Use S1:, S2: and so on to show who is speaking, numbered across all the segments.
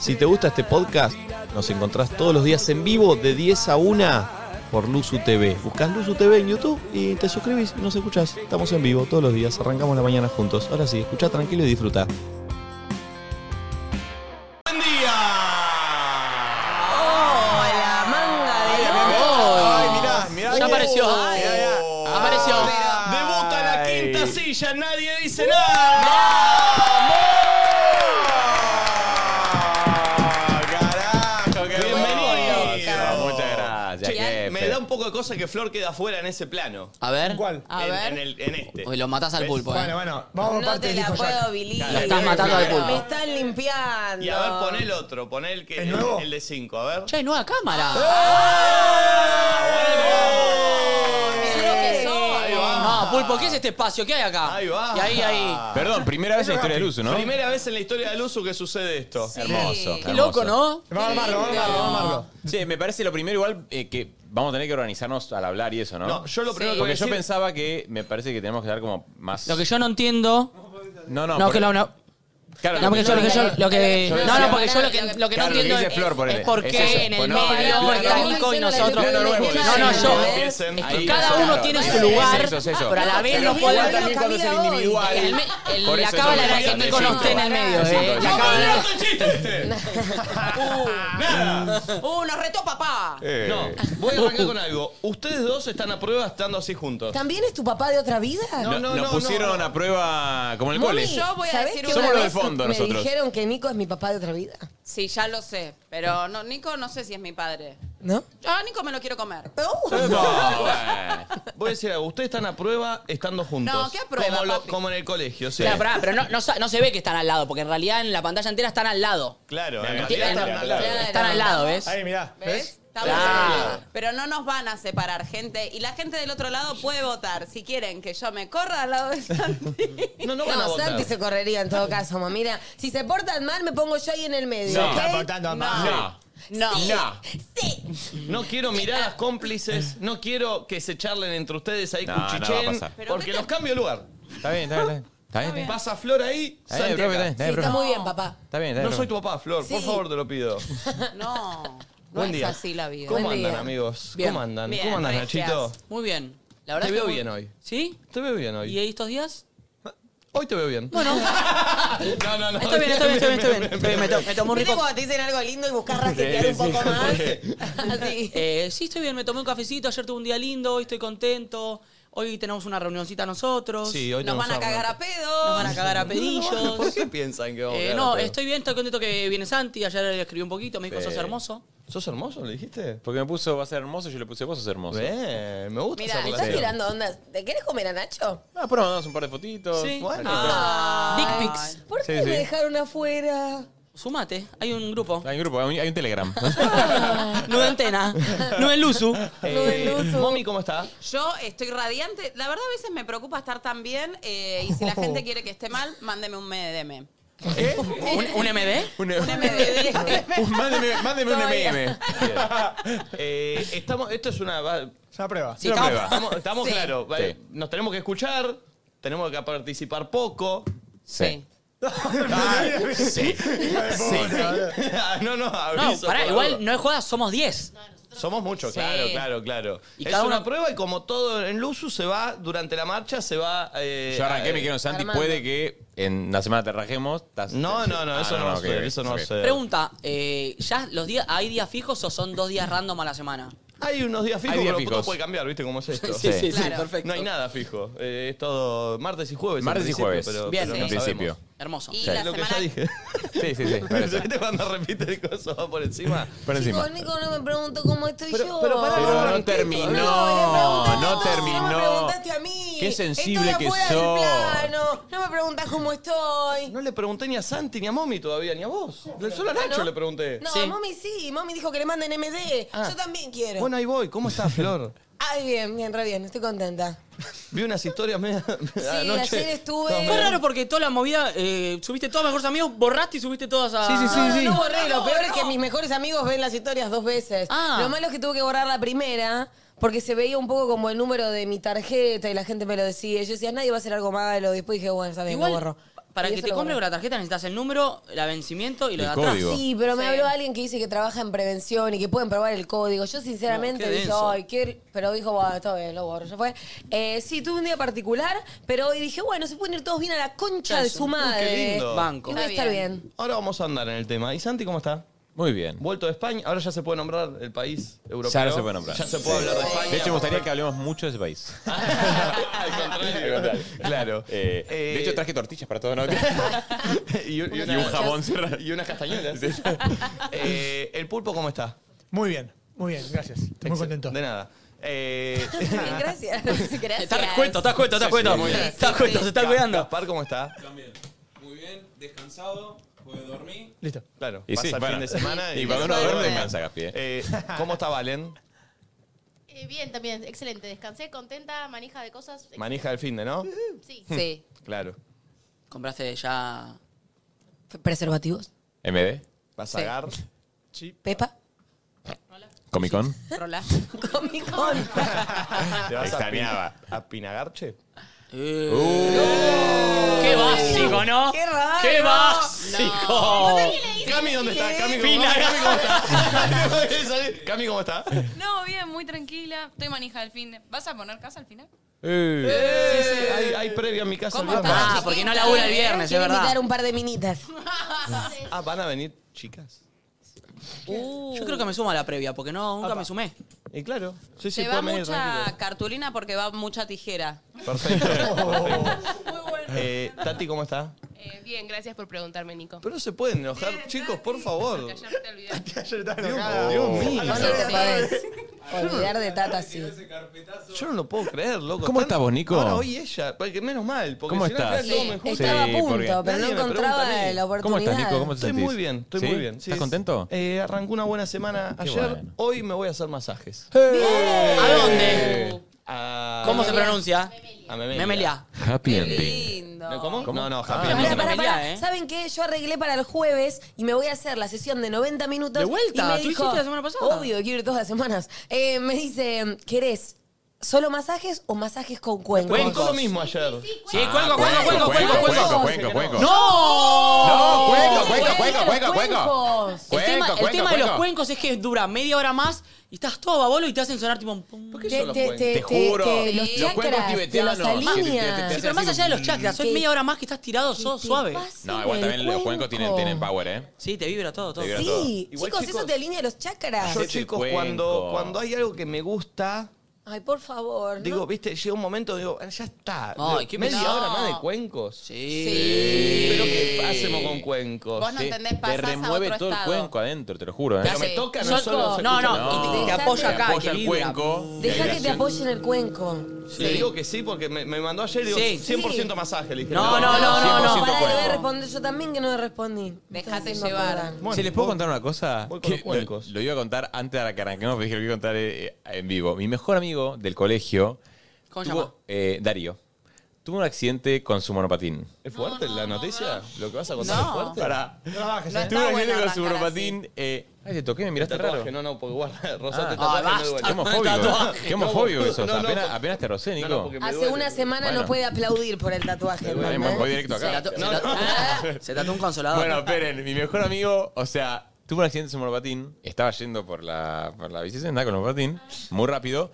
S1: Si te gusta este podcast, nos encontrás todos los días en vivo de 10 a 1 por Luzu TV. Buscás Luzu TV en YouTube y te suscribís y nos escuchás. Estamos en vivo todos los días, arrancamos la mañana juntos. Ahora sí, escucha tranquilo y disfruta.
S2: ¡Buen día!
S3: Oh,
S4: Hola, manga de
S2: ¡Ay, mirá, mirá!
S4: Oh. Ya
S2: mirá.
S4: apareció.
S2: Ay,
S4: Ay.
S2: mirá, mirá.
S4: Apareció. Uh.
S2: Ay. Debuta la quinta silla, nadie dice nada. ¡Carajo, qué
S4: Bienvenido.
S2: bueno! Muchas gracias,
S4: Che,
S2: jefe.
S5: Me da un poco de cosa que Flor queda afuera en ese plano.
S4: A ver.
S6: ¿Cuál?
S4: A
S5: en,
S4: ver.
S5: En, el, en este.
S4: Uy, lo matás al
S5: ¿Ves?
S4: pulpo, eh.
S6: Bueno, bueno, vamos por
S3: No
S6: parte
S3: te
S6: del
S3: la
S6: hijo
S3: puedo,
S6: Jack.
S3: Billy.
S4: Lo estás matando al pulpo.
S3: Me están limpiando.
S5: Y a ver, pon el otro, pon el que.
S6: ¿El nuevo?
S5: El de 5, a ver.
S4: Che, hay nueva cámara.
S3: Sí.
S4: Eso es lo que
S5: Ahí
S4: somos.
S5: va.
S4: No, pulpo, ¿qué es este espacio? ¿Qué hay acá?
S5: Ahí va.
S4: Y ahí, ahí.
S2: Perdón, primera vez en la historia del uso, ¿no?
S5: Primera vez en la historia del uso que sucede esto.
S2: Hermoso.
S4: Qué
S2: hermoso.
S4: loco, ¿no?
S6: Vamos a armarlo, vamos a armarlo, vamos a armarlo.
S2: Che, me parece lo primero igual eh, que vamos a tener que organizarnos al hablar y eso, ¿no?
S5: No, yo lo primero que voy a
S2: Porque yo
S5: decir-
S2: pensaba que me parece que tenemos que dar como más.
S4: Lo que yo no entiendo.
S2: No, no,
S4: No,
S2: porque-
S4: que lo no.
S2: Claro,
S4: No, porque yo lo que yo lo que. No,
S2: Yo decía-
S4: no, porque yo lo que, lo que no
S2: Claro, lo que
S4: entiendo
S2: dice
S4: es,
S2: Flor, ponele.
S4: es por
S2: Es
S4: qué
S2: eso.
S4: en el
S2: Pues no,
S4: medio
S2: porque-
S4: está Nico y nosotros.
S2: Plano nuevo,
S4: No, no, yo.
S3: Es
S5: Empiecen.
S4: Es que
S2: Ahí,
S4: cada
S2: claro.
S4: uno tiene su
S2: Eso,
S4: lugar,
S2: eso, eso.
S4: pero a la vez
S2: Pero
S4: no podemos-
S2: igual también cuando es el
S3: Hoy.
S2: individual.
S4: El me- el-
S2: Por
S4: la
S2: eso
S4: cábala
S2: yo
S4: era
S2: decía,
S4: que
S2: de
S4: Nico no
S2: cinco.
S4: esté en el medio,
S2: De cinco,
S4: eh.
S2: de
S4: La
S2: cinco.
S4: cábala era-
S5: ¡Otro chiste este! ¡Nada!
S3: Uh, nos retó papá.
S2: Eh,
S5: No, voy a arrancar con algo. Ustedes dos están a prueba estando así juntos.
S3: ¿También es tu papá de otra vida?
S5: No, no,
S2: Nos
S5: no,
S2: pusieron
S5: no.
S2: a prueba como el
S3: Mami,
S2: cole.
S7: yo voy a
S3: ¿sabés
S7: decir
S3: que
S7: una
S3: una
S2: Somos los
S3: vez
S2: del fondo
S3: me
S2: nosotros.
S3: dijeron que Nico es mi papá de otra vida?
S7: Sí, ya lo sé, pero no, Nico no sé si es mi padre.
S3: ¿No?
S7: Yo a Nico me lo quiero comer.
S3: Uh,
S2: No, bueno.
S5: Voy a decir algo. Ustedes están a prueba estando juntos.
S7: No, ¿qué a prueba,
S5: Como, lo-
S7: papi?
S5: como en el colegio, o sea.
S4: Claro, pará, pero no, no sa- no se ve que están al lado, porque en realidad en la pantalla entera están al lado.
S5: Claro,
S2: Claro,
S5: en realidad
S4: En-
S5: están al lado.
S3: claro.
S4: Están al lado, ¿ves?
S6: Ahí, mirá.
S7: ¿Ves?
S6: ¿Ves?
S7: Estamos
S4: Claro.
S7: en el- Pero no nos van a separar, gente. Y la gente del otro lado puede votar. Si quieren que yo me corra al lado de Santi.
S5: No, no van a
S3: No,
S5: votar.
S3: Santi se correría en todo caso, mamá. Mira, si se portan mal, me pongo yo ahí en el medio.
S2: No.
S3: ¿ok?
S6: Está portando mal.
S2: No.
S7: No.
S2: No.
S3: Sí.
S5: No quiero miradas cómplices, no quiero que se charlen entre ustedes ahí
S2: No,
S5: cuchichén,
S2: no va a pasar.
S7: Pero
S5: porque
S7: vete-
S5: los cambio de lugar.
S2: Está bien, está bien. Está bien, está bien.
S5: Pasa Flor ahí,
S2: Está bien,
S5: Santi
S2: profe, está
S5: acá.
S3: Sí,
S2: bien,
S3: está
S2: profe.
S3: muy bien, papá.
S2: Está bien, está bien,
S5: No soy
S2: profe.
S5: tu papá, Flor, por
S3: Sí.
S5: favor te lo pido.
S7: No. No
S5: Buen
S7: es
S5: día.
S7: así la vida.
S5: ¿Cómo
S3: Buen
S5: andan,
S3: día.
S5: amigos?
S4: Bien.
S5: ¿Cómo andan?
S7: Bien,
S5: ¿Cómo andan,
S7: regias.
S5: Nachito?
S4: Muy bien. La verdad
S5: Te
S4: es que
S5: veo
S4: muy-
S5: bien hoy.
S4: ¿Sí?
S5: Te veo bien
S4: ¿Y
S5: hoy.
S4: estos días?
S5: Hoy te veo bien.
S4: Bueno,
S5: No, no, no.
S4: estoy bien, estoy bien, estoy bien, estoy bien. Estoy bien, Me to- me tomé un
S3: ¿Viste
S4: rico.
S3: cuando te dicen algo lindo y buscas raquetear un poco más? Así.
S4: Eh, sí, estoy bien, me tomé un cafecito, ayer tuve un día lindo, hoy estoy contento. Hoy tenemos una reunioncita nosotros.
S5: Sí, hoy
S7: Nos
S5: tenemos
S7: van a
S5: algo.
S7: cagar a pedos.
S4: Nos van a cagar a pedillos.
S5: ¿Por qué piensan que vamos a
S4: Eh,
S5: cagar a
S4: no,
S5: pedos?
S4: estoy bien, estoy contento que viene Santi. Ayer le escribí un poquito, me dijo, sos hermoso.
S5: ¿Sos hermoso, le dijiste?
S2: Porque me puso va a ser hermoso, yo le puse vos sos hermoso.
S5: Bien, me gusta
S7: Mirá,
S5: esa
S3: ¿Me estás
S5: relación.
S3: tirando ondas? ¿Te querés comer a Nacho?
S2: Ah, pero mandamos un par de fotitos.
S4: Sí.
S5: Bueno. Ah.
S4: Dick
S3: Ay,
S4: pics.
S3: ¿Por qué
S2: Sí,
S3: me
S2: sí.
S3: dejaron afuera?
S4: Sumate, hay un grupo.
S2: Hay un grupo, hay un, hay un Telegram.
S4: Nueva antena, nueva luzu.
S5: Eh, Mami, ¿cómo está?
S7: Yo estoy radiante. La verdad, a veces me preocupa estar tan bien. eh, y si
S3: Oh.
S7: la gente quiere que esté mal, mándeme un MDM.
S4: ¿Un, un MD?
S2: un,
S7: Un MDM.
S2: un- mándeme, mándeme un
S7: Todavía.
S2: MM.
S5: Eh, estamos, esto es una... va-
S6: Es una prueba.
S4: Sí,
S2: Una
S4: estamos-
S2: prueba.
S5: Estamos, estamos
S7: Sí.
S5: claros. vale,
S2: Sí.
S5: Nos tenemos que escuchar, tenemos que participar poco.
S7: Sí.
S2: Sí.
S5: Ah, no, no,
S4: No,
S5: aviso.
S4: pará,
S5: por
S4: igual
S5: favor.
S4: no es joda, somos 10.
S5: Somos muchos,
S4: Sí.
S5: claro, claro, claro.
S4: Y
S5: es
S4: cada
S5: una
S4: uno-
S5: prueba y como todo en Luzu se va, durante la marcha se va... eh,
S2: Yo arranqué,
S5: eh,
S2: me dijeron, Santi,
S3: Armando.
S2: puede que en una semana te rajemos. estás-
S5: No, no, no,
S2: Ah,
S5: eso no, va a
S2: ok,
S5: suceder,
S2: ok,
S5: eso no va a
S2: ok.
S5: suceder.
S4: Pregunta, eh, ¿ya los días, hay días fijos o son dos días random a la semana?
S5: Hay unos días fijos,
S2: Hay días
S5: pero todo
S2: fijos.
S5: puede cambiar, ¿viste cómo es esto?
S2: sí,
S7: Claro.
S4: perfecto.
S5: No hay nada fijo. Eh, es todo martes y jueves. en
S2: Martes y
S5: principio,
S2: jueves.
S5: Pero,
S4: Bien,
S5: pero
S4: sí.
S5: no
S2: En principio.
S5: sabemos.
S4: Hermoso.
S7: Y
S2: Sí.
S7: la
S5: Es lo que
S7: semana.
S5: ya dije.
S2: Sí, sí, sí. por eso.
S5: ¿Viste cuando repite el coso va por encima?
S2: Por encima.
S3: Chicos, Nico no me preguntó cómo estoy
S5: Pero-
S3: yo.
S5: pero pará, Pero no
S2: no terminó,
S3: le
S2: no
S3: preguntaste a vos, No me
S2: terminó.
S3: preguntaste a mí.
S2: Qué sensible
S3: estoy
S2: que
S3: afuera
S2: sos.
S3: Del plano. No me preguntas cómo estoy.
S5: No le pregunté ni a Santi ni a Momi todavía, ni a vos. Solo a Nacho le pregunté.
S3: No,
S4: Sí.
S3: mami sí. Mami dijo que le manden MD.
S5: Ah.
S3: Yo también quiero.
S5: Bueno, ahí voy. ¿Cómo estás, Flor?
S3: Ay, bien, bien, re bien. Estoy contenta.
S5: Vi unas historias media,
S3: Sí,
S5: anoche.
S3: ayer estuve...
S4: Fue raro porque toda la movida, eh, subiste todas mejores amigos, borraste y subiste todas a...
S2: Sí, sí, sí.
S3: No, no, no borré.
S7: No,
S3: Lo peor es
S7: no.
S3: que mis mejores amigos ven las historias dos veces.
S4: Ah.
S3: Lo malo es que tuve que borrar la primera porque se veía un poco como el número de mi tarjeta y la gente me lo decía. Yo decía, nadie va a hacer algo malo. Después dije, bueno, está bien, lo borro.
S4: Para
S3: Y
S4: que
S3: eso
S4: te
S3: lo
S4: compre
S3: borré.
S4: la tarjeta necesitas el número, el vencimiento y lo
S2: El
S4: de atrás.
S2: código.
S3: Sí, pero me
S7: Sí.
S3: habló alguien que dice que trabaja en prevención y que pueden probar el código. Yo sinceramente
S4: No, qué
S3: dije,
S4: denso.
S3: ay, qué... Pero dijo, bueno, está bien, lo borro, ya fue. Eh, sí, tuve un día particular, pero hoy dije, bueno, se pueden ir todos bien a la concha de su madre.
S5: lindo.
S3: Y
S4: Banco.
S3: voy a estar bien.
S5: Ahora vamos a andar en el tema. ¿Y Santi cómo está?
S2: Muy bien.
S5: Vuelto de España, ahora ya se puede nombrar el país europeo.
S2: Ya no se puede nombrar.
S5: Ya se puede
S2: Sí.
S5: hablar de España.
S2: De hecho, me gustaría que hablemos mucho de ese país.
S5: Al contrario. Claro.
S2: Eh,
S5: Eh,
S2: de hecho, traje tortillas para todo. ¿no?
S5: y, y- y
S2: Y un jabón serrano.
S5: Y unas castañuelas. Eh, ¿El pulpo cómo está?
S8: Muy bien, muy bien, gracias. Estoy muy contento.
S5: De nada. Eh,
S3: Bien, gracias.
S7: Gracias.
S4: Estás recueto, estás cueto, estás cueto.
S5: muy bien.
S4: Estás cueto, se está cuidando.
S5: Gaspar, ¿cómo está?
S9: También. Muy bien, descansado, puede dormir.
S8: Listo.
S5: Claro,
S2: Y
S5: pasa
S2: sí,
S5: el
S2: bueno.
S5: fin de semana y...
S2: Y cuando uno
S7: Suerte.
S2: duerme, descansa, Gaspi. eh.
S5: Eh, ¿Cómo está Valen?
S10: Eh, bien, también, excelente. Descansé, contenta, manija de cosas. ex-
S5: Manija del fin de, ¿no?
S10: Sí.
S3: Sí.
S5: Claro.
S4: Compraste ya.
S3: Preservativos.
S2: MD,
S5: ¿Vas a
S3: Sí.
S5: agar?
S3: Pepa.
S2: Comic Con.
S7: Rola.
S3: Comic Con.
S5: ¿Te vas a,
S2: Extrañaba.
S5: pi- a Pinagarche?
S4: Ah, Eh. ¡Qué básico, no!
S3: Qué raro.
S4: ¡Qué básico!
S5: Cami, ¿dónde está? Cami, ¿cómo, está? Cami, ¿cómo está?
S11: No, bien, muy tranquila. Estoy manija del fin. de- ¿Vas a poner casa al final?
S5: Sí, sí, hay, hay previa en mi casa.
S7: ¿Cómo
S5: olvídate.
S7: está?
S4: Ah, Eh. porque no labura el viernes, es
S3: Quiero
S4: verdad.
S3: invitar un par de minitas.
S5: Ah, ¿van a venir chicas?
S4: Yo creo que me sumo a la previa, porque no, nunca me sumé.
S5: Y claro. Sí, sí,
S7: Lleva
S5: pueden venir
S7: mucha
S5: tranquilos.
S7: cartulina porque va mucha tijera.
S5: Perfecto. perfecto.
S11: Muy bueno.
S5: Eh, Tati, ¿cómo está?
S10: Eh, bien, gracias por preguntarme, Nico.
S5: Pero no se pueden enojar, chicos, por favor. Dios,
S10: Ayer te olvidé.
S5: Dios mío.
S3: No te podés olvidar de Tata así.
S5: Yo no lo puedo creer, loco.
S2: ¿Cómo
S5: Están-
S2: estás vos, Nico?
S5: Ahora hoy ella. Porque menos mal. Porque
S2: ¿Cómo
S5: si no, al
S2: estás?
S5: final todo me juzga.
S3: Estaba
S2: Sí,
S3: a punto,
S2: porque
S3: pero no
S5: nadie me pregunta a
S3: encontraba
S5: mí.
S3: la
S2: ¿Cómo
S3: oportunidad.
S2: estás, Nico? ¿Cómo te
S5: Estoy
S2: sentís?
S5: muy bien, estoy
S2: ¿Sí?
S5: muy bien. sí,
S2: ¿Estás
S5: sí.
S2: contento?
S5: Eh, arrancó una buena semana
S2: Qué
S5: ayer.
S2: bueno. ¡Eh!
S5: Hoy me voy a hacer masajes. Eh,
S4: ¿A dónde?
S5: A,
S4: ¿Cómo se pronuncia?
S5: a Memelia.
S4: Memelia.
S3: Eh,
S2: Happy
S7: Qué
S2: ending.
S7: lindo.
S5: ¿No, ¿Cómo? No, no,
S4: Ah,
S3: Pará,
S5: Javier.
S4: no
S3: pará,
S4: me
S3: pará.
S4: peleá, ¿eh?
S3: ¿Saben qué? Yo arreglé para el jueves y me voy a hacer la sesión de 90 minutos.
S4: ¿De vuelta?
S3: y me
S4: ¿Tú hiciste la semana pasada?
S3: Obvio, quiero ir todas las semanas. Eh, me dice, ¿querés solo masajes o masajes con cuencos?
S5: Cuenco lo mismo ayer.
S4: Sí, cuelgo, cuelgo, cuelgo, cuelgo, cuelgo.
S2: cuenco, cuenco, cuenco.
S4: ¡No!
S2: No, cuenco,
S3: Cuencos,
S2: cuenco, cuenco, cuenco, cuenco.
S3: cuencos.
S4: El tema, el
S2: Cuenco, cuenco,
S4: tema de los
S2: cuenco.
S4: cuencos es que dura media hora más y estás todo babolo y te hacen sonar tipo un pum.
S5: ¿Por qué son los cuencos?
S2: Te juro,
S3: los
S2: los cuencos
S3: chakras, te
S2: tibetanos,
S3: los
S2: que te- te- te-
S3: alinean.
S2: te-
S4: Sí, pero más allá de los chakras, hoy
S3: ¿Qué-
S4: media hora más Mm. que estás tirado, sos
S3: ¿Qué te
S4: suave.
S3: pasa
S2: No, igual
S3: en el
S2: también los cuencos tienen, tienen power, ¿eh?
S4: Sí, te vibra todo, todo.
S2: Te vibra.
S3: Sí,
S5: Igual,
S3: chicos,
S5: chicos,
S3: eso te alinea los chakras.
S5: Yo,
S2: Hacete
S5: chicos,
S2: cuenco.
S5: cuando, cuando hay algo que me gusta,
S3: Ay, por favor. ¿no?
S5: digo, viste, llega un momento, digo, "Ah, ya está.
S4: Ay, qué
S5: Media
S4: pesado.
S5: hora más de cuencos.
S4: Sí.
S5: Pero ¿qué hacemos con cuencos?
S7: Vos no entendés,
S2: Te
S7: pasás a
S2: remueve
S7: otro
S2: todo el
S7: estado.
S2: cuenco adentro, te lo juro, ¿eh?
S5: Pero me
S7: Sí.
S5: toca, no
S3: Yo-
S5: solo se
S4: No,
S5: escucha.
S4: no, y te, te
S3: No.
S4: apoya
S2: Te
S4: acá,
S2: apoya
S4: que
S2: el
S4: vibra.
S2: cuenco.
S3: Deja que te apoyen el cuenco.
S5: Le digo que sí porque me, me mandó ayer, digo,
S4: Sí.
S5: 100% masaje. Le dije,
S4: No, no, no, no, no.
S2: 100%
S3: Pará, le voy a
S2: cuenco.
S3: responder yo también que no le respondí.
S7: Dejate
S3: Estoy haciendo
S7: llevar.
S3: acordar.
S5: Bueno,
S2: ¿Se les puedo contar una cosa?
S5: voy con los
S2: Que
S5: cuencos.
S2: Lo, lo iba a contar antes de que arranquemos, pero dije lo iba a contar eh, en vivo. Mi mejor amigo del colegio,
S4: ¿Cómo se
S2: tuvo-
S4: llama?
S2: eh, Darío, tuvo un accidente con su monopatín.
S5: ¿Es fuerte la noticia? ¿Lo que vas a contar es fuerte?
S2: Pará.
S8: No la bajes,
S7: No
S8: eh.
S7: está
S2: Tuvo un
S7: bueno
S2: accidente con su
S7: arrancar
S2: monopatín. eh, ay, te toqué, me miraste raro.
S5: Tatuaje, no, no, porque guarda,
S2: Ah.
S5: Rosate
S4: Ah,
S5: tatuaje me
S4: basta.
S5: duele.
S2: Qué homofóbico.
S5: Tatuaje.
S2: Qué homofóbico
S5: No,
S2: que sos.
S5: no, no,
S2: apenas,
S5: no.
S2: apenas te rosé,
S5: No,
S2: Nico.
S5: no, porque me
S3: Hace
S5: duele.
S3: una semana
S2: Bueno.
S3: no puede aplaudir por el tatuaje.
S2: Voy-
S3: ¿entendés?
S2: voy directo
S4: Se
S2: acá.
S4: tatu- se tatu- Ah, Se tatuó un
S3: Ah,
S4: consolador.
S2: Bueno, esperen, mi mejor amigo, o sea, tuvo un accidente en su monopatín, estaba yendo por la, por la bicicenda con el monopatín, muy rápido,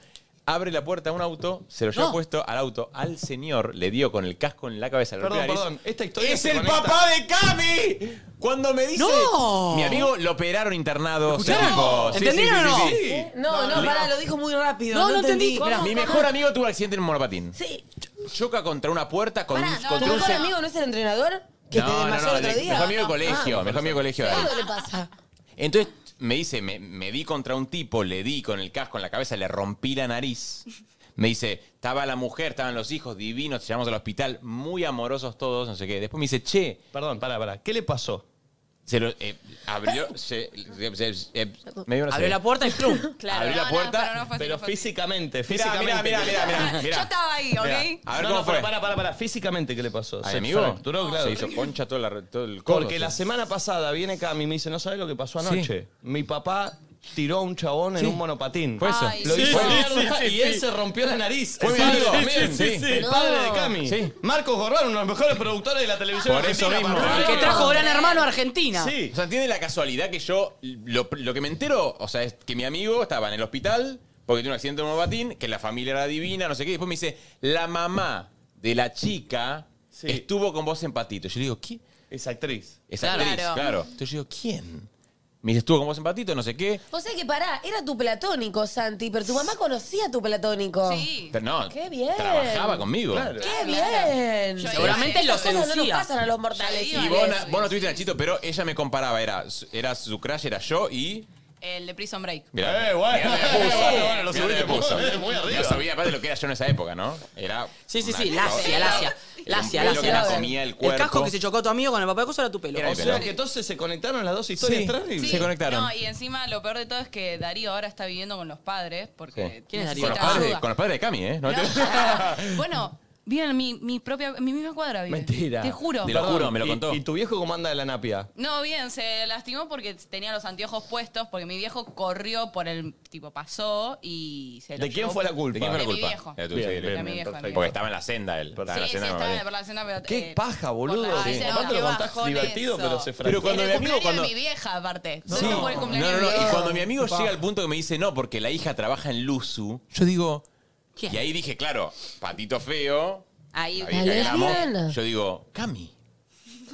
S2: abre la puerta a un auto, se lo lleva
S4: No.
S2: puesto al auto, al señor le dio con el casco en la cabeza. le
S5: Perdón,
S2: golpeó la nariz.
S5: perdón, esta historia
S2: ¡Es
S5: se
S2: el
S5: conecta.
S2: papá de Cami! Cuando me dice...
S4: ¡No!
S2: Mi amigo lo operaron internado. o sea,
S4: ¿Escucharon?
S2: tipo, sí, sí,
S4: ¿Entendieron
S2: sí,
S4: o no?
S2: sí, sí.
S3: No, no, pará, lo dijo muy rápido.
S4: No, no entendí. Mirá.
S2: Mi mejor amigo tuvo un accidente en un monopatín.
S3: Sí.
S2: Choca contra una puerta con
S3: Pará,
S2: un...
S3: ¿tu
S2: contra un
S3: mejor
S2: se-
S3: amigo no es el entrenador? Que te
S2: No, no,
S3: desmayó
S2: no,
S3: el otro
S2: de-
S3: día. Ah,
S2: mejor amigo de colegio, mejor amigo de colegio. de él.
S3: ¿Qué le pasa?
S2: Entonces me dice, me, me di contra un tipo, le di con el casco en la cabeza, le rompí la nariz. Me dice, estaba la mujer, estaban los hijos divinos, te llevamos al hospital, muy amorosos todos, no sé qué. Después me dice, che,
S5: Perdón, pará, pará. ¿Qué le pasó?
S2: se lo eh, abrió, se, se- se- eh, me dio una
S4: Abrió la
S2: serie.
S4: puerta y plum.
S2: Abrió
S11: No,
S2: la
S11: no,
S2: puerta.
S11: pero no fue así,
S5: Pero
S11: no fue así.
S5: físicamente,
S2: Mirá,
S5: físicamente.
S2: mirá, mirá, mirá, mirá,
S11: Yo
S2: mirá.
S11: estaba ahí, ¿ok?
S2: A ver
S5: no,
S2: cómo
S5: no,
S2: fue.
S5: pero pará, pará, pará. Físicamente, ¿qué le pasó?
S2: ¿A
S5: Se
S2: mi amigo?
S5: fracturó, claro.
S2: Se hizo concha todo, la- todo el codo.
S5: Porque la semana pasada viene Cami y me dice, no sabes lo que pasó anoche. Mi papá tiró a un chabón en un monopatín.
S2: Fue eso.
S5: Lo
S2: Sí,
S5: hizo
S2: sí,
S5: mierda
S2: sí, sí,
S5: y él
S2: sí.
S5: se rompió la nariz.
S2: Fue
S5: el
S2: mi
S5: padre,
S2: amigo,
S5: también.
S2: sí, sí, sí.
S5: El
S2: No.
S5: padre de Cami.
S2: Sí.
S5: Marcos Gorrón, uno de los mejores productores de la televisión
S2: Por eso
S5: argentina,
S2: mismo.
S5: para-
S2: El que
S4: Trajo Gran Hermano a Argentina.
S5: Sí.
S2: O sea, ¿entiende la casualidad que yo, lo, lo que me entero, o sea, es que mi amigo estaba en el hospital porque tiene un accidente de monopatín, que la familia era divina, no sé qué, y después me dice, la mamá de la chica
S5: Sí.
S2: estuvo con vos en Patito. Yo le digo, ¿qué?
S5: Es actriz.
S2: Esa actriz,
S7: Claro.
S2: claro. Entonces yo digo, ¿quién? Me dice, estuvo con vos en Patito, no sé qué.
S12: O sea que pará, era tu platónico, Santi, pero tu mamá conocía a tu platónico.
S11: Sí.
S2: Pero no,
S12: Qué bien.
S2: trabajaba conmigo.
S5: Claro.
S12: ¡Qué bien!
S11: Yo-
S4: Seguramente
S11: Sí.
S4: lo
S12: Esas cosas no nos
S4: seducía.
S12: pasan a los mortales.
S11: Yo
S2: Y
S11: Vale,
S2: vos,
S11: eso,
S2: na- vos no
S11: eso,
S2: tuviste Nachito, pero ella me comparaba, era, su- era su crush, era yo y...
S11: El de Prison Break.
S2: Mirá,
S5: Eh, bueno,
S2: mirá lo que
S5: eh,
S2: puso.
S5: bueno, bueno, lo
S2: Mirá lo que
S5: subiste
S2: puso.
S5: muy- muy arriba.
S2: No sabía aparte lo que era yo en esa época, ¿no? Era
S4: Sí, sí,
S2: una
S4: sí,
S2: cosa.
S4: lacia, lacia. Lacia,
S2: Con pelo que
S4: lacia,
S2: la
S4: lacia.
S2: comía el
S4: El
S2: cuerpo.
S4: casco que se chocó tu amigo con el papá de cosa era tu pelo.
S2: Era
S5: O
S2: el
S5: sea
S2: pelo.
S5: que entonces se conectaron las dos historias
S2: Sí,
S5: terribles.
S2: se conectaron.
S11: No, y encima lo peor de todo es que Darío ahora está viviendo con los padres porque
S2: Sí.
S4: ¿Quién es
S2: con,
S4: Darío?
S2: los
S11: necesita
S2: padres,
S11: ayuda.
S2: con los padres de Cami, ¿eh? No te-
S11: bueno, viven en mi, mi propia, en mi misma cuadra viven.
S5: Mentira.
S11: Te juro.
S2: De lo
S5: Perdón,
S2: juro, me lo
S5: ¿y-
S2: contó.
S5: ¿Y, tu viejo cómo anda de la napia?
S11: No, bien, se lastimó porque tenía los anteojos puestos, porque mi viejo corrió por el tipo, pasó y se lo
S5: ¿De quién
S11: llevó.
S5: fue la culpa?
S2: ¿De quién fue la
S11: De mi
S2: culpa?
S11: viejo.
S2: Era tu-
S5: Bien,
S2: sí,
S5: bien,
S2: de-
S11: De mi
S5: bien,
S11: viejo, de mi
S5: perfecto.
S2: Porque estaba en la senda él. Estaba
S11: Sí,
S2: en la
S11: sí,
S2: senda.
S11: estaba
S2: me
S11: en
S2: parece.
S11: la cena, pero...
S5: Qué
S11: eh,
S5: paja, boludo.
S11: la-
S5: Sí.
S11: Sí,
S5: Aparte
S11: qué
S5: lo contás
S11: bajón
S5: divertido,
S11: eso.
S5: pero se fractura.
S2: Pero cuando
S11: en
S2: mi
S11: el
S2: amigo
S11: cumpleaños
S2: cuando
S11: de mi vieja, aparte.
S2: Sí.
S11: Solo por el cumpleaños
S2: No, no, no.
S11: de mi
S2: Y
S11: viejo.
S2: cuando mi amigo llega al punto que me dice no, porque la hija trabaja en Luzu, yo digo.
S4: ¿Quién?
S2: Y ahí dije, claro, patito feo.
S7: Ahí.
S2: la vieja que
S12: La
S2: amo.
S12: lesbiana.
S2: Yo digo, Cami.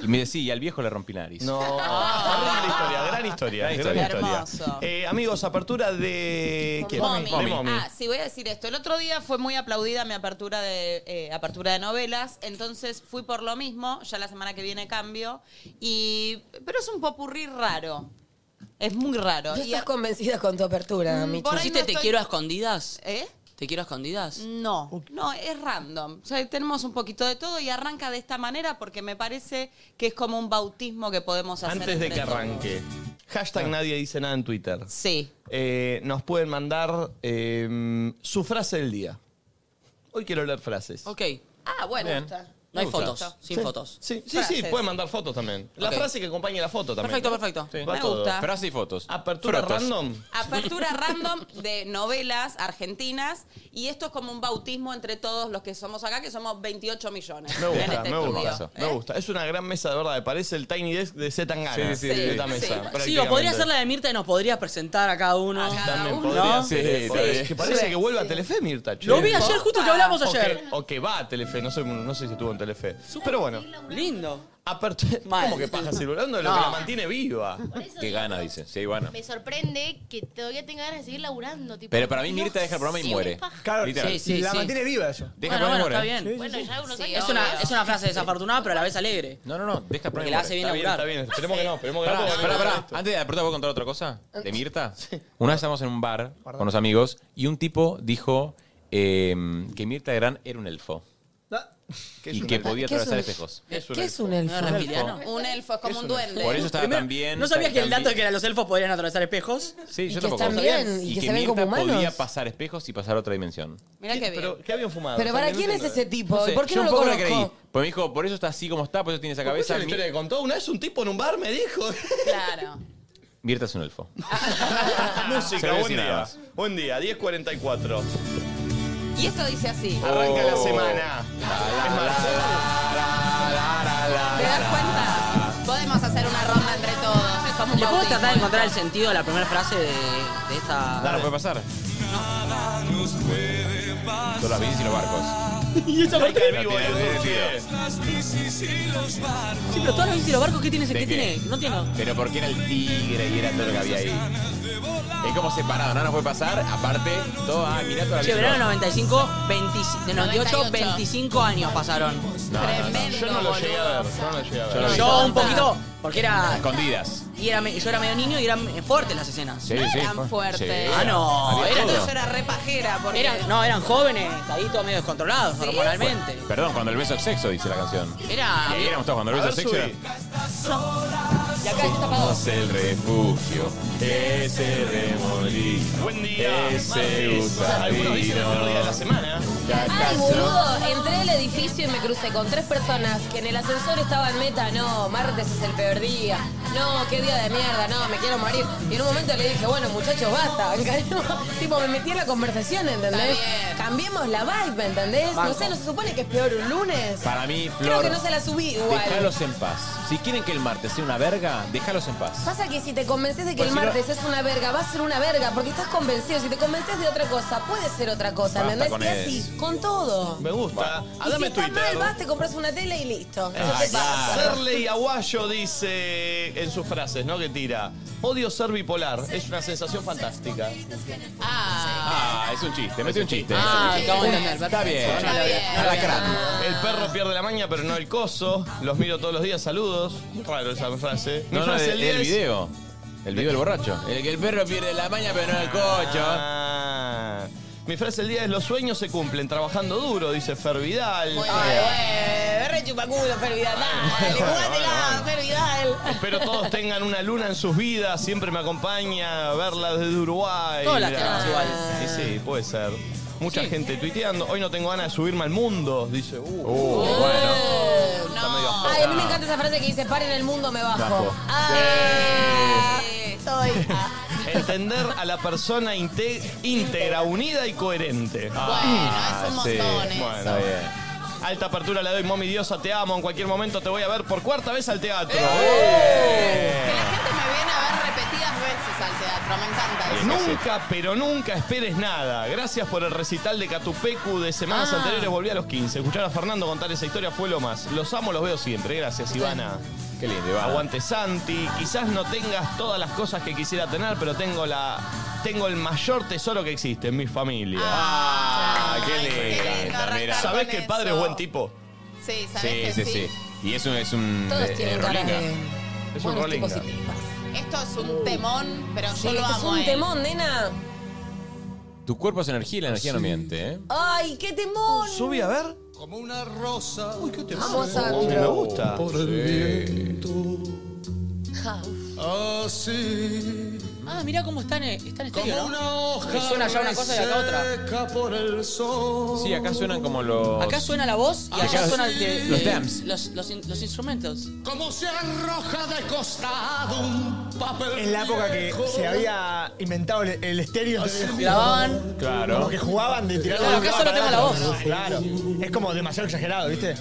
S2: Y me decía, y al viejo le rompí la nariz.
S5: No,
S12: Ah.
S5: gran historia, gran historia.
S2: Gran
S5: Gran
S2: historia.
S5: historia.
S7: Hermoso.
S5: Eh, amigos, apertura
S2: Eh,
S5: de. ¿Quién?
S7: Mommy.
S5: De Mommy.
S7: Ah, sí, voy a decir esto. El otro día fue muy aplaudida mi apertura de, eh, apertura de novelas, entonces fui por lo mismo, ya la semana que viene cambio, y, pero es un popurrí raro. Es muy raro.
S12: No
S7: Y-
S12: estás convencida con tu apertura,
S7: Mm,
S12: Michi.
S7: por ahí
S4: ¿Hiciste
S7: no
S4: te
S7: estoy-
S4: quiero a escondidas?
S7: ¿Eh?
S4: ¿Te quiero a escondidas?
S7: No, no, es random. O sea, tenemos un poquito de todo y arranca de esta manera porque me parece que es como un bautismo que podemos hacer.
S5: Antes de
S7: entre
S5: que
S7: todos.
S5: arranque, hashtag nadie dice nada en Twitter.
S7: Sí.
S5: Eh, nos pueden mandar eh, su frase del día. Hoy quiero leer frases.
S4: Ok.
S7: Ah, bueno.
S2: Bien.
S7: está.
S4: No hay
S2: Me gusta.
S4: fotos, sin
S5: Sí.
S4: fotos.
S5: Sí, sí, sí,
S7: Frases.
S5: pueden mandar fotos también. La
S4: Ok.
S5: frase que acompañe la foto también.
S4: Perfecto, perfecto.
S2: Sí.
S5: Va
S7: Me
S5: todo.
S7: gusta.
S2: Frase y fotos.
S5: Apertura
S2: Frotos.
S5: random.
S7: Apertura random de novelas argentinas y esto es como un bautismo entre todos los que somos acá, que somos 28 millones.
S5: Me
S7: en
S5: gusta,
S7: este
S5: me gusta.
S7: estudio.
S5: Me gusta. Es una gran mesa de verdad. Parece el Tiny Desk de Zetangana.
S2: Sí, sí, sí.
S5: Esta
S7: Sí,
S5: mesa.
S7: sí.
S5: prácticamente.
S4: Sí, o podría ser la de Mirta y nos podrías presentar a cada uno.
S7: A cada
S5: También
S7: uno.
S5: podría
S2: ¿No?
S5: ser,
S2: Sí,
S5: podría
S2: sí. Ah,
S5: ser. Que parece que vuelve a Telefe, Mirta. che.
S4: Lo vi ayer, justo que hablamos
S5: O que-
S4: ayer.
S5: O que va a Telefe. No sé, no sé si estuvo en Telefe. Pero bueno.
S4: Lindo.
S5: Apertura.
S4: Mal.
S5: ¿Cómo que paja circulando de lo
S4: No.
S5: que la mantiene viva?
S10: Por eso
S2: Qué
S10: digo,
S2: gana, dice. Sí, bueno.
S10: Me sorprende que todavía tenga ganas de seguir laburando. Tipo,
S2: Pero para mí
S10: no
S2: Mirta deja el programa y
S10: sé,
S2: muere.
S10: paja.
S6: Claro,
S2: Literal.
S4: Sí, sí,
S6: la
S4: sí.
S6: mantiene viva yo.
S2: Deja
S4: bueno,
S2: ¿eh? el
S4: bueno, está
S2: programa y muere.
S4: bien.
S10: Bueno, ya unos
S11: Sí,
S10: años.
S4: Es una,
S11: obvio.
S10: pero-
S4: es una frase desafortunada, pero a la vez alegre.
S2: No, no, no. Deja el programa
S4: Porque
S2: y
S4: la
S2: muere.
S4: hace bien
S5: Está bien,
S4: laburar.
S5: está bien. Esperemos que no. Esperemos que
S2: Pará,
S5: no. porque
S2: pará,
S5: no
S2: pará.
S5: me gusta esto.
S2: Antes de la pregunta, ¿puedo contar otra cosa? ¿De Mirta? Una vez estábamos en un bar con unos amigos y un tipo dijo eh, que Mirta Gran era un elfo
S5: ¿Qué es
S2: y
S5: un
S2: que
S5: elfo?
S2: podía
S12: ¿Qué es
S2: atravesar
S12: un-
S2: espejos.
S12: ¿Qué es un elfo?
S4: ¿No es reptiliano?
S7: Un elfo, es como un duende.
S2: Por eso estaba
S4: Primero,
S2: tan bien.
S4: ¿No sabías
S2: tan-
S4: que el
S2: tan
S4: dato de
S2: bien.
S4: que era los elfos podían atravesar espejos?
S2: Sí,
S12: Y
S2: yo
S12: que
S2: tampoco
S12: están
S2: sabía.
S12: bien, y
S2: Y
S12: que
S2: que
S12: se ven como
S2: Mirta podía
S12: humanos.
S2: pasar espejos y pasar a otra dimensión.
S7: Mirá qué bien.
S5: Pero, ¿qué habían fumado?
S12: Pero
S5: O sea,
S12: para
S5: no
S12: quién es
S5: entiendo.
S12: ese tipo?
S2: No sé,
S12: ¿Y por qué no
S2: yo
S12: lo
S2: un poco
S12: conozco?
S2: la creí. Pues me dijo, por eso está así como está, por eso tiene esa
S5: ¿Cuál es
S2: cabeza.
S5: la historia que contó? Una vez un tipo en un bar me dijo.
S7: Claro.
S2: Mirta es un elfo. Se
S5: Música,
S2: lo
S5: buen
S2: voy a decir nada
S5: día.
S2: más.
S5: Buen día, 10.44.
S7: Y esto dice así.
S5: Arranca
S2: Oh.
S5: la semana.
S7: ¿Te das cuenta? Podemos hacer una ronda entre todos. Es como un
S4: ¿Le puedo
S7: bautismo.
S4: tratar de encontrar el sentido de la primera frase de, de esta...?
S2: Claro, puede pasar. Son las bicis y los barcos.
S4: y esa parte...
S5: El vivo de YouTube,
S4: Sí, pero todas las bicis y los barcos, ¿qué tiene?
S2: ¿De
S4: ¿Qué
S2: qué?
S4: tiene? No tiene...
S2: Pero porque era el tigre y era todo lo que había ahí. Es como separado, no nos puede pasar. Aparte, todo, ah, mirá toda la
S4: Che,
S2: bici.
S4: verano 95, 25 de 98,
S7: 98.
S4: 25 años pasaron.
S7: Tremendo,
S5: Yo no lo llegué a
S7: boludo.
S5: ver, yo no lo llegué a ver.
S2: Yo lo vi.
S4: Yo un poquito, porque era...
S2: Escondidas.
S4: Y era me- yo era medio niño y eran eh, fuertes las escenas.
S2: Sí,
S7: No
S2: sí.
S7: eran fuertes.
S4: Ah, no,
S2: Había
S4: eran-
S2: todo.
S7: Yo era repajera porque...
S4: Eran, no, eran jóvenes, ahí todos medio descontrolados hormonalmente.
S2: Perdón, cuando el beso es sexo, dice la canción.
S4: Era...
S2: Y ahí éramos todos cuando el
S5: A
S2: beso
S5: ver,
S2: es sexo.
S5: subí.
S2: era-
S7: Y acá está apagado.
S2: Es el refugio, es el remolino. Eh, Buen día. Ese
S5: Algunos dicen el peor día de la semana.
S3: Ay, boludo, entré al edificio y me crucé con tres personas que en el ascensor estaban meta, no, martes es el peor día, no, qué día de mierda, no, me quiero morir. Y en un momento le dije, bueno, muchachos, basta. tipo, me metí en la conversación, ¿entendés? Cambiemos la vibe, ¿entendés? No
S2: Banco.
S3: sé, ¿no se supone que es peor un lunes?
S2: Para mí, Flor.
S3: Creo que no se la subí igual.
S2: Déjalos en paz. Si quieren que el martes sea una verga, déjalos en paz.
S3: Pasa que si te convences de que
S2: Pues
S3: el
S2: si no-
S3: martes es una verga, va a ser una verga, porque estás convencido. Si te convences de otra cosa, puede ser otra cosa,
S2: Basta
S3: ¿entendés?
S2: con
S3: Y así,
S2: eso. Ah,
S3: con todo.
S5: Me gusta.
S3: Y si
S5: Adame
S3: está mal,
S5: Twitter.
S3: vas, te compras una tela y listo. Eso
S5: Ah,
S3: te pasa.
S5: claro. Serley Aguayo dice en sus frases, ¿no? Que tira. Odio ser bipolar. Es una sensación fantástica.
S2: Ah, es un chiste, metí un chiste.
S5: Ah,
S2: Es un
S5: acabo de
S2: chiste.
S5: entender,
S2: Está bien.
S5: perfecto. Está bien.
S2: Alacrán.
S5: El perro pierde la maña, pero no el coso. Los miro todos los días, saludos. Raro esa frase. Mi
S2: No, no,
S5: frase
S2: el,
S5: del día
S2: el
S5: es-
S2: video. El video del borracho. El que el perro pierde la maña, pero no el cocho.
S5: Ah. Mi frase del día es: Los sueños se cumplen trabajando duro, dice Fer Vidal.
S3: Ah,
S5: Ah.
S3: Eh, re chupaculo, Ah, Fer Vidal. Dale, jugátela, Fer Vidal.
S5: Espero todos tengan una luna en sus vidas, siempre me acompaña a verla desde Uruguay.
S4: Todas las
S5: Ah,
S4: tenemos igual.
S5: Sí, sí, puede ser. Mucha gente tuiteando. Hoy no tengo ganas de subirme al mundo, dice. Uh,
S4: Oh.
S5: bueno. Está medio aflojado.
S3: Ay, a mí me encanta esa frase que dice, paren el mundo, me bajo.
S5: Bajo.
S3: Ah, Estoy. ah.
S5: Entender a la persona inte- íntegra, unida y coherente.
S2: Ah,
S5: es
S2: un sí. montón eso.
S5: Bueno, bien. Alta apertura le doy, Momi Diosa, te amo. En cualquier momento te voy a ver por cuarta vez al teatro.
S2: Eh,
S7: Que la gente me viene a ver repetidas veces al teatro, me encanta eso.
S5: Nunca, pero nunca esperes nada. Gracias por el recital de Catupecu de semanas
S7: Ah.
S5: anteriores. Volví a los 15. Escuchar a Fernando contar esa historia fue lo más. Los amo, los veo siempre. Gracias, Ivana.
S2: Qué lindo, Iván.
S5: Aguante Santi. Quizás no tengas todas las cosas que quisiera tener, pero tengo la. Tengo el mayor tesoro que existe en mi familia.
S2: Ah, qué lindo. Mira.
S5: ¿Sabés que el padre es buen tipo?
S2: Sí,
S7: Sí, ¿sabés
S2: sí,
S7: que sí?
S2: sí. Y eso es un.
S7: Todos
S2: eh,
S7: tienen
S2: eh,
S7: caras
S2: rolinga.
S7: de-
S5: Es un rolinga.
S7: Esto es un temón, pero
S3: Sí,
S7: yo lo
S3: esto
S7: amo.
S3: es un
S7: eh.
S3: temón, nena.
S2: Tu cuerpo es energía y la energía no miente, ¿eh?
S3: Ay, qué temón.
S5: Uh, Subí a ver.
S13: Como una rosa. Uy, qué
S3: Vamos a-
S5: Oh, me gusta.
S13: Por el viento. Así.
S4: Ah, mirá cómo están, eh, están estéreo, ¿no?
S13: Como una hoja.
S4: Porque suena ya una cosa y acá otra.
S13: reseca por el sol.
S2: Sí, acá suenan como los.
S4: Acá suena la voz y
S13: Ah,
S2: Acá
S4: allá
S2: los-
S4: suena el que-
S2: los
S4: eh,
S2: dams.
S4: Los, los in- los instrumentos.
S13: Como se arroja de costado un papel.
S14: En la época que
S13: viejo.
S14: se había inventado el, el estéreo, entonces
S4: Grababan.
S2: Claro.
S14: Como que jugaban de tirar
S4: Claro,
S14: de un
S4: acá solo
S14: lado para
S4: tengo la
S14: otro.
S4: voz.
S14: Claro. Es como demasiado exagerado, ¿viste?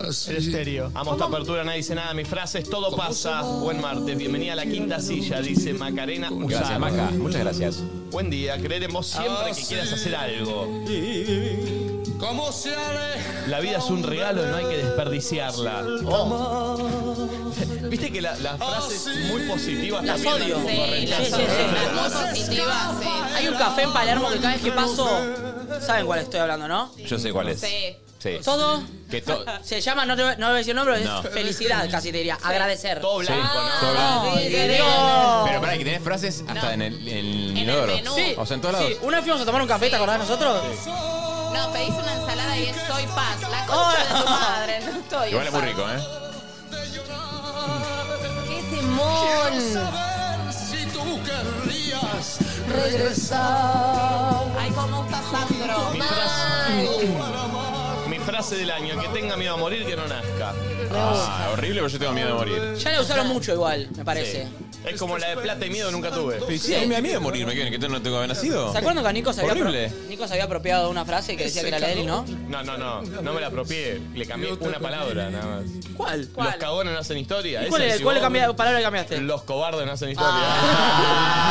S14: El estéreo.
S5: Ah, Amo esta apertura, nadie dice nada. Mi frase es todo pasa. Buen martes, bienvenida a la quinta silla, dice Macarena
S2: Gracias,
S5: Usar.
S2: Maca. Muchas gracias.
S5: Buen día, creer en vos siempre que
S4: Ah,
S5: quieras hacer algo.
S13: Como se aleja.
S5: La vida es un regalo y no hay que desperdiciarla. Oh. Viste que la- las frases muy positivas
S4: Las
S5: también
S4: Ah, odio.
S5: las
S4: Sí,
S5: rechazan.
S4: sí, sí, sí.
S7: Muy positiva, sí.
S4: Hay un café en Palermo que cada vez que paso. ¿Saben cuál estoy hablando, no?
S2: Yo sé cuál es.
S7: Sí.
S2: Sí.
S4: Todo.
S2: Que to-
S4: Se llama, no, te voy- no voy a decir el nombre,
S2: No.
S4: es felicidad, casi te diría. Agradecer.
S5: Todo
S2: Sí,
S5: blanco, ¿no?
S2: todo blanco.
S4: No,
S7: Sí,
S4: te
S7: sí,
S4: digo-
S2: Pero pará, que tenés frases hasta en el, en el inodoro.
S7: menú.
S4: Sí,
S2: O sea, en todos
S4: sí.
S2: lados.
S4: Una vez fuimos a tomar un café, ¿te acordás de nosotros?
S7: No, pedís una ensalada y es soy paz. La concha de tu madre, no estoy.
S2: Igual es
S7: en
S2: muy
S7: paz.
S2: rico, ¿eh?
S3: Qué temón.
S13: Saber si tú querrías.
S3: Regresar.
S7: Ay, cómo está
S5: Mi
S7: Sandro.
S5: frase, mi frase del año, que tenga miedo a morir, que no nazca.
S2: Ah, horrible, pero yo tengo miedo de morir.
S4: Ya la usaron mucho igual, me parece.
S5: Es como la de plata y miedo nunca tuve.
S2: Sí, sí, a mí me da miedo morir, ¿me quieren que yo no tengo que haber nacido?
S4: ¿Se acuerdan que Nico se había,
S2: Horrible.
S4: apro- Nico se había apropiado de una frase que decía que era la de él, no?
S5: No, no, no, no me la apropié. Le cambié una palabra nada más.
S4: ¿Cuál?
S5: Los cagones no hacen historia.
S4: ¿Y
S5: Esa
S4: ¿Cuál,
S5: es
S4: era?
S5: si
S4: ¿Cuál
S5: vos-
S4: cambia- palabra que cambiaste? Ah,
S5: Los cobardes no hacen historia.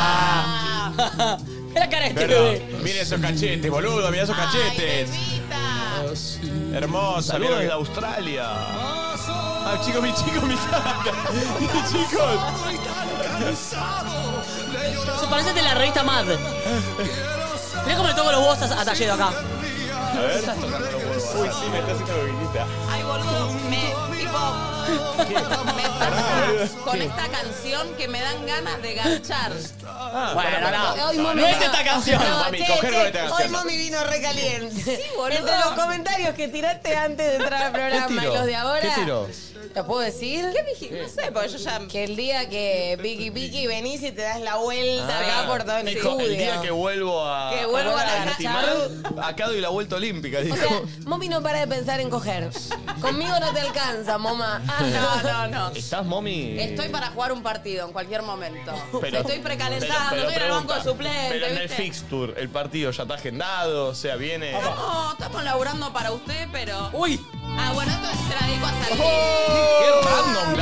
S4: Era cara de este
S2: Perdón.
S4: bebé.
S2: Mira esos cachetes, boludo, mira esos cachetes. Hermosa,
S5: Saludos
S2: mira.
S5: desde
S2: mira.
S5: Australia.
S2: Ah, chicos, mi chico, mi tata. Mi chicos.
S4: Se parece de la revista Mad. Mirá cómo le toco los huevos a, a Talledo acá.
S5: A ver. Uy, sí, me está haciendo boquinita.
S7: Ay, boludo, me, tipo, me pasa con esta canción que me dan ganas de ganchar.
S3: Ah,
S4: bueno,
S3: Ay,
S4: no.
S3: mami,
S4: No es
S3: no.
S4: esta canción.
S3: No,
S2: Mami,
S3: che,
S2: coger
S3: che,
S2: con esta
S3: Hoy
S2: canción.
S3: mami vino recaliente.
S7: Sí, boludo.
S3: Entre los comentarios que tiraste antes de entrar al programa y
S5: tiró?
S3: los de ahora.
S5: ¿Qué tiró?
S3: ¿Lo puedo decir? ¿Qué
S7: No sé, porque yo ya...
S3: Que el día que Vicky Vicky venís y te das la vuelta acá por todo el
S5: Dijo,
S3: estudio.
S5: el día que vuelvo a.
S3: Que vuelvo a la
S5: Antimar, acá doy la vuelta olímpica. Dijo.
S3: O sea, Momi no para de pensar en coger. Conmigo no te alcanza, moma. Ah, no, no, no.
S5: ¿Estás, mommy?
S3: Estoy para jugar un partido en cualquier momento.
S5: Pero-
S3: estoy precalentando,
S5: pero- pero
S3: estoy en el banco de
S5: pregunta,
S3: suplente,
S5: Pero en el
S3: ¿viste? Ah.
S5: fixture, el partido ya está agendado, o sea, viene.
S7: No, estamos laburando para usted, pero... ¡Uy! Ah, bueno, entonces se la dedico a salir.
S5: ¡Qué random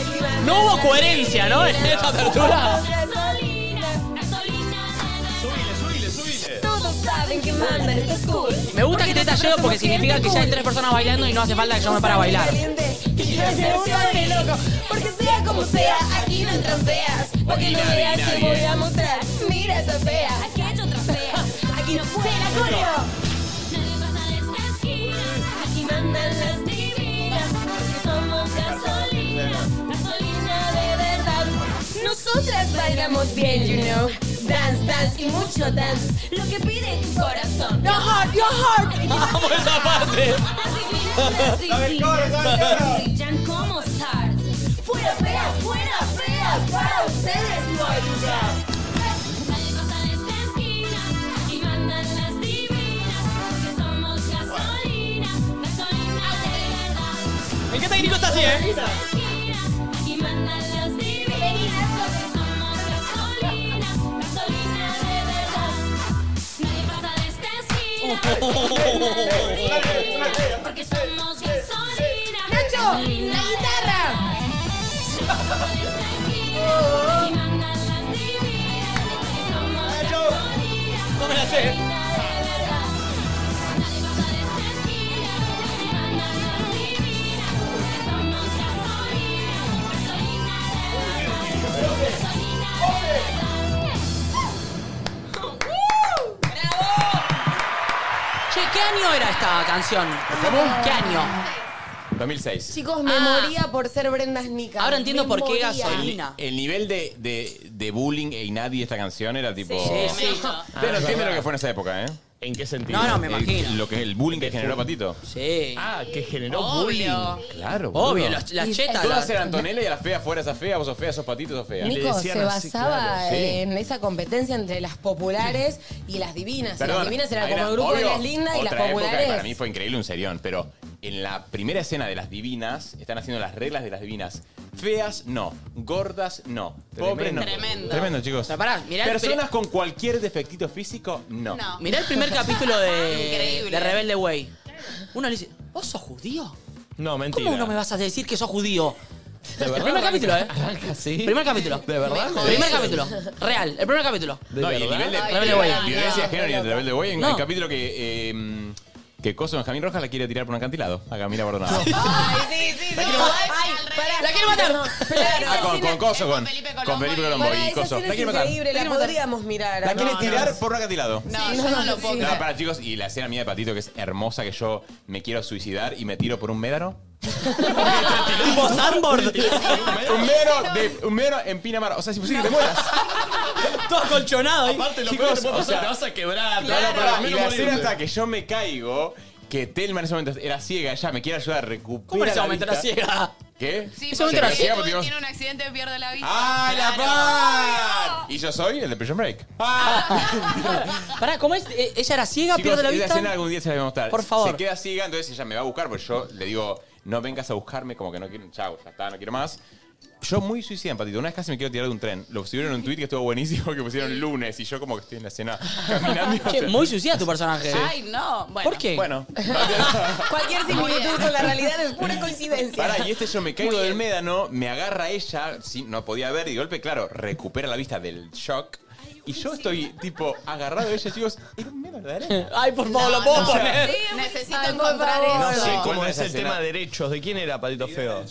S5: la de
S4: No hubo coherencia, ¿no? En esta apertura.
S5: Subile, subile.
S3: Todos saben que manda en este school.
S4: Me gusta que esté tallado porque significa que ya hay tres personas bailando y no hace falta que yo me para a bailar.
S3: Y yo se vuelve loco. Porque sea como sea, aquí no entran feas. Porque no
S4: Nadie,
S3: veas te
S4: nadie.
S3: voy a mostrar. Mira esa fea. Aquí hay otra fea. Aquí no puede la coreo.
S15: Aquí mandan las divinas, porque somos gasolina, gasolina de verdad.
S3: Nosotras bailamos bien, you know. Dance, dance y mucho dance. Lo que pide tu corazón. Your heart, your heart.
S4: Vamos esa parte.
S15: Las divinas, las brillan como stars. Fuera feas, fuera feas, para ustedes no hay lugar. Dale cosas de esta esquina, aquí mandan las divinas, porque somos gasolina, gasolina de verdad.
S4: ¿En qué técnico estás así, eh?
S15: Aquí mandan las divinas, porque somos gasolina, gasolina de verdad. Nadie pasa de esta esquina, aquí mandan las divinas, porque somos gasolina.
S3: Nacho, la guitarra.
S15: Aquí mandan las divinas, porque somos gasolina.
S4: No me la sé. Che, ¿qué año era esta canción? ¿Qué año?
S2: 2006.
S3: Chicos, me moría por ser Brenda Snica.
S4: Ahora entiendo por qué
S2: El,
S4: gasolina.
S2: el nivel de, de- de bullying e inadi de esta canción era tipo. Ah,
S4: Sí, sí.
S2: Ustedes no entienden lo que fue en esa época, ¿eh?
S5: ¿En qué sentido?
S4: No, no, me
S2: El-
S4: imagino.
S2: Lo que es el bullying que generó Patito.
S4: Sí.
S5: Ah, que generó
S4: Obvio.
S5: bullying. Claro,
S4: Obvio,
S5: boludo.
S4: las, las chetas.
S2: Todas
S4: las-
S2: eran Antonella y a la fea fuera esa fea, vos sos fea, sos patito, sos fea.
S3: Nico, se basaba
S2: Sí.
S3: en esa competencia entre las populares y las divinas. Y las
S2: Perdón,
S3: divinas eran
S2: ahí
S3: como
S2: era,
S3: el grupo de
S2: obvio,
S3: las lindas y las
S2: otra época que
S3: populares.
S2: Para mí fue increíble un serión, pero en la primera escena de las divinas están haciendo las reglas de las divinas. Feas no, gordas no, pobres no.
S4: Tremendo.
S2: Tremendo, chicos.
S4: Pero pará, mirá el
S2: Personas con cualquier defectito físico, no.
S4: Mirá el primer capítulo de,
S2: Increíble.
S4: de Rebelde Way. Uno le dice, ¿vos sos judío?
S5: No, mentira.
S4: ¿Cómo uno me vas a decir que sos judío?
S5: ¿De
S4: El
S5: verdad?
S4: primer capítulo, ¿eh?
S5: Arranca así.
S4: Primer capítulo.
S5: ¿De verdad?
S4: Primer capítulo. Real, el primer capítulo.
S2: No, y el
S5: verdad?
S2: nivel de
S4: Ay, Rebelde Way.
S2: violencia de género y el rebelde güey en
S4: No.
S2: el capítulo que. eh, que Coso Benjamín Rojas la quiere tirar por un acantilado. Acá, mira por donde
S3: Ay, sí, sí, sí. Ay, pará.
S4: La quiero matar.
S2: Ah, con, con Coso, con, con Felipe Colombo
S3: Pará,
S2: y
S3: esa
S2: Coso.
S3: escena
S2: La
S3: es
S2: quiere matar.
S3: increíble, la podríamos mirar.
S2: La
S3: ahora.
S2: quiere tirar por un acantilado.
S3: No, yo no lo puedo
S2: No,
S3: creer.
S2: para chicos, y la escena mía de Patito que es hermosa, que yo me quiero suicidar y me tiro por un médano.
S4: Tipo Sandboard.
S2: un médano de un médano en Pinamar. O sea, es imposible que te mueras.
S4: Todo colchonado ahí.
S5: Aparte, lo
S2: Chicos,
S5: peor que te puede
S2: o
S5: pasar,
S2: sea,
S5: te vas a quebrar. te vas a
S2: Claro,
S5: parar,
S2: y
S5: menos
S2: la
S5: morirte.
S2: escena hasta que yo me caigo, que Telma en ese momento era ciega, ya me quiere ayudar a recuperar.
S4: ¿Cómo en ese
S2: la
S4: momento era
S2: vista.
S4: ciega?
S2: ¿Qué?
S16: Sí,
S2: Se
S16: porque
S2: queda
S16: él
S2: ciega, porque
S16: tiene un accidente, pierde la vista.
S2: ¡Ah, la
S16: Claro.
S2: par! Y yo soy el de Prison Break.
S4: Pará, ¿cómo es? Eh, ¿Ella era ciega?
S2: Chicos,
S4: ¿Pierde la
S2: esa escena
S4: vista?
S2: algún día se la voy a mostrar.
S4: Por favor.
S2: Se queda ciega, entonces ella me va a buscar, porque yo le digo, no vengas a buscarme, como que no quiero, chao, ya está, no quiero más. Yo muy suicida, Patito. Una vez casi me quiero tirar de un tren. Lo subieron en un tweet que estuvo buenísimo, que pusieron lunes, y yo como que estoy en la escena caminando.
S4: Che, muy suicida tu personaje. ¿eh?
S7: Ay, no. Bueno.
S4: ¿Por qué?
S2: Bueno,
S3: Cualquier similitud con la realidad es pura coincidencia.
S2: pará, y este yo me caigo del médano, me agarra ella, sí, no podía ver, y de golpe, claro, recupera la vista del shock. Y yo estoy, tipo, agarrado de ella, chicos, en un médano de arena.
S4: Ay, por favor, lo puedo poner.
S16: Necesito
S3: Ay, por
S16: encontrar
S3: favor.
S16: eso.
S5: No sé
S2: No,
S5: cómo
S2: ¿cómo
S5: es
S2: esa
S5: el
S2: escena?
S5: tema de derechos. ¿De quién era Patito Feo?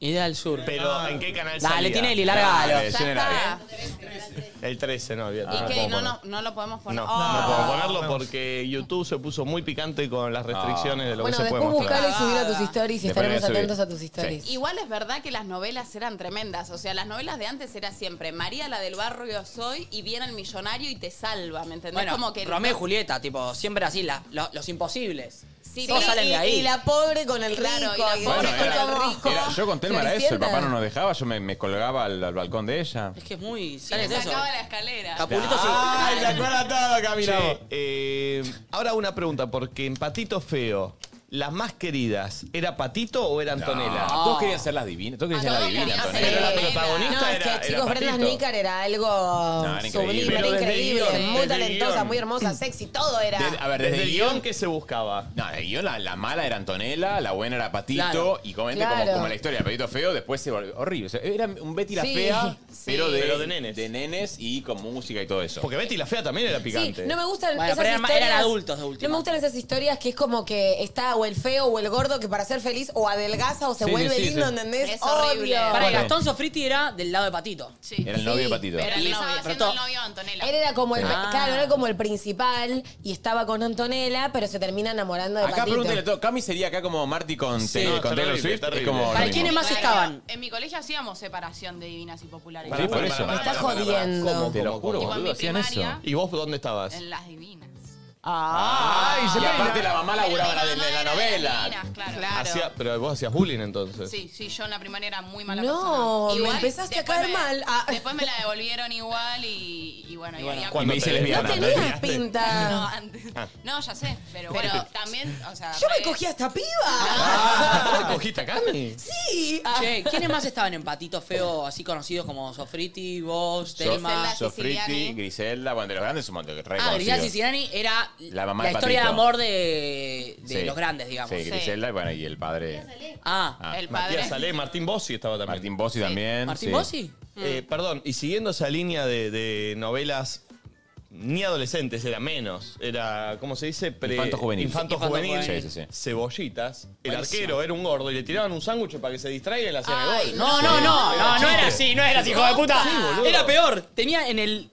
S4: Idea del sur.
S5: Pero, ¿en qué canal
S4: Dale,
S5: salía?
S4: Tinelli,
S2: Dale,
S4: lárgalo.
S2: yo no la vi.
S5: El 13, no, olvídate.
S7: Y
S5: lo
S7: que
S5: puedo
S7: no,
S5: poner.
S7: no, no lo podemos poner.
S5: No,
S7: Ah.
S5: no puedo ponerlo porque YouTube se puso muy picante con las restricciones de lo
S12: Bueno,
S5: que se puede
S12: después
S5: mostrar.
S12: buscalo y subilo a tus stories y
S5: Le
S12: estaremos
S5: podría subir.
S12: atentos a tus stories.
S7: Igual es verdad que las novelas eran tremendas. O sea, las novelas de antes era siempre María la del barrio soy y viene el millonario y te salva, ¿me entendés?
S4: Bueno,
S7: Como que
S4: Romeo y Julieta, tipo, siempre así, la- lo- los imposibles.
S7: Sí,
S4: Todos
S7: sí,
S4: salen de
S7: y-
S4: ahí.
S7: y la
S12: pobre con el rico.
S7: Claro, y la
S12: y
S7: pobre
S12: después
S2: era-
S12: con el rico.
S2: Era- yo con Telma era eso, el
S12: Floricienta.
S2: papá no nos dejaba, yo me, me colgaba al, al balcón de ella.
S4: Es que es muy.
S11: le
S4: Sales de eso.
S11: sacaba la escalera.
S4: Capulito sí.
S2: Ah,
S5: Ay, se acuerda todo,
S4: Camila.
S5: Che, eh, ahora una pregunta, porque en Patito Feo, las más queridas, ¿era Patito o era Antonela?
S2: No. Todos querían ser las divinas, todos querían ser las divinas, Antonela.
S5: Pero la
S12: No,
S5: protagonista
S12: es
S5: era,
S12: que
S5: era
S12: chicos, Brenda
S5: Patito.
S12: Nícar era algo
S2: era increíble.
S12: sublime,
S2: Pero
S12: era
S2: desde
S12: increíble,
S2: guión,
S12: muy
S2: desde
S12: talentosa,
S2: guión.
S12: muy hermosa, sexy, todo era.
S2: De- a ver, desde,
S5: Desde el
S2: guión,
S5: guión, ¿qué se buscaba?
S2: No, desde guión la, la mala era Antonella, la buena era Patito,
S5: Claro.
S2: y obviamente
S5: Claro.
S2: como, como la historia de Patito Feo, después se volvió horrible. O sea, era un Betty la
S12: Sí.
S2: Fea,
S12: Sí.
S2: pero, de,
S5: Pero de
S2: nenes. y con música y todo eso.
S5: Porque Betty la Fea también era
S12: Sí, no me gustan
S4: Bueno,
S12: esas
S4: pero eran-
S12: historias.
S4: eran adultos de última.
S12: No me gustan esas historias que es como que está o el feo o el gordo que para ser feliz o adelgaza o se
S4: Sí,
S12: vuelve
S4: sí, sí,
S12: lindo,
S4: sí.
S12: ¿entendés?
S4: Es horrible.
S12: Odio.
S4: Para
S2: Bueno.
S4: Gastón Sofriti era del lado de Patito.
S2: Era el novio de Patito.
S11: Pero él
S12: Y-
S11: estaba
S12: pero
S11: siendo
S12: todo-
S11: el novio de Antonella.
S12: Él era como el,
S2: Ah.
S12: claro, era como el principal y estaba con Antonella, pero se termina enamorando de
S2: Acá
S12: Patito.
S2: pregúntele todo. Cami sería acá como Marty con,
S5: Sí.
S2: Te-
S5: No,
S2: con
S5: está
S2: Taylor
S5: horrible,
S2: Swift.
S5: está
S2: es
S5: horrible.
S2: como lo
S11: ¿Para
S2: mismo.
S11: quiénes más
S4: estaban?
S11: En mi colegio hacíamos separación de divinas y populares.
S2: Pará,
S5: Sí,
S2: por eso.
S5: pará,
S2: Me
S5: pará,
S2: está
S5: pará, pará.
S12: jodiendo.
S5: ¿Cómo? Te lo juro,
S11: Tipo, en
S5: boludo,
S11: mi
S5: hacían
S11: primaria-
S5: eso. ¿Y vos dónde estabas? Ah,
S11: En las divinas.
S5: Ay, se
S2: y
S5: peina.
S2: aparte la mamá laburaba en la,
S11: Pero
S2: en
S11: mi
S2: la
S11: mamá era de las
S2: novela.
S11: divinas, claro.
S5: Hacía- pero vos hacías bullying entonces.
S11: Sí, sí, yo en la primaria era muy mala
S12: No,
S11: persona.
S12: me empezaste a
S11: después
S12: caer
S11: me-
S12: mal. Ah.
S11: Después me la devolvieron igual y, y bueno, y había-
S2: Cuando me hice
S5: te-
S2: lesbiana.
S5: no
S12: Tenías pinta.
S11: No, antes.
S2: Ah.
S11: No, ya sé, pero bueno, también, o sea...
S12: Ah. Yo me
S11: re-
S12: cogí a esta piba.
S5: Ah, ¿Te cogiste a Cami?
S12: Sí.
S4: Che, ¿quiénes más estaban en Patito Feo, así conocidos como Sofriti, vos, Telma?
S2: So- Sofriti, Griselda, bueno, de los grandes un montón de re
S4: Ah, Griselda
S2: conocidos.
S4: Siciliani era
S2: La
S4: la,
S2: mamá de
S4: historia de
S2: Patito.
S4: amor de, de
S2: Sí.
S4: los grandes, digamos.
S2: Sí, Griselda, bueno, y el padre.
S4: Ah,
S2: el
S5: Matías Salé, Martín Bossi estaba también.
S2: Martín Bossi también.
S5: ¿Martín
S2: sí.
S5: Bossi? Eh, perdón, y siguiendo esa línea de, de novelas, ni adolescentes, era menos. Era, ¿cómo se dice? Pre-
S2: Infanto juvenil.
S5: Infanto
S2: Infanto
S5: juvenil.
S2: juvenil. Sí, sí, sí.
S5: Cebollitas. El
S2: Buenísimo.
S5: arquero era un gordo y le tiraban un sándwich para que se distraiga y le hacían el gol.
S4: No, no, no,
S5: Sí,
S4: no, no era
S5: chiste.
S4: así, no era así, hijo de puta.
S5: Sí, boludo.
S4: era peor. Tenía en el.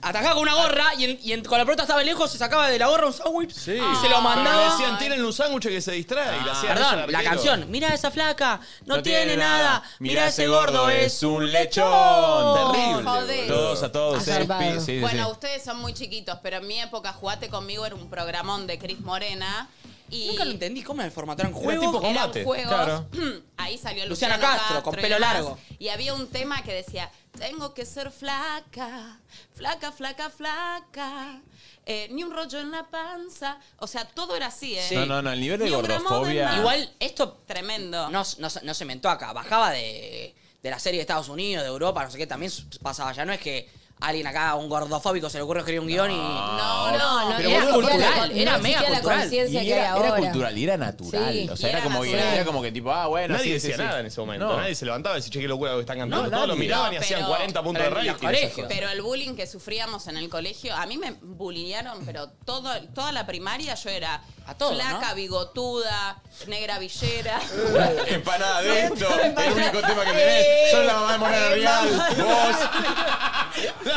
S4: Atacaba con una gorra y, en- y en- con la pelota estaba lejos, se sacaba de la gorra un sándwich y se lo
S5: Ah. Pero le
S4: mandaba. Ah,
S5: decían, tienen un sándwich que se distrae. Y le hacían eso al
S4: Perdón, la
S5: arquero.
S4: canción. Mira esa flaca, no, tiene, nada. Mira ese gordo es.
S2: un lechón.
S7: Terrible, Joder. boludo.
S2: Todos a todos. eh.
S7: Azarpado.
S2: Sí, sí,
S7: bueno,
S2: sí.
S7: ustedes son muy chiquitos, pero en mi época Jugate Conmigo era un programón de Cris Morena. Y
S4: Nunca lo entendí, ¿cómo me formataron juegos?
S7: tipo combate. Eran juegos.
S4: Claro.
S7: ahí salió
S4: Luciana
S7: Luciana,
S4: Castro, con
S7: y
S4: pelo
S7: demás.
S4: largo.
S7: Y había un tema que decía, tengo que ser flaca, flaca, flaca, flaca, eh, ni un rollo en la panza. O sea, todo era así, ¿eh?
S2: No, no, no, el nivel de
S7: Ni un gramo
S2: gordofobia.
S7: más.
S4: Igual, esto
S7: Tremendo.
S4: no, no- no se inventó acá. Bajaba de, de la serie de Estados Unidos, de Europa, no sé qué, también pasaba ya. No es que alguien acá, un gordofóbico, se le ocurre escribir un guión y.
S12: No, no, no,
S4: Pero
S12: era
S4: era
S12: cultural,
S4: cultural,
S12: no
S4: era
S12: existía
S4: mega
S12: la
S4: cultural.
S12: conciencia.
S2: Y
S12: que hay
S2: era, era
S12: ahora.
S2: cultural y era natural.
S12: Sí,
S2: o sea,
S12: y
S2: era,
S12: era
S2: como que,
S12: natural.
S2: era como que tipo, ah, bueno.
S5: Nadie
S2: sí,
S5: decía
S2: sí, sí.
S5: nada en ese momento.
S2: No.
S5: Nadie se levantaba y decía, che, qué locura que están cantando.
S2: No,
S5: Todos lo
S2: nadie.
S5: miraban y
S2: No,
S5: hacían
S2: pero-
S5: 40 puntos
S4: pero
S5: de
S4: en
S5: rating.
S4: los colegios.
S7: Pero el bullying que sufríamos en el colegio, a mí me bullearon, pero todo, toda la primaria yo era
S4: todo,
S7: flaca,
S4: ¿no?
S7: bigotuda, negra villera.
S2: Empanada de esto. El único tema que tenés. Yo la mamá de Morena Real. Vos.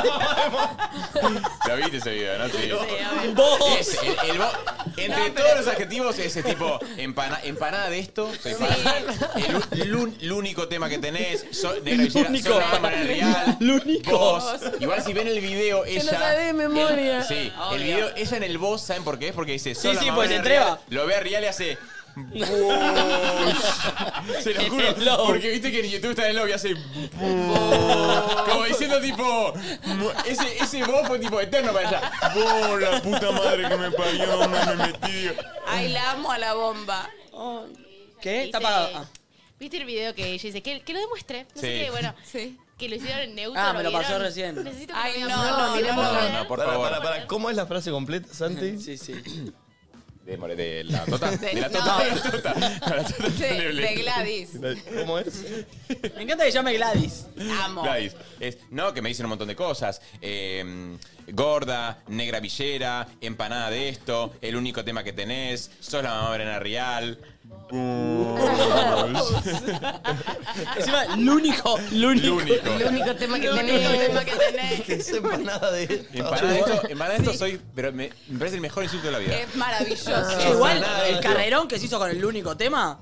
S2: Lo viste ese video, ¿no? Sí.
S4: Vos.
S2: Es- el- el vos- Entre todos los adjetivos, ese tipo, empana- empanada de esto. soy empanada- El, lu- lu- único tema que tenés. So, negra villera,
S4: único.
S2: soy la mamá de Morena Real.
S4: único.
S2: Vos. Igual si ven el video,
S12: Que
S2: ella.
S12: no sabe de memoria.
S2: el- sí, el video, ella en el voz, ¿saben por qué es? Porque dice. soy
S4: Sí,
S2: la
S4: sí,
S2: mamá
S4: pues
S2: de
S4: se
S2: Real.
S4: entreba.
S2: Lo ve a Real y hace. "Vos". Se lo juro. Porque viste que en YouTube está en el lobby y hace. Como diciendo tipo. Ese, ese vos fue tipo eterno para allá. Vos, la puta madre que me parió, me, me metí.
S7: Ay, la amo a la bomba.
S4: ¿Qué? Está
S10: Dice-
S4: apagado. Ah.
S10: Oh, ¿Viste el video que ella dice? Que, que lo demuestre. No
S2: Sí.
S10: sé qué, bueno. Que lo hicieron en neutro.
S4: Ah, me lo pasó
S10: vieron?
S4: recién.
S10: Necesito que
S7: Ay,
S10: me
S7: no,
S10: lo
S7: no,
S10: vean.
S7: no,
S10: ¿Lo
S7: no,
S10: puedo
S2: No,
S10: ver?
S2: no, por
S5: Pará,
S2: favor.
S5: pará, pará. ¿Cómo es la frase completa, Santi?
S4: Sí, sí.
S2: De, more- de la tota.
S7: De-
S2: De la
S7: no.
S2: tota. De la tota. De la tota.
S7: De, de Gladys.
S5: ¿Cómo es?
S4: Me encanta que llame Gladys.
S7: Amo.
S2: Gladys. Es- no, que me dicen un montón de cosas. Eh, gorda, negra villera, empanada de esto, el único tema que tenés, sos la mamá de Brena Real.
S4: Encima, lo único, lo único.
S3: El único tema que tenés.
S5: Que sepa nada de esto.
S2: Empanada de esto, empanada de esto soy, pero me, me parece el mejor insulto de la vida.
S7: Es maravilloso.
S4: Che, Igual, el carrerón que se hizo con el único tema.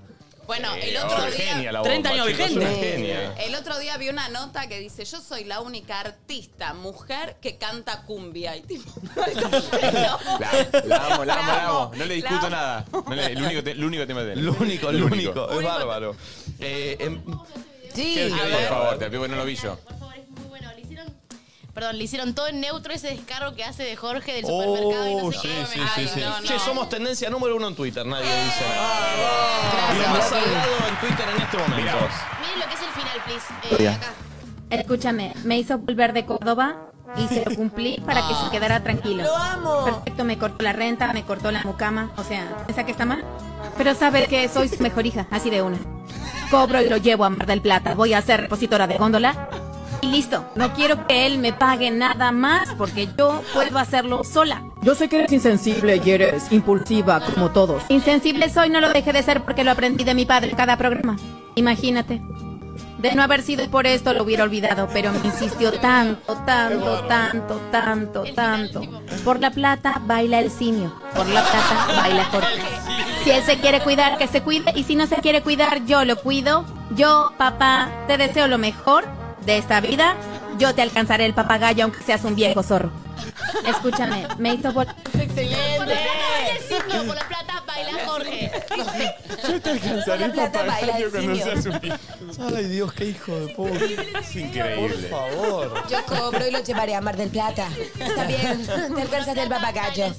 S7: Bueno, el
S2: Eh,
S7: otro
S2: oh,
S7: día.
S2: genia la
S4: 30 años
S2: chicos,
S4: vigente.
S2: una genia.
S7: El otro día vi una nota que dice, yo soy la única artista mujer que canta cumbia. Y tipo,
S2: La, la amo, la amo, la
S7: La
S2: amo.
S7: amo,
S2: No le
S7: la
S2: discuto
S7: amo.
S2: nada. No le- el, único te- el único tema de
S5: El único, el único. Es bárbaro. Eh, em-
S3: Sí.
S2: ¿Qué-
S10: A
S2: qué- Por
S10: ver.
S2: favor, te pido que no lo vi yo.
S10: Perdón, le hicieron todo en neutro ese descargo que hace de Jorge del
S2: Oh.
S10: supermercado y no sé
S5: Oh, sí,
S10: qué.
S5: sí,
S10: Ay,
S5: sí, sí.
S10: no, no.
S5: Che, somos tendencia número uno en Twitter, nadie dice nada.
S10: Gracias,
S5: Lo más
S10: Joaquín.
S5: hablado en Twitter en este momento.
S10: Miren lo que es el final, please. Eh,
S5: Gloria.
S10: acá.
S17: Escúchame, me hizo volver de Córdoba y se lo cumplí para que se quedara tranquilo.
S18: ¡Lo amo!
S17: Perfecto, me cortó la renta, me cortó la mucama, o sea, ¿piensa que está mal? Pero sabe que soy su mejor hija, así de una. Cobro y lo llevo a Mar del Plata, voy a ser repositora de góndola y listo. No quiero que él me pague nada más porque yo puedo hacerlo sola.
S19: Yo sé que eres insensible y eres impulsiva como todos.
S17: Insensible soy, no lo dejé de ser porque lo aprendí de mi padre en cada programa. Imagínate. De no haber sido por esto lo hubiera olvidado, pero me insistió tanto, tanto, tanto, tanto, tanto. Por la plata baila el simio, por la plata baila Jorge. Si él se quiere cuidar, que se cuide, y si no se quiere cuidar, yo lo cuido. Yo, papá, te deseo lo mejor de esta vida. Yo te alcanzaré el papagayo aunque seas un viejo zorro. Escúchame, me hizo vol-
S10: Por la plata baila el simio, por la plata baila Jorge.
S5: Yo te alcanzaré
S10: Por la plata papagayo baila el cuando simio. seas
S5: Ay, Dios, qué hijo de puta. Es
S2: increíble.
S5: Por favor.
S3: Yo cobro y lo llevaré a Mar del Plata. Está bien, te alcanzas del papagayo.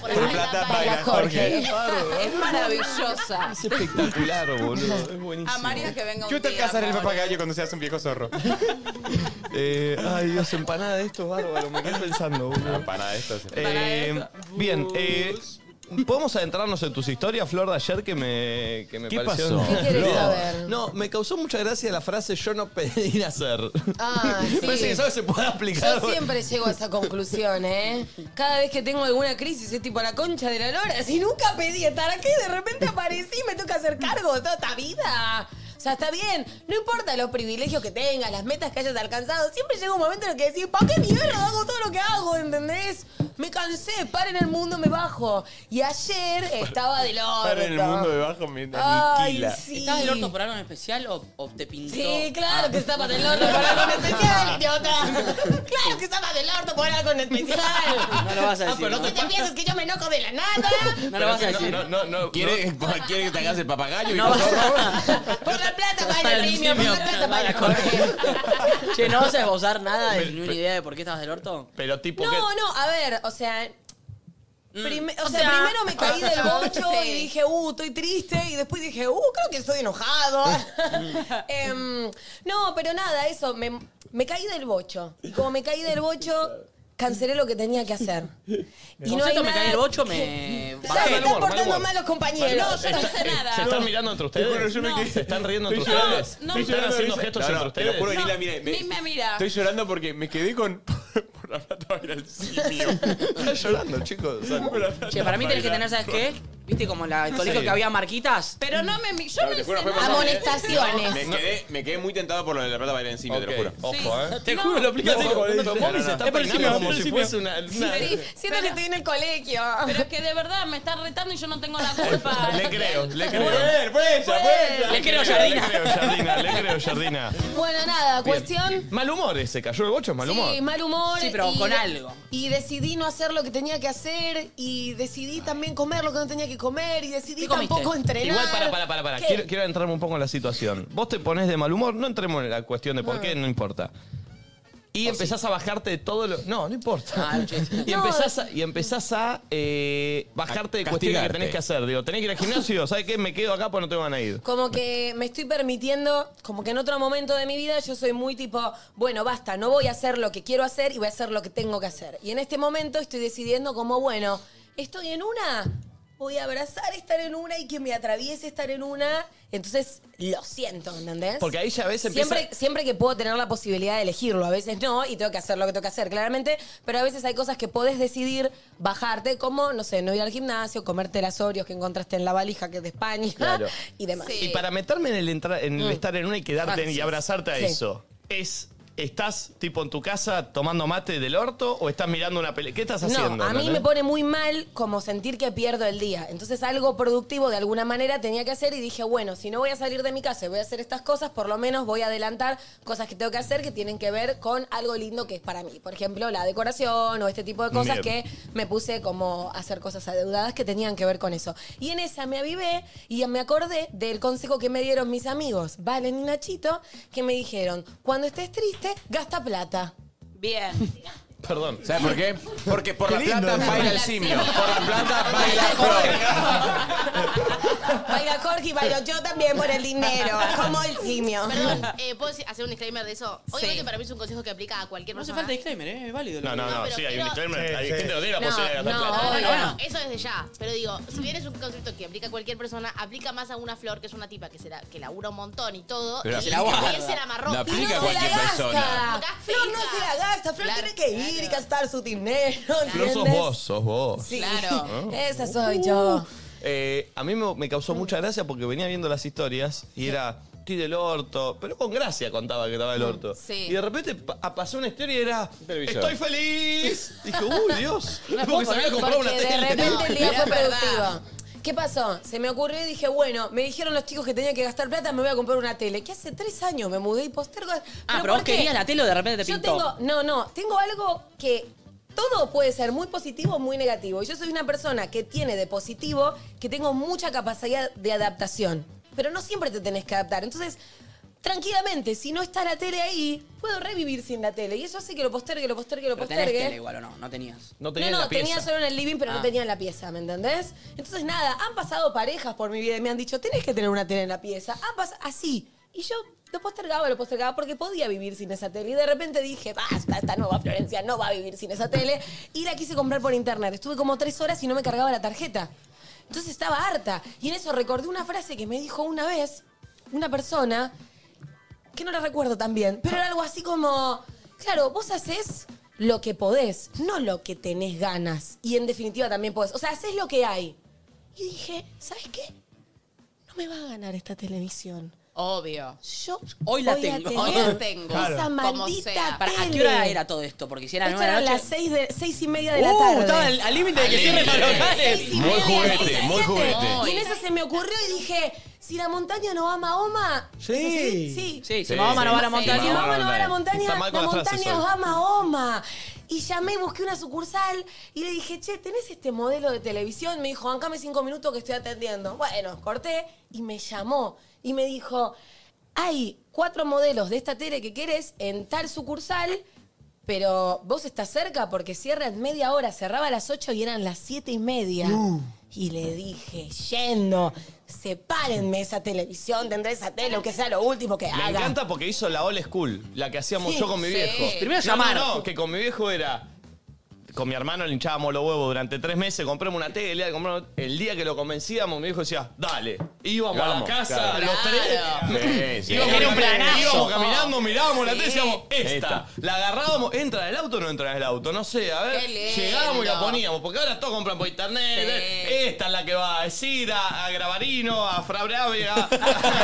S5: Por plata baila
S3: Jorge.
S5: Jorge.
S7: es maravillosa.
S5: Es espectacular, boludo. Es buenísimo.
S7: A María que venga un
S2: Yo te
S7: día,
S2: alcanzaré el
S7: pobre.
S2: papagayo cuando seas un viejo zorro.
S5: Eh, ay, Dios, empanada de esto es bárbaro. Me quedé pensando, boludo.
S2: Empanada de esto.
S5: Eh, bien, eh, ¿podemos adentrarnos en tus historias, Flor, de ayer que me, que me
S2: ¿Qué
S5: pareció?
S2: pasó? ¿Qué quieres
S5: no,
S2: saber?
S5: No, me causó mucha gracia la frase yo no pedí nacer.
S3: Ah, sí.
S5: Parece que eso se puede aplicar.
S3: Yo siempre llego a esa conclusión, ¿eh? Cada vez que tengo alguna crisis es tipo la concha de la lora. Si nunca pedí estar aquí, de repente aparecí y me toca hacer cargo de toda esta vida. O sea, está bien. No importa los privilegios que tengas, las metas que hayas alcanzado. Siempre llega un momento en el que decís, ¿para qué mierda hago todo lo que hago? ¿Entendés? Me cansé, paren el mundo, me bajo. Y ayer estaba del orto.
S2: Para en el mundo debajo me
S3: Ay,
S2: aniquila.
S3: sí.
S4: ¿Estabas del orto por algo en especial o, o te pintó?
S3: Sí, claro
S4: Ah.
S3: que estaba del orto por algo en especial, idiota. Claro que estaba del orto por algo en especial.
S4: No lo vas a
S3: Ah,
S4: decir,
S3: pero
S4: ¿no?
S3: no te piensas que yo me enojo de la nada.
S4: No lo vas a decir.
S2: No, no, no. ¿Quiere, ¿quiere que te hagas el papagayo?
S4: No
S2: viejo
S4: vas a-
S2: zorro?
S4: Para el
S3: simio,
S4: simio.
S3: por la plata baila
S4: Che, ¿no vas a esbozar nada de ni una idea de por qué estabas del orto?
S5: Pero tipo
S3: No, no, a ver, o sea. prime- o,
S4: Mm. o
S3: sea,
S4: sea-
S3: primero me caí del bocho
S4: Sí.
S3: y dije, uh, estoy triste. Y después dije, uh, creo que estoy enojado. Em, no, pero nada, eso, me, me caí del bocho. Y como me caí del bocho, cancelé lo que tenía que hacer.
S4: Y no me caí el 8, me...
S3: Ya se están portando mal los compañeros.
S4: Mal humor.
S3: No, yo no sé nada.
S5: ¿Se están mirando entre ustedes? ¿Se están riendo entre
S2: Estoy
S5: ustedes?
S2: llorando.
S5: ¿Se
S2: Estoy
S5: están
S2: llorando,
S5: haciendo
S2: dice-
S5: gestos
S2: No, no,
S5: entre
S2: te lo
S5: ustedes?
S2: juro, ni la miré. Me-
S7: Ni me mira.
S2: Estoy llorando porque me quedé con. Por la plata baila el simio.
S5: Están llorando, chicos. O sea,
S4: Che, para mí tenés que tener, ¿sabes qué? ¿Viste como la, el
S2: No
S4: colegio
S2: sé.
S4: que había marquitas?
S7: Pero no me mi- yo no
S2: Te
S7: hice
S2: juro, fue
S7: nada.
S2: pasado. Me quedé, me quedé muy tentado por lo de la plata baila el simio, te lo juro.
S5: Ojo, ¿eh?
S4: Te juro, lo aplicaste.
S5: Mami se está
S4: Es por el simio,
S5: peinando como
S4: es por el
S5: si
S4: simio.
S5: fuese una... una-
S7: Sí,
S3: siento que estoy en el colegio.
S7: Pero es que de verdad me está retando y yo no tengo la culpa.
S5: Le creo, le creo.
S2: Fue él, fue
S4: pues
S2: ella, fue ella.
S5: Le creo, Jardina. Le creo, Jardina, le creo, Jardina.
S3: Bueno, nada,
S5: Bien.
S3: cuestión.
S5: Mal humor ese, cayó el bocho, es mal humor.
S3: Sí, mal humor.
S4: Sí, pero
S3: y-
S4: con algo.
S3: Y decidí no hacer lo que tenía que hacer y decidí también comer lo que no tenía que comer y decidí tampoco entrenar.
S5: Igual, para, para, para, para.
S3: ¿Qué?
S5: Quiero, quiero entrarme un poco en la situación. Vos te pones de mal humor, no entremos en la cuestión de por qué, no importa. Y empezás a bajarte de todo lo. No, no importa.
S3: Ah,
S5: y, empezás a, y empezás a eh, bajarte de
S2: A
S5: cuestiones que
S2: castigarte.
S5: tenés que hacer. Digo, tenés que ir al gimnasio, ¿sabes qué? Me quedo acá porque no te van a ir.
S3: Como que me estoy permitiendo, como que en otro momento de mi vida yo soy muy tipo, bueno, basta, no voy a hacer lo que quiero hacer y voy a hacer lo que tengo que hacer. Y en este momento estoy decidiendo como, bueno, estoy en una, voy a abrazar estar en una y que me atraviese estar en una. Entonces lo siento, ¿entendés?
S5: Porque ahí ya a veces empieza-
S3: Siempre, siempre que puedo tener la posibilidad de elegirlo, a veces no, y tengo que hacer lo que tengo que hacer, claramente, pero a veces hay cosas que podés decidir bajarte, como, no sé, no ir al gimnasio, comerte las Oreos que encontraste en la valija que es de España
S5: Claro.
S3: y demás.
S5: Y para meterme en el, entra- en el
S3: Mm.
S5: estar en una y quedarte en- y
S3: Francis.
S5: abrazarte a
S3: Sí.
S5: eso, es. ¿Estás tipo en tu casa tomando mate del orto o estás mirando una pelea? ¿Qué estás haciendo?
S3: No, a mí
S5: ¿entendés?
S3: me pone muy mal como sentir que pierdo el día. Entonces algo productivo de alguna manera tenía que hacer y dije, bueno, si no voy a salir de mi casa y voy a hacer estas cosas, por lo menos voy a adelantar cosas que tengo que hacer que tienen que ver con algo lindo que es para mí. Por ejemplo, la decoración o este tipo de cosas
S20: Bien.
S3: que me puse como a hacer cosas adeudadas que tenían que ver con eso. Y en esa me avivé y me acordé del consejo que me dieron mis amigos, Valen y Nachito, que me dijeron, cuando estés triste, gasta plata.
S7: Bien.
S5: Perdón.
S2: ¿Sabes por qué? Porque por
S20: Qué
S2: la
S20: lindo.
S2: plata baila el simio. Por la plata baila el
S3: Baila Jorge y bailo yo también por el dinero, como el simio.
S10: Perdón, eh, ¿puedo decir- hacer un disclaimer de eso? Obviamente para mí es un consejo que aplica a cualquier
S4: No hace
S10: persona.
S4: falta disclaimer, ¿eh? es válido.
S5: No, no, no, sí, hay un disclaimer.
S6: Sí,
S5: hay
S6: sí.
S5: gente que no tiene la
S6: No,
S5: posibilidad de gastar
S6: no,
S5: plata.
S10: Bueno,
S6: Obvio.
S10: bueno, eso desde ya. Pero digo, si bien es un concepto que aplica a cualquier persona, aplica más a una flor que es una tipa que, se la, que labura un montón y todo.
S2: Pero
S10: y
S2: se la guarda.
S10: también se la amarró.
S2: No aplica a
S10: se
S2: cualquier
S10: la gasta.
S2: persona.
S10: No gasta,
S3: Flor no se la gasta, Flor tiene que ir y gastar su dinero.
S5: Flor, sos
S3: ¿entiendes?
S5: vos, sos vos.
S3: Sí, Eh,
S5: ¿No?
S3: esa soy yo.
S5: Eh, a mí me, me causó mucha gracia porque venía viendo las historias y era, estoy del orto, pero con gracia contaba que estaba del orto.
S20: Sí.
S5: Y de repente pa- pasó una historia y era,
S20: televisor.
S5: estoy feliz. Dije, uy, Dios.
S20: Una
S5: Porque se
S20: foto,
S5: había
S20: ¿no?
S5: comprado una
S20: Porque de
S5: tele.
S20: repente
S3: El día
S20: Mirá,
S3: fue
S20: es verdad.
S3: productivo. ¿Qué pasó? Se me ocurrió y dije, bueno, me dijeron los chicos que tenía que gastar plata, me voy a comprar una tele. Que hace tres años me mudé y postergo.
S4: Ah,
S3: ¿por
S4: pero vos
S3: qué?
S4: querías la tele o de repente te
S3: Yo
S4: pintó.
S3: tengo, no, no, tengo algo que todo puede ser muy positivo o muy negativo. Y yo soy una persona que tiene de positivo que tengo mucha capacidad de adaptación. Pero no siempre te tenés que adaptar. Entonces, tranquilamente, si no está la tele ahí, puedo revivir sin la tele. Y eso hace que lo postergue, lo postergue, lo
S4: Pero
S3: postergue.
S4: tenés tele igual o no, no tenías.
S5: No
S3: No, no, tenía solo en el living, pero no
S4: Ah.
S3: tenía en la pieza, ¿me entendés? Entonces, nada, han pasado parejas por mi vida y me han dicho, tenés que tener una tele en la pieza. Han pasado así. Y yo lo postergaba, lo postergaba porque podía vivir sin esa tele. Y de repente dije, basta, esta nueva Florencia no va a vivir sin esa tele. Y la quise comprar por internet. Estuve como tres horas y no me cargaba la tarjeta. Entonces estaba harta. Y en eso recordé una frase que me dijo una vez una persona que no la recuerdo tan bien, pero era algo así como, claro, vos haces lo que podés, no lo que tenés ganas. Y en definitiva también podés. O sea, haces lo que hay. Y dije, ¿sabes qué? No me va a ganar esta televisión.
S11: Obvio.
S3: Yo
S4: Hoy la
S3: voy a
S4: tengo.
S3: tener
S4: Hoy la tengo.
S3: Esa
S4: Claro.
S11: Como
S3: maldita
S11: sea.
S4: Pará, ¿A qué
S3: tele.
S4: hora era todo esto? Porque si era
S3: Esto
S4: nueve de
S3: era
S4: la
S3: a las
S4: noche.
S3: seis, de- seis y media de la
S4: Uh,
S3: tarde.
S4: estaba al- al límite de que cierren los locales.
S3: Seis y
S4: Muy
S3: media,
S4: juguete,
S3: seis,
S4: muy
S3: siete.
S4: juguete.
S3: Y en eso se me ocurrió y dije, si la montaña no va a Mahoma,
S4: Sí.
S3: Sí.
S4: Sí, si Sí, Mahoma no va a la sí, montaña.
S3: Si Mahoma no va a la
S5: Está
S3: montaña,
S5: mal
S3: la
S5: con las frases
S3: montaña
S5: hoy.
S3: va a Mahoma. Y llamé y busqué una sucursal y le dije, che, ¿tenés este modelo de televisión? Me dijo, bancame cinco minutos que estoy atendiendo. Bueno, corté y me llamó y me dijo, hay cuatro modelos de esta tele que querés en tal sucursal, pero vos estás cerca porque cierra en media hora, cerraba a las ocho y eran las siete y media. Y le dije, yendo, sepárenme esa televisión, tendré esa tele, aunque sea lo último que
S5: Me
S3: haga.
S5: encanta porque hizo la old school, la que hacíamos
S3: Sí,
S5: yo con mi
S3: sí.
S5: viejo.
S3: Primero
S5: No,
S3: llamar.
S5: No, no, que con mi viejo era. Con mi hermano le hinchábamos los huevos durante tres meses, compramos una tele, le compramos- el día que lo convencíamos, mi viejo decía, dale. Íbamos a la
S2: Vamos,
S5: casa,
S2: claro.
S5: los tres.
S2: Sí, sí.
S5: Íbamos,
S2: Era un
S5: caminando,
S2: planazo.
S5: íbamos caminando, mirábamos la
S2: Sí.
S5: tele y decíamos, esta.
S2: Esta.
S5: La agarrábamos, entra en el auto o no entra en el auto, no sé, a ver.
S20: Qué lindo.
S5: Llegábamos y la poníamos, porque ahora todos compran por internet. eh, Esta es la que va a Sira, a Gravarino, a Fra Bravia,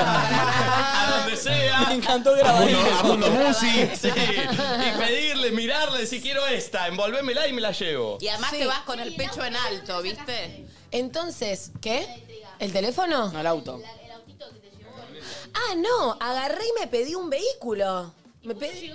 S5: a donde sea. Me
S4: encantó
S5: Gravarino. Mundo Musi. Sí. Y pedirle, mirarle, si quiero esta, envolvémela y me la llevo.
S11: Y además
S3: Sí.
S11: te vas con el pecho en alto, ¿viste?
S3: Entonces, ¿qué? ¿El teléfono?
S4: No, el auto.
S3: Ah, no, agarré y me pedí un vehículo. Me pedí...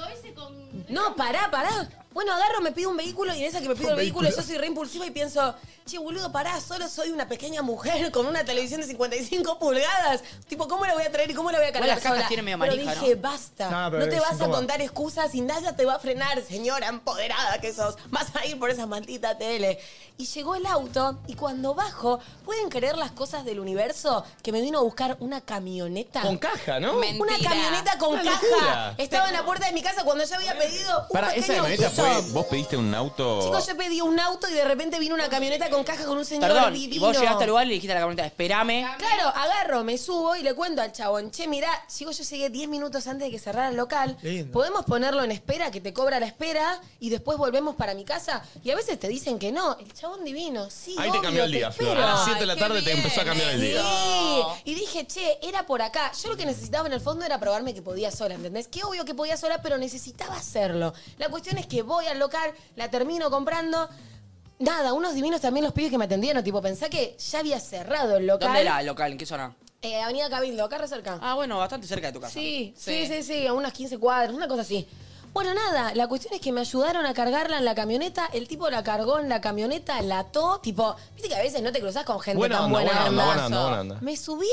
S3: No, pará, pará. Bueno, agarro, me pido un vehículo y en esa que me pido
S20: Un
S3: el vehículo,
S20: vehículo.
S3: yo soy re impulsiva y pienso, che, boludo, pará, solo soy una pequeña mujer con una televisión de 55 pulgadas. Tipo, ¿cómo la voy a traer y cómo la voy a
S4: Igual
S3: cargar
S4: las cajas
S3: sola?
S4: tienen medio
S3: Pero
S4: manija,
S3: dije,
S4: ¿no?
S3: basta,
S4: No,
S3: no,
S4: pero
S3: te
S4: es
S3: vas a
S4: incómodo.
S3: contar excusas y nadie te va a frenar, señora empoderada que sos. Vas a ir por esa maldita tele. Y llegó el auto y cuando bajo, ¿pueden creer las cosas del universo? Que me vino a buscar una camioneta.
S5: Con caja, ¿no?
S3: Una
S5: Mentira.
S3: camioneta con
S5: Una
S3: caja.
S5: locura.
S3: Estaba en la puerta de mi casa cuando yo había pedido un
S5: Pará,
S3: pequeño
S5: ¿esa camioneta
S3: guiso.
S5: fue
S2: Fe, vos pediste un auto.
S3: Chicos, yo pedí un auto y de repente vino una camioneta con caja con un señor
S4: Perdón,
S3: divino.
S4: y vos llegaste al lugar y le dijiste a la camioneta, esperame.
S3: Claro, agarro, me subo y le cuento al chabón, che, mirá, chico, yo llegué 10 minutos antes de que cerrara el local.
S4: Lindo.
S3: Podemos ponerlo en espera, que te cobra la espera, y después volvemos para mi casa. Y a veces te dicen que no. El chabón divino, sí.
S5: Ahí te
S3: obvio,
S5: cambió el día, Flor.
S3: espero.
S5: A las 7 de la tarde te empezó a cambiar el día.
S3: Sí. Y dije, che, era por acá. Yo lo que necesitaba en el fondo era probarme que podía sola, ¿entendés? Que obvio que podía sola, pero necesitaba hacerlo. La cuestión es que voy al local, la termino comprando. Nada, unos divinos también los pibes que me atendieron. Tipo, pensá que ya había cerrado el local.
S4: ¿Dónde era el local? ¿En qué zona?
S3: Eh, Avenida Cabildo, acá re cerca.
S4: Ah, bueno, bastante cerca de tu casa.
S3: Sí, sí, sí, sí, a unas 15 cuadras, una cosa así. Bueno, nada, la cuestión es que me ayudaron a cargarla en la camioneta, el tipo la cargó en la camioneta, la ató, tipo, viste que a veces no te cruzás con gente
S5: Buena
S3: tan
S5: onda,
S3: buena,
S5: buena onda,
S3: onda.
S5: buena onda, buena onda.
S3: Me subí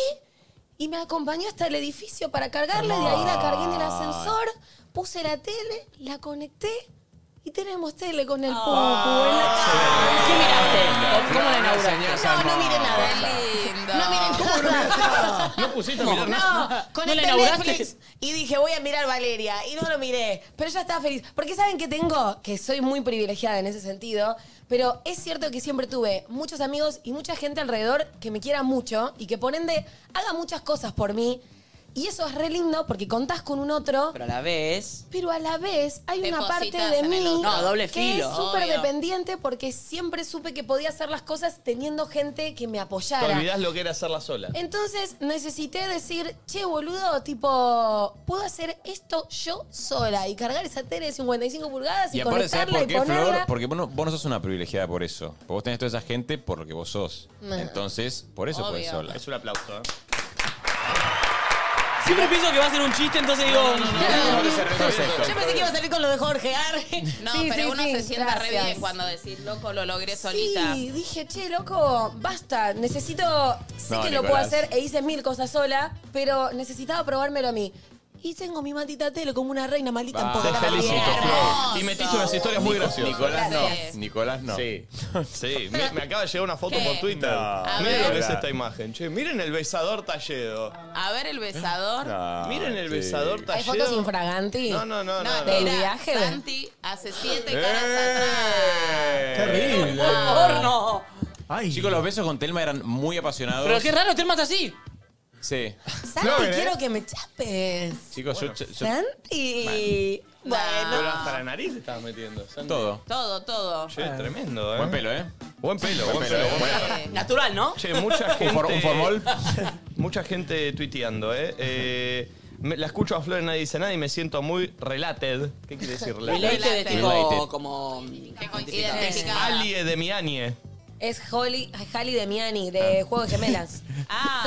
S3: y me acompañó hasta el edificio para cargarla, de ahí la cargué en el ascensor, puse la tele, la conecté y tenemos tele con el pupu en la cama.
S4: ¿Qué miraste?
S3: ¿Cómo la
S4: inauguraste?
S3: No, no miré nada. No miren cómo no miré nada.
S5: No pusiste a
S3: No,
S5: mirar nada.
S3: con
S4: ¿No
S3: el
S4: la inauguraste?
S3: Netflix y dije, voy a mirar Valeria. Y no lo miré. Pero ya estaba feliz. Porque ¿saben qué tengo? Que soy muy privilegiada en ese sentido. Pero es cierto que siempre tuve muchos amigos y mucha gente alrededor que me quiera mucho y que por ende haga muchas cosas por mí. Y eso es re lindo porque contás con un otro.
S4: Pero a la vez.
S3: Pero a la vez hay
S4: Te
S3: una parte
S4: positas
S3: de
S4: en el
S3: mí
S4: otro. No, doble
S3: que
S4: filo,
S3: es súper
S4: obvio.
S3: dependiente porque siempre supe que podía hacer las cosas teniendo gente que me
S5: Te
S3: apoyara.
S5: olvidás lo que era hacerla sola.
S3: Entonces necesité decir, che, boludo, tipo, puedo hacer esto yo sola y cargar esa tele de 55 pulgadas y,
S2: Y aparte, ¿sabes por
S3: conectarla y
S2: qué, Flor?
S3: ponerla.
S2: Porque vos no, vos no sos una privilegiada por eso. Porque vos tenés toda esa gente por lo que vos sos.
S3: No.
S2: Entonces, por eso
S3: Obvio.
S2: podés sola.
S5: Es un aplauso, ¿eh?
S4: Siempre pienso que va a ser un chiste, entonces digo.
S3: Yo pensé que iba a salir con lo de Jorge. arre.
S11: No,
S3: Sí,
S11: pero
S3: sí,
S11: uno
S3: sí,
S11: se siente re
S3: gracias.
S11: bien cuando decís, loco, lo logré solita.
S3: Sí, dije, che, loco, basta, necesito, sé
S11: No,
S3: que lo
S11: Nicolás.
S3: puedo hacer e hice mil cosas sola, pero necesitaba probármelo a mí. Y tengo mi maldita tele como una reina maldita
S5: Te
S3: empoderada.
S5: felicito,
S3: Bien.
S5: Flor. Y metiste unas historias muy graciosas.
S2: Nicolás no.
S5: Sí.
S2: Nicolás no.
S5: Sí. Sí, me, me acaba de llegar una foto
S11: ¿Qué?
S5: por Twitter.
S11: A
S5: Miren lo
S11: ver.
S5: que es esta imagen, che. Miren el besador talledo.
S11: A ver el besador.
S5: Miren el besador talledo.
S3: ¿Hay fotos infraganti?
S5: No, no, no, no,
S3: ¿Del
S5: no.
S3: viaje?
S11: Santi hace siete
S5: ¡Eh!
S11: caras
S5: Terrible.
S4: ¡Porno!
S2: Chicos, los besos con Telma eran muy apasionados.
S4: Pero qué raro, te mata así.
S2: Sí.
S3: Santi,
S5: ¿eh?
S3: quiero que me chapes.
S2: Chicos, yo- yo, yo-
S3: Santi. Bueno.
S5: Pero hasta la nariz te estabas metiendo. Sandy.
S2: Todo.
S11: Todo, todo.
S5: Che, tremendo, ¿eh?
S2: Buen pelo, ¿eh?
S5: Buen pelo, buen
S2: Buen pelo,
S5: pelo.
S2: buen pelo.
S4: Natural, ¿no?
S5: Che, mucha gente.
S2: Un for- un formol.
S5: Mucha gente tuiteando, ¿eh? Eh, me- la escucho a Flor y nadie dice nada y me siento muy related. ¿Qué quiere decir related?
S4: Related es tipo
S5: Related.
S4: como.
S5: Es alie de mi anie.
S3: Es Holly, Holly de Miani, de Juego de Gemelas.
S11: ah.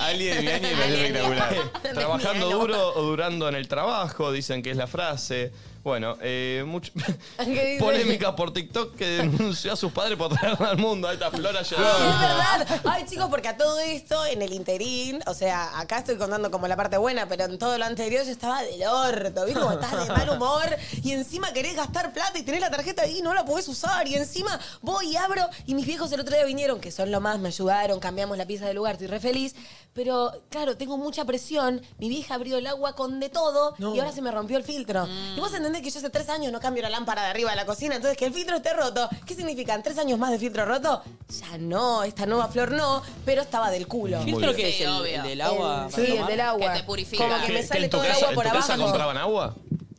S5: Alie de mi anie
S2: me parece espectacular.
S5: Trabajando duro o durando en el trabajo, dicen que es la frase. Bueno, eh, mucho-
S3: ¿Qué dice?
S5: polémica por TikTok que denunció a sus padres por traerla al mundo. Ahí está Flor ayer.
S3: Es verdad. Ay, chicos, porque a todo esto, en el interín, o sea, acá estoy contando como la parte buena, pero en todo lo anterior yo estaba del orto, ¿viste? Como estás de mal humor y encima querés gastar plata y tenés la tarjeta ahí y no la podés usar. Y encima voy y abro y mis viejos el otro día vinieron, que son lo más, me ayudaron, cambiamos la pieza de lugar, estoy re feliz. Pero claro, tengo mucha presión. Mi vieja abrió el agua con de todo
S4: No.
S3: y ahora se me rompió el filtro. Y vos entendés que yo hace tres años no cambio la lámpara de arriba de la cocina, entonces que el filtro esté roto. ¿Qué significan? ¿Tres años más de filtro roto? Ya no, esta nueva flor no, pero estaba del culo.
S4: Muy ¿Filtro bien. qué es?
S3: Sí,
S4: ¿El-
S3: obvio.
S4: el del agua para
S3: El- sí, el
S4: tomar?
S3: del agua.
S11: Que te purifica.
S3: Como que
S5: Ah, ¿Qué-
S3: me sale
S5: en tu
S3: todo el
S5: casa,
S3: agua por
S5: ¿En tu
S3: abajo.
S5: casa compraban agua?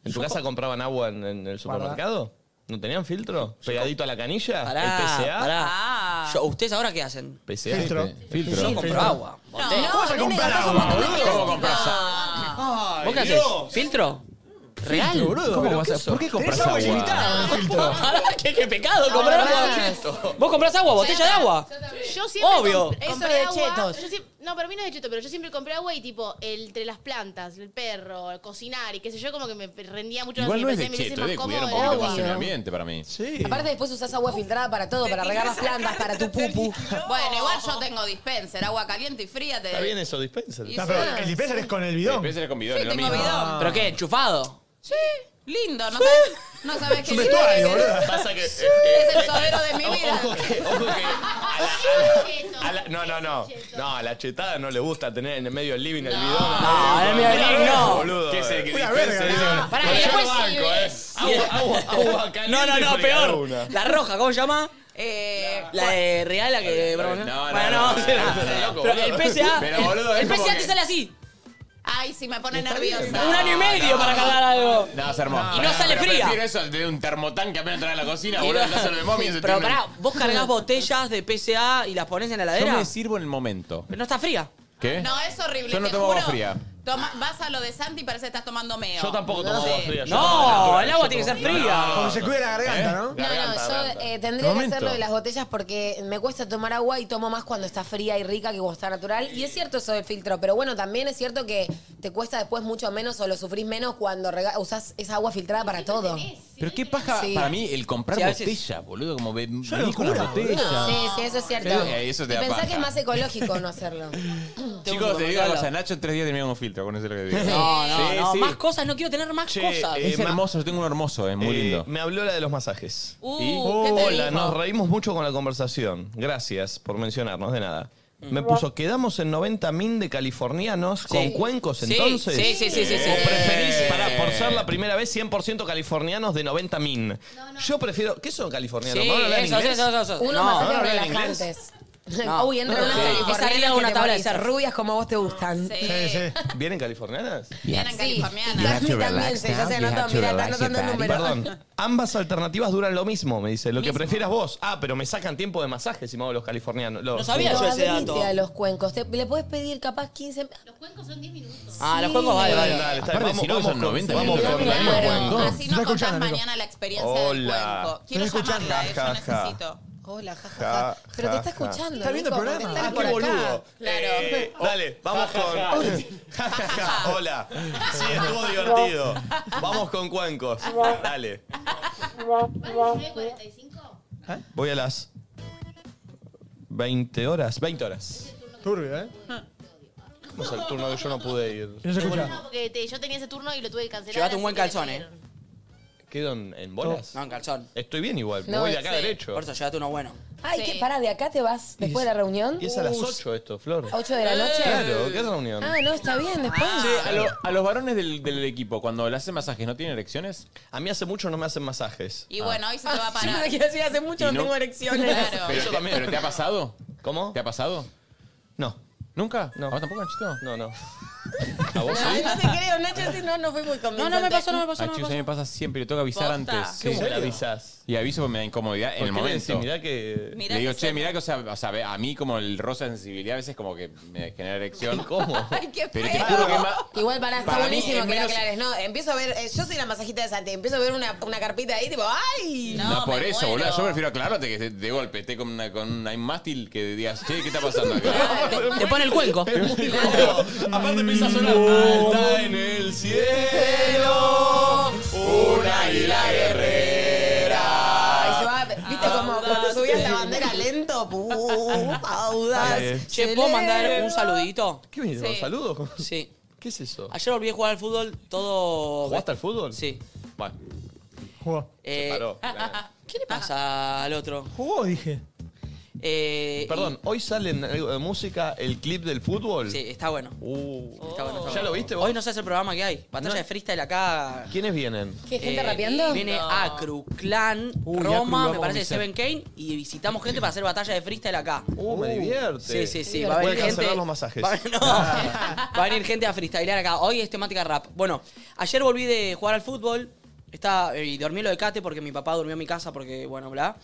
S5: ¿En tu casa compraban agua en, en el supermercado? ¿No tenían filtro? ¿Pegadito a la canilla?
S4: Pará,
S5: ¿El PCA?
S4: pará. Yo- ¿Ustedes ahora qué hacen?
S5: PCA.
S4: Filtro.
S5: Filtro.
S4: Yo compro agua.
S5: ¿Cómo
S4: No,
S5: vas a
S4: a mí me
S5: comprar
S4: gastás un
S5: agua,
S4: montón de
S5: boludo?
S4: plástico.
S5: ¿Cómo compras
S4: Ah. ¿Vos qué haces?
S5: Dios.
S4: ¿Filtro? ¿Real?
S5: Filtro, boludo,
S4: ¿Cómo
S5: pero
S4: vas
S5: ¿qué
S4: a-
S5: eso?
S4: ¿Por qué compras
S5: Tenés agua
S4: agua?
S5: ilimitada, filtro.
S4: Pará, qué, qué pecado comprar
S3: No,
S4: agua.
S3: pará.
S4: ¿Vos comprás agua, botella de agua?
S10: Yo siempre
S4: Obvio.
S10: comp-
S3: Eso
S10: compré
S3: de
S10: agua,
S3: chetos.
S10: yo siem- no, para mí no es de cheto, pero yo siempre compré agua y tipo, el- entre las plantas, el perro, el cocinar y qué sé yo, como que me rendía mucho
S2: Igual
S10: la
S2: no es de
S10: alimentación,
S2: cheto, eh, es de
S10: me parece
S2: cuidar un
S10: más
S2: poquito más
S10: cómodo.
S2: el medio ambiente para mí.
S5: Sí.
S3: Aparte después usás agua filtrada para todo, para regar las plantas, para tu pupu.
S11: Bueno, igual yo tengo dispenser, agua caliente y fría. Te...
S5: Está bien eso, dispenser.
S11: Y No, pero sí. el
S5: dispenser es con el bidón. El dispenser
S2: es con bidón,
S11: Sí, es lo tengo mismo. bidón.
S4: ¿Pero qué? ¿Enchufado?
S11: Sí, lindo, no sé. No sabes
S20: Es
S11: qué
S20: un vestuario,
S11: es.
S20: boludo.
S5: Pasa que.
S20: Sí.
S5: eh,
S11: Es el sodero de mi
S5: o-
S11: vida.
S5: Ojo que. Ojo que a la- a la- a la- no, no, no. No, a la chetada no le gusta tener en el medio del living el bidón.
S20: No, en el medio del living no.
S5: Boludo.
S20: Que es el que
S5: Una
S20: dispensa,
S5: verga,
S20: dice,
S5: no.
S20: pará,
S5: Yo
S20: y
S5: lo
S20: después
S5: banco,
S20: sí
S5: eh.
S20: ves.
S5: Agua, agua, agua
S4: No,
S5: caliente
S4: no,
S5: y
S4: no, peor.
S5: fregadura.
S4: La roja, ¿cómo se llama? la de Real, la que.
S2: No, no,
S4: bueno,
S2: no,
S4: no,
S2: no,
S4: sí,
S2: no,
S4: no.
S2: no, no, loco,
S4: Pero
S2: boludo.
S4: el PSA.
S2: Pero, boludo,
S4: el
S2: es como
S4: PSA
S2: que-
S4: te sale así.
S7: Ay, sí, me pone nerviosa.
S4: Un año y medio para cargar algo.
S2: No, es hermoso.
S4: Y no
S2: Pará,
S4: sale
S2: pero
S4: fría.
S2: Prefiero eso de un termotán que apenas entrar a la cocina,
S4: Y
S2: boludo.
S4: no-
S2: No se lo de mommy. se
S4: Pero
S2: tiene-
S4: pará, vos cargas botellas de PSA y las pones en la
S2: Yo
S4: heladera.
S2: me sirvo en el momento.
S4: Pero no está fría.
S2: ¿Qué?
S7: No, es horrible.
S2: Yo no
S7: te
S2: tomo
S7: juro.
S2: agua fría.
S7: Toma- vas a lo de Santi y parece que estás tomando meo.
S5: Yo tampoco tomo
S7: Sí.
S5: agua fría. yo
S4: No,
S5: tomo natural,
S4: el
S5: yo
S4: agua tiene
S5: tomo-
S4: que ser fría.
S5: No,
S6: Porque se
S5: no,
S6: cuida la garganta,
S5: ¿eh?
S6: ¿no?
S5: La
S6: No,
S5: garganta,
S6: no,
S5: la
S6: yo,
S5: garganta.
S3: Eh, tendría que
S6: Momento.
S3: hacerlo de las botellas porque me cuesta tomar agua y tomo más cuando está fría y rica que cuando está natural. Y es cierto eso del filtro, pero bueno, también es cierto que te cuesta después mucho menos o lo sufrís menos cuando rega- usás esa agua filtrada para todo.
S2: Pero qué paja
S3: Sí.
S2: para mí el comprar
S3: Sí, a veces-
S2: botellas, boludo. Como ve- venís
S3: locura,
S2: con las
S3: boludo.
S2: botellas.
S3: Sí, sí, eso es cierto.
S2: Creo que eso te
S3: y
S2: da
S3: pensá
S2: paja.
S3: que es más ecológico no hacerlo.
S2: Chicos, te digo una cosa. Nacho en tres días tenía un filtro, con eso es lo que digo.
S4: No, no,
S2: Sí,
S4: no.
S2: sí.
S4: Más cosas, no quiero tener más
S5: Che,
S4: cosas.
S5: eh,
S2: Es
S5: ma-
S2: hermoso, yo tengo un hermoso, es muy
S5: Eh,
S2: lindo.
S5: Me habló la de los masajes.
S4: Uh,
S5: Y-
S4: ¿qué te
S5: Hola,
S4: dijo?
S5: nos reímos mucho con la conversación. Gracias por mencionarnos, de nada.
S4: Mm.
S5: Me puso, quedamos en 90 min de californianos con cuencos
S4: Sí,
S5: entonces.
S4: sí, sí, sí, Eh. sí, sí.
S5: ¿O preferís, pará, por ser la primera vez 100% californianos de 90 min? Yo prefiero, ¿qué son californianos?
S4: Sí,
S5: ¿Van a hablar en
S4: eso,
S5: inglés?
S4: eso, eso, eso.
S3: Unos
S4: No.
S5: ¿Van a
S3: masajes
S5: hablar en inglés?
S3: relajantes.
S4: No.
S3: Uy, entra
S4: No,
S3: unas
S4: no, no.
S3: californianas
S4: Esa era
S3: que
S4: una
S3: te
S4: tabla de
S3: morís,
S4: surf.
S3: Rubias como a vos te gustan.
S5: ¿Vienen californianas?
S7: Vienen californianas.
S3: Daphne también, se- ya se anotó, mira, está anotando el número.
S5: Perdón, ambas alternativas duran lo mismo, me dice. Lo que prefieras vos. Ah, pero me sacan tiempo de masaje si me hago los californianos. Los-
S3: No, venite a los cuencos. Te- le puedes pedir capaz 15... Los cuencos son 10 minutos.
S4: Ah, los juegos vale, vale.
S5: Dale, está bien.
S2: Aparte, si no, son 90
S5: vamos
S2: minutos.
S5: con Daniel
S2: Claro.
S5: Cuenco.
S7: Así nos contás mañana la experiencia
S5: Hola.
S7: del cuenco. Quiero
S5: Estoy escuchando.
S7: llamarla, eh, yo
S5: Ja, ja, ja.
S7: necesito.
S3: Hola,
S5: Ja,
S3: Pero te
S5: ja,
S3: está
S5: ja.
S3: escuchando.
S5: Está viendo el
S3: Nico,
S5: programa.
S3: está
S5: Ah,
S3: por
S5: qué
S3: acá.
S5: boludo.
S3: Claro.
S5: Eh, dale, vamos
S20: Ja, ja, ja.
S5: con. Ja, ja, ja. Hola. Sí, estuvo divertido. Vamos con cuencos. Dale.
S4: ¿Eh?
S5: Voy a las 20 horas. 20 horas.
S6: Turbio, ¿eh?
S5: ¿Cómo es el turno que yo no pude ir?
S6: No se escucha.
S10: No, porque te- yo tenía ese turno y lo tuve que cancelar.
S4: Llevate un buen
S10: así que-
S4: calzón, eh.
S5: ¿Quedo en, en bolas?
S4: No, en calzón.
S5: Estoy bien igual. Me
S4: No,
S5: voy de acá
S4: sí.
S5: derecho.
S4: Por eso, llévate uno bueno.
S3: Ay, que pará, de acá te vas después de la reunión.
S5: Y es a las
S3: Uh,
S5: 8 esto, Flor.
S3: ¿A 8 de la noche?
S5: Claro, ¿qué reunión?
S3: Ah, no, está bien, después.
S2: Che, Eh, a, lo- a los varones del, del equipo, cuando le hacen masajes, ¿no tienen erecciones?
S5: A mí hace mucho no me hacen masajes. Ah.
S7: Y bueno, hoy se te va a
S3: Ah, Yo
S7: parar.
S3: me quiero decir, hace mucho
S2: Y
S3: no,
S2: no-
S3: tengo erecciones.
S2: Pero, te, pero ¿te ha pasado?
S5: ¿Cómo?
S2: ¿Te ha pasado?
S5: No.
S2: ¿Nunca? No. ¿A vos tampoco, Nachito?
S5: No, no. ¿A vos
S3: Ay,
S2: sí?
S3: no te creo, Nacho, si no, no fui muy convincente.
S4: No, no me pasó, no me pasó,
S2: Ay,
S4: no me
S2: chicos, a mí
S4: pasó.
S2: me pasa siempre, le tengo que avisar
S3: Posta.
S2: antes.
S3: ¿Cómo
S2: Sí.
S3: te
S5: avisas?
S2: Y aviso porque me da incomodidad en el
S5: ¿Por qué le
S2: momento.
S5: decís? Mirá que...
S2: le digo, che, mirá que, o sea, o sea, ve, a mí como el rosa de sensibilidad a veces como que me genera erección.
S5: ¿Cómo?
S3: Ay, qué
S2: Pero te
S3: feo.
S2: juro que ma-
S3: Igual para, está
S2: Para mí
S3: buenísimo
S2: es
S3: que lo
S2: menos-
S3: aclares. No, empiezo a ver, eh, yo soy la masajita de Santi, empiezo a ver una, una carpita ahí, tipo, ¡ay!
S2: No, por eso, boludo. Yo prefiero aclararte que de- de golpe esté con, una, con un- hay un mástil que digas, che, ¿qué está pasando acá?
S4: Te, te pone el cuenco.
S5: Aparte empieza a sonar. Alta en el cielo,
S20: un águila
S3: Ay, se va, viste como cuando subías la bandera lento, ¡pum! ¡Audaz!
S5: Dale.
S4: Che, ¿puedo mandar un saludito?
S5: ¿Qué vino?
S4: Sí.
S5: ¿Saludos?
S4: Sí.
S5: ¿Qué es eso?
S4: Ayer volví a jugar al fútbol todo.
S5: ¿Jugaste al fútbol?
S4: Sí.
S5: Bueno.
S4: Eh,
S5: paró.
S4: ¿Qué le pasa al otro? Eh,
S6: Jugó, dije.
S5: Perdón, hoy sale en algo de música el clip del fútbol.
S4: Sí, está bueno.
S5: Uh.
S4: Está bueno, está
S5: ¿Ya
S4: bueno.
S5: lo viste vos?
S4: Hoy no se hace el programa que hay. Batalla
S5: No.
S4: de freestyle acá.
S5: ¿Quiénes vienen?
S3: ¿Qué, gente
S4: Eh,
S3: rapeando?
S4: Viene Acru, Clan,
S5: Uy, Acru lo
S4: Roma,
S5: vamos
S4: me
S5: a
S4: parece
S5: avisar.
S4: Seven Kane y visitamos gente para hacer batalla de freestyle acá.
S5: Uh, me
S4: Sí,
S5: divierte.
S4: sí, sí. Va a
S5: Voy
S4: venir
S5: a cancelar
S4: gente.
S5: los masajes.
S4: Va, no.
S3: Ah.
S4: Va a venir gente a freestylear acá. Hoy es temática rap. Bueno, ayer volví de jugar al fútbol. Estaba, eh, y dormí lo de Cate porque mi papá durmió en mi casa porque, bueno, bla.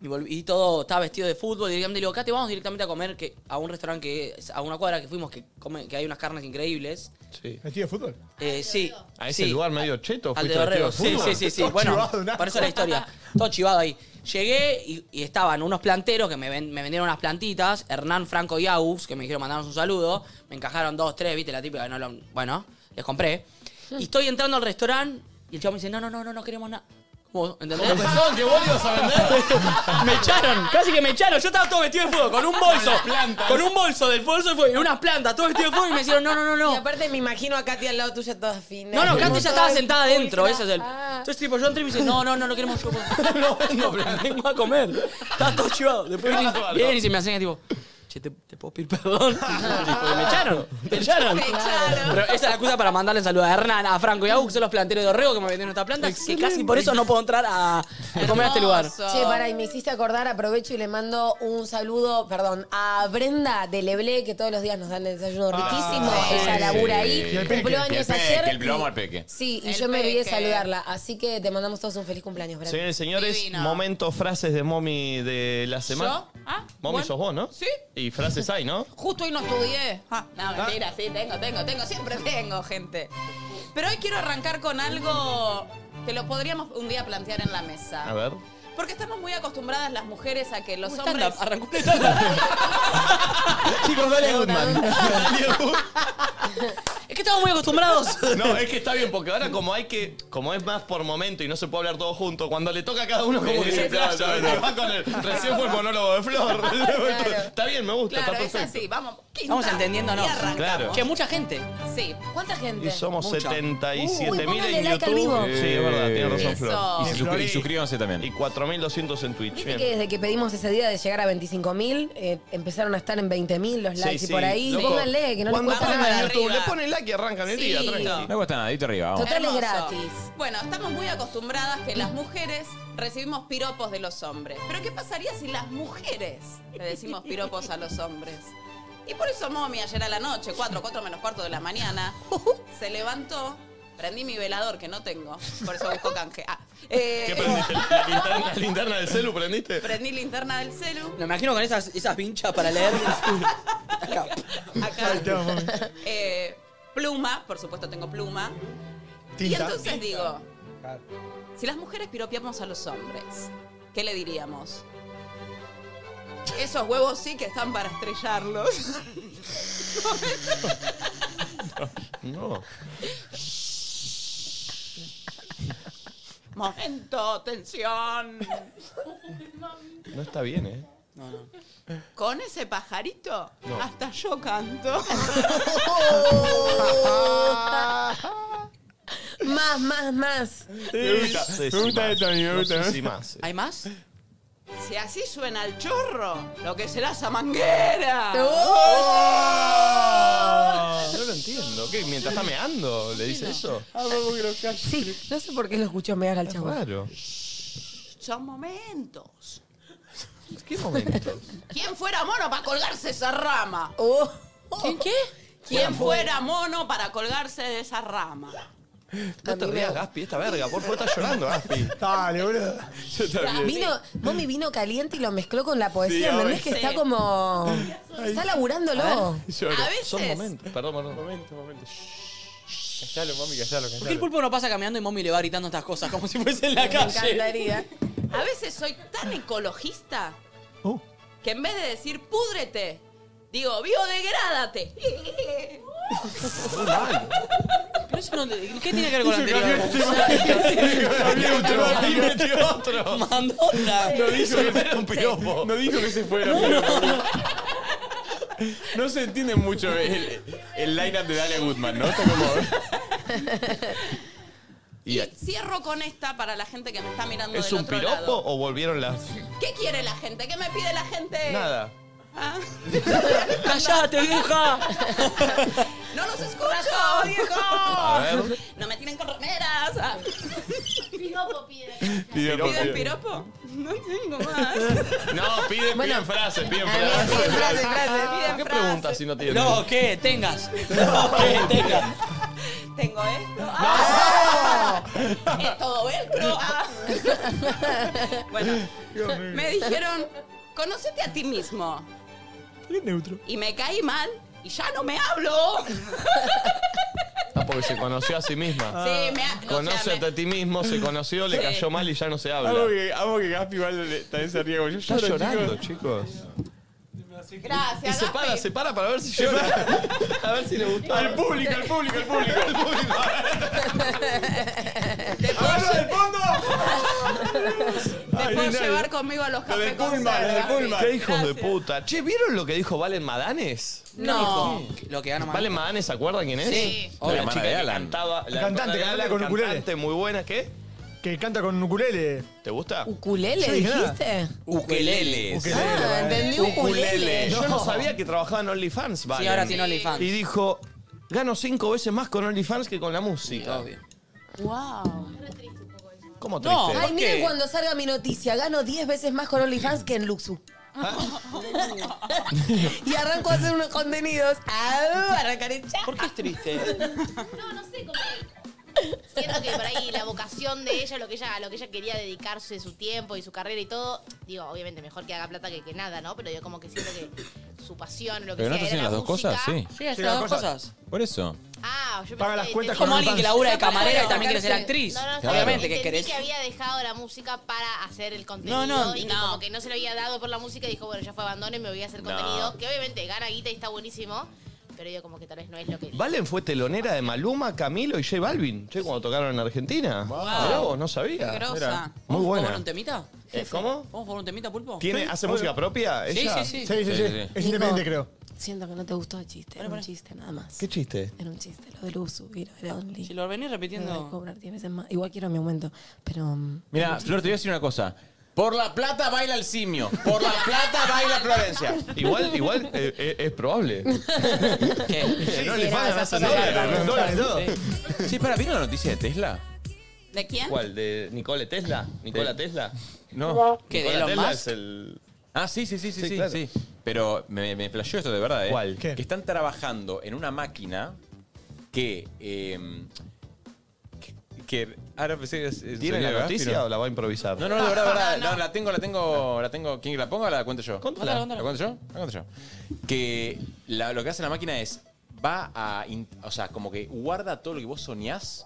S4: Y, volví, y todo estaba vestido de fútbol. Y le digo, Cate, vamos directamente a comer que, a un restaurante que es- a una cuadra que fuimos que, come- que hay unas carnes increíbles.
S5: Sí.
S6: ¿Vestido de fútbol?
S4: Eh, sí.
S5: A ese
S4: sí.
S5: lugar medio cheto.
S4: Al
S5: fuiste
S4: de Dorrego,
S5: vestido
S4: sí,
S5: de
S4: sí, sí,
S5: fútbol.
S4: sí.
S6: Todo
S4: Bueno,
S6: chivado, un asco.
S4: por eso la historia. Todo chivado ahí. Llegué y, y estaban unos planteros que me, ven- me vendieron unas plantitas, Hernán, Franco y Agus, que me dijeron mandarnos un saludo. Me encajaron dos, tres, viste, la típica que no lo- Bueno, les compré. Y estoy entrando al restaurante y el chavo me dice, no, no, no, no, no queremos nada. ¿Cómo? ¿Entendés?
S5: ¿Cómo pensaban que vos ibas a vender?
S4: me echaron, casi que me echaron. Yo estaba todo vestido de fuego, con un bolso. Con un bolso del bolso de fuego y unas plantas, todo vestido de fuego y me hicieron, no, no, no,
S3: Y
S4: no.
S3: aparte me imagino a Katy al lado tuya toda fina.
S4: No, no, Katy ya estaba sentada
S3: adentro,
S4: adentro, eso es el. Entonces, tipo, yo entré y me dice, no, no, no, no queremos yo. Ah. no, no, vengo a comer. Está todo chivado. Después viene, viene y se me hacen tipo, che, ¿te, te puedo pedir perdón? Tipo, y me echaron, me echaron.
S20: Me echaron.
S4: Pero esa es la excusa para mandarle saludos a Hernán, a Franco y a Hugo, que son los planteros de Orrego que me vendieron esta planta, que casi por eso no puedo entrar a, a comer a este lugar.
S12: Hermoso.
S3: Che, para, y me hiciste acordar, aprovecho y le mando un saludo, perdón, a Brenda de Leblé, que todos los días nos dan el desayuno
S4: Ah,
S3: riquísimo.
S2: Ah,
S3: Eh, Ella labura
S2: Y el
S3: ahí,
S2: peque.
S3: cumplió
S2: Y el
S3: años
S2: peque,
S3: ayer.
S2: el plomo al peque.
S3: Sí, y
S12: El
S3: yo me olvidé
S12: peque.
S3: saludarla. Así que te mandamos todos un feliz cumpleaños, Brenda.
S5: Señores y señores, momento frases de mommy de la semana.
S7: ¿Yo? Ah,
S5: Mommy
S7: bueno.
S5: sos vos, ¿no?
S7: Sí.
S5: Y frases hay, ¿no?
S7: Justo hoy no estudié. Ah, no, mentira, sí, tengo, tengo, tengo, siempre tengo, gente. Pero hoy quiero arrancar con algo que lo podríamos un día plantear en la mesa.
S5: A ver.
S7: Porque estamos muy acostumbradas las mujeres a que los
S4: Un
S7: hombres.
S4: stand-up, arrancó un Chicos, dale Goodman. es que estamos muy acostumbrados.
S5: No, es que está bien, porque ahora como hay que, como es más por momento y no se puede hablar todos juntos, cuando le toca a cada uno como que se playa, ¿viste? Va con el- Recién fue el monólogo de Flor.
S3: Ah.
S5: Está bien, me gusta,
S7: Claro,
S5: está
S7: es
S5: perfecto.
S7: así, vamos.
S4: Estamos entendiéndonos.
S7: Y arrancamos.
S5: Claro.
S4: Che, mucha gente.
S7: Sí, ¿cuánta gente?
S5: Y somos
S4: Mucha.
S5: 77.000
S7: Uy,
S5: en
S7: póngale like al vivo.
S5: YouTube. Sí, es verdad, tiene razón
S2: Eso.
S5: Flor.
S2: Y suscri- y suscríbanse también.
S5: Y 4.200 en Twitch.
S3: Viste
S5: bien.
S3: que desde que pedimos ese día de llegar a 25.000, eh, empezaron a estar en 20.000 los likes y por ahí.
S5: loco.
S3: Pónganle, que no les
S5: Cuando
S3: cuesta
S5: pongan
S3: nada.
S5: en YouTube, le ponen like y arrancan el
S7: Sí.
S5: día, tranqui.
S2: No cuesta nada, ahí te arriba. vamos.
S3: Total es
S7: Hermoso.
S3: gratis.
S7: Bueno, estamos muy acostumbradas que las mujeres recibimos piropos de los hombres. Pero ¿qué pasaría si las mujeres le decimos piropos a los hombres? Y por eso Momi ayer a la noche, 4, 4 menos cuarto de la mañana, se levantó, prendí mi velador que no tengo, por eso busco canje. Ah, eh,
S5: ¿Qué prendiste? ¿La linterna, la linterna del celu prendiste?
S7: prendí linterna del celu.
S4: Me imagino con esas, esas vinchas para leer.
S7: Acá. Eh, pluma, por supuesto tengo pluma. Y
S4: Tinta.
S7: entonces digo, si las mujeres piropeamos a los hombres, ¿qué le diríamos? Esos huevos sí que están para estrellarlos.
S5: No.
S7: Momento, tensión.
S5: No está bien, ¿eh?
S7: Con ese pajarito,
S5: No.
S7: hasta yo canto.
S3: Más, más, más.
S5: Me gusta, me gusta esto, me gusta. No sé si más. eh.
S7: ¿Hay más? Si así suena el chorro, lo que será esa manguera.
S4: Oh.
S9: Oh.
S5: Ah, No lo entiendo. ¿Qué? Mientras está meando, le dice eso.
S6: Ah,
S3: Sí, no sé por qué lo escucho mear al chavo.
S5: Claro.
S7: Son momentos.
S5: ¿Qué momento?
S7: ¿Quién fuera mono para colgarse esa rama?
S4: Oh.
S3: ¿Quién qué?
S7: ¿Quién fuera mono para colgarse de esa rama?
S5: No te rías, Gaspi, esta verga. Por favor, estás llorando, Gaspi.
S6: Dale, boludo.
S5: Yo también.
S3: Vino, Mami vino caliente y lo mezcló con la
S5: Sí,
S3: poesía.
S5: a
S3: ¿Entendés
S5: ver.
S3: que
S5: Sí.
S3: está como. Está laburándolo.
S5: Lloro.
S7: A veces-
S5: Son momentos. Perdón, perdón. Momento, momento. Callalo, mami, callalo,
S4: ¿Por qué el pulpo no pasa caminando y mommy le va gritando estas cosas como si fuese en la
S7: Me
S4: calle?
S7: encantaría. A veces soy tan ecologista
S4: Oh.
S7: que en vez de decir púdrete, digo biodegrádate.
S4: Pero eso no, ¿Qué tiene que ver con lo
S20: Yo
S4: anterior?
S20: cambié un tema,
S5: ahí metió otro.
S4: Mandó otra.
S5: No dijo que fuera un piropo.
S2: No dijo que se fuera. pero- No se entiende mucho el, el line-up de Dalia Goodman, ¿no? Está como-
S7: Y cierro con esta para la gente que me está mirando
S5: ¿Es
S7: del
S5: un
S7: otro
S5: piropo
S7: lado.
S5: o volvieron las.?
S4: Eh.
S7: ¿Qué quiere la gente? ¿Qué me pide la gente?
S5: Nada.
S7: Ah.
S4: ¡Cállate, vieja!
S7: ¡No los escucho, viejo!
S5: A ver.
S7: ¡No me tienen con remeras! Ah.
S10: Piropo pide.
S5: Piropo, piropo.
S7: ¿Piden piropo? No tengo más.
S5: No, piden, piden frases, piden
S7: bien,
S5: frases.
S7: piden frases, frases,
S5: ¿Por
S7: piden
S5: ¿Qué preguntas si no tienen?
S4: No, ¿qué? Tengas. No, ¿qué? Tengas.
S7: Tengo esto. ¡Ah! Es todo velcro. Ah. Bueno, me dijeron, conócete a ti mismo.
S6: Qué neutro.
S7: Y me caí mal y ya no me hablo.
S5: Ah, porque se conoció a sí misma.
S7: Sí, me ha- no,
S5: Conoce a ti mismo, se conoció, le
S7: Sí.
S5: cayó mal y ya no se
S2: Amo
S5: habla.
S2: que, amo que Gaspi igual le- también se ríe. como, Yo
S5: Está
S2: lloro,
S5: llorando,
S2: chicos.
S5: chicos.
S7: Gracias.
S5: Y se
S7: Gaspi.
S5: para, se para para ver si llora. A ver si le gustó. Al público, al público, al público, al público.
S7: Te
S5: Ay,
S7: puedo
S5: nena,
S7: llevar conmigo a los
S5: Lo
S7: cafés
S5: del
S7: con
S5: Pullman, lo
S7: sal,
S5: del
S7: Gaspi.
S5: Pullman. Qué hijos de
S7: Gracias.
S5: puta. Che, ¿vieron lo que dijo Valen Madanes?
S7: No.
S4: Lo que gana más.
S5: ¿Valen Madanes se acuerda quién es?
S7: Sí.
S5: La,
S2: La hermana
S5: chica
S2: de
S5: que
S2: Alan.
S5: cantaba.
S6: La cantante que habla con
S5: un
S6: ukulele.
S5: Cantante muy buena, ¿qué?
S6: que canta con ukulele.
S5: ¿Te gusta?
S3: ¿Ukulele
S6: Yo dije nada.
S3: dijiste?
S5: Ukeleles.
S6: Ukelele,
S3: Ah,
S6: vale.
S3: entendí ukulele.
S5: Yo no
S3: No.
S5: sabía que trabajaba en OnlyFans, vale.
S4: ahora tiene OnlyFans.
S5: Y dijo, gano cinco veces más con OnlyFans que con la música.
S12: Wow.
S5: ¿Cómo triste?
S12: No,
S3: Ay, miren cuando salga mi noticia. Gano 10 veces más con OnlyFans que en Luxu.
S5: ¿Ah?
S3: y arranco a hacer unos contenidos. Au, arrancaré ya.
S4: ¿Por qué es triste?
S10: No, no sé, como que siento que por ahí la vocación de ella, lo que ella, a lo que ella quería dedicarse su tiempo y su carrera y todo, digo, obviamente mejor que haga plata que que nada, ¿no? Pero yo como que siento que su pasión, lo que
S2: Pero no
S10: sea,
S2: te
S10: era
S2: hacen las
S10: la
S2: dos
S10: música.
S2: cosas, sí.
S10: Sí, hace Sí, las las dos cosas.
S2: Por eso.
S10: Ah, yo
S6: Paga
S10: pensé
S6: las
S10: que
S6: cuentas
S10: tenía-
S6: con
S4: Como alguien que labura de camarera y también quiere ser
S10: No,
S4: actriz.
S10: no, está bien.
S4: Obviamente, ¿qué
S10: Entendí
S4: querés?
S10: que había dejado la música para hacer el
S4: No,
S10: contenido
S4: no,
S10: y que
S4: no.
S10: como que no se lo había dado por la música y dijo, bueno, ya fue abandono y me voy a hacer
S5: No.
S10: contenido, que obviamente gana guita y está buenísimo, pero yo como que tal vez no es lo que
S5: Valen fue telonera de Maluma, Camilo y J Balvin. Che, cuando tocaron en Argentina. Mirá vos, no sabía.
S4: Qué grosa.
S5: Mirá. Muy
S4: ¿Vamos a jugar
S5: buena.
S4: un temita?
S5: Eh, ¿Cómo?
S4: ¿Vamos a jugar un temita, Pulpo?
S5: ¿Tiene, ¿Hace música propia?
S4: Sí,
S5: ella?
S4: sí, sí.
S6: Sí, sí, sí. Es independiente, creo.
S3: Siento que no te gustó el chiste. Era un chiste nada más.
S5: ¿Qué chiste?
S3: Era un chiste, lo del uso y lo de la Only.
S4: Si lo venís repitiendo-
S3: Lo de cobrar 10 veces más. Igual quiero mi aumento, pero... um,
S2: Mira, Flor, te voy a decir una cosa. Por la plata baila el simio. Por la plata baila Florencia.
S5: Igual, igual eh, eh, es probable.
S2: ¿Qué?
S5: No le pagan hasta dólares, dólares, todo.
S2: Sí, para, ¿vieron la noticia de Tesla?
S7: ¿De quién?
S5: ¿Cuál? ¿De Nicole Tesla? ¿Nicola Tesla?
S2: No.
S4: ¿Qué, de
S5: Nicola
S4: Elon
S5: Tesla
S4: Musk?
S5: es el...
S2: Ah, sí, sí, sí, sí,
S5: Sí,
S2: sí.
S5: claro.
S2: sí. Pero me, me flasheó esto de verdad, ¿eh?
S5: ¿Cuál?
S2: Que están trabajando en una máquina que. eh, que, que- ahora pensé. es- es-
S5: ¿Tiene
S2: sería
S5: la
S2: de
S5: noticia
S2: Gaspiro.
S5: o la va a improvisar?
S2: No, no, de verdad, de verdad. No, la tengo, la tengo, la tengo. ¿Quién la ponga o la cuento yo?
S5: Contala,
S2: ¿La
S5: contala.
S2: cuento yo? La cuento yo. Que la- lo que hace la máquina es. Va a. in- o sea, como que guarda todo lo que vos soñás.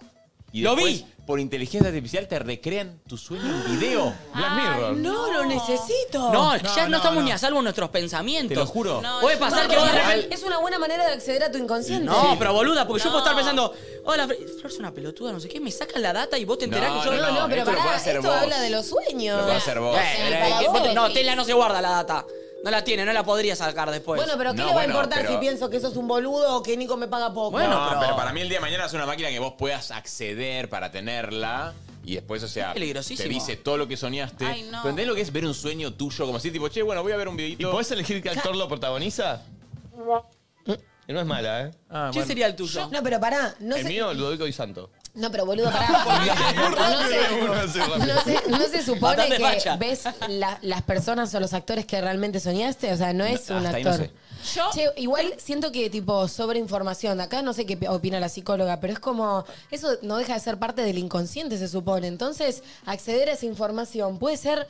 S2: Y
S4: ¡Lo
S2: después,
S4: vi!
S2: Por inteligencia artificial te recrean tu sueño en video. Black Mirror.
S3: Ah, No, lo necesito.
S4: No, es que ya no, estamos ni a salvo en nuestros pensamientos.
S2: Te lo juro.
S4: No, Puede
S3: es-
S4: pasar que
S3: no, pero
S4: vos de
S3: es-
S4: repente-
S3: Es una buena manera de acceder a tu inconsciente.
S4: No, pero boluda, porque yo puedo estar pensando, hola, Fre- Flor es una pelotuda, no sé qué, me sacan la data y vos te enterás
S2: No,
S4: que yo
S2: no, no, No, pero esto lo pará, podés hacer esto vos. habla de
S3: los sueños.
S2: Lo podés hacer vos.
S4: Eh,
S2: Sí,
S4: eh,
S2: para
S4: que-
S2: vos.
S4: no, Tesla no se guarda la data. No la tiene, no la podría sacar después.
S3: Bueno, pero ¿qué
S2: No,
S3: le va
S2: bueno,
S3: a importar
S2: pero-
S3: si pienso que sos un boludo o que Nico me paga poco?
S2: no, pero... para mí el día de mañana es una máquina que vos puedas acceder para tenerla y después, o sea,
S4: Es peligrosísimo.
S2: te dice todo lo que soñaste.
S7: Ay, no.
S2: Pero ¿Entendés lo que es ver un sueño tuyo? Como así, tipo, che, bueno, voy a ver un videito.
S5: ¿Y podés elegir qué actor lo protagoniza? Y no es mala, ¿eh?
S2: Ah,
S4: ¿Quién sería el tuyo?
S3: No, pero pará. No,
S5: el
S3: se...
S5: mío, Ludovico y Santo.
S3: no pero boludo, pará. no, se... no se- no se supone
S4: Bastante
S3: que
S4: facha.
S3: ves la- las personas o los actores que realmente soñaste. O sea, no es un
S2: hasta ahí
S3: actor.
S2: no sé.
S3: Che, igual siento que tipo sobreinformación. Acá no sé qué opina la psicóloga, pero es como eso no deja de ser parte del inconsciente, se supone. Entonces, acceder a esa información puede ser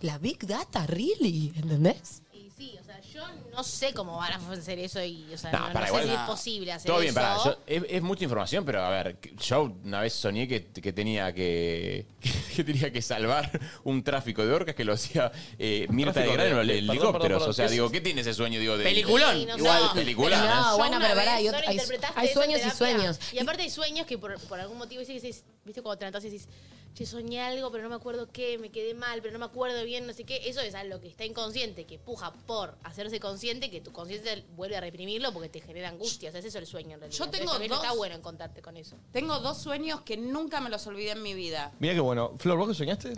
S3: la big data, really, ¿entendés?
S10: Y sí, o sea, yo no sé cómo van a hacer eso y, o sea,
S2: No,
S10: no, no
S2: para,
S10: sé
S2: igual-
S10: si
S2: no.
S10: es posible hacer
S2: Todo bien,
S10: eso.
S2: pará. yo- es, es mucha información, pero a ver, que- yo una vez soñé que, que tenía que, que tenía que salvar un tráfico de orcas que lo hacía eh, Mirta de
S5: Tráfico
S2: Gran en
S5: de-
S2: el
S5: de- perdón,
S2: helicópteros.
S5: perdón, perdón.
S2: o sea,
S5: ¿Qué es-
S2: digo, ¿qué tiene ese sueño? Digo, de,
S4: Peliculón.
S10: Sí, no sé.
S2: igual,
S10: No.
S2: peliculón.
S3: Ah. No,
S2: ¿eh?
S3: bueno,
S10: una
S3: pero
S10: vez
S3: pará, hay,
S10: solo
S3: ot- hay-
S10: interpretaste
S3: hay
S10: eso en
S3: sueños y
S10: terapia.
S3: sueños.
S10: Y aparte hay sueños que por, por algún motivo dices, dices- viste cuando te levantás y dices, che, soñé algo, pero no me acuerdo qué, me quedé mal, pero no me acuerdo bien, no sé qué. Eso es algo que está inconsciente, que puja por hacerse consciente, que tu conciencia vuelve a reprimirlo porque te genera angustia. O sea, es eso el sueño en realidad.
S7: Yo
S10: Entonces,
S7: tengo
S10: también Está
S7: dos.
S10: bueno encontrarte con eso.
S7: Tengo dos sueños que nunca me los olvidé en mi vida.
S5: Mira qué bueno. Flor, ¿vos qué soñaste?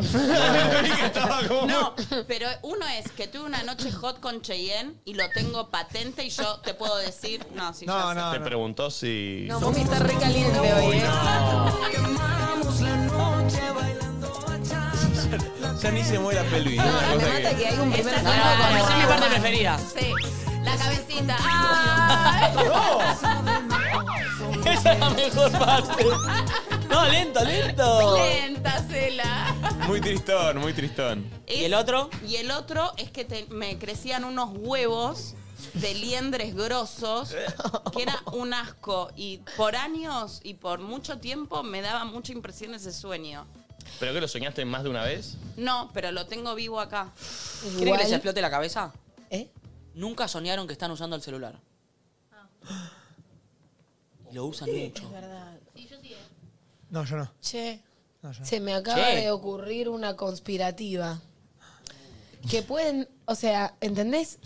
S7: No, pero uno es que tuve una noche hot con Cheyenne y lo tengo patente y yo te puedo decir. No, sí, ya sé.
S5: Te preguntó si...
S3: No, Mumi está recaliente hoy, ¿eh?
S2: Ya ni se mueve la pelu.
S3: Me mata que hay un primer
S7: Esa
S4: No,
S3: plano
S4: no,
S3: con
S4: no, esa
S3: la
S4: es mi parte
S3: barba.
S4: preferida.
S7: Sí, la cabecita. ¡Ay!
S4: Esa es la mejor parte. No, lento, lento.
S7: Lenta, Cela.
S2: Muy tristón, muy tristón.
S4: ¿Y el otro?
S7: Y el otro es que te- me crecían unos huevos de liendres grosos, que era un asco. Y por años y por mucho tiempo me daba mucha impresión ese sueño.
S5: ¿Pero qué lo soñaste más de una vez?
S7: No, pero lo tengo vivo acá.
S4: ¿Quieren que les explote la cabeza?
S3: ¿Eh?
S4: Nunca soñaron que están usando el celular.
S3: Ah.
S4: Y Lo usan mucho.
S6: No, yo no.
S3: Che, se me acaba
S4: Che.
S3: de ocurrir una conspirativa. Que pueden, o sea, ¿entendés?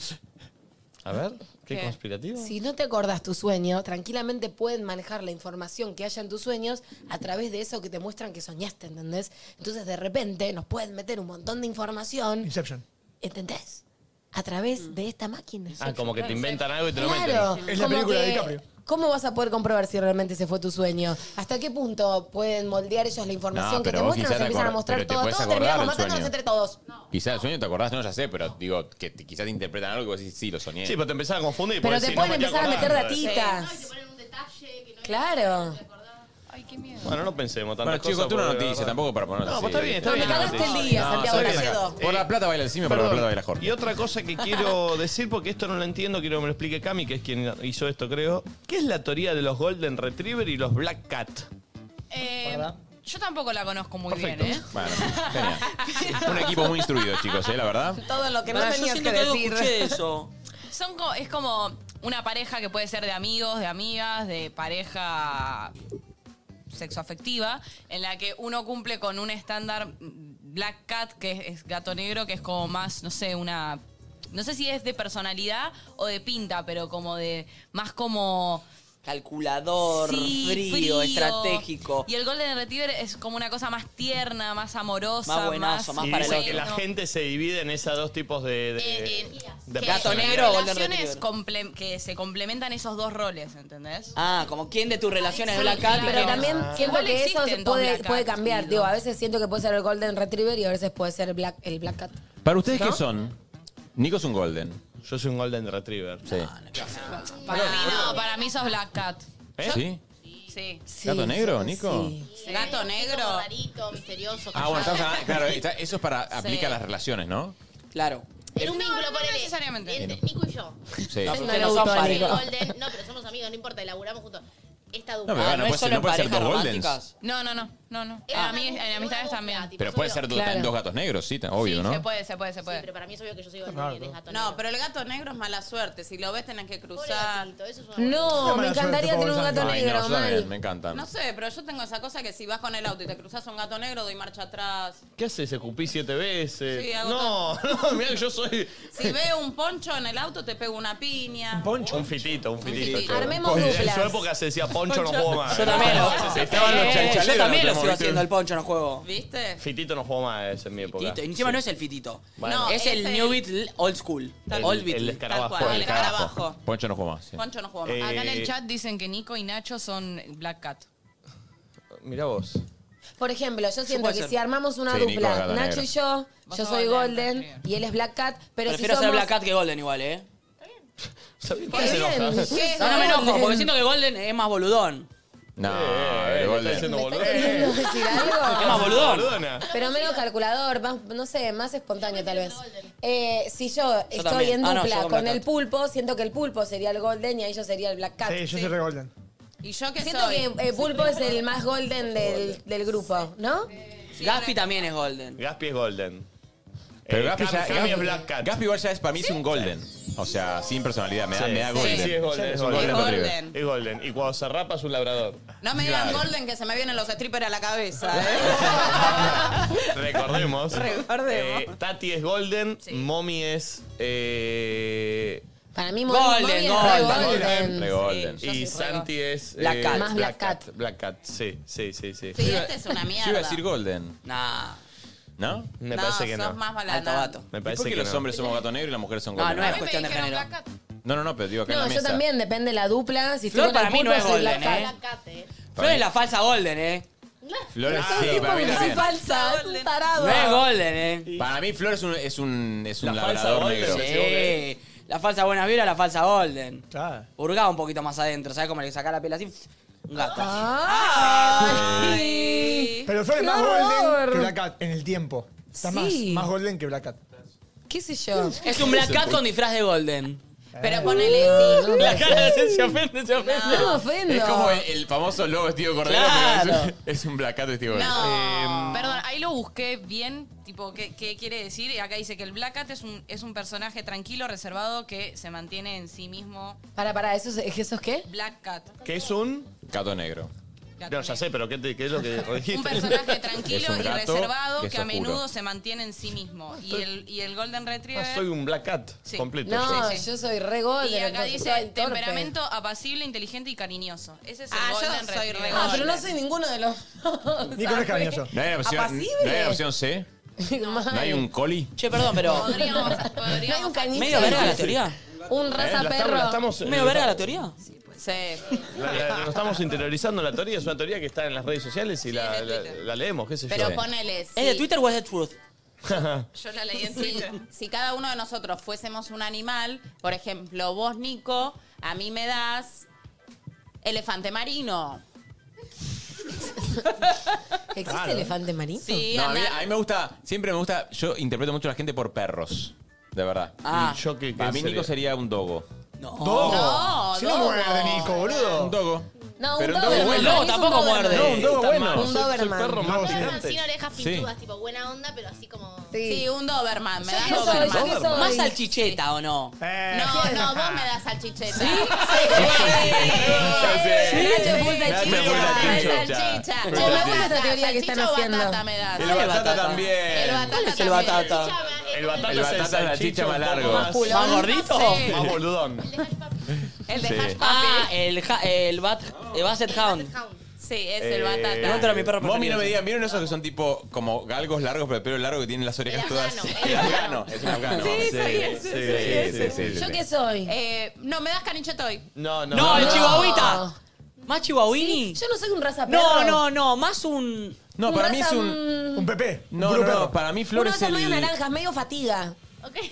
S5: A ver, qué,
S3: ¿Qué?
S5: conspirativo.
S3: Si no te acordás tu sueño, tranquilamente pueden manejar la información que haya en tus sueños a través de eso que te muestran que soñaste, ¿entendés? Entonces de repente nos pueden meter un montón de información.
S6: Inception.
S3: ¿Entendés? A través de esta máquina.
S5: Ah, como que te inventan algo y te lo meten.
S3: Claro.
S6: Es la
S3: como
S6: película de
S3: que,
S6: DiCaprio.
S3: ¿Cómo vas a poder comprobar si realmente ese fue tu sueño? ¿Hasta qué punto pueden moldear ellos la información
S2: No,
S3: que
S2: pero
S3: te
S2: vos quizás
S3: muestran? Nos
S2: te
S3: empiezan a
S2: acor-
S3: mostrar
S2: pero te
S3: todo,
S2: podés
S3: todo,
S2: acordar del
S3: terminamos matándonos
S2: sueño.
S3: entre todos.
S2: Quizás el sueño te acordás, no, ya sé, pero digo, que te- quizás te interpretan algo y vos decís, sí, lo soñé.
S5: Sí, pero te empezaron a confundir.
S3: Pero
S5: porque
S3: te
S5: si no,
S3: pueden
S5: me
S3: empezar a
S5: quedo
S3: meter
S5: acordando de-
S3: datitas. Claro.
S5: Bueno, no pensemos tanto.
S2: Bueno, chicos, tú una noticia, tampoco para ponernos
S5: No,
S2: así,
S5: pues está bien,
S2: ¿viste?
S5: está bien. No, está bien.
S2: Por la plata baila el simio, por la
S5: Perdón.
S2: plata baila Jorge.
S5: Y otra cosa que quiero decir, porque esto no lo entiendo, quiero que me lo explique Cami, que es quien hizo esto, creo. ¿Qué es la teoría de los Golden Retriever y los Black Cat?
S11: Eh, yo tampoco la conozco muy bien, ¿eh?
S2: Bueno, genial. Un equipo muy instruido, chicos, ¿eh? La verdad.
S11: Todo lo que
S4: Pará, yo siento que, algo escuché eso.
S11: Son co- es como una pareja que puede ser de amigos, de amigas, de pareja sexoafectiva, en la que uno cumple con un estándar mm, black cat, que es, es gato negro, que es como más, no sé, una... No sé si es de personalidad o de pinta, pero como de... Más como...
S4: Calculador,
S11: Sí,
S4: frío,
S11: frío.
S4: estratégico.
S11: Y el Golden Retriever es como una cosa más tierna, más amorosa, más...
S5: y dicen que la
S11: bueno.
S5: gente se divide en esos dos tipos de...
S7: Eh,
S5: de- de
S11: Que
S5: personas.
S11: en relaciones comple- que se complementan esos dos roles, ¿entendés?
S4: Ah, como quién de tus relaciones es
S11: Sí,
S4: Black Cat.
S11: pero también
S3: Siento
S11: Igual
S3: que eso
S11: existen
S3: se
S11: dos
S3: puede,
S11: Black
S3: puede
S11: Cats,
S3: cambiar. Digo, a veces siento que puede ser el Golden Retriever y a veces puede ser el Black, el black Cat.
S2: ¿Para ustedes qué
S3: ¿No?
S2: son? Nico es un golden.
S5: Yo soy un golden retriever.
S2: Sí.
S4: Ah,
S3: Ah,
S11: Para mí no, para mí sos Black Cat.
S2: ¿Eh? ¿Sí?
S11: Sí.
S2: ¿Gato negro, Nico?
S7: Gato negro.
S10: Rarito, misterioso.
S2: Ah, bueno,
S10: callado.
S2: estamos hablando- claro, está- eso es para aplica a las relaciones, ¿no?
S4: Claro.
S10: Era un vínculo, por necesariamente. Entre Nico y yo.
S2: Sí.
S4: No,
S2: Sí.
S4: ustedes no son
S10: Somos
S4: pareja.
S10: Golden. No, pero somos amigos, no importa, elaboramos juntos. Esta dupla.
S2: No, pero Ah, bueno, no es puede ser- solo no en puede ser parejas dos goldens. románticas.
S11: No, no, no, no, no.
S10: Es
S11: Ah,
S10: una
S11: a mí
S10: búsqueda,
S11: en amistades también.
S2: Pero puede ser do-
S11: Claro.
S2: dos gatos negros, sí, ta- obvio,
S11: Sí,
S2: ¿no?
S11: Se puede, se puede, se puede.
S10: Pero para mí es obvio que yo soy
S2: Claro,
S10: Golden y él es
S2: claro.
S10: gato
S7: No, pero el gato negro es mala suerte. Si lo ves, tenés que cruzar.
S3: No, me encantaría tener un gato
S2: Ay,
S3: negro,
S2: no, yo también,
S3: mal.
S2: me encantan.
S7: No sé, pero yo tengo esa cosa que si vas con el auto y te cruzas un gato negro, doy marcha atrás.
S5: ¿Qué haces? Escupí siete veces.
S7: Sí, hago
S5: no, no, mira, yo soy...
S7: Si veo un poncho en el auto, te pego una piña.
S5: Poncho. Un fitito, un fitito.
S7: fitito.
S5: che.
S7: Armemos
S5: En
S7: duplas.
S5: su época se decía poncho, no
S4: Poncho.
S5: juego más.
S4: Yo también lo-
S5: Se estaban los
S4: Eh,
S5: chanchaleros,
S4: Yo también lo
S5: tenemos,
S4: sigo
S5: ¿viste?
S4: haciendo el poncho, no juego.
S7: ¿Viste?
S5: Fitito no juego más en mi época.
S4: Fitito. Y Encima no es el fitito.
S5: Bueno.
S7: No,
S4: es el
S7: es el-
S4: New Beat Old School.
S5: El-
S4: old
S5: el
S4: Beat.
S5: escarabajo.
S7: Tal cual, el escarabajo.
S2: Poncho no juega más. sí.
S7: Poncho no juega más.
S5: Eh,
S11: Acá en el chat dicen que Nico y Nacho son Black Cat.
S5: Mirá vos.
S3: Por ejemplo, yo siento
S4: puede
S3: que
S4: ser.
S3: si armamos una
S5: Sí, Nico es
S3: dupla,
S5: gato
S3: Nacho
S5: negro.
S3: y yo, yo soy Golden y él es Black Cat, pero
S4: Prefiero ser
S3: si somos...
S4: Black Cat que Golden igual, ¿eh?
S3: Qué
S5: se
S3: bien.
S5: enoja?
S3: ¿Qué
S4: No, no me
S3: Golden?
S4: enojo, porque siento que Golden es más boludón.
S2: No,
S5: Eh,
S2: el
S5: eh,
S2: golden.
S5: está diciendo boludo.
S3: ¿Querés decir algo?
S4: Es más boludón.
S5: Boludona.
S3: Pero menos calculador, más, no sé, más espontáneo tal vez. Eh, si yo, estoy
S4: también.
S3: en
S4: Ah, no,
S3: dupla
S4: yo con
S3: con
S4: Black
S3: el
S4: Cat.
S3: pulpo, siento que el pulpo sería el golden y ahí yo sería el black cat.
S6: Sí, yo soy re Golden.
S7: ¿Y yo qué
S3: Siento
S7: soy?
S3: que eh, pulpo es el más golden del, del grupo, ¿no?
S4: Gaspi también es Golden.
S5: Gaspi es golden.
S2: Pero
S5: Eh,
S2: Gaspi
S5: Cam-
S2: ya.
S5: Cami es Black Cat.
S2: Gaspi igual ya es para mí es un golden. O sea, sin personalidad, me da,
S5: Sí.
S2: me da
S5: Sí,
S2: golden.
S5: Sí, es golden. Es
S2: un
S5: golden.
S2: retriever.
S7: Golden.
S5: Es golden. Y cuando se rapa es un labrador.
S7: No me digan
S5: Claro.
S7: Golden que se me vienen los strippers a la cabeza. ¿eh?
S5: Recordemos.
S7: Recordemos.
S5: Eh, Tati es golden. Mommy es. eh,
S3: Para mí,
S4: Golden,
S3: Mommy es re
S4: golden,
S3: golden.
S2: Re golden.
S7: yo soy
S5: y
S7: re
S5: Santi es. eh,
S4: Black Cat.
S3: Más Black Cat.
S5: Black Cat, sí, sí, sí. sí.
S7: Sí, este es una
S2: Yo iba a
S7: mierda.
S2: decir golden,
S4: Nah,
S2: ¿no?
S5: Me
S7: no,
S5: parece que
S7: sos
S5: no.
S7: más
S4: alto
S7: balada.
S4: gato.
S5: Me
S2: ¿Y
S5: parece
S2: por qué
S5: que
S2: los
S5: no.
S2: hombres somos gato negro y las mujeres son
S4: No,
S2: golden?
S4: no es cuestión de género.
S2: No, no, no, pero digo acá en
S3: No,
S2: la
S3: yo
S2: mesa.
S3: también, depende de la dupla. Si
S4: Flor
S3: estoy
S4: para
S3: con el
S4: mí
S3: pulpo,
S4: no es
S3: soy Black
S4: golden,
S3: Cat.
S4: ¿eh? Flor es la falsa Golden, ¿eh?
S2: Flores,
S3: Todo
S2: sí,
S3: el
S2: para mí
S3: tiempo soy
S2: también.
S3: falsa, es un tarado.
S4: No es Golden, ¿eh?
S2: Para mí Flores es un, es un, es un
S5: La falsa
S2: labrador
S5: golden,
S2: negro.
S5: sí.
S4: Sí. La falsa buena vibra, la falsa Golden.
S6: Claro.
S4: Hurgá un poquito más adentro, ¿sabes? Como el que saca la piel así. Un gato.
S3: Ay.
S6: Pero Flor es más
S3: ¡Qué horror!
S6: Golden que Black Cat en el tiempo. Está más,
S3: Sí.
S6: más Golden que Black Cat.
S3: ¿Qué sé yo?
S4: Es un Black Cat con disfraz de Golden.
S6: Eh.
S7: Pero ponele sí. no,
S4: La cara de se ofende, se ofende.
S3: No me ofendo.
S2: Es como el, el famoso lobo vestido de cordero, pero es,
S4: Claro.
S2: un- es un blacato vestido de cordero. Eh,
S7: No.
S11: Ah. Perdón, ahí lo busqué bien, tipo, ¿qué, qué quiere decir? Y acá dice que el Black Cat es un, es un personaje tranquilo, reservado, que se mantiene en sí mismo.
S3: Para, para, ¿eso es, eso es qué?
S11: Black Cat.
S5: ¿Qué es un?
S2: Gato negro.
S5: No, ya sé, pero ¿qué, te- qué es lo que dijiste?
S11: Un personaje tranquilo y reservado que, a
S5: oscuro.
S11: menudo se mantiene en sí mismo. Y el, y el Golden Retriever.
S5: Ah, soy un Black Cat
S11: Sí.
S5: completo. yo.
S11: No, sí.
S3: Yo soy re golden,
S11: Y acá
S3: entonces,
S11: dice
S3: soy torpe.
S11: temperamento apacible, inteligente y cariñoso. Ese es el
S3: Ah, yo
S11: Golden
S3: soy
S11: Retriever.
S3: Ah, pero no soy ninguno de los.
S6: Nicolás Cariñoso.
S2: ¿No hay, una opción,
S3: Apacible.
S2: ¿No hay una opción C? ¿No hay un coli?
S4: Che, perdón, pero.
S3: ¿No hay un caniche?
S4: ¿Medio verga la teoría?
S3: Un raza
S5: Eh, la estamos-
S3: perro.
S5: la estamos-
S4: ¿Medio verga la teoría?
S3: Sí.
S5: La, la- lo estamos interiorizando la teoría, es una teoría que está en las redes sociales y la, la- la leemos, qué sé yo.
S7: Pero ponele,
S4: ¿Es de Twitter o es de Truth?
S7: Yo la leí en Twitter. Si cada uno de nosotros fuésemos un animal, por ejemplo, vos, Nico, a mí me das elefante marino.
S3: ¿Existe
S2: Claro.
S3: elefante marino?
S7: Sí,
S2: No, a mí, a mí me gusta, siempre me gusta, yo interpreto mucho a la gente por perros, de verdad.
S3: Ah.
S2: ¿Y yo qué, Para
S5: qué
S2: mí
S5: sería?
S2: Nico sería un dogo.
S4: No.
S3: Dogo. No, Si no dogo. muerde,
S2: Nico, boludo. Un dogo.
S3: No, un
S2: Pero un
S3: doberman.
S2: dogo bueno. No,
S3: para mí es un
S2: tampoco
S3: doberman.
S2: muerde. No, un dogo
S3: Está
S2: bueno.
S3: mal.
S2: Soy-
S3: Un
S2: soy
S3: doberman.
S2: perro más
S10: Doberman
S2: gigante.
S10: sin orejas
S2: Sí.
S10: pintudas, tipo buena onda, pero así como.
S7: Sí, un Doberman. Me
S10: Yo
S7: das
S10: qué soy,
S7: Doberman.
S10: yo qué soy.
S4: ¿Más salchicheta o no?
S2: Eh,
S7: No, no, vos me das salchicheta. ¿Sí?
S5: ¿eh?
S3: Nacho
S20: Nacho full
S3: full salchicha.
S20: salchicha.
S7: Salchicha.
S3: Che, me gusta esta teoría que están haciendo.
S7: batata me das.
S2: El batata también.
S7: El batata
S4: ¿Cuál es el
S7: también.
S4: batata?
S5: El batata,
S2: El batata es
S5: es
S2: la chicha más largo.
S5: ¿Más,
S4: ¿Más ¿Más gordito?
S5: Sí. Más boludón.
S7: El de
S5: Sí.
S7: hash papi.
S4: Ah, el, ja- el, bat, el Basset Hound.
S7: Sí, es el batata.
S4: No entra mi perro
S2: Vos mí Eh, no
S4: preferido.
S2: me digan, ¿vieron esos que son tipo como galgos largos, pero el pelo largo que tienen las orejas todas? El afgano. Es un afgano.
S7: Sí, soy ese,
S2: sí,
S7: soy
S2: sí, sí, sí, sí.
S7: ¿Yo qué
S3: soy?
S7: Eh, no, me das canichetoy.
S5: No,
S4: No, el chihuahuita. ¿Más chihuahuini?
S3: Yo no soy un raza perro.
S4: No, no, no, más un...
S2: No, para mí es un.
S6: Un Pepe.
S2: No, no, no, para mí
S3: Uno
S2: Flor
S3: de
S2: es
S3: esos medio
S2: el.
S3: naranjas, medio fatiga.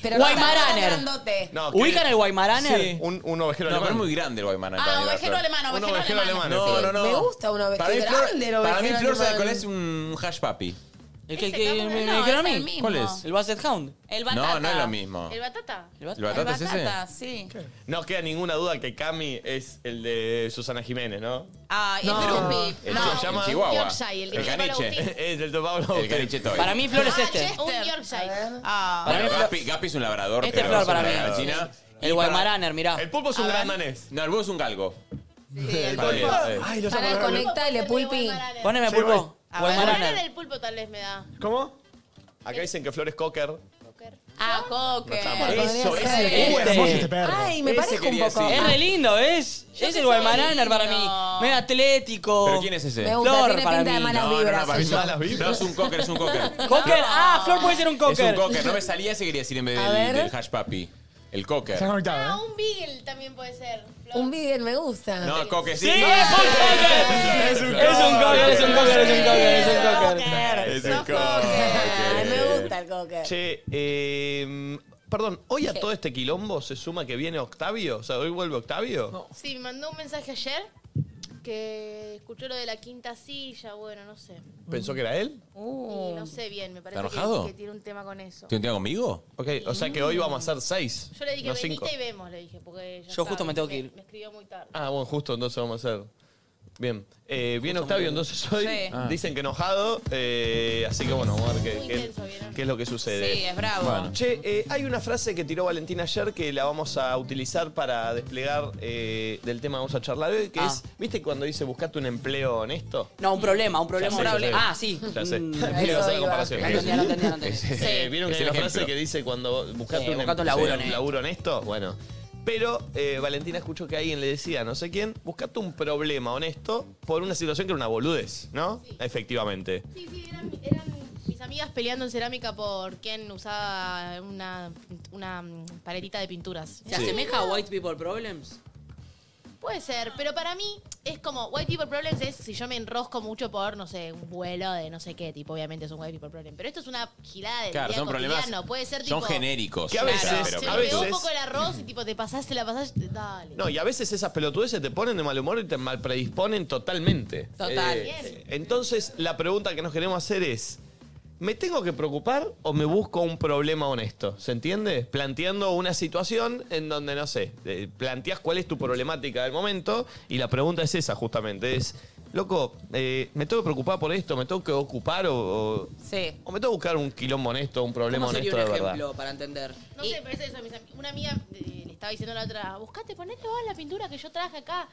S3: Pero
S4: Guaymaraner.
S3: no tan grandote.
S5: No, ¿qué?
S4: ¿Ubican el Guaymaraner?
S2: Sí.
S5: Un, un ovejero
S2: No, pero es
S5: alemán.
S2: muy grande el Guaymana.
S3: Ah,
S2: para mí, la
S3: ovejero
S2: Flor.
S3: alemán,
S5: Un
S3: ovejero
S5: ovejero
S3: alemán.
S5: alemán.
S2: No,
S5: sí.
S2: no, no.
S3: Me gusta un ovejero
S2: Para mí, Flor,
S3: grande, el
S2: para mí
S3: ovejero
S2: Flor sabe
S3: alemán.
S2: cuál es un hash papi.
S4: ¿El que,
S7: Ese
S4: que
S7: capaz-
S4: me, me
S7: no,
S4: dijeron
S7: es
S4: a mí?
S7: el mismo.
S2: ¿Cuál es?
S4: ¿El Basset Hound?
S7: El batata.
S2: No, no es lo mismo.
S10: ¿El batata?
S4: ¿El Basset-
S2: ¿El batata es ese?
S7: Batata, sí.
S5: No queda ninguna duda que Cami es el de Susana Jiménez, ¿no?
S7: Ah, y
S5: No.
S7: Drupi.
S5: El
S7: No.
S5: se llama
S2: el Chihuahua.
S10: Yorkshire, el que
S2: El
S10: se llama Agustín.
S2: caniche.
S5: Es el de Pablo
S2: El caniche toy.
S4: Para mí Flor es este.
S10: Un Yorkshire.
S7: Ah.
S4: Para mí
S2: Bueno,
S4: Flor-
S2: Gapi, Gapi es un labrador.
S4: Este
S2: pero
S4: Flor
S2: es
S4: para
S2: un
S4: mí.
S2: labrador china.
S4: El Guaymaraner, mirá.
S5: El pulpo es un gran danés.
S2: No, el búho es un galgo.
S5: El
S2: Para
S5: pulpo.
S2: mí.
S5: Ay, lo
S3: Para
S5: saco.
S3: conecta el pulpi.
S4: Poneme
S5: Sí, voy.
S4: pulpo.
S7: A ver.
S10: Guaymaraner
S4: Guaymaraner.
S10: del pulpo tal vez me da.
S5: ¿Cómo? Acá dicen que Flor es cocker.
S7: Ah, coque.
S5: Eso,
S3: ser.
S5: ese.
S4: Este.
S6: Hermoso este perro.
S3: Ay, me
S5: Ese
S3: parezco un
S5: quería
S3: poco.
S4: Es
S2: decir.
S3: Ah,
S4: re lindo, ¿ves?
S7: que
S4: es el
S7: soy
S4: Guaymaraner para mí.
S7: lindo.
S4: Medio atlético.
S2: ¿Pero quién es
S3: Me
S2: ese?
S3: gusta,
S4: Flor
S3: tiene
S4: para
S3: pinta de
S4: mí.
S3: malas
S2: No, no,
S3: vibras.
S2: no, para mí
S3: soy yo.
S5: Malas vibras.
S2: No es un cocker, es un cocker.
S4: ¿Cocker? Ah, Flor puede ser un
S2: Es un
S4: cocker.
S2: cocker. No me salía ese quería decir en vez del,
S3: A ver.
S2: del hash papi. El cocker.
S6: Está
S10: Ah,
S6: conectado, ¿eh?
S10: un beagle también puede ser. Flor.
S3: Un beagle me gusta.
S2: No, el cocker sí.
S4: Sí, es un cocker. Es un cocker, es un cocker, es un cocker, es un cocker.
S2: Es un
S3: Ay,
S2: cocker.
S3: me gusta el cocker.
S5: Che, eh, perdón, ¿hoy a todo este quilombo se suma que viene Octavio? O sea, ¿hoy vuelve Octavio?
S10: Sí, me mandó un mensaje ayer que escuchó lo de la quinta silla, bueno, no sé.
S5: ¿Pensó que era él?
S10: Y no sé bien, me parece
S2: ¿Está
S10: que,
S2: enojado?
S10: que tiene un tema con eso.
S2: ¿Tiene un tema conmigo?
S5: Ok, o sea que hoy vamos a hacer seis.
S10: Yo le dije,
S5: no
S10: venite
S5: cinco.
S10: y vemos, le dije, porque ya
S4: Yo justo
S10: sabe,
S4: me tengo que ir.
S10: Me escribió muy tarde.
S5: Ah, bueno, justo entonces vamos a hacer. Bien. Eh, viene Octavio entonces hoy.
S7: Sí.
S5: Ah. Dicen que enojado. eh, así que bueno, vamos a ver qué,
S10: Muy
S5: qué-
S10: intenso, ¿vieron?
S5: qué es lo que sucede.
S7: Sí, es bravo.
S5: Bueno, che, eh, hay una frase que tiró Valentina ayer que la vamos a utilizar para desplegar eh, del tema que vamos a charlar hoy, que
S4: Ah.
S5: es, ¿viste cuando dice buscate un empleo honesto?
S4: No, un problema, un
S5: Ya
S4: problema.
S5: sé, ya sé.
S4: Ah, sí.
S5: Ya sé.
S4: Mm,
S5: Pensé que iba a hacer la comparación.
S4: No entendía, no entendía, no entendía.
S5: Eh, ¿Vieron que
S2: Es
S5: hay
S2: el
S5: una frase
S2: ejemplo.
S5: que dice cuando buscaste
S4: Sí,
S5: un,
S4: buscate un
S5: em-
S4: laburo
S5: sí,
S4: honesto.
S5: laburo honesto? Bueno. Pero eh, Valentina escuchó que alguien le decía, no sé quién, buscate un problema honesto por una situación que era una boludez, ¿no? Efectivamente.
S10: Sí, sí, eran, eran mis amigas peleando en cerámica por quién usaba una, una mm, paletita de pinturas.
S4: ¿Se asemeja a White People Problems?
S10: Puede ser, pero para mí es como White People Problems es si yo me enrosco mucho por, no sé, un vuelo de no sé qué, tipo, obviamente es un White People Problem. Pero esto es una gilada del
S2: Claro,
S10: día
S2: son problemas.
S10: cotidiano, Puede ser tipo.
S2: Son genéricos.
S5: Que a
S2: o sea,
S5: veces-
S2: pero-
S10: Se
S5: a
S10: me pegó un
S5: veces-
S10: poco el arroz y tipo, te pasaste, la pasaste, dale.
S5: No, y a veces esas pelotudeces te ponen de mal humor y te mal predisponen totalmente.
S7: Total.
S5: Eh, entonces, la pregunta que nos queremos hacer es: ¿me tengo que preocupar o me busco un problema honesto? ¿Se entiende? Planteando una situación en donde, no sé, eh, planteas cuál es tu problemática del momento y la pregunta es esa, justamente: es, loco, eh, ¿me tengo que preocupar por esto? ¿Me tengo que ocupar o.? o-
S7: Sí.
S5: o me tengo que buscar un quilombo honesto, un problema
S4: ¿Cómo sería
S5: honesto
S4: un
S5: de
S4: ejemplo
S5: verdad?
S4: para entender?
S10: No sé, pero es eso. mis am- una amiga eh, le estaba diciendo a la otra, buscate, ponete vos la pintura que yo traje acá.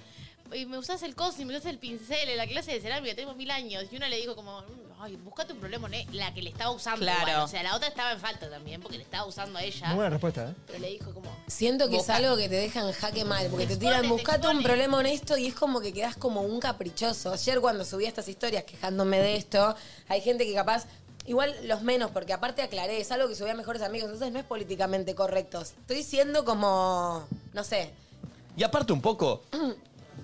S10: y me usas el coso y me usas el pincel en la clase de cerámica, tengo mil años. Y una le dijo como, ay, buscate un problema, ¿eh? La que le estaba usando.
S3: Claro.
S10: igual. O sea, la otra estaba en falta también porque le estaba usando a ella.
S6: Muy buena respuesta, ¿eh?
S10: Pero le dijo como,
S3: Siento que
S10: Busca-
S3: es algo que te dejan jaque mal, porque te tiran,
S10: Exponete,
S3: buscate un problema honesto y es como que quedás como un caprichoso. Ayer cuando subí estas historias quejándome de esto, hay gente que capaz, igual los menos, porque aparte aclaré, es algo que subí a mejores amigos, entonces no es políticamente correcto. Estoy siendo como, no sé.
S5: Y aparte un poco,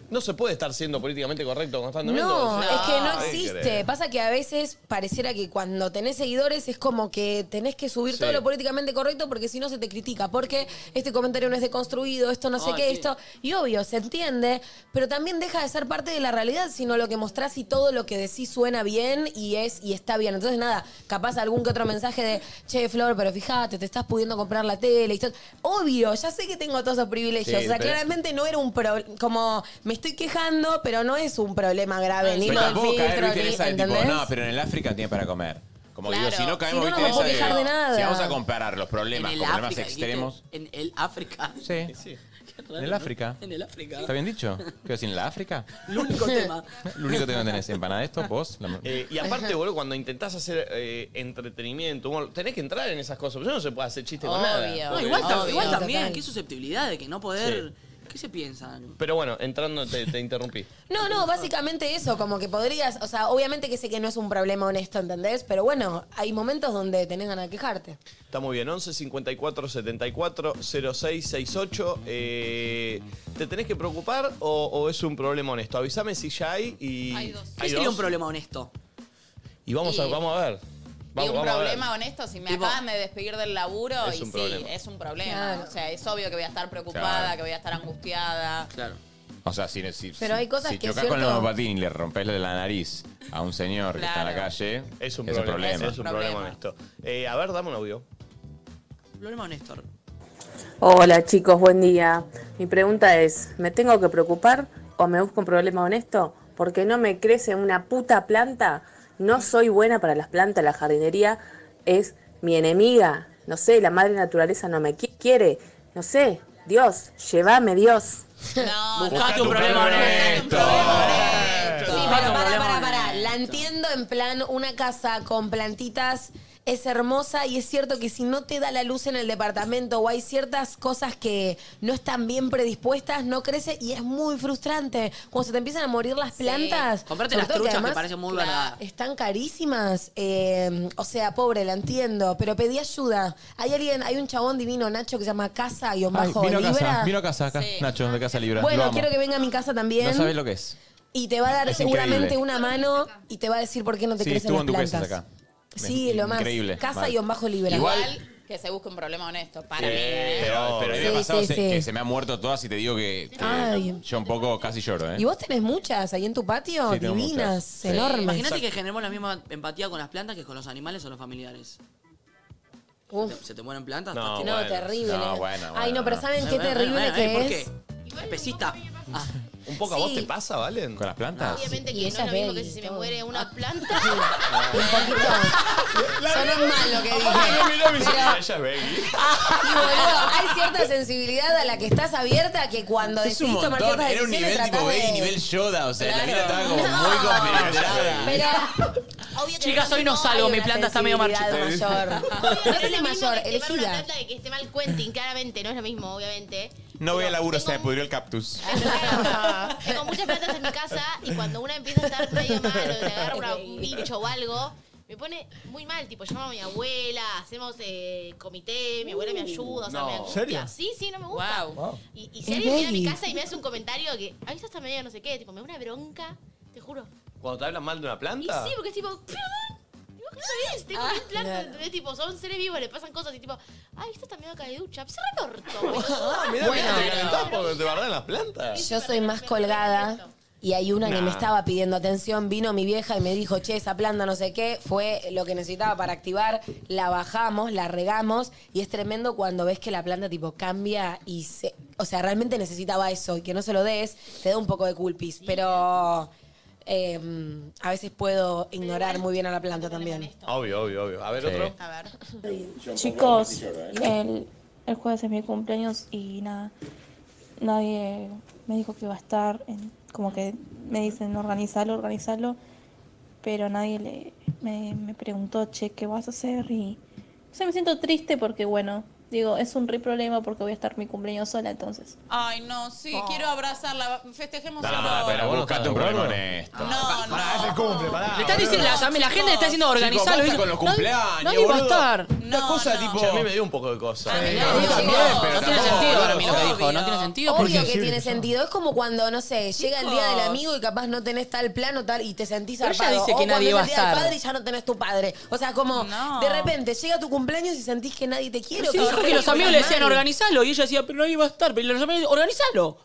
S5: no se puede estar siendo políticamente correcto constantemente.
S3: No,
S5: O sea,
S3: es que no
S5: ¿qué
S3: existe.
S5: querés?
S3: Pasa que a veces pareciera que cuando tenés seguidores es como que tenés que subir
S5: Sí.
S3: todo lo políticamente correcto porque si no se te critica. Porque este comentario no es deconstruido, esto no sé
S10: Ay,
S3: qué,
S10: sí.
S3: esto. Y obvio, se entiende, pero también deja de ser parte de la realidad, sino lo que mostrás y todo lo que decís suena bien y es y está bien. Entonces, nada, capaz algún que otro mensaje de che, Flor, pero fíjate, te estás pudiendo comprar la tele. Y todo. Obvio, ya sé que tengo todos esos privilegios.
S5: Sí,
S3: o sea,
S5: pero-
S3: claramente no era un problema. Como me estoy quejando, pero no es un problema grave. Ni
S2: Pero
S3: mal
S2: tampoco caer,
S3: filtro,
S2: ¿viste? En
S3: ni-
S2: esa de tipo,
S3: ¿entendés?
S2: no, pero en el África tiene para comer. Como digo, si no caemos,
S3: Si no, no
S2: ¿viste? en
S3: nos podemos
S2: esa
S3: quejar de nada.
S2: Si vamos a comparar los problemas
S4: En
S2: con
S4: el
S2: problemas
S4: África,
S2: extremos.
S4: dijiste. En el África.
S2: Sí.
S4: Qué raro,
S2: En el
S4: ¿no?
S2: África.
S4: En el África.
S2: ¿Está bien dicho? ¿Qué decir, en la África?
S4: El único tema.
S2: Lo único que tenés empanada esto, vos. la-
S5: Eh, y aparte, boludo, cuando intentás hacer eh, entretenimiento, humor, tenés que entrar en esas cosas. porque no se puede hacer chiste con nada.
S4: No, igual, tam-
S5: Obvio.
S4: igual también, qué susceptibilidad de que no poder. ¿Qué se piensan?
S5: Pero bueno, entrando te, te interrumpí.
S3: No, no, básicamente eso, como que podrías, o sea, obviamente que sé que no es un problema honesto, ¿entendés? Pero bueno, hay momentos donde tenés ganas de quejarte.
S5: Está muy bien, 11 54 74 06 68. Eh, ¿Te tenés que preocupar o, o es un problema honesto? Avísame si ya hay y.
S7: Hay dos.
S4: ¿Qué sería un problema honesto?
S5: Y vamos, a,
S7: Y-
S5: vamos a ver.
S7: Y
S5: Vamos,
S7: un
S5: vamos a ver.
S7: problema honesto, si me
S5: Tipo,
S7: acaban de despedir del laburo,
S5: es
S7: y
S5: un
S7: sí,
S5: problema.
S7: es un problema.
S3: Claro.
S7: O sea, es obvio que voy a estar preocupada,
S2: Claro.
S7: que voy a estar angustiada.
S4: Claro.
S2: O sea, si, si,
S7: Pero hay cosas
S2: si
S7: que
S2: chocas
S7: es
S2: con
S7: cierto-
S2: los patín y le rompes la nariz a un señor que está en la
S4: Claro.
S2: calle,
S5: es un problema. Es un problema honesto. Eh, a ver, dame un audio.
S4: Problema honesto.
S21: Hola chicos, buen día. Mi pregunta es, ¿me tengo que preocupar o me busco un problema honesto? Porque no me crece una puta planta. No soy buena para las plantas, la jardinería es mi enemiga. No sé, la madre naturaleza no me qui- quiere. No sé, Dios, llévame Dios.
S4: Buscate un problema honesto. Buscate
S3: Sí, pero
S4: un
S3: para,
S4: problema
S3: para,
S4: honesto.
S3: para. La entiendo en plan una casa con plantitas. Es hermosa y es cierto que si no te da la luz en el departamento o hay ciertas cosas que no están bien predispuestas, no crece y es muy frustrante. Cuando se te empiezan a morir las plantas.
S4: Comprate
S3: sobre
S4: las
S3: todo
S4: truchas, que parecen muy baratas.
S3: Están carísimas. eh, o sea, pobre, la entiendo. Pero pedí ayuda. Hay alguien, hay un chabón divino, Nacho, que se llama Casa y
S2: Ay,
S3: bajo
S2: vino a
S3: Libra.
S2: casa, vino a casa acá, Nacho, de Casa Libra. lo
S3: Bueno,
S2: amo.
S3: quiero que venga a mi casa también.
S2: No sabes lo que es.
S3: Y te va a dar
S2: Es
S3: seguramente
S2: increíble.
S3: una mano y te va a decir por qué no te
S2: Sí,
S3: crecen
S2: estuvo
S3: las
S2: en tu casa
S3: plantas.
S2: acá.
S3: Sí,
S2: Es
S3: lo más.
S2: increíble,
S3: Casa
S2: mal.
S3: y un bajo libre.
S7: Igual, que se busque un problema honesto. Para mí. ¿eh?
S2: Pero, pero a mí me
S3: Sí,
S2: ha pasado
S3: sí,
S2: se-
S3: sí.
S2: que se me han muerto todas y te digo que que
S3: Ay.
S2: yo un poco casi lloro, ¿eh?
S3: Y vos tenés muchas ahí en tu patio,
S2: Sí, tengo
S3: divinas,
S2: muchas. Sí.
S3: enormes.
S4: Imagínate que generemos la misma empatía con las plantas que con los animales o los familiares.
S3: Uf.
S4: ¿Se te- ¿Se te mueren plantas?
S3: No,
S4: Estás-
S3: bueno. terrible. No, bueno, Ay, no, pero ¿saben qué
S4: Bueno, bueno,
S3: terrible
S4: bueno,
S3: que
S4: ¿por
S3: es?
S4: qué? Especista. Ah.
S5: ¿Un poco a vos te pasa, Valen?
S2: ¿Con las plantas?
S10: obviamente
S3: Y
S10: que no
S3: ella
S10: es lo mismo
S3: ve
S10: que
S3: y
S10: si se me
S3: todo. Ah.
S10: muere una planta.
S3: Un poquito. Sonó mal lo que dije. Pero- Y, boludo, hay cierta sensibilidad a la que estás abierta que cuando
S2: Es un
S3: decidís tomar
S2: montón,
S3: ciertas
S2: era un
S3: decisiones
S2: nivel tipo
S3: tratás de-
S2: Baby, nivel Yoda, o sea, la mina estaba como
S3: No.
S2: muy concentrada.
S4: Chicas, hoy no salgo, mi planta está medio marchita.
S10: No es lo mismo
S3: mayor,
S10: que quemar
S3: elegida.
S10: una planta de que esté mal Quentin, claramente, no es lo mismo, obviamente.
S2: No voy al laburo, se me pudrió el cactus.
S10: Tengo muchas plantas en mi casa y cuando una empieza a estar medio mal o le agarra una- un bicho o algo, me pone muy mal. Tipo, llamo a mi abuela, hacemos eh, comité, mi abuela me ayuda, o sea,
S20: No.
S10: me angustia.
S20: ¿Serio?
S10: Sí, sí, no me gusta. Y, y si
S20: Es
S10: alguien viene a mi
S20: Becky.
S10: casa y me hace un comentario que, ahí está esta medio no sé qué, tipo, me da una bronca, te juro.
S5: ¿Cuando te hablan mal de una
S10: Y
S5: planta?
S10: sí, porque es tipo, perdón. ¿y ¿Vos qué sabés? Tengo mil plantas, ¿entendés? tipo, son seres vivos, le pasan cosas y tipo, ay, esta está medio caíducha. Cerra el orto.
S5: Ah, mirá,
S10: boludo.
S5: mirá, te
S3: Bueno.
S5: calentás porque te guardan las plantas.
S3: Yo soy más colgada y hay una que
S5: Nah.
S3: me estaba pidiendo atención. Vino mi vieja y me dijo, che, esa planta no sé qué, fue lo que necesitaba para activar. La bajamos, la regamos y es tremendo cuando ves que la planta tipo cambia y se... O sea, realmente necesitaba eso y que no se lo des, te da un poco de culpis. Pero eh, a veces puedo ignorar muy bien a la planta también.
S5: Obvio, obvio, obvio. A ver, otro.
S22: Chicos, el, el jueves es mi cumpleaños y nada, nadie me dijo que iba a estar en como que me dicen organizalo, organizalo, pero nadie le, me, me preguntó, che, ¿qué vas a hacer? Y o sea, me siento triste porque, bueno, digo, es un re problema porque voy a estar mi cumpleaños sola, entonces.
S7: Ay, no, sí,
S3: Oh.
S7: quiero abrazarla. Festejemos
S2: No,
S7: el
S2: pero
S5: vos
S2: buscate un
S5: estás de
S2: problema
S5: acuerdo. Ah,
S2: honesto.
S7: No, no.
S6: Pará, es el cumple,
S3: Ah,
S6: pará.
S4: Le están diciendo, la, la gente le está diciendo organizarlo.
S2: basta con los cumpleaños,
S4: Nadie va a
S2: boludo.
S4: estar.
S7: Una cosa
S5: tipo. a mí me dio un poco de cosa.
S2: mí
S5: eh.
S2: me dio un
S5: también,
S2: poco.
S5: pero
S4: No tiene
S5: tampoco.
S4: sentido para mí lo que dijo. No tiene sentido porque.
S3: Obvio que tiene sentido. Es como cuando, no sé, llega el día del amigo y capaz no tenés tal plan o tal y te sentís
S4: Pero ella
S3: zarpado.
S4: dice
S3: O
S4: que
S3: cuando
S4: nadie
S3: es
S4: va
S3: el
S4: a
S3: día del
S4: estar.
S3: padre y ya no tenés tu padre. O sea, como de repente llega tu cumpleaños y sentís que nadie te quiere.
S4: Sí,
S3: o
S4: dijo que los
S3: estás
S4: amigos le
S3: mal.
S4: decían organizalo y ella decía, pero nadie va a estar. Pero los amigos, organizalo.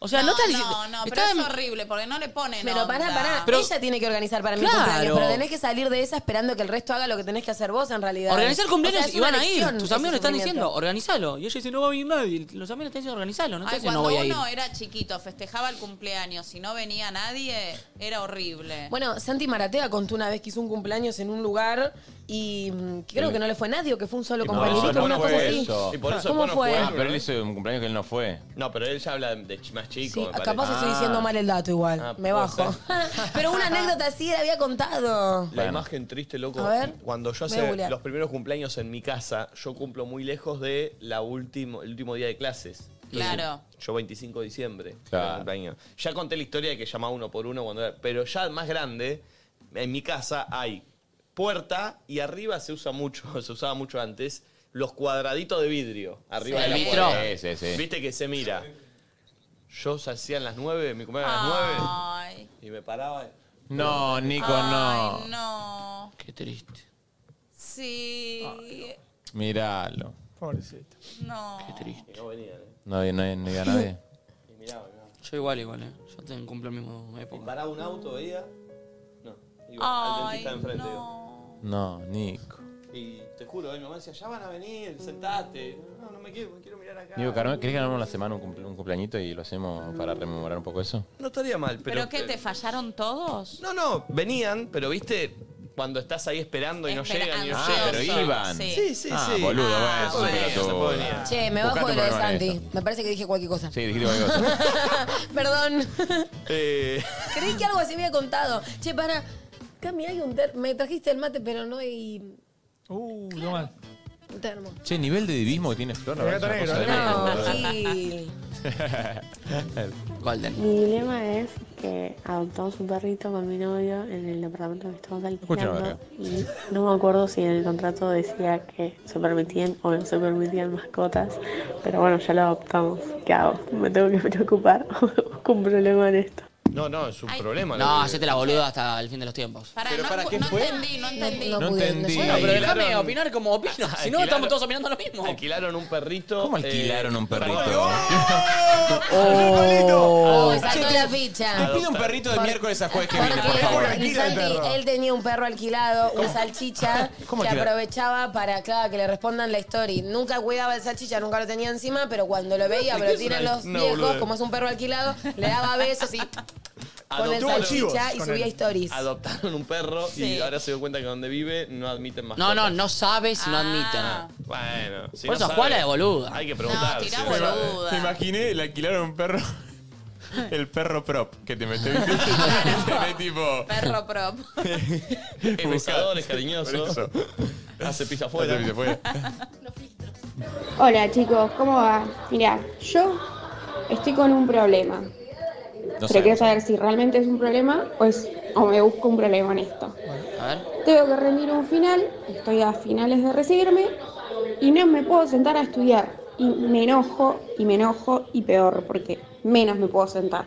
S4: O sea, no, está diciendo.
S7: No, no, pero
S4: está
S7: es horrible porque no le ponen.
S3: Pero pará,
S7: onda.
S3: pará. ella tiene que organizar para mi
S4: Claro.
S3: cumpleaños. Pero tenés que salir de esa esperando que el resto haga lo que tenés que hacer vos en realidad.
S4: Organizar cumpleaños
S3: O sea, es
S4: y
S3: una
S4: van a ir.
S3: elección
S4: Tus
S3: ese
S4: amigos le están
S3: sufrimiento.
S4: diciendo, organizalo. Y ella dice, no va a venir nadie. Los amigos le están diciendo, organizalo. No
S7: Ay,
S4: te dicen,
S7: cuando
S4: no voy a ir.
S7: uno era chiquito, festejaba el cumpleaños y no venía nadie, era horrible.
S3: Bueno, Santi Maratea contó una vez que hizo un cumpleaños en un lugar y mm, que creo que no le fue nadie o que fue un solo compañerito, una cosa así.
S5: Y por eso
S3: ¿Cómo
S5: después no
S3: fue?
S2: Ah, pero él hizo un cumpleaños que él no fue. Ah.
S5: No, pero él ya habla de ch- más chico. me parece.
S3: Capaz estoy diciendo mal el dato igual. Me
S5: puede
S3: bajo. Pero una anécdota así le había contado.
S5: La imagen triste, loco.
S3: A ver.
S5: Cuando yo
S3: Voy a
S5: hace
S3: googlear.
S5: los primeros cumpleaños en mi casa, yo cumplo muy lejos de la último, el último día de clases.
S7: Claro.
S5: Yo 25 de diciembre.
S2: Claro.
S5: era mi cumpleaños. Ya conté la historia de que llamaba uno por uno cuando era- Pero ya más grande, en mi casa hay puerta y arriba se usa mucho, se usaba mucho antes, los cuadraditos de vidrio. Arriba
S2: Sí.
S5: de la
S2: El
S5: puerta.
S2: vitro. Sí, sí, sí.
S5: Viste que se mira. Yo se hacía en las 9, mi cumpleaños a las 9
S7: Ay,
S5: y me paraba.
S2: No, Nico, no.
S7: ay, no.
S5: Qué triste.
S7: Sí.
S2: Míralo.
S6: Pobrecito.
S7: No.
S4: Qué triste.
S5: No venía, ¿eh?
S2: No había, no había, no había nadie.
S4: Yo igual, igual, eh. Yo tengo cumplo el mismo época.
S5: Paraba un auto, veía. No. Iba al
S7: Ay,
S5: dentista de enfrente.
S2: No, Nico.
S5: digo. Y te juro, eh, mi mamá decía, ya van a venir, sentate. No, no me quiero, me quiero mirar acá.
S2: Nico, Carmen, ¿querés que ganamos la semana un, cumple- un cumpleañito y lo hacemos para rememorar un poco eso?
S5: No estaría mal,
S7: ¿Pero qué? ¿Te fallaron todos?
S5: No, no, venían, pero viste, cuando estás ahí esperando y no
S7: Espera-
S5: llegan y no
S2: Ah,
S5: llegan.
S2: pero iban.
S7: Sí.
S5: Sí, sí,
S2: Ah,
S5: sí.
S2: boludo,
S5: Ah,
S2: bueno,
S5: bueno,
S2: pero tú-
S5: se puede venir.
S3: Che, me
S2: Buscate
S3: bajo de
S2: un
S3: lo de
S2: problema en
S3: Santi. Me parece que dije cualquier cosa.
S2: Sí, dijiste cualquier cosa.
S3: Perdón.
S5: Eh,
S3: Creí que algo así me había contado. Che, para. Cami, hay un termo. Me trajiste el mate, pero no hay
S6: Uh, no mal.
S3: un termo.
S2: Che, nivel de divismo que tiene Flor, la
S6: Gato
S2: verdad, es una
S6: negro,
S2: cosa
S3: No,
S2: de loco,
S3: Gil.
S2: ¿verdad?
S4: Golden.
S22: Mi dilema es que adoptamos un perrito con mi novio en el departamento que estamos
S2: Escucha,
S22: alquilando
S2: Mario.
S22: y no me acuerdo si en el contrato decía que se permitían o no se permitían mascotas, pero bueno, ya lo adoptamos. ¿Qué hago? ¿Me tengo que preocupar o busco un problema en esto?
S5: No, no, es un problema.
S4: No,
S5: se
S4: hacete la boluda hasta el fin de los tiempos.
S7: Pará, no,
S5: para qué
S7: no
S5: fue?
S7: entendí, no entendí.
S2: No entendí.
S4: Bueno, pero déjame
S5: Alquilaron-
S4: opinar como opino. Si no,
S5: Alquilaron-
S4: estamos todos opinando lo mismo.
S5: Alquilaron un perrito. eh,
S2: ¿Cómo alquilaron un perrito?
S3: Oh,
S4: Oh,
S3: Ah, saltó la ficha.
S2: Les pido un perrito de miércoles a jueves que viene, por favor.
S3: Porque Santi, él tenía un perro alquilado, un salchicha,
S2: ¿Cómo
S3: que
S2: alquilar?
S3: aprovechaba para, claro, que le respondan la story. Nunca cuidaba el salchicha, nunca lo tenía encima, pero cuando lo veía, pero
S5: es
S3: tienen
S5: una-
S3: los
S5: una
S3: viejos,
S5: boludez.
S3: como es un perro alquilado, le daba besos y con el
S5: Adoptó
S3: salchicha
S5: chivos
S3: y
S5: con
S3: subía
S5: él.
S3: stories.
S5: Adoptaron un perro
S7: Sí.
S5: y ahora se dio cuenta que donde vive no admiten más.
S4: No, no, no sabes, no
S7: Ah.
S4: admiten.
S5: Bueno, si
S4: Por
S5: no
S4: eso
S5: sabe,
S4: juega la de boluda.
S5: Hay que preguntar.
S7: No, tirá
S5: si-
S7: boluda.
S2: Te imaginé, le alquilaron un perro. El perro prop que te metió. tipo.
S7: Perro prop.
S5: Es besador, es cariñoso. Hace pis afuera.
S22: Hola chicos, ¿cómo va? Mirá, yo estoy con un problema,
S2: No
S22: pero quiero
S2: sé.
S22: saber si realmente es un problema o, es, o me busco un problema en esto.
S4: A ver.
S22: Tengo que rendir un final, estoy a finales de recibirme y no me puedo sentar a estudiar. Y me enojo y me enojo y peor porque menos me puedo sentar.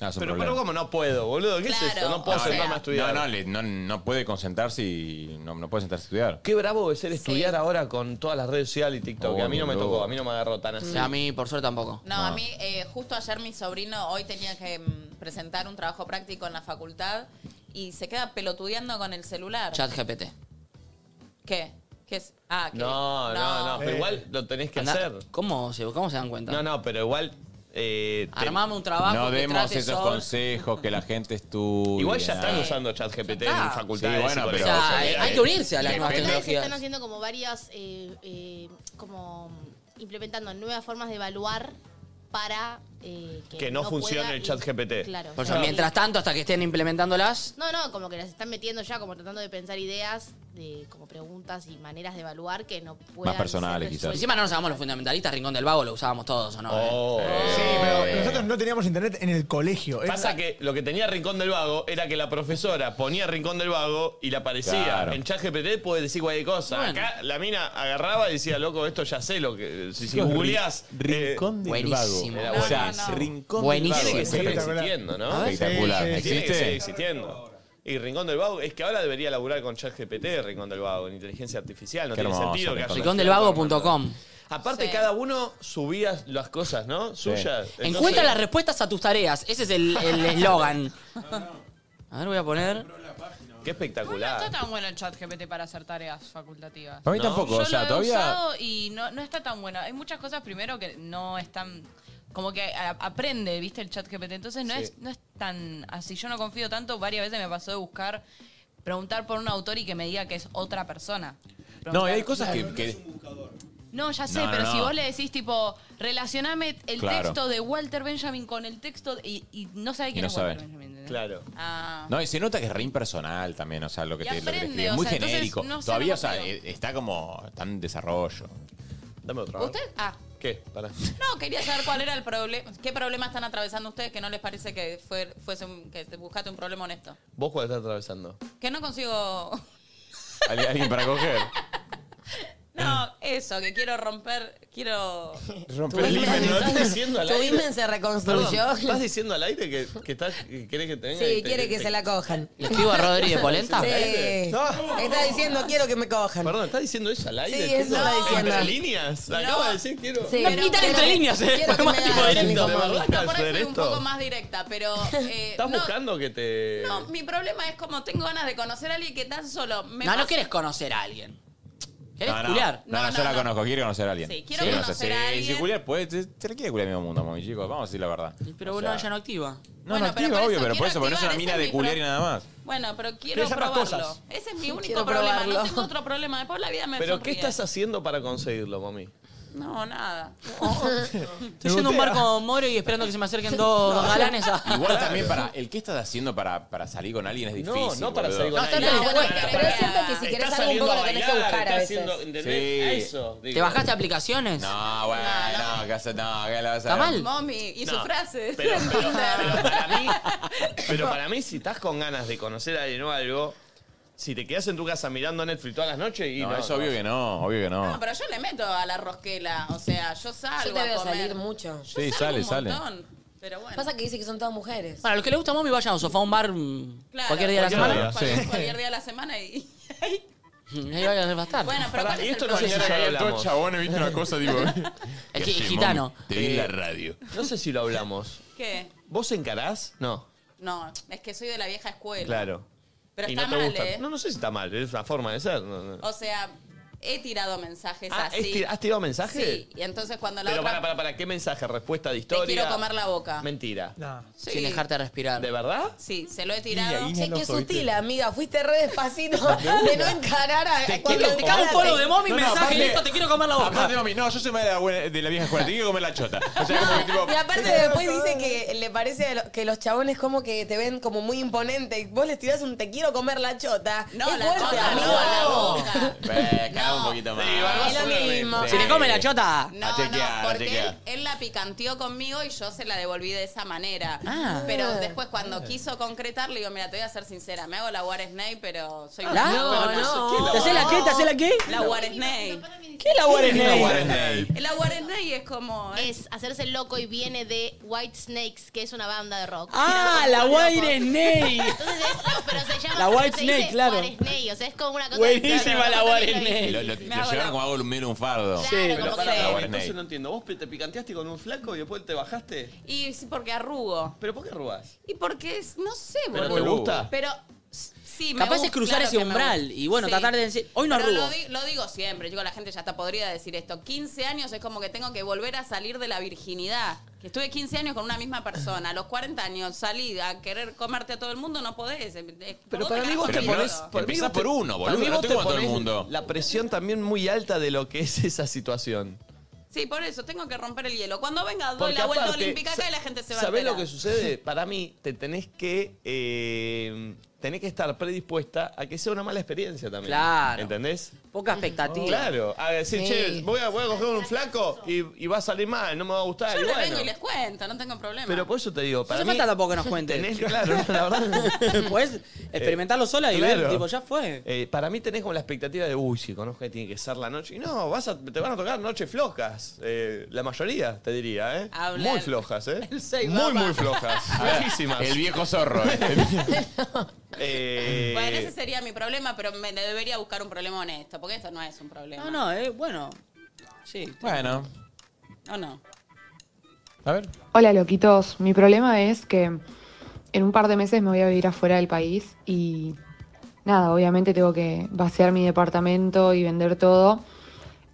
S2: Ah, es un
S5: Pero,
S2: problema.
S5: pero ¿cómo no puedo, boludo? ¿Qué es
S7: Claro,
S5: esto? No puedo
S7: o
S5: sentarme
S7: sea,
S5: a estudiar.
S2: No, no, le- no, no puede concentrarse y no, no puede sentarse a estudiar.
S5: Qué bravo es ser estudiar ahora con todas las redes sociales y TikTok.
S2: Oh,
S5: que a mí no me
S2: boludo.
S5: tocó, a mí no me agarró tan así.
S4: Sí, A mí, por suerte, tampoco.
S7: No, a mí eh, justo ayer mi sobrino hoy tenía que mm, presentar un trabajo práctico en la facultad y se queda pelotudeando con el celular.
S4: Chat GPT.
S7: ¿Qué? ¿Qué es? Ah, que
S5: No, no, no. Pero igual lo tenés que hacer.
S4: ¿Cómo se, ¿Cómo se dan cuenta?
S5: No, no, pero igual. eh, te-
S4: Armame un trabajo
S2: no
S4: que
S2: demos
S4: trate
S2: esos
S4: sobre-
S2: consejos que la gente estudia.
S5: Igual ya están usando ChatGPT
S4: Ya
S5: en
S4: está.
S5: facultades.
S2: Sí, bueno,
S5: y por
S2: pero-
S4: O
S5: eso,
S4: sea, hay,
S5: eh,
S4: hay que unirse a las
S10: En
S4: nuevas
S10: facultades se están
S4: tecnologías.
S10: haciendo como varias, eh, eh, como implementando nuevas formas de evaluar para eh, que,
S5: Que no funcione
S10: pueda
S5: el
S10: y-
S5: chat GPT.
S10: Claro.
S4: O sea, mientras tanto, hasta que estén implementándolas.
S10: No, no, como que las están metiendo ya, como tratando de pensar ideas, de como preguntas y maneras de evaluar que no puedan.
S2: personales,
S10: ser
S2: quizás.
S10: resueltas.
S4: Encima no nos hagamos los fundamentalistas, Rincón del Vago lo usábamos todos, ¿o no? eh?
S5: Sí,
S4: pero
S6: Nosotros no teníamos internet en el colegio. Era-
S5: Pasa que lo que tenía Rincón del Vago era que la profesora ponía Rincón del Vago y la aparecía.
S2: Claro.
S5: En ChatGPT puede decir cualquier cosa.
S2: Bueno.
S5: Acá la mina agarraba y decía, loco, esto ya sé lo que. Si, si
S2: Ri-
S5: googleás. eh,
S2: Rincón del Buenísimo. Vago.
S5: Era
S2: No,
S5: buenísimo.
S2: no, no. Rincón del Vago.
S5: Tiene que seguir
S2: Espectacular.
S5: existiendo,
S2: A
S5: ¿no?
S2: ver. Espectacular.
S5: Sí, sí, sí. Tiene que
S2: ¿Existe?
S5: seguir existiendo. Y Rincón del Vago, es que ahora debería laburar con ChatGPT, Rincón del Vago, en inteligencia artificial. No
S2: Qué
S5: tiene
S2: hermoso,
S5: sentido que haya-
S4: Ricondelvago.com.
S5: Aparte, cada uno subía las cosas, ¿no? Suyas.
S4: Encuentra
S5: Entonces-
S4: las respuestas a tus tareas. Ese es el el eslogan. A ver, voy a poner.
S5: Qué
S11: No
S5: espectacular.
S11: está tan bueno el chat GPT para hacer tareas facultativas.
S5: Para mí tampoco,
S11: Yo
S5: o sea,
S11: lo he
S5: todavía-
S11: usado y no, no está tan bueno. Hay muchas cosas primero que no están. Como que a- aprende, ¿viste? El chat GPT. Entonces no,
S12: Sí.
S11: es, no es tan así. Yo no confío tanto. Varias veces me pasó de buscar, preguntar por un autor y que me diga que es otra persona.
S2: No, y hay cosas que. que-
S11: No, ya sé,
S2: No, no,
S11: pero si
S2: no.
S11: vos le decís, tipo, relacioname el
S2: Claro.
S11: texto de Walter Benjamin con el texto de- y, y no sabe
S2: Y
S11: quién
S2: no
S11: es
S2: sabe.
S11: Walter Benjamin. ¿entendés?
S5: Claro.
S11: Ah.
S2: No, y se nota que es re impersonal también, o sea, lo que
S11: Y
S2: te, lo que te
S11: aprende,
S2: escriben.
S11: o
S2: Muy
S11: sea, entonces,
S2: genérico.
S11: no sé,
S2: Todavía,
S11: no
S2: o sea,
S11: confío.
S2: eh, está como. Está en desarrollo.
S5: Dame otra.
S11: ¿Usted? Ah.
S5: ¿Qué? Pará.
S7: No, quería saber cuál era el problema, qué problema están atravesando ustedes que no les parece que fue, fuese un, que te buscaste un problema honesto.
S5: ¿Vos cuál estás atravesando?
S7: Que no consigo,
S2: ¿Al- ¿Alguien para coger?
S7: no, eso, que quiero romper, quiero
S5: Romper el himen, ¿no? ¿Estás diciendo al
S3: Tu
S5: aire?
S3: himen se reconstruyó.
S5: Perdón, ¿Estás diciendo al aire que, que, estás, que querés que te venga
S3: Sí,
S5: y te-
S3: quiere
S5: te-
S3: que
S5: te-
S3: se la cojan.
S4: ¿Le escribo a Rodri de Polenta?
S3: Sí.
S5: No.
S3: Está diciendo, quiero que me cojan.
S5: Perdón, ¿estás diciendo eso al aire?
S3: Sí,
S5: ¿Estás
S3: eso está diciendo.
S5: ¿Entre líneas? Acaba de decir quiero...
S3: Sí, No, pero- quitan
S5: entre líneas, ¿eh? Fue más tipo directo.
S7: No,
S5: ¿De verdad que
S7: por ahí
S5: hacer
S7: fui un
S5: esto?
S7: poco más directa, pero eh,
S5: ¿Estás
S7: no,
S5: buscando que te...?
S7: no, mi problema es como tengo ganas de conocer a alguien que tan solo me
S4: No, no
S7: pasa-
S4: quieres conocer a alguien. ¿Querés
S2: no, no.
S4: culiar?
S2: No, no, yo la conozco, quiere conocer a alguien.
S4: Sí,
S7: quiero
S2: Quiere
S7: conocer a
S2: Sí,
S7: alguien.
S2: Si culiar, puede, se, se le quiere culiar el mismo mundo, mami, chicos. Vamos a decir la verdad.
S4: Pero
S2: O
S4: bueno,
S2: sea,
S4: ella no activa.
S2: No, no activa, obvio, pero por eso, porque no es una mina de culiar y nada más.
S7: Bueno, pero quiero
S5: Quieres ambas
S7: probarlo.
S5: cosas.
S7: Ese es mi único
S3: Quiero
S7: problema, no
S5: probarlo.
S7: tengo otro problema. Después la vida me
S5: ¿Pero qué
S7: sonríe.
S5: estás haciendo para conseguirlo, mami?
S7: No, nada.
S3: Oh,
S4: Estoy yendo a un barco moro y esperando que se me acerquen dos dos galanes a.
S2: Igual también para. El que estás haciendo para, para salir con alguien es
S5: No,
S2: difícil.
S5: no para
S2: boludo.
S5: salir con No, alguien.
S2: Ah,
S3: Pero, bueno, pero es cierto que si
S5: Estás
S3: querés algo un
S5: saliendo
S3: poco
S5: a
S3: lo tenés que
S5: bailar,
S3: buscar a
S5: estás
S3: veces.
S5: haciendo- ¿entendés? A eso, digo.
S4: ¿Te bajaste aplicaciones?
S5: Ah,
S2: No, bueno, no, que hace- no, que la vas a
S4: ¿Está mal?
S7: Mami, y su
S5: No,
S7: frase.
S5: pero- pero- Pero para mí, si estás con ganas de conocer a alguien o algo, si te quedas en tu casa mirando Netflix todas las noches y
S2: No,
S5: no...
S2: es obvio que no, obvio que
S7: No, pero yo le meto a la rosquela, o sea, yo salgo
S3: Yo te veo
S7: a comer.
S3: salir mucho.
S2: Sí, sale, sale.
S7: Pero bueno.
S3: Pasa que dice que son todas mujeres.
S4: Bueno, a los que les gusta a mami, vayan a un sofá, a un bar. mm,
S7: Claro.
S4: cualquier día de la semana.
S7: Cualquier, cualquier día de la semana y...
S4: Mm, Ahí vayan a bastar.
S7: Bueno, pero ¿cuál es el
S5: sé si
S7: problema?
S5: ya lo
S2: Había todo
S5: hablamos.
S2: chabón, viste una cosa, tipo.
S4: El gi- gitano.
S2: Te vi en la radio.
S5: No sé si lo hablamos.
S7: ¿Qué?
S5: ¿Vos encarás? No,
S7: No, es que soy de la vieja escuela.
S5: claro.
S7: Pero
S5: Y
S7: está
S5: no te
S7: mal,
S5: gusta.
S7: ¿eh?
S5: No, no sé si está mal, es una forma de ser. no, no.
S7: O sea, he tirado mensajes
S5: Ah, ¿es
S7: así.
S5: tir- ¿Has tirado mensaje?
S7: Sí, y entonces cuando la
S5: Pero
S7: otra...
S5: para, para, para, ¿qué mensaje? ¿Respuesta de historia?
S7: quiero comer la boca.
S5: Mentira.
S7: Sí. Sin
S4: dejarte respirar.
S5: ¿De verdad?
S7: Sí, se lo he tirado.
S5: Guiña, guiña
S3: Che,
S5: el
S3: qué
S5: ojo, ¿viste?
S3: sutil,
S4: ah.
S3: amiga. Fuiste re despacito de no encarar a.
S5: Te
S3: cuando
S5: quiero
S3: encaras,
S5: comer. Polo de
S4: mommy,
S3: mensaje,
S4: listo, te quiero comer la boca.
S2: Aparte, mami, no, yo soy más de la, buena- de la vieja escuela, te quiero comer la chota. O sea, como que tipo.
S3: Y aparte después dice que le parece a lo- que los chabones como que te ven como muy imponente. y Vos les tirás un te quiero comer la chota.
S7: No,
S3: Es
S7: la
S3: fuerte,
S7: chota no,
S3: amigo.
S7: la boca.
S2: Eh, caga un poquito más.
S3: es lo mismo.
S4: Si le come la chota.
S7: No,
S2: a chequear,
S7: no,
S2: a
S7: porque él,
S2: chequear.
S7: él la picanteó conmigo y yo se la devolví de esa manera.
S4: Ah.
S7: Pero después cuando quiso concretar, le digo, mira, te voy a ser sincera, me hago la War Snake, pero soy...
S4: ¿La?
S7: una
S4: No,
S7: huevona".
S4: no. ¿Qué es la ¿Te hacés la qué? ¿Te hacés la qué?
S7: La War Snake.
S4: ¿Qué es la War Snake?
S7: El War Snake es como...
S10: Es hacerse loco y viene de White Snakes, que es una banda de rock.
S4: Ah, la White Snake.
S10: Entonces es- pero se llama.
S4: La White
S10: se
S4: Snake,
S10: dice
S4: claro.
S10: White Snake, o sea, es como una cosa.
S4: Buenísima la War
S2: Lo, lo,
S4: Snake.
S2: lo llevaron como a volumir un fardo.
S7: Claro, Sí. como
S5: Pero
S7: que-
S5: pará,
S7: Sí.
S5: entonces no entiendo. ¿Vos te picanteaste con un flaco y después te bajaste?
S7: Y sí, porque arrugo.
S5: ¿Pero por qué robás?
S7: Y porque es, no sé,
S5: ¿Pero
S7: boludo.
S5: te gusta?
S7: Pero s- sí, me
S4: Capaz
S7: gusta,
S4: es cruzar
S7: claro
S4: ese
S7: que me
S4: umbral
S7: gusta.
S4: y bueno, tratar de decir, hoy no
S7: Pero
S4: arrugo.
S7: Lo, di- lo digo siempre, digo, la gente ya está podrida de decir esto. 15 años es como que tengo que volver a salir de la virginidad. Que estuve 15 años con una misma persona. A los 40 años salí a querer comerte a todo el mundo, no podés. Eh, eh, ¿por
S5: Pero
S7: dónde
S5: para mí
S7: carajo
S5: vos te
S7: quiero?
S5: ponés. para mí
S2: Empezá
S5: vos te-
S2: por uno,
S5: para
S2: boludo,
S5: mí
S2: no
S5: vos
S2: estoy
S5: te
S2: con todo el
S5: ponés
S2: mundo.
S5: La presión también muy alta de lo que es esa situación.
S7: Sí, por eso tengo que romper el hielo. Cuando venga, doy
S5: Porque
S7: la vuelta
S5: aparte,
S7: olímpica acá
S5: sa-
S7: y la gente se va
S5: ¿Sabés
S7: a
S5: lo que sucede? Para mí, te tenés que. eh, tenés que estar predispuesta a que sea una mala experiencia también.
S4: Claro.
S5: ¿Entendés?
S4: Poca expectativa.
S5: Claro. A decir,
S4: Sí.
S5: che, voy a, voy a coger un flaco y, y va a salir mal, no me va a gustar.
S7: Yo
S5: y
S7: les
S5: bueno.
S7: vengo y les cuento, no tengo problema.
S5: Pero por eso te digo, para
S4: hace
S5: mí.
S4: falta tampoco que nos cuentes.
S5: Tenés, claro, la verdad.
S4: Puedes experimentarlo sola y ver, tipo, ya fue.
S5: Eh, para mí tenés como la expectativa de, uy, si conozco que tiene que ser la noche. Y no, vas a- te van a tocar noches flojas. eh, la mayoría, te diría, ¿eh?
S20: Habla
S5: Muy
S20: el-
S5: flojas, ¿eh?
S20: el seis,
S5: muy,
S20: papá.
S5: muy flojas.
S2: A ver,
S5: flojísimas.
S2: el viejo zorro,
S5: Eh,
S7: Bueno, ese sería mi problema, pero me debería buscar un problema honesto, porque esto no es un problema.
S4: No, no, eh, bueno. Sí.
S2: Bueno.
S7: ¿O no?
S2: A ver.
S23: Hola loquitos, mi problema es que en un par de meses me voy a vivir afuera del país y nada, obviamente tengo que vaciar mi departamento y vender todo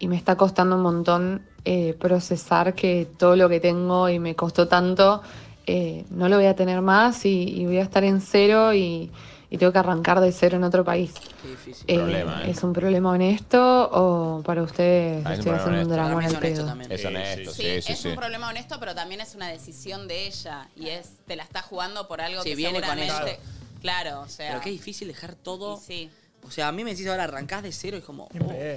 S23: y me está costando un montón eh, procesar que todo lo que tengo y me costó tanto eh, no lo voy a tener más y, y voy a estar en cero y, y tengo que arrancar de cero en otro país. Eh,
S2: Problema, ¿eh?
S23: ¿Es un problema honesto o para ustedes
S2: Ah, es un
S23: estoy
S2: problema
S23: haciendo un
S2: honesto.
S23: drama
S2: Para mí
S23: en
S2: es
S23: el pedo?
S2: honesto Es honesto, sí, sí,
S7: Sí,
S2: sí.
S7: es un problema honesto, pero también es una decisión de ella. Y es, te la está jugando por algo
S4: Sí,
S7: que
S4: viene con
S7: seguramente.
S4: eso.
S7: Claro, o sea.
S4: Pero qué difícil dejar todo.
S7: Sí.
S4: O sea, a mí me decís ahora arrancás de cero y es como.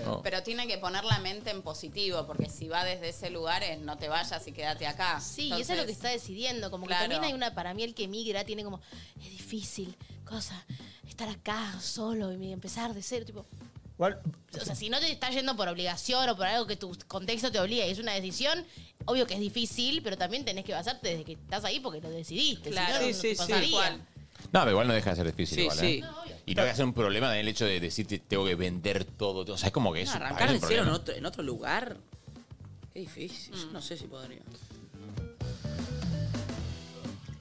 S4: oh.
S7: Pero tiene que poner la mente en positivo, porque si va desde ese lugar es no te vayas y quédate acá.
S10: Sí, y eso es lo que está decidiendo. Como que también hay una, para mí el que migra tiene como, es difícil, cosa, estar acá solo y empezar de cero, tipo...
S6: Igual,
S10: O sea, si no te estás yendo por obligación o por algo que tu contexto te obliga y es una decisión, obvio que es difícil, pero también tenés que basarte desde que estás ahí porque lo decidiste.
S7: Claro.
S10: si no, no
S7: Sí, sí,
S10: te
S7: sí.
S10: pasaría.
S7: Tal cual.
S2: No, pero igual no deja de ser difícil.
S7: Sí,
S2: igual,
S7: sí.
S2: ¿eh? Y no hay que hacer un problema del hecho de decirte tengo que vender todo. O sea, es como que es
S4: No,
S2: un-
S4: arrancar
S2: es un
S4: de cero en
S2: problema.
S4: otro, en otro lugar. Qué difícil. Yo no sé si podría.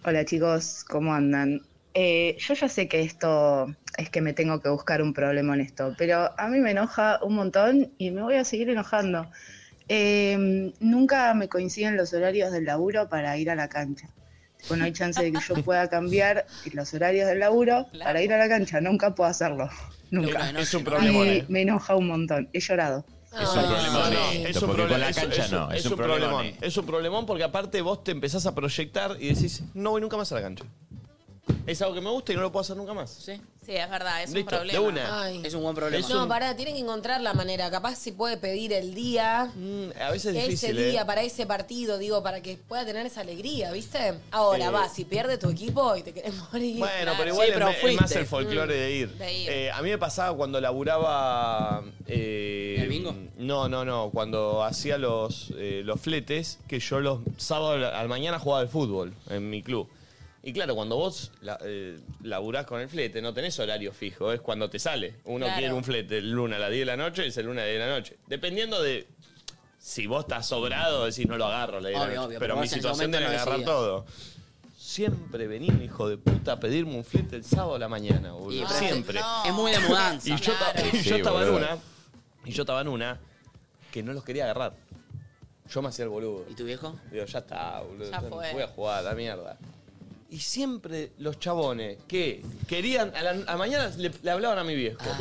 S24: Hola chicos, ¿cómo andan? Eh, yo ya sé que esto es que me tengo que buscar un problema en esto, pero a mí me enoja un montón y me voy a seguir enojando. Eh, nunca me coinciden los horarios del laburo para ir a la cancha. Tipo, no hay chance de que yo pueda cambiar los horarios del laburo para ir a la cancha. Nunca puedo hacerlo. Nunca.
S2: Es un problema,
S24: Y
S2: ¿eh?
S24: me enoja un montón. He llorado.
S2: Es un problema honesto,
S5: es
S2: porque
S5: un
S2: con
S5: problema-
S2: la
S5: es-
S2: cancha
S5: es un-
S2: no. Es,
S5: es
S2: un eh.
S5: un
S2: problema
S5: problemón.
S2: honesto.
S5: Es un problemón porque aparte vos te empezás a proyectar y decís, no voy nunca más a la cancha. Es algo que me gusta y no lo puedo hacer nunca más.
S4: Sí.
S7: Sí, es verdad, es
S5: Listo,
S7: un problema.
S5: de una.
S7: Ay.
S4: Es un buen
S5: problema.
S3: No, pará, tienen que encontrar la manera. Capaz si puede pedir el día.
S5: Mm, a veces es difícil,
S3: Ese día
S5: ¿eh?
S3: para ese partido, digo, para que pueda tener esa alegría, ¿viste? Ahora
S5: Eh.
S3: va, si pierde tu equipo y te querés morir.
S5: Bueno, pero igual es, me- es más
S2: Mm.
S5: el folclore de ir.
S3: De ir.
S5: Eh, a mí me pasaba cuando laburaba. eh,
S3: ¿El bingo?
S5: No, no, no. Cuando hacía los, eh, los fletes, que yo los sábados a la mañana jugaba al fútbol en mi club. Y claro, cuando vos la- eh, laburás con el flete, no tenés horario fijo, es cuando te sale. Uno
S2: Claro.
S5: quiere un flete el lunes a las 10 de la noche, es el lunes a las 10 de la noche. Dependiendo de si vos estás sobrado, decís no lo agarro a las 10 de la
S2: Obvio,
S5: noche.
S2: obvio, pero
S5: pero mi
S2: vos en ese
S5: situación
S2: momento
S5: de
S2: no
S5: agarrar
S2: decidías.
S5: todo. Siempre venía hijo de puta a pedirme un flete el sábado a la mañana, boludo.
S4: Y, pero
S5: Siempre.
S4: es- no. Es muy de mudanza.
S5: y yo, ta-
S4: Claro.
S5: y yo
S2: Sí,
S5: estaba en
S2: boludo.
S5: una. Y yo estaba en una que no los quería agarrar. Yo me hacía el boludo. ¿Y
S4: tu viejo?
S5: Digo, ya está, boludo.
S2: Ya
S5: no
S2: fue.
S5: Voy a jugar, la mierda. Y siempre los chabones que querían, a la a mañana le, le hablaban a mi viejo. Y yo,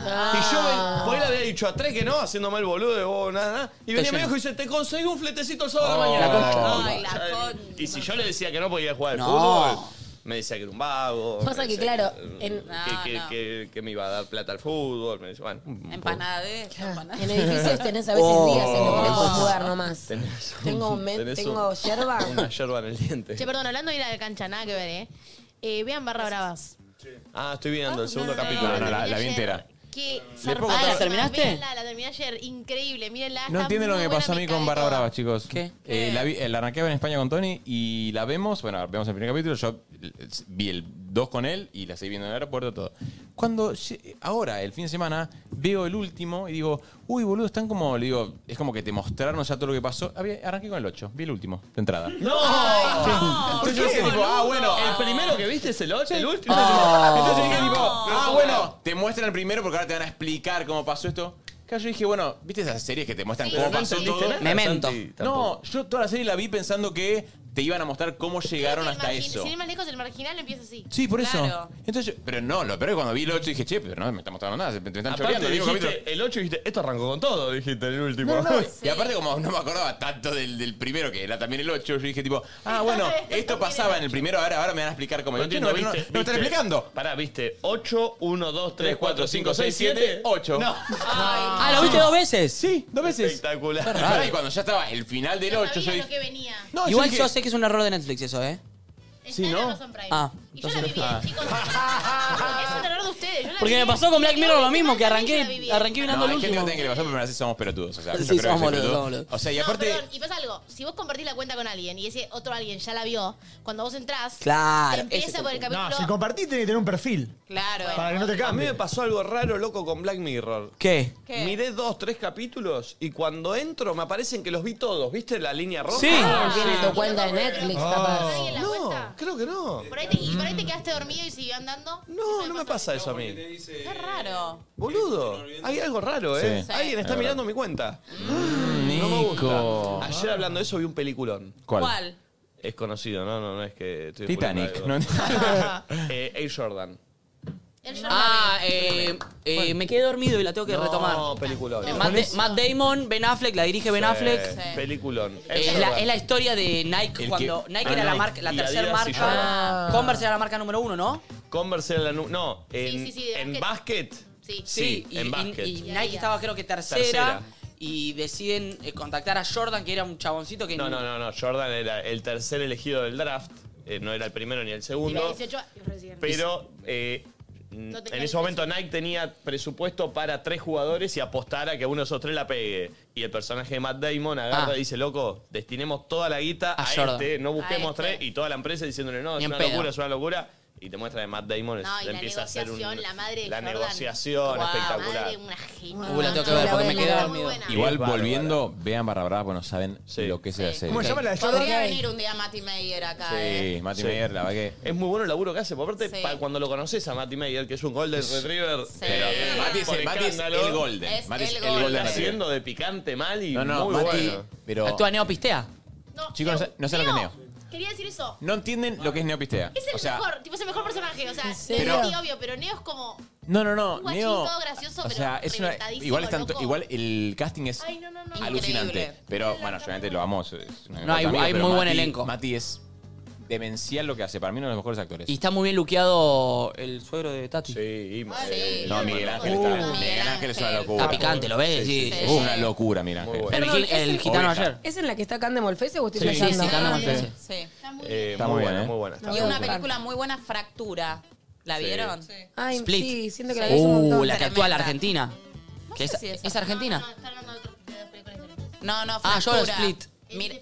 S15: Ah.
S5: me- por él había dicho a tres que no, haciendo mal boludo, de vos, nada, nada. Y venía
S2: lleno.
S5: mi viejo y dice, te conseguí un fletecito el sábado a la
S2: Oh,
S5: mañana.
S2: la concha.
S5: Ay, ya- y si yo le decía que no podía jugar al
S2: No.
S5: fútbol, me decía que era un vago.
S3: Pasa
S5: me
S3: que,
S5: decía
S3: claro,
S5: que,
S3: en-
S5: que-
S3: No,
S5: que-
S3: no.
S5: que- que me iba a dar plata al fútbol. Me decía, bueno,
S7: Empanada de esto, empanada.
S3: En edificios tenés a veces
S5: Oh.
S3: días en los que no podés jugar nomás.
S5: Tenés
S3: Tengo un men-
S5: tenés
S3: tengo yerba.
S5: Una yerba en el diente.
S10: Che, perdón, hablando de ir a la cancha, nada que ver, ¿eh? Eh, vean Barra Bravas.
S5: Ah, estoy viendo el segundo capítulo.
S2: No, no, la- la vi entera.
S10: Qué
S2: ¿Le puedo
S10: zarpada.
S2: contar? ¿La
S4: terminaste?
S10: Mírenla, la terminé ayer, increíble, mírenla.
S2: No
S10: está
S2: entienden lo
S10: muy
S2: que
S10: buena,
S2: pasó a
S10: me
S2: mí con
S10: cae
S2: Barra
S10: todo.
S2: Brava, chicos. ¿Qué? la, vi- eh, la arranqueaba en España con Tony y la vemos. Bueno, vemos el primer capítulo. Yo eh, vi el 2 con él y la seguí viendo en el aeropuerto. todo. Cuando lle- ahora, el fin de semana, veo el último y digo, uy, boludo, están como, le digo, es como que te mostraron ya todo lo que pasó. Había- arranqué con el 8, vi el último, de entrada.
S5: ¡No!
S2: Oh.
S5: Entonces yo dije, tipo, ah, bueno, el primero que viste es el otro, el último.
S2: Oh. No.
S5: Entonces yo dije, tipo, ah, bueno,
S2: Te muestran el primero porque ahora te van a explicar cómo pasó esto. Claro, yo dije, bueno, ¿viste esas series que te muestran
S5: Sí,
S2: cómo
S5: pero no
S2: pasó
S5: entendiste
S2: todo?
S5: nada, Memento. Santi,
S2: No, yo toda la serie la vi pensando que te iban a mostrar cómo llegaron hasta
S10: Margin-
S2: eso.
S10: Sin ir más lejos, el marginal empieza así.
S2: Sí, por eso. Entonces, yo- pero no, lo peor es que cuando vi el 8 dije, che, pero no me está mostrando nada, se- me están choreando.
S5: Aparte,
S2: digo, capítulo.
S5: dijiste, el 8 dijiste, esto arrancó con todo, dijiste en el último.
S2: No, no, Y aparte, como no me acordaba tanto del, del primero, que era también el 8, yo dije, tipo, ah, bueno, esto pasaba en el primero, ahora, ahora me van a explicar cómo.
S5: No
S2: Yo,
S5: entiendo,
S2: no,
S5: viste,
S2: no, no, me están
S5: viste.
S2: explicando.
S5: Pará, viste, 8, 1, 2, 3, 4, 5, 6,
S2: 7,
S5: 7,
S2: 8.
S5: No.
S4: Ah, ¿lo viste dos veces?
S2: Sí, dos veces.
S5: Espectacular.
S2: Y cuando ya estaba Ah, el final del 8, yo
S10: Sabía
S2: dije,
S10: lo que venía.
S2: No,
S4: Igual
S2: yo
S4: yo,
S2: dije-
S4: sé que es un error de Netflix eso, ¿eh?
S10: Sí, ¿no? Amazon Prime.
S4: Ah,
S10: Y yo la viví,
S4: Ah.
S10: chicos. es un error de ustedes. Yo la
S4: Porque me
S10: viví.
S4: pasó con Black Mirror lo mismo, que
S10: la
S4: arranqué,
S10: viví.
S4: arranqué mirando
S2: no,
S4: el
S2: hay gente que
S4: último.
S2: no tiene que le pasar, pero así somos pelotudos. O sea, yo
S4: Sí,
S2: creo que
S4: somos
S2: soy
S4: boludos,
S2: pelotudo.
S4: somos boludos.
S2: O sea, y
S10: No,
S2: aparte,
S10: perdón, y pasa algo. Si vos compartís la cuenta con alguien y ese otro alguien ya la vio, cuando vos entrás,
S5: Claro,
S10: te
S5: ese
S10: empieza por el capítulo.
S6: No, si compartís tenés que tener un perfil.
S10: Claro.
S6: Para que no te
S5: A mí
S6: cambie.
S5: me pasó algo raro, loco, con Black Mirror.
S4: ¿Qué?
S10: ¿Qué?
S5: Miré dos, tres capítulos y cuando entro me aparecen que los vi todos. ¿Viste la línea roja?
S4: Sí. Ah,
S3: tiene tu cuenta de Netflix,
S10: ¿Nadie la cuenta?
S5: Creo que no.
S10: Por ahí, te, y por ahí te quedaste dormido y siguió andando.
S5: No, no me pasa eso a mí.
S10: Es raro.
S5: Boludo, hay algo raro, ¿eh?
S2: Sí.
S5: Alguien está
S2: Es
S5: mirando mi cuenta. No me
S2: Nico.
S5: gusta. Ayer hablando de eso vi un peliculón.
S7: ¿Cuál?
S5: Es conocido, no, no, no es que... estoy
S2: Titanic,
S5: descubriendo algo. eh, Air Jordan.
S4: Ah, eh, eh, me quedé dormido y la tengo que
S5: No,
S4: retomar.
S5: peliculón.
S4: Eh, Matt, Da- Matt Damon, Ben Affleck, la dirige Ben
S5: Sí,
S4: Affleck.
S5: Peliculón.
S4: Eh, Es la, es la historia de Nike cuando Nike
S5: Ah,
S4: era la
S5: Nike.
S4: marca, la
S5: Y
S4: tercera
S5: Adidas y
S4: marca.
S5: Jordan.
S4: Converse era la marca número uno, ¿no?
S5: Converse era la... nu- No, en,
S4: sí, sí, de
S5: en
S4: básquet.
S5: basket.
S10: Sí.
S4: Sí, y,
S5: en
S4: y-
S5: basket.
S4: y Nike estaba creo que tercera,
S5: Tercera.
S4: y deciden eh, contactar a Jordan, que era un chaboncito que
S5: No, no, no, no. Jordan era el tercer elegido del draft. eh, no era el primero ni el
S10: Tenía
S5: segundo.
S10: 18 y recién.
S5: Pero eh,
S10: tenía
S5: en ese momento Nike tenía presupuesto para tres jugadores y apostar a que uno de esos tres la pegue. Y el personaje de Matt Damon agarra
S4: Ah.
S5: y dice, loco, destinemos toda la guita a,
S4: Jordan.
S5: este, no
S10: A
S5: busquemos
S10: este.
S5: tres. Y toda la empresa diciéndole, no,
S4: Ni
S5: es
S4: en
S5: una
S4: pedo.
S5: locura, es una locura. Y te muestra que Matt Damon es-
S10: No, y la
S5: empieza a hacer un...
S10: negociación, la madre de
S5: la
S10: Jordan.
S5: negociación
S10: Guau,
S5: espectacular.
S10: madre, una genia.
S4: Uh, la tengo que ver porque me quedé dormido.
S2: igual volviendo, vean Barra Brava, porque no saben lo que se hace.
S6: ¿Cómo se llama la de
S7: Podría
S6: Jordan?
S7: venir un día Mati Meyer acá, ¿eh?
S2: Sí, Mati Meyer, la verdad que...
S5: Es muy bueno el laburo que hace, por aparte,
S7: Sí.
S5: pa- cuando lo conoces a Matty Mayer, que es un Golden Retriever.
S2: Pero Mati es,
S5: por
S2: el, Mati es
S5: escándalo.
S2: el Golden.
S7: Es
S2: Mati es
S7: el
S2: el
S7: Golden.
S2: Golden. Retriever.
S5: Haciendo de picante mal y
S2: No, no,
S5: muy
S2: Mati,
S5: bueno.
S2: pero...
S4: ¿Actúa Neo Pistea?
S2: Chicos, no sé, no sé lo que es Neo.
S10: Quería decir eso.
S2: No entienden lo que es Neopistea.
S10: Es el
S2: o sea,
S10: mejor, tipo, es el mejor personaje. O sea, es
S2: serio?
S10: obvio, pero Neo es como.
S2: no, no, no.
S10: Un guachín
S2: Neo.
S10: todo gracioso,
S2: o sea,
S10: pero
S2: es una.
S10: reventadísimo,
S2: Igual, es tanto-
S10: loco.
S2: igual el casting es
S10: Ay, no, no, no.
S2: alucinante.
S10: Increíble.
S2: Pero bueno, obviamente lo amo. es una gran
S4: hay-
S2: amiga,
S4: hay
S2: pero
S4: muy buen
S2: Mati-
S4: elenco.
S2: Mati es demencial lo que hace. Para mí, uno de los mejores actores.
S4: Y está muy bien luqueado el suegro de Tati.
S3: Ah,
S5: Sí,
S2: no, Miguel Ángel
S3: Uh,
S2: está. Miguel Ángel es una locura.
S4: Está picante, ¿lo ves? Sí, sí,
S2: Es
S4: sí.
S2: una locura, Miguel Ángel.
S4: bueno. El gi- el gitano
S2: Oveja.
S4: ayer.
S3: ¿Es en la que está Cande Molfese o estoy
S2: Sí, sí,
S3: flasheando?
S2: sí, Cande
S3: Ah,
S2: Molfese.
S7: Sí.
S5: Eh,
S2: Está
S5: muy,
S2: muy
S5: buena,
S2: bien, ¿eh?
S5: muy buena. está
S7: Y
S5: muy
S7: una
S5: buena.
S7: película muy buena, Fractura. ¿La
S5: Sí.
S7: vieron?
S3: Ay,
S4: Split.
S3: sí, siento que la vi hace un
S4: Uh,
S3: montón.
S4: la que actúa la
S7: Tremenda.
S4: Argentina. Que es,
S7: si es
S4: es argentina?
S7: No, no,
S4: Ah, yo
S7: Fractura.
S4: la Split.
S7: Mira-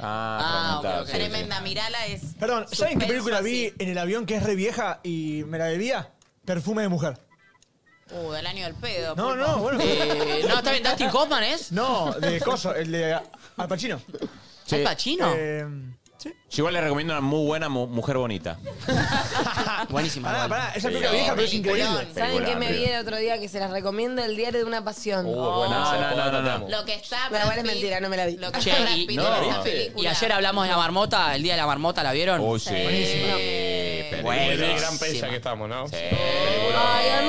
S2: Ah,
S7: Ah,
S2: fragmentado,
S7: ok,
S2: sí,
S7: Tremenda, mirala es.
S6: Perdón, ¿saben qué
S7: suspenso
S6: película vi
S7: así.
S6: en el avión que es re vieja y me la bebía? Perfume de mujer.
S7: Uh, del año del pedo.
S6: No,
S7: pulpo.
S6: no, bueno.
S4: Eh, no, está bien, Dustin Hoffman es.
S6: No, de Coso, el de Al Pacino.
S2: Sí.
S4: Al Pacino.
S6: Eh,
S2: Yo igual le recomiendo una muy buena mu- mujer bonita.
S4: Buenísima.
S6: Pará,
S4: igual.
S6: pará, esa
S2: Sí,
S6: película vieja, pero es increíble.
S3: ¿Saben qué me
S2: Peliculón,
S3: vi el otro día? Que se las recomienda el diario de una pasión.
S5: Uh,
S3: Oh.
S5: buena,
S4: Ah,
S2: No,
S5: esa
S2: no,
S5: época
S2: no,
S5: la
S2: no,
S5: amo.
S7: Lo que está.
S3: Pero
S7: Brad
S3: igual es
S7: Pitt-
S3: mentira, no me la vi.
S7: Lo que
S4: Che,
S7: está Brad
S4: y-
S7: Pitt
S2: no,
S7: en esa
S2: no.
S7: película.
S4: Y ayer hablamos de la marmota, el día de la marmota, ¿la vieron?
S2: Uy, Oh, sí. Buenísima.
S5: Bueno,
S2: Buenísima.
S5: el gran pesa que estamos, ¿no?
S3: Ay, a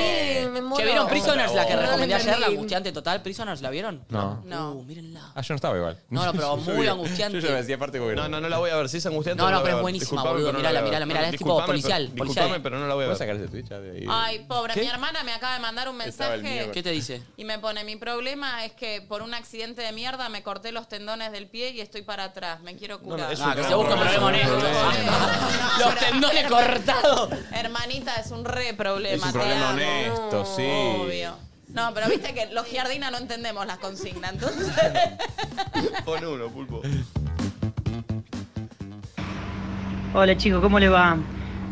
S3: mí me muero.
S4: Che, ¿vieron Prisoners, la que
S3: No la
S4: recomendé ayer, la
S3: entendí.
S4: angustiante total? ¿Prisoners, la vieron?
S2: No.
S7: No.
S4: Uh, mírenla.
S2: Ah, yo no estaba igual.
S4: No, no, pero muy angustiante.
S2: Yo ya me decía aparte porque.
S5: No, no, no la voy a ver. Si es angustiante,
S4: No, no,
S5: la voy
S4: pero
S5: a
S4: es
S5: ver.
S4: buenísima,
S5: Disculpame,
S4: boludo.
S5: pero no
S4: Mirala,
S5: la voy a ver.
S4: mirala, mirala. Es tipo
S5: Disculpame,
S4: policial,
S5: pero-
S4: policial.
S5: Disculpame, pero no la voy a
S2: ¿Puedes
S5: ver.
S2: sacar ese Twitch? Ah, de ahí.
S7: Ay, pobre,
S4: ¿Qué?
S7: mi hermana me acaba de mandar un
S5: Estaba el
S7: mensaje
S5: miedo.
S4: ¿Qué te dice?
S7: y me pone, mi problema es que por un accidente de mierda me corté los tendones del pie y estoy para atrás, me quiero curar.
S5: no, es
S4: Ah,
S5: un
S4: que
S5: gran
S4: se busca un problema
S5: problema,
S4: honesto.
S5: un
S7: problema.
S4: Los tendones cortados.
S7: Hermanita, es un re problema.
S2: Es un
S7: te
S2: problema
S7: amo.
S4: ¿eh?
S2: honesto, sí.
S7: Obvio. No, pero viste que los giardinas no entendemos las consignas, entonces.
S5: Pon uno, pulpo.
S25: Hola chicos, ¿cómo les va?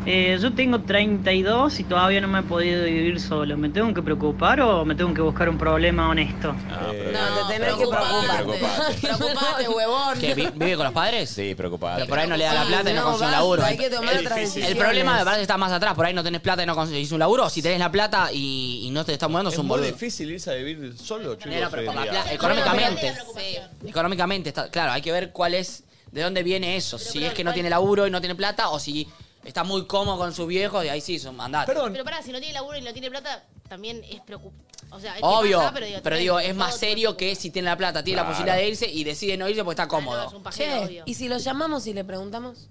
S25: Eh, yo tengo 32 y todavía no me he podido vivir solo. ¿Me tengo que preocupar o me tengo que buscar un problema honesto?
S2: Ah, pero-
S3: No, te tenés que
S2: preocupate,
S3: preocupar.
S7: Preocupate, huevón.
S4: ¿Qué, vi- ¿Vive con los padres?
S2: Sí, preocupada.
S4: Pero por ahí no le da la plata y no consigue un laburo.
S3: Hay que tomar otras
S4: El
S3: decisiones.
S4: problema me parece que está más atrás. Por ahí no tenés plata y no conseguís un laburo. Si tenés la plata y, y no te estás mudando,
S5: Es
S4: son
S5: muy
S4: boludo.
S5: difícil irse a vivir solo, chicos.
S4: No, no, pero
S5: hoy
S4: por la
S5: día.
S4: plata- económicamente.
S7: Sí.
S4: Económicamente, está, claro, hay que ver cuál es de dónde viene eso. si es que no tiene laburo y no tiene plata o si está muy cómodo con sus viejos y ahí sí, son mandate.
S10: Pero pará, si no tiene laburo y no tiene plata, también es preocupante. O sea, es que
S4: Obvio,
S10: pasa,
S4: pero digo,
S10: también
S4: es más
S10: todo-
S4: serio que si tiene la plata, tiene la
S10: Claro.
S4: posibilidad de irse y decide no irse porque está cómodo.
S10: pajero, obvio.
S3: ¿y si lo llamamos y le preguntamos?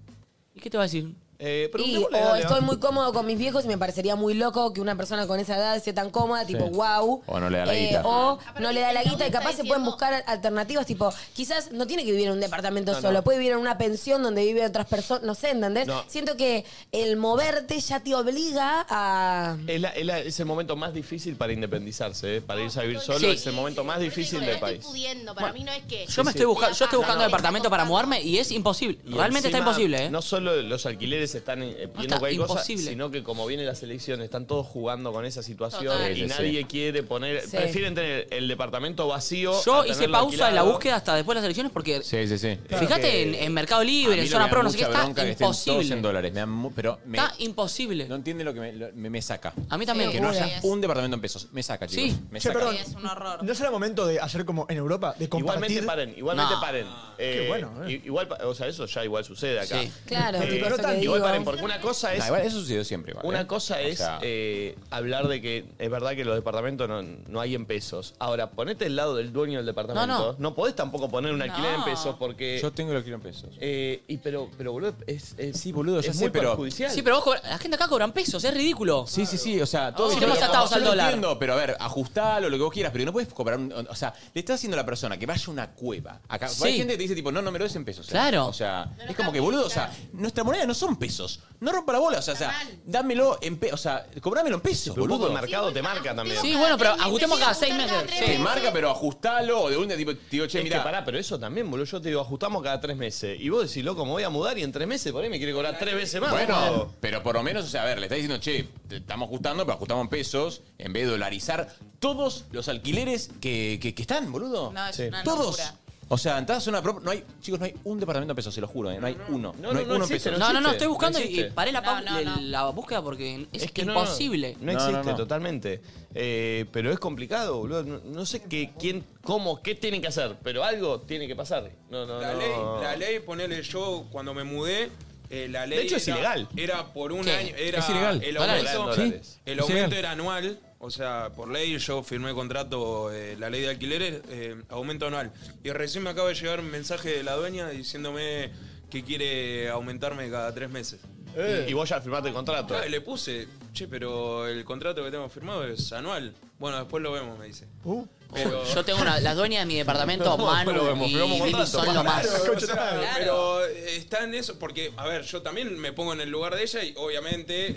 S4: ¿Y qué te va a decir?
S2: Eh,
S3: Y, o estoy muy cómodo con mis viejos y me parecería muy loco que una persona con esa edad esté tan cómoda, tipo,
S2: Sí.
S3: wow.
S2: O no le da la
S3: Eh,
S2: guita.
S3: O no le da la guita y capaz se pueden buscar alternativas, tipo, quizás no tiene que vivir en un departamento
S2: No,
S3: solo,
S2: no.
S3: puede vivir en una pensión donde vive otras personas, no sé, ¿entendés?
S5: No.
S3: Siento que el moverte ya te obliga a...
S5: Es, la- es la- es el momento más difícil para independizarse, ¿eh? para irse a vivir solo.
S4: Sí.
S5: Es el momento más difícil del país.
S10: pudiendo, para mí no es que.
S4: Yo me estoy buscando, yo estoy buscando departamento para mudarme y es imposible.
S5: Y
S4: Realmente está
S5: encima,
S4: imposible, ¿eh?
S5: No solo los alquileres están eh, pidiendo
S4: está,
S5: cualquier cosa,
S4: imposible.
S5: sino que como vienen las elecciones, están todos jugando con esa situación
S4: Total.
S5: y
S4: Sí, sí, sí.
S5: nadie quiere poner.
S4: Sí.
S5: Prefieren tener el departamento vacío. a
S4: Yo
S5: tenerlo
S4: hice pausa en la
S5: alquilado.
S4: búsqueda hasta después de las elecciones porque.
S2: Sí, sí, sí.
S4: Fíjate en, en Mercado
S2: A mí
S4: Libre, en
S2: lo
S4: Zona
S2: que me da
S4: Pro, no sé qué,
S2: mucha
S4: está
S2: bronca es que estén todos en
S4: imposible.
S2: dólares. Me dan mu- pero me-
S4: Está imposible.
S2: No entiende lo que me, lo- me- me saca.
S4: A mí también.
S2: Que no
S4: Seguro.
S2: haya un departamento en pesos. Me saca, chicos.
S4: Sí.
S2: Me
S6: Che,
S2: saca.
S6: perdón.
S2: Sí,
S6: un horror. ¿No será momento de hacer como en Europa? De compartir.
S5: Igualmente paren, igualmente
S6: No.
S5: paren.
S6: Qué
S5: Eh,
S6: bueno,
S5: i- Igual, pa- o sea, eso ya igual sucede acá.
S6: Sí.
S3: Claro,
S5: Eh,
S3: tipo, eso que
S5: igual
S3: digo.
S5: paren, porque una cosa es.
S2: Ah, igual eso sucedió siempre. igual,
S5: Una
S2: ¿eh?
S5: cosa
S2: O
S5: es
S2: sea,
S5: eh, hablar de que es verdad que los departamentos no, no hay en pesos. Ahora, ponete del lado del dueño del departamento.
S2: No, no.
S5: podés tampoco poner un alquiler
S2: No.
S5: en pesos porque.
S2: yo tengo lo que quiero en pesos.
S5: Eh, y pero, pero boludo, es, es-
S2: Sí, boludo, ya
S5: es
S2: sé,
S5: muy
S2: pero-
S5: perjudicial.
S4: Sí, pero vos cobra- la gente acá cobran pesos, es ridículo. Ah,
S2: Sí, sí, sí, o sea,
S4: todos estamos
S2: Pero,
S4: atados
S2: yo
S4: al
S2: lo
S4: dólar.
S2: entiendo, pero a ver, ajustalo, lo que vos quieras, pero no puedes cobrar un- O sea, le estás haciendo a la persona que vaya a una cueva. Acá,
S4: Sí.
S2: Hay gente que te dice, tipo, no, no me lo des en pesos. ¿eh?
S4: Claro.
S2: O sea, es como que, boludo, o sea, nuestra moneda no son pesos. No rompa la bola, o sea, o sea, dámelo en pesos. O sea, cobrámelo en pesos,
S5: Pero un poco
S2: boludo.
S5: el mercado te marca también.
S4: Sí, bueno, pero ajustemos cada seis meses.
S2: Sí, te marca, pero ajustalo. o De un tipo, te digo, che,
S5: Es que
S2: mira.
S5: pará, pero eso también, boludo. Yo te digo, ajustamos cada tres meses. Y vos decís, loco, me voy a mudar y en tres meses por ahí me quiere cobrar tres veces más.
S2: Bueno, pero por lo menos, o sea, a ver, le está diciendo, che, te estamos ajustando, pero ajustamos en pesos, en vez de dolarizar todos los alquileres que, que- que están, boludo.
S11: No, es
S2: Sí.
S11: una
S2: Todos.
S11: locura.
S2: O sea, entras a una prop- No hay, chicos, no hay un departamento en pesos, se lo juro, eh, no hay uno. No,
S5: no,
S2: hay
S5: no
S2: uno en
S5: existe,
S2: pesos.
S4: No, no, no, estoy
S5: existe,
S4: buscando
S5: no
S4: y- y
S5: existe.
S4: paré la, pau-
S11: No, no, no.
S4: la búsqueda porque es,
S5: Es que no, no,
S4: imposible.
S5: No, existe,
S2: no.
S5: totalmente. Eh, pero es complicado, boludo. No, no sé qué, quién, cómo, qué tienen que hacer, pero algo tiene que pasar. No, no,
S9: La
S5: no.
S9: ley, la ley, ponele yo cuando me mudé, eh, la ley.
S5: De hecho, es
S9: era-
S5: ilegal.
S9: Era por un
S5: ¿Qué?
S9: año. Era
S5: Es ilegal.
S9: El
S5: Dólares.
S9: aumento,
S5: Dólares.
S9: el
S5: Sí. Es
S9: aumento
S5: ilegal.
S9: era anual. O sea, por ley yo firmé contrato, eh, la ley de alquileres, eh, aumento anual. Y recién me acaba de llegar un mensaje de la dueña diciéndome que quiere aumentarme cada tres meses.
S5: Eh. Y vos ya firmaste el contrato.
S9: Claro, y le puse, che, pero el contrato que tengo firmado es anual. Bueno, después lo vemos, me dice.
S5: Uh.
S9: Pero-
S4: Yo tengo una, la dueña de mi departamento,
S9: No, pero
S4: Manu
S9: vemos,
S4: y
S9: pero vemos
S4: Lili
S9: contrato,
S4: son lo más.
S9: claro, o sea, Pero está en eso, porque, a ver, yo también me pongo en el lugar de ella y obviamente.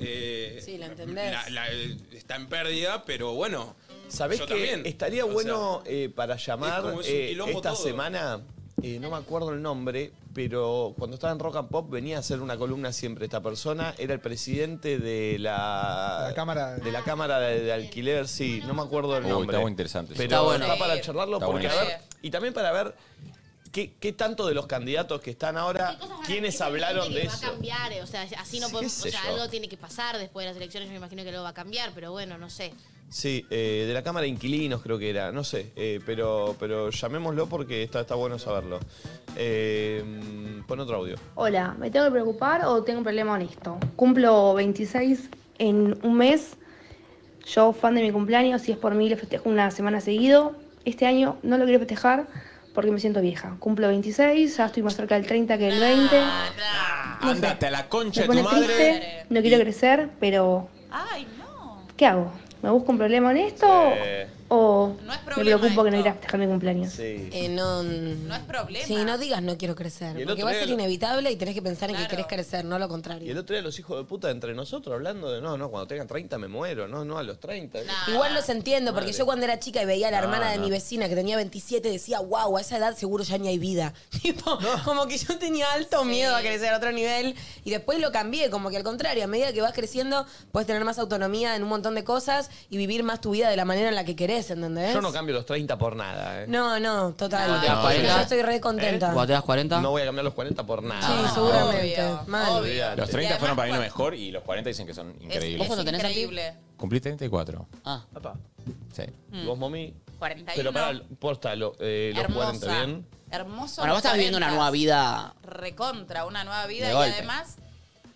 S9: eh,
S3: Sí, la entendés.
S9: la- la- eh, está en pérdida, pero bueno.
S5: ¿Sabés
S9: yo
S5: que
S9: también.
S5: estaría
S9: O sea,
S5: bueno eh, para llamar
S9: es como es un
S5: eh,
S9: quilombo
S5: esta
S9: todo.
S5: semana? eh, no me acuerdo el nombre, pero cuando estaba en Rock and Pop venía a hacer una columna siempre esta persona. Era el presidente de la,
S6: La cámara de-
S5: de, la cámara de, de alquiler, sí. No me acuerdo el
S2: Uy,
S5: nombre.
S2: está muy interesante.
S5: Pero
S2: Está
S5: está,
S2: bueno.
S5: para charlarlo
S2: Está
S5: porque a
S2: buenísimo.
S5: ver, y también para ver qué, qué tanto de los candidatos que están ahora, quiénes hablaron de
S10: que Va a
S5: eso.
S10: cambiar, eh, o sea, así no
S5: Sí,
S10: podemos.
S5: qué
S10: O
S5: sé
S10: sea,
S5: yo.
S10: algo tiene que pasar después de las elecciones. Yo me imagino que algo va a cambiar, pero bueno, no sé.
S5: Sí, eh, de la Cámara de Inquilinos creo que era, no sé, eh, pero, pero llamémoslo porque está, está bueno saberlo. Eh, mm, pon otro audio.
S13: Hola, ¿me tengo que preocupar o tengo un problema honesto? Cumplo 26 en un mes. Yo, fan de mi cumpleaños, si es por mí, lo festejo una semana seguido. Este año no lo quiero festejar porque me siento vieja. Cumplo 26, ya estoy más cerca del 30 que del 20.
S2: Andate a la concha
S13: Me
S2: de Ah, tu
S13: pone
S2: madre. Eh,
S13: triste, no quiero crecer, pero. ¿Qué hago? ¿Me busco un problema honesto o me preocupo que no ir a festejar mi cumpleaños?
S3: Eh, no, no es
S11: problema.
S3: Sí, no digas no quiero crecer,
S5: Y el
S3: porque
S5: otro
S3: va a
S5: día
S3: ser
S5: lo-
S3: inevitable y tenés que pensar en que querés crecer, no lo
S5: Y
S3: contrario.
S5: el otro día los hijos de puta entre nosotros hablando de, no, no, cuando tengan 30 me muero, no, no, a los 30.
S3: Igual los entiendo, porque
S5: Madre.
S3: yo cuando era chica y veía a la
S5: No,
S3: hermana de
S5: no.
S3: mi vecina que tenía 27, decía, wow, a esa edad seguro ya ni hay vida. Tipo, como que yo tenía alto miedo a crecer a otro nivel y después lo cambié, como que al contrario, a medida que vas creciendo, puedes tener más autonomía en un montón de cosas y vivir más tu vida de la manera en la que querés, ¿entendés?
S5: Yo no cambio los 30 por nada, ¿eh?
S3: No, no, total.
S5: No, te das
S3: Yo
S5: 40.
S3: ya estoy re contenta.
S5: ¿Cuando
S4: te das 40?
S5: No voy a cambiar los 40 por nada.
S3: Sí, seguramente. Mal.
S2: Los 30 fueron para mí lo mejor y los 40 dicen que son increíbles.
S11: Es
S4: increíble.
S2: Cumplí 34.
S4: Ah.
S2: Sí.
S5: Y Vos, mami.
S3: Mm.
S11: 41.
S5: Pero para, postalo, eh, los
S11: Hermosa.
S5: 40, ¿bien?
S11: Hermoso.
S4: Bueno, vos estás viviendo una nueva vida
S7: recontra una nueva vida
S26: De
S7: y
S26: golpe.
S7: además,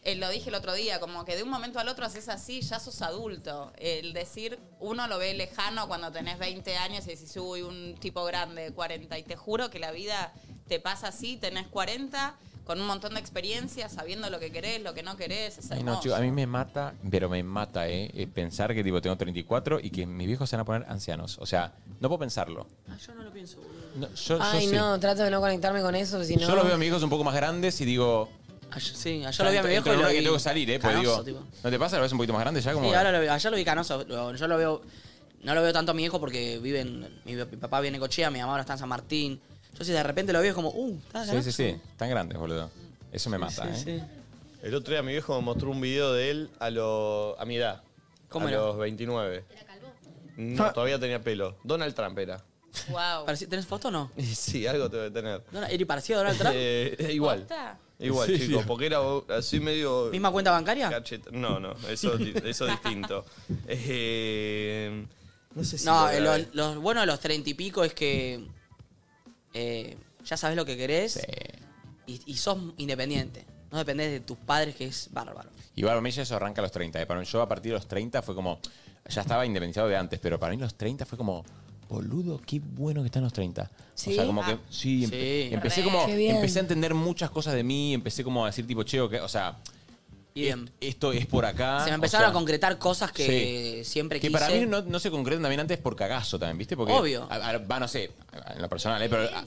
S7: eh, lo dije el otro día, como que de un momento al otro haces así, ya sos adulto. El decir, uno lo ve lejano cuando tenés 20 años y decís, uy, un tipo grande de 40 y te juro que la vida te pasa así, tenés 40 con un montón de experiencias, sabiendo lo que querés, lo que no querés, es
S2: Ay, no,
S7: hermoso.
S2: chico, a mí me mata, pero me mata, ¿eh? eh, Pensar que tipo tengo 34 y que mis viejos se van a poner ancianos. O sea, no puedo pensarlo.
S4: yo no lo pienso, boludo.
S2: No, yo, yo
S3: Ay,
S2: sí.
S3: no, trato de no conectarme con eso, si no.
S2: Yo los veo a mis hijos un poco más grandes y digo.
S4: Ah, sí, ayer lo vi a mi
S2: entro-
S4: viejo
S2: entro en
S4: y lo
S2: una que
S4: vi
S2: tengo que salir, ¿eh? Porque
S4: canoso,
S2: digo,
S4: tipo.
S2: ¿No te pasa? ¿Lo ves un poquito más grande ya? Como
S4: Sí, ahora lo, ayer lo vi canoso. lo- Yo lo veo. No lo veo tanto a mi hijo porque viven. Mi, mi papá viene en Cochea, mi mamá ahora está en San Martín. Entonces de repente lo veo y es como, uh, está
S2: Sí,
S4: canoso.
S2: sí, sí. Tan grandes, boludo. Eso me mata,
S4: sí,
S2: ¿eh?
S5: El otro día mi viejo me mostró un video de él a, lo, a mi edad.
S4: ¿Cómo
S5: a
S4: era?
S5: los 29. ¿Era calvo?
S4: Ah.
S5: No, todavía tenía pelo. Donald Trump era.
S11: Wow.
S4: Pareci- ¿Tenés foto o no?
S5: Sí, algo te debe tener.
S4: Dona- ¿Eri parecido a Donald Trump?
S5: Eh, eh, igual.
S4: ¿Posta?
S5: Igual,
S4: Sí,
S5: chicos,
S4: sí.
S5: porque era así medio.
S4: ¿Misma cuenta bancaria?
S5: Cacheta- No, no, eso, di- eso es distinto. Eh, no sé si.
S4: No,
S5: lo
S4: eh, lo,
S5: grabé.
S4: lo bueno de los treinta y pico es que eh, ya sabes lo que querés y, y sos independiente. No dependés de tus padres, que es bárbaro.
S2: Y para mí ya eso arranca a los 30. ¿eh? Para mí, yo a partir de los 30 fue como. Ya estaba independizado de antes, pero para mí los 30 fue como. Boludo, qué bueno que están los 30.
S20: ¿Sí?
S2: O sea, como que.
S20: Ah.
S2: Sí, empe-
S20: Sí.
S2: empecé
S20: Re.
S2: como.
S20: Qué bien.
S2: Empecé a entender muchas cosas de mí, empecé como a decir, tipo, che, ok, o sea.
S4: Bien.
S2: est- Esto es por acá.
S4: Se me
S2: Ah, o
S4: empezaron
S2: sea,
S4: a concretar cosas que
S2: sí.
S4: siempre
S2: Que
S4: quise.
S2: para mí no, no se concretan también antes por cagazo también, ¿viste? Porque,
S4: Obvio.
S2: a- a- va, no sé, a- en lo personal, ¿eh? Pero, a-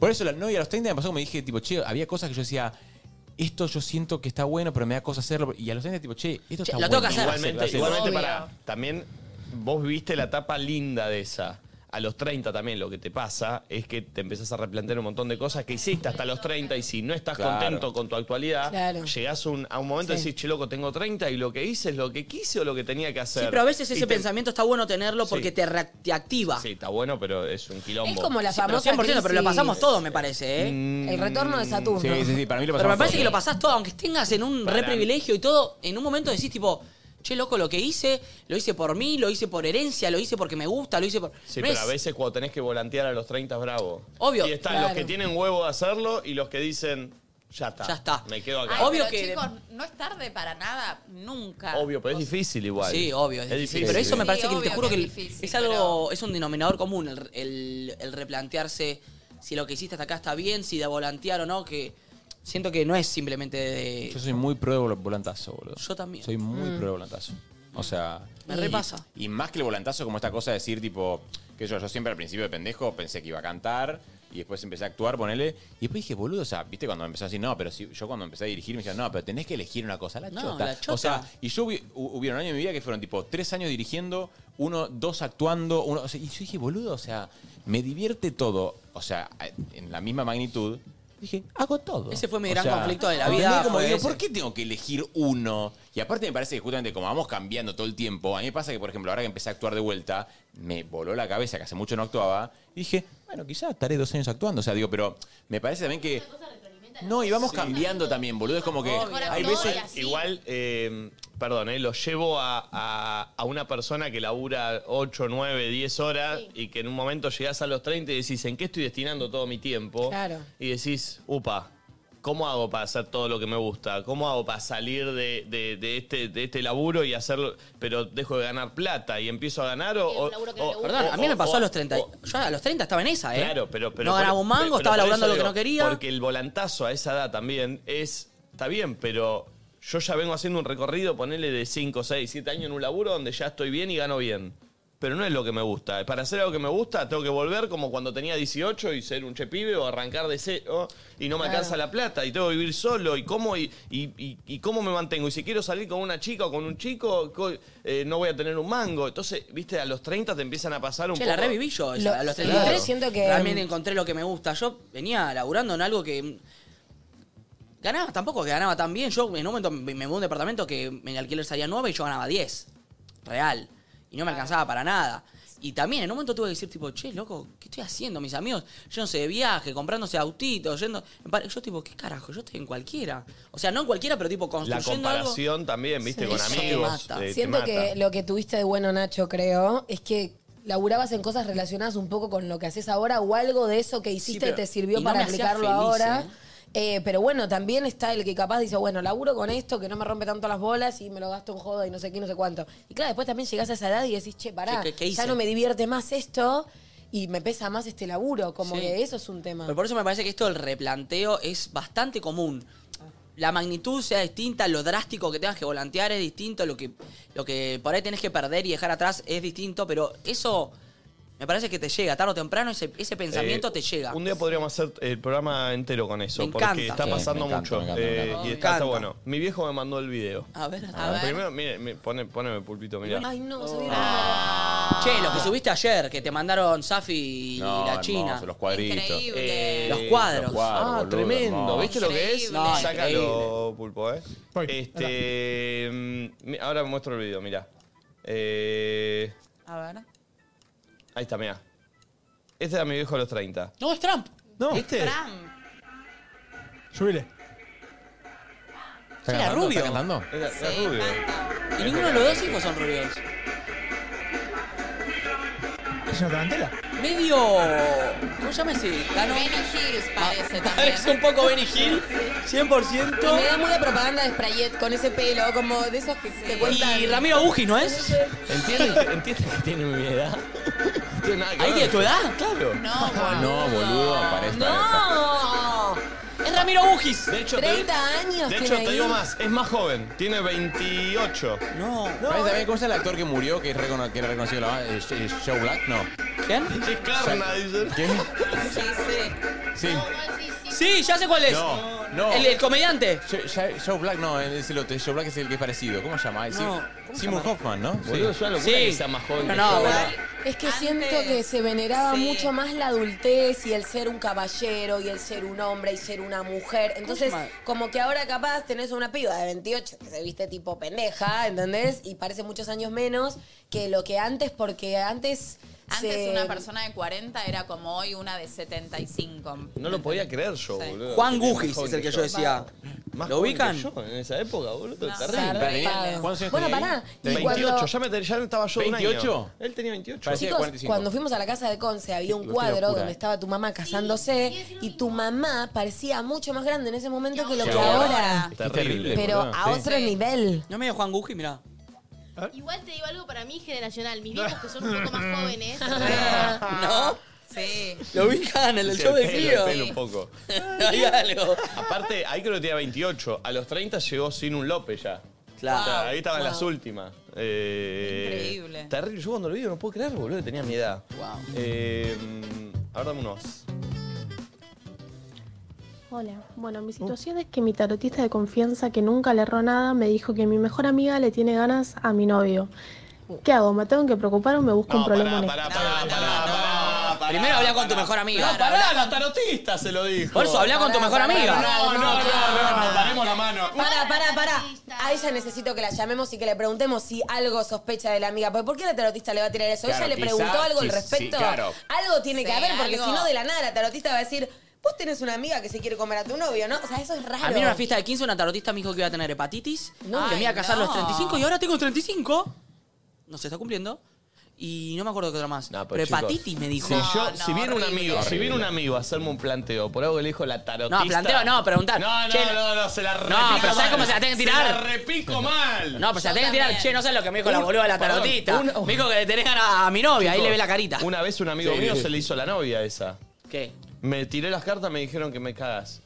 S2: por eso, la- no, y a los 30 me pasó que me dije, tipo, che, había cosas que yo decía, esto yo siento que está bueno, pero me da cosa hacerlo. Y a los 30, tipo, che, esto está bueno.
S5: Igualmente,
S2: hacerlo.
S5: igualmente para. También vos viviste la etapa linda de esa. A los 30 también lo que te pasa es que te empezás a replantear un montón de cosas que hiciste hasta los 30 y si no estás
S2: Claro.
S5: contento con tu actualidad,
S2: Claro.
S5: llegás un- a un momento y
S4: Sí.
S5: decís, che, loco, tengo 30 y lo que hice es lo que quise o lo que tenía que hacer.
S4: Sí, pero a veces
S5: Y
S4: ese
S5: te-
S4: pensamiento está bueno tenerlo
S5: Sí.
S4: porque te, reac- te activa.
S5: Sí, está bueno, pero es un quilombo.
S3: Es como la
S4: Sí, pero
S3: famosa
S4: 100%, pero lo
S3: crisis.
S4: pasamos todos, me parece, ¿eh?
S3: El retorno de Saturno.
S2: Sí, sí, sí, para mí lo
S4: Pero me
S2: pasamos
S4: parece que lo
S2: todos.
S4: pasás todo, aunque tengas en un
S2: Para
S4: re privilegio y todo, en un momento decís tipo, che, loco, lo que hice, lo hice por mí, lo hice por herencia, lo hice porque me gusta, lo hice por...
S5: Sí,
S4: No
S5: pero
S4: es-
S5: a veces cuando tenés que volantear a los 30 es bravo.
S4: Obvio,
S5: Y están los
S4: claro.
S5: que tienen huevo de hacerlo y los que dicen, ya está.
S4: Ya está.
S5: Me quedo acá.
S7: Ay, pero chicos, no es tarde para nada, nunca.
S5: Obvio, pero es difícil igual.
S4: Sí, obvio, es, difícil. Pero eso me parece que
S7: Sí,
S4: te
S7: obvio
S4: juro que,
S7: que
S4: el-
S7: es difícil,
S4: es algo, es un denominador común el, el- el replantearse si lo que hiciste hasta acá está bien, si de volantear o no, que siento que no es simplemente de...
S2: Yo soy muy pro de vol- volantazo, boludo.
S4: Eh, Yo también.
S2: Soy muy
S4: Mm.
S2: pro de volantazo. O sea.
S4: Me
S2: y-
S4: repasa.
S2: Y más que el volantazo, como esta cosa de decir, tipo, que yo, yo siempre al principio de pendejo pensé que iba a cantar. Y después empecé a actuar, ponele. Y después dije, boludo, o sea, viste cuando empezó así, no, pero si, yo cuando empecé a dirigir me dijeron, no, pero tenés que elegir una cosa, la
S4: No,
S2: chota.
S4: la chota.
S2: O sea, y yo hubi- hu- hubieron años de mi vida que fueron tipo tres años dirigiendo, uno, dos actuando, uno. o sea, y yo dije, boludo, o sea, me divierte todo. O sea, en la misma magnitud, dije, hago todo.
S4: Ese fue mi
S2: O
S4: gran
S2: sea,
S4: conflicto de la
S2: ¿entendés?
S4: vida.
S2: Como
S4: fue
S2: digo,
S4: ese.
S2: ¿por qué tengo que elegir uno? Y aparte me parece que justamente como vamos cambiando todo el tiempo, a mí me pasa que, por ejemplo, ahora que empecé a actuar de vuelta, me voló la cabeza, que hace mucho no actuaba, y dije, bueno, quizás estaré dos años actuando. O sea, digo, pero me parece también que... No, y vamos cambiando también, boludo. Es como que hay veces...
S5: Igual, eh, perdón, eh, lo llevo a, a- a una persona que labura 8, 9, 10 horas y que en un momento llegás a los 30 y decís, ¿en qué estoy destinando todo mi tiempo?
S3: Claro.
S5: Y decís, upa. ¿Cómo hago para hacer todo lo que me gusta? ¿Cómo hago para salir de, de- de este, de este laburo y hacerlo? Pero dejo de ganar plata y empiezo a ganar o. o- o-
S4: Perdón,
S5: o-
S4: a mí me
S5: o-
S4: pasó
S5: o-
S4: a los 30. yo a los 30 estaba en esa, ¿eh?
S5: Claro, pero. pero
S4: no
S5: por-
S4: ganaba un mango,
S5: pero-
S4: estaba
S5: pero por
S4: laburando
S5: eso
S4: lo que
S5: digo,
S4: no quería.
S5: Porque el volantazo a esa edad también es. Está bien, pero yo ya vengo haciendo un recorrido, ponele de 5, 6, 7 años en un laburo donde ya estoy bien y gano bien. Pero no es lo que me gusta. Para hacer algo que me gusta, tengo que volver como cuando tenía 18 y ser un chepibe o arrancar de cero y no me
S2: Claro.
S5: alcanza la plata y tengo que vivir solo y cómo, y, y- y- y cómo me mantengo. Y si quiero salir con una chica o con un chico, co- eh, no voy a tener un mango. Entonces, viste, a los 30 te empiezan a pasar un
S4: Che,
S5: poco.
S4: la reviví yo esa,
S5: Lo-
S4: a los
S5: sí.
S4: 33.
S5: Claro. Siento que-
S4: Realmente encontré lo que me gusta. Yo venía laburando en algo que... mm, Ganaba, tampoco que ganaba tan bien. Yo en un momento me me mudé a un departamento que mi alquiler salía 9 y yo ganaba 10. Real. Y no me alcanzaba para nada. Y también en un momento tuve que decir, tipo, che, loco, ¿qué estoy haciendo? Mis amigos yéndose de viaje, comprándose autitos, yendo... Yo tipo, ¿qué carajo? Yo estoy en cualquiera. O sea, no en cualquiera, pero tipo
S5: La
S4: construyendo algo...
S5: comparación también, viste,
S4: Sí,
S5: con
S4: eso te
S5: amigos.
S4: mata.
S5: eh, te
S3: Siento
S5: mata.
S3: que lo que tuviste de bueno, Nacho, creo, es que laburabas en cosas relacionadas un poco con lo que haces ahora o algo de eso que hiciste
S4: pero-
S3: te sirvió
S4: y no
S3: para
S4: me hacía
S3: aplicarlo
S4: feliz,
S3: ahora.
S4: ¿eh?
S3: Eh, pero bueno, también está el que capaz dice, bueno, laburo con esto, que no me rompe tanto las bolas y me lo gasto en joda y no sé qué, no sé cuánto. Y claro, después también llegás a esa edad y decís, che, pará,
S4: ¿Qué- qué- qué
S3: ya
S4: hice?
S3: no me divierte más esto y me pesa más este laburo. Como
S4: Sí.
S3: que eso es un tema.
S4: Pero por eso me parece que esto del replanteo es bastante común. La magnitud sea distinta, lo drástico que tengas que volantear es distinto, lo que, lo que por ahí tenés que perder y dejar atrás es distinto, pero eso me parece que te llega tarde o temprano, ese, ese pensamiento
S5: Eh,
S4: te llega.
S5: Un día podríamos hacer el programa entero con eso,
S4: Me
S5: porque
S4: encanta.
S5: está
S4: Sí, me
S5: pasando
S4: encanta,
S5: mucho.
S4: me encanta, me
S5: eh,
S4: encanta.
S5: y
S4: Me
S5: está
S4: encanta.
S5: bueno. Mi viejo me mandó el video.
S4: A ver,
S5: Ah, Primero, mire, mi- pone, poneme pulpito, mirá.
S3: Ay, no, se vio
S4: Che, lo que subiste ayer, que te mandaron Safi y
S5: No,
S4: la
S5: hermoso,
S4: China.
S5: los cuadritos. Increíble.
S4: los cuadros.
S5: los cuadros, Ah, boludo, tremendo. hermoso. ¿Viste lo que es?
S4: No,
S5: Sácalo,
S4: increíble.
S5: pulpo, ¿eh? Este, mm, mi- ahora muestro el video, mirá. Eh,
S7: A ver.
S5: ahí está, mirá. Este era mi viejo a los 30.
S4: No, es Trump.
S5: No, ¿viste?
S7: Trump.
S5: Subile.
S4: ¿Era cantando? rubio? ¿Está cantando?
S5: Era, era
S4: Sí,
S5: rubio.
S4: Y ninguno de los dos hijos son rubios.
S6: ¿Es una tarantela?
S4: Medio. ¿Cómo se llama ese? Tano?
S11: Benny Hills parece también.
S4: Ah, Parece un poco Benny Hill,
S3: Me da
S4: 100%.
S3: muy de propaganda de Sprayet con ese pelo, como de esos que te cuentan.
S4: Y Ramiro Buji, ¿no es?
S5: ¿Entiendes ¿Entiende que tiene mi edad? No tiene nada que
S4: ¿Ahí
S5: ver.
S4: tiene tu edad?
S5: Claro.
S4: No,
S2: No, boludo, parece.
S3: ¡No!
S4: Es Ramiro Bujis.
S5: De hecho, te-
S3: 30 años
S5: De
S3: tiene
S5: hecho, te
S3: ahí.
S5: digo más, es más joven, tiene 28.
S4: No.
S2: ¿Sabes también cómo es el actor que murió, que, es recono- que era reconocido la banda? Eh, Sh- eh, Joe Black? No.
S4: ¿Quién?
S5: Che Carna, dicen.
S2: ¿Quién?
S7: Sí,
S2: Sí.
S7: sí.
S4: Sí, ya sé cuál es.
S2: No, no.
S4: El, el comediante.
S2: Joe, Joe- Joe Black, no, es el otro. Joe Black es el que es parecido. ¿Cómo se llama? Es
S4: No,
S2: Sim-
S4: ¿cómo
S2: Seymour
S4: se llama?
S2: Hoffman, ¿no?
S5: Boludo, es una locura que sea más joven
S2: No,
S5: que
S2: no,
S5: yo,
S2: boludo.
S3: Es que siento que se veneraba mucho más la adultez y el ser un caballero y el ser un hombre y ser una mujer. Entonces,
S4: ¿Cómo se
S3: como que ahora capaz tenés una piba de 28 que se viste tipo pendeja, ¿entendés? Y parece muchos años menos que lo que antes, porque antes...
S7: Antes
S3: se-
S7: una persona de 40 era como hoy una de 75.
S5: No lo podía creer yo,
S7: Sí.
S5: boludo.
S4: Juan
S5: Tenía más
S4: Gugis
S5: joven
S4: es el que yo
S5: yo.
S4: decía.
S5: Más
S4: ¿Lo
S5: joven
S4: ubican?
S5: que yo en esa época, boludo.
S7: No,
S5: terrible.
S7: zarpado.
S5: ¿Cuántos años
S3: Bueno,
S5: tenía
S3: pará,
S5: él?
S3: y
S5: 28,
S3: cuando-
S5: ya, me, ya estaba yo un año.
S2: ¿28?
S5: Él tenía 28.
S3: Chicos, cuando fuimos a la casa de Conce había un
S5: Qué
S3: cuadro
S5: locura,
S3: donde
S5: eh.
S3: estaba tu mamá casándose y tu mamá parecía mucho más grande en ese momento que lo
S2: Sí,
S3: que
S2: ahora.
S3: ahora.
S2: Está terrible,
S3: Pero
S2: boludo.
S3: a
S2: Sí.
S3: otro nivel.
S4: No me dio Juan Guji, mirá.
S10: Igual te digo algo para mí generacional. Mis viejos que son un poco más jóvenes.
S3: Ah,
S4: ¿No?
S7: Sí.
S4: Lo ubican en el
S5: Sí,
S4: show de
S5: pelo,
S4: Gio.
S5: el pelo un poco.
S4: Hay algo.
S5: Aparte, ahí creo que tenía 28. A los 30 llegó sin un López ya.
S4: Claro.
S5: O sea, ahí estaban
S4: Wow.
S5: las últimas. Eh,
S7: Increíble.
S5: Terrible. Yo cuando lo vi no puedo creer, boludo, que tenía mi edad.
S4: Wow.
S5: Eh, ahora dame unos.
S22: Hola, bueno, mi situación es que mi tarotista de confianza, que nunca le erró nada, me dijo que mi mejor amiga le tiene ganas a mi novio. ¿Qué hago? ¿Me tengo que preocupar o me busco un problema honesto?
S4: Primero habla con tu mejor amiga.
S5: No, pará, la tarotista se lo dijo.
S4: Por eso, habla con tu mejor amiga.
S5: No, no, no, no, nos daremos la mano.
S3: Para, para, para. A ella necesito que la llamemos y que le preguntemos si algo sospecha de la amiga. Porque ¿por qué la tarotista le va a tirar eso?
S2: Claro,
S3: ¿Ella le
S2: quizá,
S3: preguntó algo al
S2: sí,
S3: respecto?
S2: sí, claro.
S3: Algo tiene que
S7: Sí,
S3: haber, porque
S7: algo.
S3: si no, de la nada la tarotista va a decir, vos tenés una amiga que se quiere comer a tu novio, ¿no? O sea, eso es raro.
S4: A mí en una fiesta de 15 una tarotista me dijo que iba a tener hepatitis,
S3: No.
S4: que me iba a
S3: Ay,
S4: casar a los
S3: no.
S4: 35 y ahora tengo 35. No se está cumpliendo. Y no me acuerdo qué otra más. pero hepatitis me dijo.
S5: Si, yo, si viene un amigo, si viene un amigo a hacerme un planteo, por algo que le dijo la tarotista.
S4: No, planteo no, preguntar.
S5: No, no,
S4: Che,
S5: no, no, se la
S4: no,
S5: repico
S4: pero ¿sabes
S5: mal.
S4: cómo se la tengo que tirar?
S5: Se la repico mal.
S4: No, pero se la tenés que tirar. Che, no sé lo que me dijo la
S5: Un-
S4: boluda de la
S5: perdón,
S4: tarotista.
S5: una-
S4: Me dijo que le tenés ganas a mi novia. Ahí
S5: Chicos,
S4: le ve la carita.
S5: Una vez un amigo
S4: Sí.
S5: mío se le hizo la novia esa.
S4: ¿Qué?
S5: Me tiré las cartas, me dijeron que me cagas.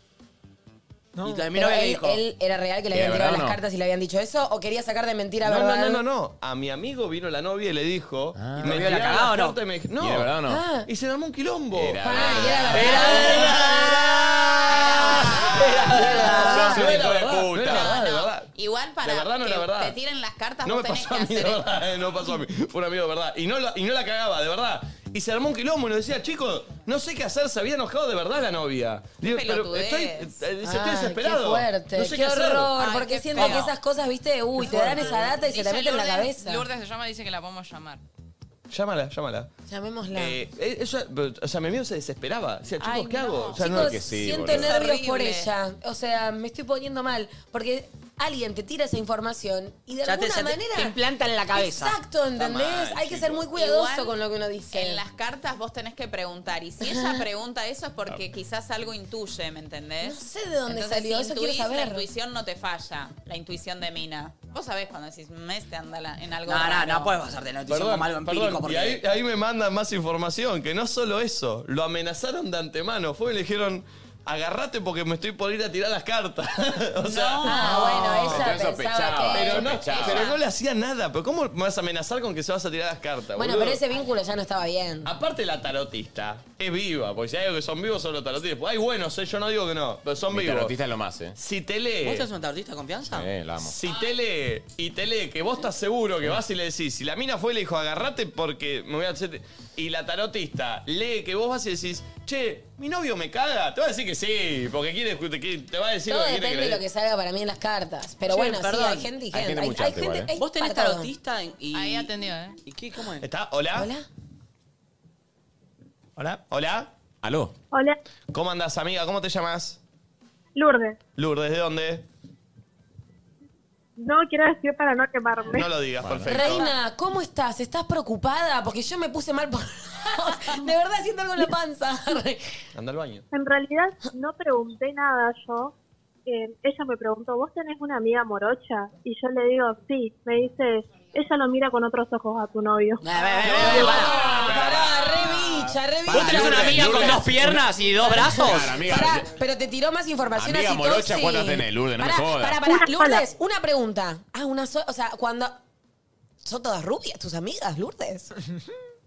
S4: Y la de mi
S3: Pero
S4: novia
S3: él,
S4: le dijo.
S3: él era real que le
S5: ¿Era
S3: habían tirado
S5: verdad o
S3: las
S5: no?
S3: cartas y le habían dicho eso? ¿O quería sacar de mentira
S5: no,
S3: verdad?
S5: no, no, no, no. A mi amigo vino la novia y le dijo. y
S4: ¿La
S5: me
S4: Ah. vio la
S5: tiraron las
S4: cagada o no?
S5: cartas y me dijeron.
S2: ¿Y
S5: No.
S2: era verdad o no?
S5: Ah, Y se armó un quilombo.
S2: Sos un
S5: No era
S2: hijo de
S5: Ah, verdad, no
S2: puta.
S5: era verdad, de verdad.
S7: Igual para
S5: La verdad no
S7: que
S5: es la verdad.
S7: te tiren las cartas,
S5: No
S7: vos
S5: me
S7: tenés
S5: pasó
S7: que
S5: a mí,
S7: hacer
S5: de verdad, eh, no pasó a mí. Fue un amigo de verdad. Y no, la, y no la cagaba, de verdad. Y se armó un quilombo y nos decía, chicos, no sé qué hacer, se había enojado de verdad la novia. Digo, pero
S7: pelotudez.
S5: estoy, eh, eh, dice,
S3: Ay,
S5: estoy desesperado.
S3: Qué fuerte,
S5: no sé
S3: qué
S5: qué hacer.
S3: horror,
S11: Ay,
S3: porque
S11: qué
S3: siento
S11: feo.
S3: que esas cosas, viste, uy, te dan esa data y se te
S11: Dice
S3: meten en la
S11: Lourdes-
S3: cabeza.
S11: Lourdes se llama, dice que la podemos llamar.
S5: Llámala, llámala.
S3: Llamémosla.
S5: Eh, eh, ella- pero, o sea, mi amigo se desesperaba. Decía, chicos,
S3: Ay,
S5: ¿qué
S3: no.
S5: hago? O sea,
S3: Chicos,
S5: no es que sí,
S3: siento
S5: boludo.
S3: nervios
S7: Horrible.
S3: por ella. O sea, me estoy poniendo mal. Porque alguien te tira esa información y de
S4: Ya te-
S3: alguna
S4: ya te-
S3: manera.
S4: te implanta en la cabeza.
S3: Exacto, ¿entendés?
S7: Está mal,
S3: Hay que ser
S7: chicos.
S3: muy cuidadoso
S7: Igual,
S3: con lo que uno dice.
S7: En las cartas vos tenés que preguntar. Y si ella pregunta eso es porque quizás algo intuye, ¿me entendés?
S3: No sé de dónde salió, eso quiero
S7: intuís, La
S3: saber.
S7: intuición no te falla. La intuición de Mina. Vos sabés cuando decís, me este anda la- en algo.
S4: No, no,
S7: raro".
S3: pues
S4: no puedes basarte la noticia como algo empírico
S5: perdón,
S4: porque.
S5: Y ahí, ahí me mandan más información, que no solo eso, lo amenazaron de antemano. Fue y le dijeron, agarrate porque me estoy por ir a tirar las cartas. o sea,
S3: Ah, bueno, ella
S2: Entonces
S3: pensaba
S2: sospechaba,
S3: que...
S5: pero, no,
S2: sospechaba.
S5: pero no le hacía nada. ¿Pero cómo me vas a amenazar con que se vas a tirar las cartas?
S3: Bueno,
S5: boludo?
S3: pero ese vínculo ya no estaba bien.
S5: Aparte la tarotista es viva, porque si hay algo que son vivos son los tarotistas. Hay buenos, eh, yo no digo que no, pero son
S2: Mi
S5: vivos.
S2: tarotista es lo más, ¿eh?
S5: Si te lee...
S4: ¿Vos sos un tarotista de confianza?
S2: Eh, la amo.
S5: Si te lee y te lee que vos estás seguro que vas y le decís, si la mina fue y le dijo, agarrate porque me voy a hacer. Y la tarotista lee que vos vas y decís, che, mi novio me caga, te va a decir que sí, porque quiere, que- que- te va a decir
S3: Todo
S5: lo que quiere
S3: depende de
S5: le-
S3: lo que salga para mí en las cartas. Pero
S5: Che,
S3: bueno,
S5: perdón.
S3: sí, hay gente y
S5: Hay
S3: gente.
S5: gente muy chata igual, ¿eh?
S3: hay
S4: Vos tenés
S3: para todo.
S4: tarotista en- y. Ahí atendió, ¿eh? ¿Y qué? ¿Cómo es?
S5: ¿Está? ¿Hola?
S3: ¿Hola?
S5: ¿Hola? ¿Hola?
S2: ¿Aló?
S26: Hola,
S5: ¿Cómo andás, amiga? ¿Cómo te llamas?
S26: Lourdes.
S5: Lourdes, ¿de dónde?
S26: No quiero decir para no quemarme.
S5: No lo digas, perfecto.
S3: Reina, ¿cómo estás? ¿Estás preocupada? Porque yo me puse mal por... De verdad siento algo en la panza.
S5: Anda al baño.
S26: En realidad no pregunté nada yo. Eh, ella me preguntó, ¿vos tenés una amiga morocha? Y yo le digo, sí. Me dice, ella lo mira con otros ojos a tu novio.
S3: Revicha, revicha.
S4: ¿Vos tenés una amiga con dos piernas y dos brazos?
S2: Claro, amiga.
S3: Pará, pero te tiró más información
S2: Amiga
S3: así
S2: morocha,
S3: Toxi.
S2: ¿cuántas tenés, Lourdes? No me
S3: Pará,
S2: jodas.
S3: Pará, pará. Lourdes, una pregunta. Ah, una sola. O sea, cuando... ¿Son todas rubias tus amigas, Lourdes?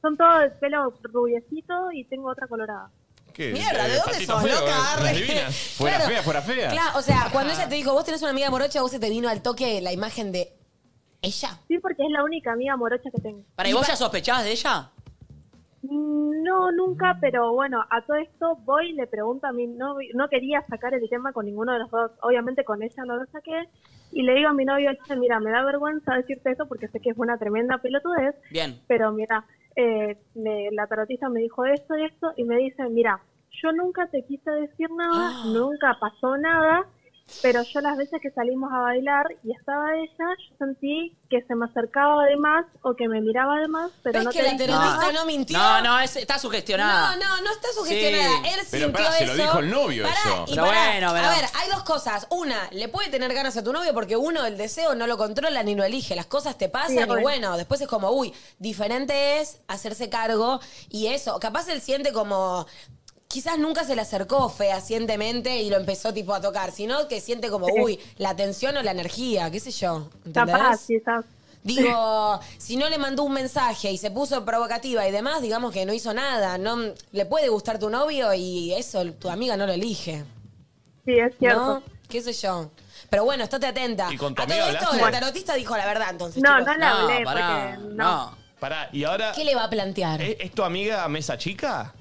S26: Son todos de pelo rubiecito y tengo otra colorada.
S5: ¿Qué? Eh,
S3: Mierda, ¿de dónde sos, loca? Arre.
S2: Fuera
S3: Claro.
S2: fea, fuera fea.
S3: Claro, o sea, cuando ella te dijo, vos tenés una amiga morocha, vos se te vino al toque la imagen de ella.
S26: Sí, porque es la única amiga morocha que tengo.
S4: ¿Para ¿y vos ya sospechabas de ella?
S26: Mm, No, nunca, pero bueno, a todo esto voy y le pregunto a mi novio. No quería sacar el tema con ninguno de los dos. Obviamente con ella no lo saqué. Y le digo a mi novio, "Che, mira, me da vergüenza decirte eso porque sé que es una tremenda pelotudez.
S4: Bien.
S26: Pero mira, eh, me- la tarotista me dijo esto y esto. Y me dice, mira, yo nunca te quise decir nada,
S3: Ah.
S26: nunca pasó nada. Pero yo las veces que salimos a bailar y estaba ella, yo sentí que se me acercaba de más o que me miraba de más, pero
S3: Es
S26: no
S3: que
S26: te
S3: la
S26: dije
S3: tarotista
S26: nada.
S3: no mintió.
S4: No, no, es- está sugestionada.
S3: No, no, no está sugestionada.
S4: Sí.
S3: Él
S2: Pero
S3: sintió
S2: pará, se lo
S3: eso.
S2: dijo el novio
S3: Pará,
S2: eso.
S3: y
S2: Pero
S3: pará.
S2: bueno, pero-
S3: A ver, hay dos cosas. Una, le puede tener ganas a tu novio porque uno, el deseo no lo controla ni lo elige. Las cosas te pasan
S26: Sí,
S3: y
S26: bueno.
S3: bueno, después es como, uy, diferente es hacerse cargo y eso. Capaz él siente como... Quizás nunca se le acercó fehacientemente y lo empezó tipo a tocar, sino que siente como,
S26: Sí.
S3: uy, la tensión o la energía, qué sé yo. ¿entendés?
S26: Capaz, quizás.
S3: Digo, si no le mandó un mensaje y se puso provocativa y demás, digamos que no hizo nada. No, le puede gustar tu novio y eso tu amiga no lo elige.
S26: Sí, es
S3: ¿No? ¿Qué sé yo? Pero bueno, estate atenta.
S5: ¿Y con tu
S3: A
S5: amiga
S3: todo esto,
S5: hablaste?
S3: la tarotista dijo la verdad entonces.
S26: No,
S3: chicos.
S26: no la hablé, porque no.
S5: Pará, y ahora.
S3: ¿Qué le va a plantear?
S5: ¿Es, es tu amiga mesa chica?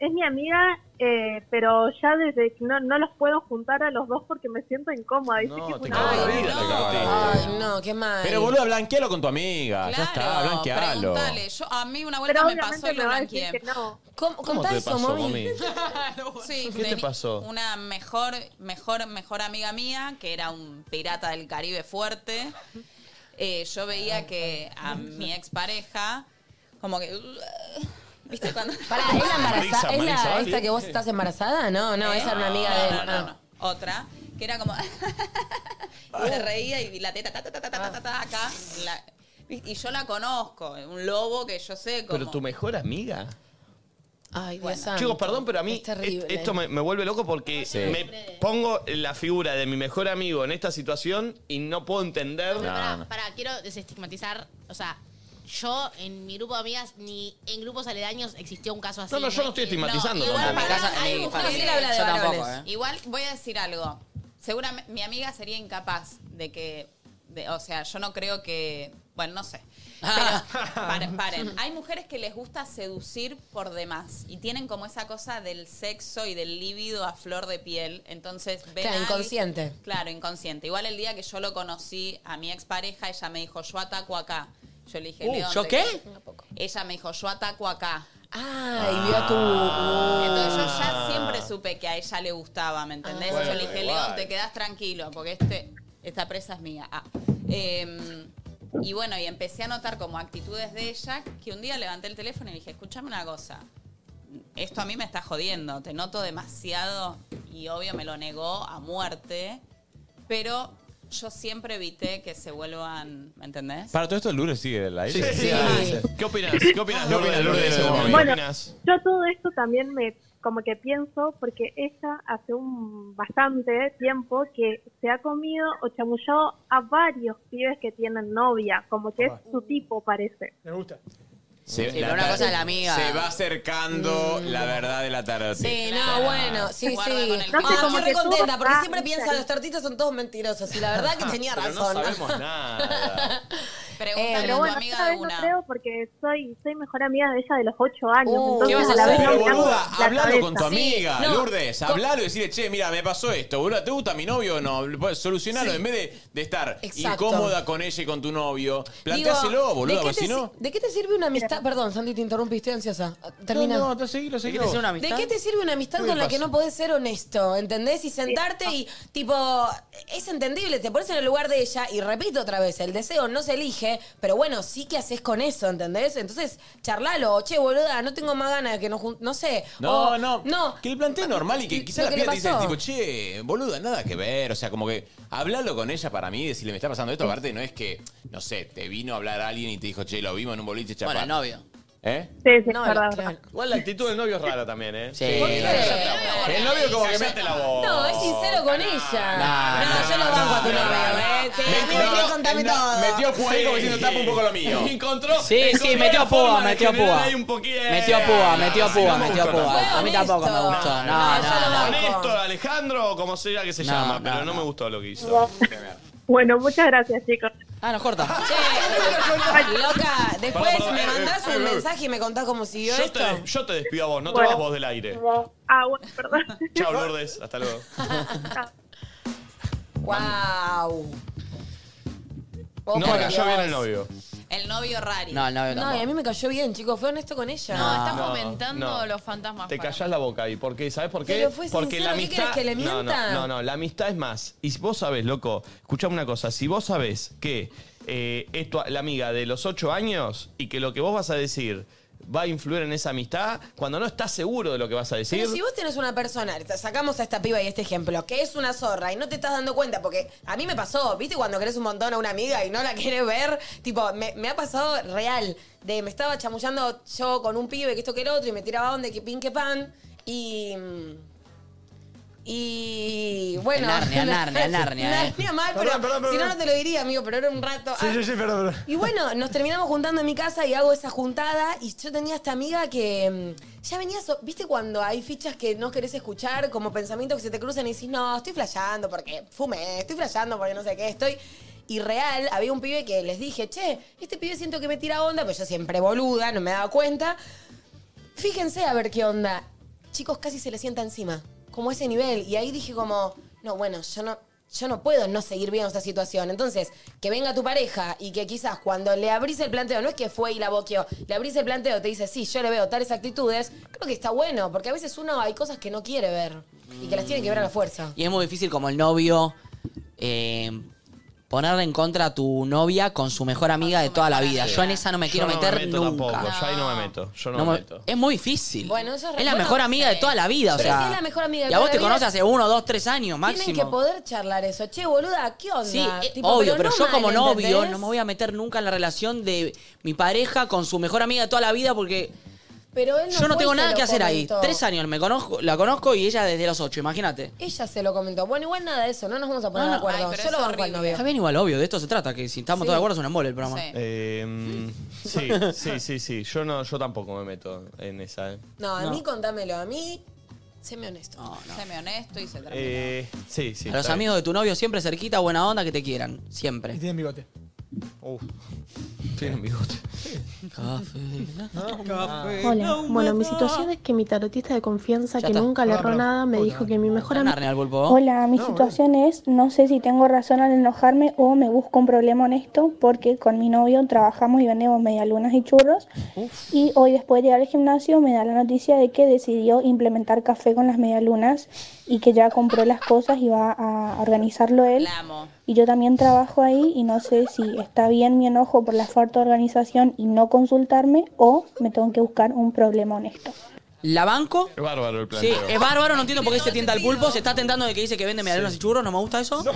S26: Es mi amiga, eh, pero ya desde que no, no los puedo juntar a los dos porque me siento incómoda. Dice que es una-
S2: cago en la
S3: Ay,
S2: vida, te cago en la vida.
S3: Ay, no, qué mal.
S2: Pero boludo, blanquealo con tu amiga. ya está,
S7: Claro,
S2: blanquealo.
S7: Pregúntale. Yo, a mí una vuelta
S26: Pero
S7: me pasó
S26: obviamente
S7: y lo
S26: me va a decir
S7: blanqueé.
S26: que no.
S3: ¿Cómo,
S5: ¿Cómo te pasó, mami?
S7: Sí,
S5: ¿Qué te
S7: teni-
S5: pasó?
S7: Una mejor, mejor, mejor amiga mía, que era un pirata del Caribe fuerte. Eh, yo veía que a mi expareja, como que. ¿Viste cuando.?
S3: Pará, ¿es la embarazada?
S7: Marisa,
S3: ¿Es
S7: Marisa,
S3: la
S7: ¿vale?
S3: esta que vos estás embarazada? No, no,
S7: ¿Eh?
S3: esa era una amiga
S7: No,
S3: de.
S7: no, no, no. Otra, que era como. y
S5: Ah.
S7: se reía y la teta, ta, ta, ta, ta, ta, ta, ta, acá. la- y y yo la conozco, un lobo que yo sé como.
S5: ¿Pero tu mejor amiga?
S3: Ay, Dios
S5: Chicos, perdón, pero a mí
S3: Es terrible.
S5: est- esto me, me vuelve loco porque me pongo en la figura de mi mejor amigo en esta situación y no puedo entender.
S10: Para, quiero desestigmatizar, o sea, yo en mi grupo de amigas ni en grupos aledaños existió un caso así.
S5: No, no, yo no
S10: es
S5: estoy
S10: que-
S5: estigmatizando
S10: igual
S5: tampoco.
S10: pará,
S5: Casa-
S10: hay
S5: mi-
S10: mujeres-
S5: para- Él habla de Yo tampoco, varones. ¿eh?
S7: Igual voy a decir algo. Seguramente mi amiga sería incapaz de que. de- o sea, yo no creo que. Bueno, no sé. Pero, paren, paren. Hay mujeres que les gusta seducir por demás y tienen como esa cosa del sexo y del líbido a flor de piel. Entonces, ven
S3: Claro,
S7: a alguien-
S3: inconsciente.
S7: Claro, inconsciente. Igual el día que yo lo conocí a mi expareja, ella me dijo, yo ataco acá. Yo le dije,
S3: Uh,
S7: "¿De dónde
S3: ¿yo qué?
S7: querés?". Ella me dijo, yo ataco acá.
S3: Ay, vio tu.
S7: Entonces yo ya siempre supe que a ella le gustaba, ¿me entendés?
S3: Ah.
S7: yo le dije,
S3: Bueno,
S7: León,
S3: igual.
S7: te quedás tranquilo, porque este. Esta presa es mía. Ah. Em, y bueno, y empecé a notar como actitudes de ella que un día levanté el teléfono y le dije, escúchame una cosa, esto a mí me está jodiendo, te noto demasiado y obvio me lo negó a muerte, pero yo siempre evité que se vuelvan, ¿me entendés?
S2: Para todo esto, Lourdes sigue del aire.
S5: Sí, sí, sí.
S2: Ay.
S5: ¿Qué opinas? ¿Qué opinas,
S2: ¿Qué opinas, Lourdes, de ese momento?
S26: Bueno, yo todo esto también me como que pienso porque ella hace un bastante tiempo que se ha comido o chamullado a varios pibes que tienen novia, como que es su tipo parece.
S6: Ah. Me gusta.
S2: Se-
S3: Sí, pero una
S2: tar-
S3: cosa es la amiga.
S2: Se va acercando la verdad de la tarde.
S3: Mm. Sí, no, bueno, sí, sí.
S12: Guarda con el
S3: No,
S12: culo.
S3: estoy re
S12: Como que
S3: contenta
S12: tú-
S3: porque
S12: Ah,
S3: siempre
S12: sí,
S3: piensan
S12: sí.
S3: los tortistas son todos mentirosos y la verdad que tenía
S2: Ah, Pero
S3: razón.
S2: no sabemos nada.
S7: Pregúntale
S26: Eh, pero
S7: a tu
S26: bueno,
S7: amiga
S26: esta
S7: de
S26: vez
S7: una.
S26: No creo porque soy, soy mejor amiga de ella de los 8 años.
S2: ¿Qué
S26: entonces
S2: vas a
S26: a la vez
S2: hacer?
S26: no
S2: Pero,
S26: me cago
S2: boluda,
S26: la
S2: hablalo con tu
S26: cabeza.
S2: amiga,
S26: Sí, no,
S2: Lourdes.
S26: con-
S2: Hablalo y decirle, che, mira, me pasó esto. Boluda, ¿te gusta mi novio o no? Pues, Solucionalo. En vez de, de estar
S3: Exacto.
S2: incómoda con ella y con tu novio,
S3: Digo,
S2: planteáselo, boluda,
S3: ¿de qué
S2: porque
S3: te
S2: si
S3: si-
S2: no.
S3: ¿De qué te sirve una amistad? Perdón, Sandy, te interrumpí, estoy ansiosa. Termina.
S2: No, no, te seguilo, seguilo.
S3: ¿De qué te sirve una amistad? ¿De qué te sirve una amistad
S2: ¿Qué me
S3: con la que
S2: pasa?
S3: no podés ser honesto? ¿Entendés? Y sentarte
S5: Ah.
S3: y, tipo, es entendible, te pones en el lugar de ella y repito otra vez, el deseo no se elige, pero bueno, sí que haces con eso, ¿entendés? Entonces, charlalo, o, che, boluda, no tengo más ganas de que nos jun- no sé.
S2: No,
S3: o,
S2: no, Que el planteo normal y que quizás la
S3: Lo que le
S2: piba te dice,
S3: pasó.
S2: tipo, che, boluda, nada que ver. O sea, como que hablarlo con ella para mí, decirle, me está pasando esto. Aparte, no es que, no sé, te vino a hablar alguien y te dijo, che, lo vimos en un boliche chapar.
S4: Bueno, el novio.
S2: ¿Eh?
S26: Sí, sí,
S3: No,
S26: es verdad.
S5: Igual la actitud del novio es rara también, ¿eh? Sí.
S2: ¿Por qué?
S5: El novio como que mete la voz.
S3: No, es sincero con ella.
S5: No, no,
S3: yo lo banco a tu novio, ¿eh? Sí, a mí me quiere contarme todo.
S2: Metió púa ahí como diciendo, tapa un poco lo mío.
S5: Encontró.
S4: Sí, sí, metió
S5: la forma
S4: púa,
S5: de
S4: metió
S5: generar
S4: púa.
S5: ahí un poquito-
S4: Metió púa, metió
S5: Sí,
S4: púa,
S5: no me
S4: metió
S5: gustó
S4: púa. A mí tampoco me
S5: tampoco.
S4: gustó. No, no, no.
S5: Honesto, Alejandro, como sea que se
S4: No,
S5: llama,
S4: no,
S5: pero no,
S4: no.
S5: me gustó lo que hizo.
S26: Bueno, muchas gracias, chicos.
S4: Ah, nos corta.
S3: Loca, después
S5: Perdón, perdón,
S3: me
S5: eh,
S3: mandás
S5: eh,
S3: un
S5: eh,
S3: mensaje y me contás cómo siguió
S5: Yo
S3: esto.
S5: te, des- yo te despido a vos, no
S3: Bueno.
S5: te vas vos del aire.
S26: Ah, bueno, perdón.
S5: Chao, Lourdes, hasta luego.
S3: Wow.
S5: No me cayó bien el novio.
S7: El novio Rari.
S5: No, el novio
S3: No, y a mí me cayó bien, chicos. Fue honesto con ella.
S5: No, está No, fomentando no. los
S3: fantasmas.
S5: Te callás la boca ahí. ¿Por qué? ¿Sabes por qué?
S3: Pero fue
S5: Porque
S3: sincero, ¿qué querés, que le
S5: No,
S3: mienta?
S5: no, no, no, la amistad es más. Y si vos sabés, loco, escuchame una cosa. Si vos sabés que eh, es tu- la amiga de los ocho años y que lo que vos vas a decir va a influir en esa amistad, cuando no estás seguro de lo que vas a decir.
S3: Pero si vos tenés una persona, sacamos a esta piba y este ejemplo, que es una zorra y no te estás dando cuenta, porque a mí me pasó, ¿viste? Cuando querés un montón a una amiga y no la querés ver, tipo, me, me ha pasado real, de me estaba chamullando yo con un pibe que esto que el otro y me tiraba onda que pin que pan y... Y bueno.
S4: En Narnia, Narnia, Narnia, eh.
S3: Narnia mal, pero
S4: Perdón, perdón,
S3: si no,
S4: perdón.
S3: no te lo diría, amigo, pero era un rato.
S6: Sí,
S3: Ah,
S6: sí, sí, perdón, perdón.
S3: y bueno, nos terminamos juntando en mi casa y hago esa juntada y yo tenía esta amiga que mm, ya venía, so- viste cuando hay fichas que no querés escuchar, como pensamientos que se te cruzan y decís, no, estoy flasheando porque fumé, estoy flasheando porque no sé qué, estoy... Y real, había un pibe que les dije, che, este pibe siento que me tira onda, pero yo siempre boluda, no me daba cuenta. Fíjense a ver qué onda. Chicos, casi se le sienta encima. Como ese nivel. Y ahí dije como, no, bueno, yo no, yo no puedo no seguir viendo esta situación. Entonces, que venga tu pareja y que quizás cuando le abrís el planteo, no es que fue y la boqueó, le abrís el planteo, te dice, sí, yo le veo tales actitudes, creo que está bueno, porque a veces uno hay cosas que no quiere ver y que las tiene que ver a la fuerza.
S4: Y es muy difícil como el novio eh, ponerle en contra a tu novia con su mejor amiga de toda la vida. Yo en esa no me quiero
S5: eh, no
S4: meter
S5: me meto
S4: nunca.
S5: tampoco, yo ahí no me meto. Yo no,
S4: No
S5: me
S4: me-
S5: meto.
S4: Es muy difícil.
S3: Bueno, eso
S4: es la
S3: bueno,
S4: mejor amiga de
S3: sí.
S4: toda la vida, o
S3: Pero
S4: sea.
S3: si es la mejor amiga de
S4: y a vos
S3: toda
S4: te
S3: la vida,
S4: conoces hace uno, dos, tres años máximo.
S3: Tienen que poder charlar eso. Che, boluda, ¿qué onda?
S4: Sí, eh,
S3: Tipo,
S4: obvio, pero,
S3: no
S4: yo
S3: mal,
S4: como novio
S3: ¿entendés?
S4: no me voy a meter nunca en la relación de mi pareja con su mejor amiga de toda la vida porque
S3: Pero él no
S4: yo no
S3: fue y
S4: tengo
S3: se
S4: nada
S3: lo
S4: que hacer ahí.
S3: comentó.
S4: Tres años me conozco, la conozco y ella desde los ocho, imagínate.
S3: Ella se lo comentó. Bueno, igual nada de eso, no nos vamos a poner
S4: No, no.
S3: de acuerdo.
S4: Ay, pero
S3: yo
S4: es
S3: lo banco al novio.
S4: Está bien igual, obvio, de esto se trata, que si estamos
S3: Sí.
S4: todos de acuerdo es un embole el programa.
S3: Sí.
S5: Eh, sí, sí, sí, sí. Yo no, yo tampoco me meto en esa. ¿eh?
S3: No, a mí contámelo. A mí, séme honesto.
S7: Séme honesto y se termina.
S5: Eh, sí, sí.
S4: a los
S5: está bien.
S4: amigos de tu novio siempre cerquita, buena onda, que te quieran, siempre.
S6: Y tienen bigote.
S5: Eh. Tienen bigote. Ah,
S27: Hola, bueno, mi situación es que mi tarotista de confianza,
S4: Ya
S27: que
S4: está.
S27: nunca le
S4: Ah,
S27: erró
S4: pero-
S27: nada, me dijo que mi mejor amigo...
S4: Narnia al bulbo.
S28: Hola, mi situación es, no sé si tengo razón al enojarme o me busco un problema honesto porque con mi novio trabajamos y vendemos medialunas y churros y hoy después de llegar al gimnasio me da la noticia de que decidió implementar café con las medialunas y que ya compró las cosas y va a organizarlo él. Y yo también trabajo ahí y no sé si está bien mi enojo por la falta de organización y no consultarme o me tengo que buscar un problema honesto.
S4: ¿La banco?
S5: Es bárbaro el
S4: Sí,
S5: planteo.
S4: es bárbaro, no entiendo por qué se tienta al pulpo. Se está tentando de que dice que vende medialunas y churros, no me gusta eso.
S5: no.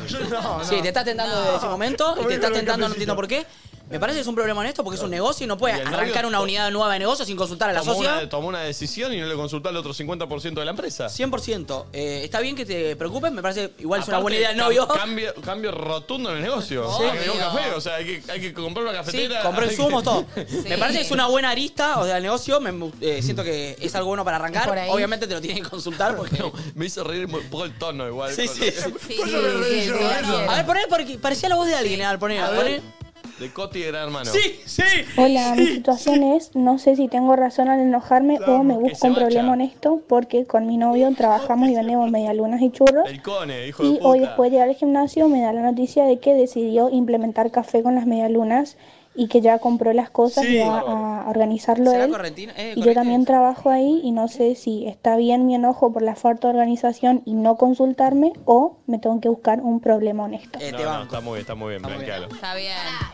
S4: Sí, te está tentando de ese momento y
S5: Comí
S4: te está
S5: con el
S4: tentando, no
S5: cafecito.
S4: entiendo por qué. Me parece que es un problema honesto porque es un negocio y no puede
S5: Y el
S4: arrancar
S5: novio
S4: una
S5: to-
S4: unidad nueva de negocio sin consultar a la
S5: Tomó
S4: socia.
S5: una, tomó una decisión y no le consultó al otro 50% de la empresa.
S4: 100%. Eh, está bien que te preocupes, me parece igual es una buena
S5: Aparte,
S4: idea el
S5: cam-
S4: novio.
S5: Cambio, cambio rotundo en el negocio.
S4: Sí.
S5: Agregó café, o sea, hay que, hay que comprar
S4: Sí,
S5: una cafetera.
S4: compró
S5: hay que-
S4: insumos, todo. Me parece que es una buena arista, o sea, el negocio, me, eh, siento que es algo bueno para arrancar.
S5: por ahí.
S4: Obviamente te lo tienen que consultar porque...
S5: Me hizo reír un poco el tono igual.
S4: Sí,
S5: con-
S4: sí, sí.
S5: ¿Por qué me reí yo, eh?
S4: A ver, poné, porque parecía la voz de alguien. Al poner,
S5: A
S4: al
S5: ver. Ah,
S4: poner.
S5: De Coti y Gran Hermano.
S4: Sí, sí.
S28: Hola, mi situación es, no sé si tengo razón al enojarme o me busco un problema honesto porque con mi novio trabajamos y vendemos medialunas y churros
S5: El Cone, hijo de
S28: y
S5: puta.
S28: hoy después de llegar al gimnasio me da la noticia de que decidió implementar café con las medialunas y que ya compró las cosas
S4: Sí.
S28: y va a organizarlo
S4: ¿Será
S28: él.
S4: correntina? Eh,
S28: y yo
S4: correcta.
S28: también trabajo ahí y no sé si está bien mi enojo por la falta de organización y no consultarme o me tengo que buscar un problema
S4: Eh,
S28: honesto.
S5: No, no, está muy bien, está muy bien, blanquealo.
S11: Está bien.
S3: Ah,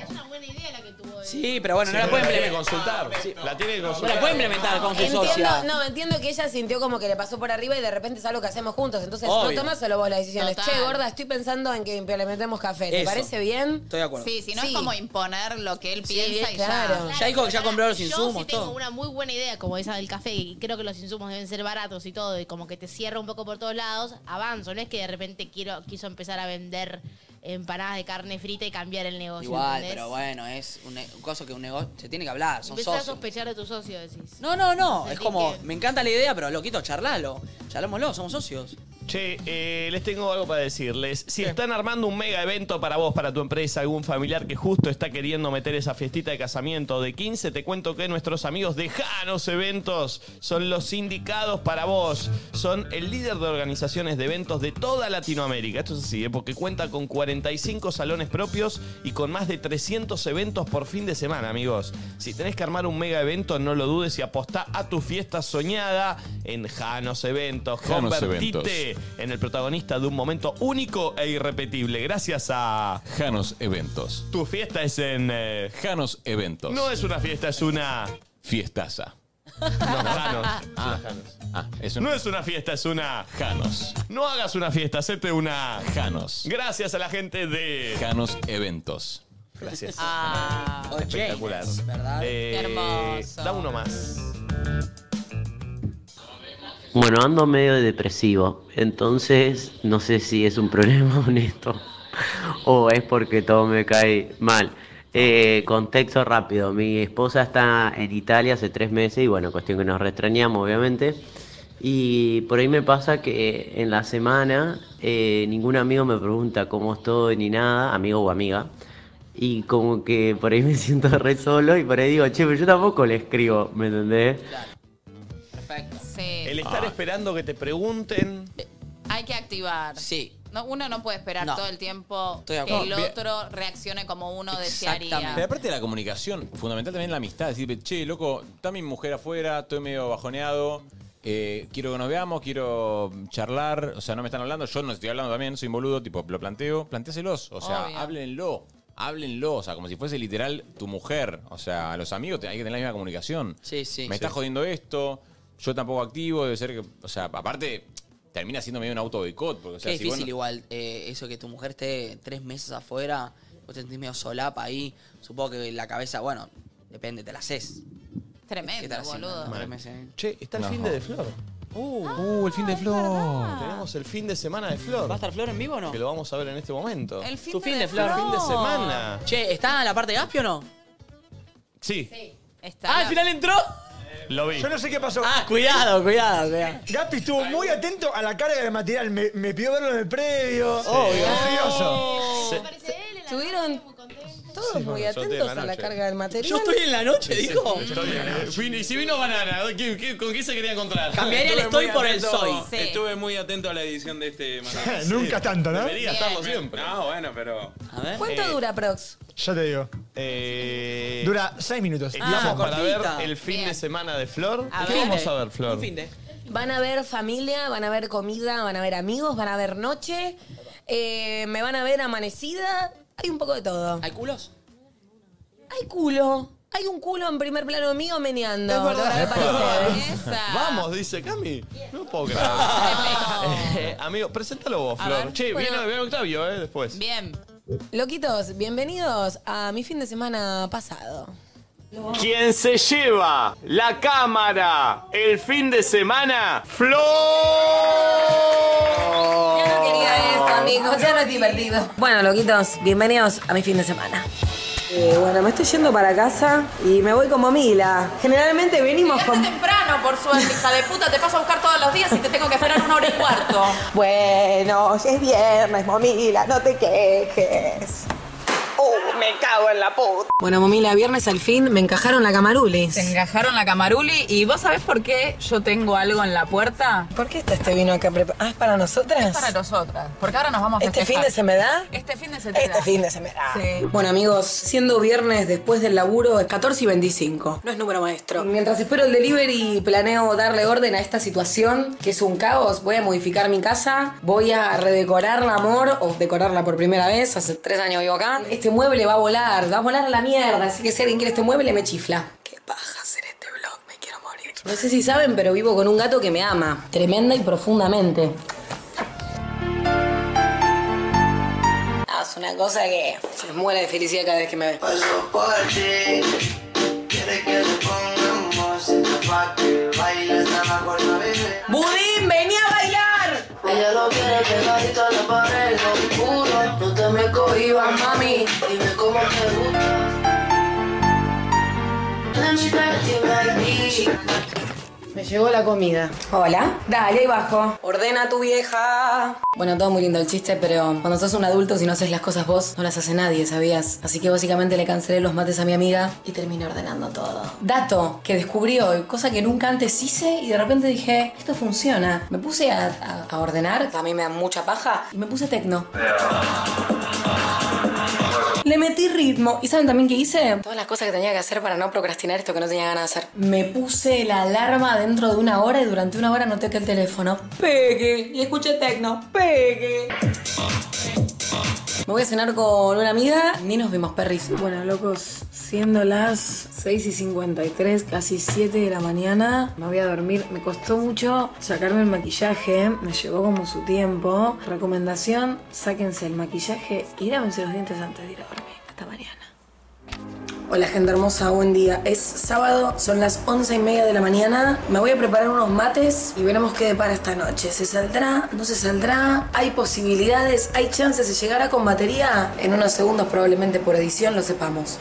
S4: Sí, pero bueno, no la pueden
S5: tiene que
S4: implementar.
S5: consultar. La tiene que
S4: No
S5: consultar.
S4: la pueden implementar con su
S3: Entiendo,
S4: socia.
S3: no, entiendo que ella sintió como que le pasó por arriba y de repente es algo que hacemos juntos. Entonces,
S4: Obvio.
S3: no tomás solo vos las decisiones.
S7: Total.
S3: Che, gorda, estoy pensando en que implementemos café. ¿Te
S4: Eso.
S3: parece bien?
S4: Estoy de acuerdo.
S7: Sí, si no
S3: Sí.
S7: es como imponer lo que él
S3: Sí,
S7: piensa y
S3: claro.
S7: ya.
S4: Ya, dijo que ya compró los
S10: Yo
S4: insumos,
S10: sí tengo
S4: todo.
S10: una muy buena idea, como esa del café, que creo que los insumos deben ser baratos y todo, y como que te cierra un poco por todos lados, avanzo. No es que de repente quiero, quiso empezar a vender empanadas de carne frita y cambiar el negocio.
S4: Igual,
S10: ¿entendés?
S4: pero bueno, es un, ne- un coso que un negocio. Se tiene que hablar, son
S10: Empezás a
S4: socios.
S10: sospechar de tu socio, decís.
S4: No, no, no. Es
S10: Sentí
S4: como,
S10: que-
S4: me encanta la idea, pero loquito, charlalo. Charlémoslo, somos socios.
S5: Che, eh, les tengo algo para decirles. Si están armando un mega evento para vos, para tu empresa, algún familiar que justo está queriendo meter esa fiestita de casamiento de 15, te cuento que nuestros amigos de Janos Eventos son los indicados para vos. Son el líder de organizaciones de eventos de toda Latinoamérica. Esto es así, ¿eh? porque cuenta con 45 salones propios y con más de 300 eventos por fin de semana, amigos. Si tenés que armar un mega evento, no lo dudes y apostá a tu fiesta soñada en Janos Eventos.
S2: Janos
S5: Convertite en el protagonista de un momento único e irrepetible. Gracias a
S2: Janos Eventos.
S5: tu fiesta es en... eh,
S2: Janos Eventos.
S5: No es una fiesta, es una...
S2: Fiestaza.
S5: No, Janos.
S2: Ah, ah, es una-
S5: No es una fiesta, es una...
S2: Janos.
S5: No hagas una fiesta, hacete una...
S2: Janos.
S5: Gracias a la gente de...
S2: Janos Eventos.
S5: Gracias.
S11: Ah.
S5: Espectacular. Eh,
S11: Qué hermoso.
S5: Da uno más.
S15: Bueno, ando medio depresivo, entonces no sé si es un problema honesto o es porque todo me cae mal. Eh, contexto rápido, mi esposa está en Italia hace tres meses y bueno, cuestión que nos restrañamos obviamente. Y por ahí me pasa que en la semana eh, ningún amigo me pregunta cómo estoy ni nada, amigo o amiga. Y como que por ahí me siento re solo y por ahí digo, che, pero yo tampoco le escribo, ¿me entendés?
S5: El estar
S2: Ah.
S5: esperando que te pregunten.
S11: Hay que activar.
S4: Sí.
S11: No, uno no puede esperar
S2: No.
S11: todo el tiempo
S2: Estoy
S11: que
S2: de
S11: el
S2: acuerdo. Bien.
S11: otro reaccione como uno
S2: Pero
S11: desearía.
S2: aparte de la comunicación, fundamental también la amistad. Decir, che, loco, está mi mujer afuera, estoy medio bajoneado, eh, quiero que nos veamos, quiero charlar. O sea, no me están hablando, yo no estoy hablando también, soy un boludo, tipo, lo planteo, plantéaselos. O sea,
S11: Obvio.
S2: háblenlo, háblenlo. O sea, como si fuese literal tu mujer. O sea, a los amigos te- hay que tener la misma comunicación.
S4: Sí, sí.
S2: me está jodiendo esto, yo tampoco activo, debe ser que. O sea, aparte, termina siendo medio un auto boicot. Porque, o sea,
S4: Qué
S2: si
S4: difícil
S2: vos no-
S4: igual, eh, eso que tu mujer esté tres meses afuera, vos te sentís medio solapa ahí. Supongo que la cabeza, bueno, depende, te la haces. ¿Qué te la
S11: Tremendo,
S4: haces,
S11: boludo.
S4: no? Tres meses, ¿eh?
S5: Che, está el
S4: No.
S5: fin de, de Flor. Uh, el
S4: Ah,
S5: fin de Flor. Tenemos el fin de semana de Flor. ¿Va a estar
S4: Flor en vivo o no?
S5: Que lo vamos a ver en este momento.
S11: El fin
S4: Tu
S11: de,
S4: fin de
S11: de
S4: flor.
S11: flor.
S5: fin de semana.
S4: Che, ¿está la parte de Gaspi o no?
S5: Sí,
S11: Está
S4: Ah, al final entró.
S5: lo vi.
S6: Yo no sé qué pasó.
S4: Ah, cuidado, cuidado, cuidado.
S6: Gaspi estuvo muy atento a la carga de material. Me,
S11: Oh.
S6: me pidió verlo en el predio.
S5: Obvio.
S6: Furioso.
S3: Tuvieron todos
S5: Sí,
S3: muy
S5: bueno, yo estoy en
S3: atentos
S5: la
S3: a la
S5: noche.
S3: carga del material.
S4: Yo estoy en la noche, dijo.
S5: Y si vino banana, ¿qué- qué- ¿con qué se quería encontrar?
S4: Cambiaría el estoy
S9: Estuve muy
S4: por el
S9: atento-
S4: soy.
S9: Estuve muy atento a la edición de este maná.
S6: Nunca tanto, ¿no?
S9: Debería
S6: Bien.
S9: estarlo siempre. No, bueno, pero. Eh,
S4: A ver.
S3: ¿Cuánto
S5: Eh,
S3: dura Prox?
S6: Ya te digo. Dura seis minutos.
S5: Estamos
S4: Ah,
S5: para ver el fin de semana de Flor.
S3: A
S5: ¿Qué
S3: ver.
S5: vamos a ver, Flor?
S3: Van a ver familia, van a ver comida, van a ver amigos, van a ver noche, eh, me van a ver amanecida. Hay un poco de todo.
S4: ¿Hay culos?
S3: Hay culo. Hay un culo en primer plano mío meneando.
S5: Es verdad.
S3: Lo grabé para ustedes.
S5: Vamos, dice Cami. No puedo creer. Eh, amigo, preséntalo vos,
S3: A
S5: Flor.
S3: ver,
S5: che,
S3: bueno.
S5: viene, viene Octavio, ¿eh? Después.
S3: Bien. Loquitos, bienvenidos a mi fin de semana pasado.
S17: Quien se lleva la cámara el fin de semana, Flor.
S3: No quería eso, amigos, ya no es divertido. Bueno, loquitos, bienvenidos a mi fin de semana. Eh, bueno, me estoy yendo para casa y me voy como Mila. Generalmente venimos con...
S11: Temprano, por suerte, hija de puta, te paso a buscar todos los días y te tengo que esperar una hora y cuarto.
S3: Bueno, es viernes, Momila, no te quejes. Uh, me cago en la puta. Bueno, Momila, viernes al fin me encajaron la camarulis.
S11: Te encajaron la camaruli y vos sabés por qué yo tengo algo en la puerta.
S3: ¿Por qué está este vino acá preparado? Ah, ¿es para nosotras?
S11: Es para nosotras, porque ahora nos vamos a
S3: ¿Este
S11: festejar.
S3: fin de se me da?
S11: Este fin de se te
S3: Este
S11: da.
S3: fin de semana.
S11: Sí.
S3: Bueno, amigos, siendo viernes después del laburo, 14 y 25. No es número maestro. Mientras espero el delivery, planeo darle orden a esta situación, que es un caos. Voy a modificar mi casa, voy a redecorarla, amor, o decorarla por primera vez. Hace tres años vivo acá. Este mueble va a volar, va a volar a la mierda. Así que si alguien quiere este mueble, me chifla. Qué paja hacer este blog, me quiero morir. No sé si saben, pero vivo con un gato que me ama. Tremenda y profundamente. Ah, es una cosa que se muere de felicidad cada vez que me ve.
S20: Pues
S3: ¡Budín, vení a bailar!
S20: Ella lo quiere pegadito a la pared, lo juro. No te me cohibas, mami. Dime cómo te gusta.
S3: Me llegó la comida. Hola. Dale, ahí bajo. Ordena tu vieja. Bueno, todo muy lindo el chiste, pero cuando sos un adulto, si no haces las cosas vos, no las hace nadie, ¿sabías? Así que básicamente le cancelé los mates a mi amiga y terminé ordenando todo. Dato que descubrí hoy, cosa que nunca antes hice y de repente dije, esto funciona. Me puse a, a- a ordenar, a mí me da mucha paja, y me puse tecno. Le metí ritmo. ¿Y saben también qué hice? Todas las cosas que tenía que hacer para no procrastinar esto que no tenía ganas de hacer. Me puse la alarma dentro de una hora y durante una hora no toqué el teléfono. Pegue. Y escuché tecno. Pegue. Me voy a cenar con una amiga, ni nos vimos perris. Bueno, locos, siendo las 6 y 53, casi 7 de la mañana, me voy a dormir. Me costó mucho sacarme el maquillaje, me llevó como su tiempo. Recomendación, sáquense el maquillaje y lávense los dientes antes de ir a dormir. Hasta mañana. Hola gente hermosa, buen día. Es sábado, son las once y media de la mañana. Me voy a preparar unos mates y veremos qué depara esta noche. ¿Se saldrá? ¿No se saldrá? ¿Hay posibilidades? ¿Hay chances de llegar a con batería? En unos segundos probablemente por edición lo sepamos.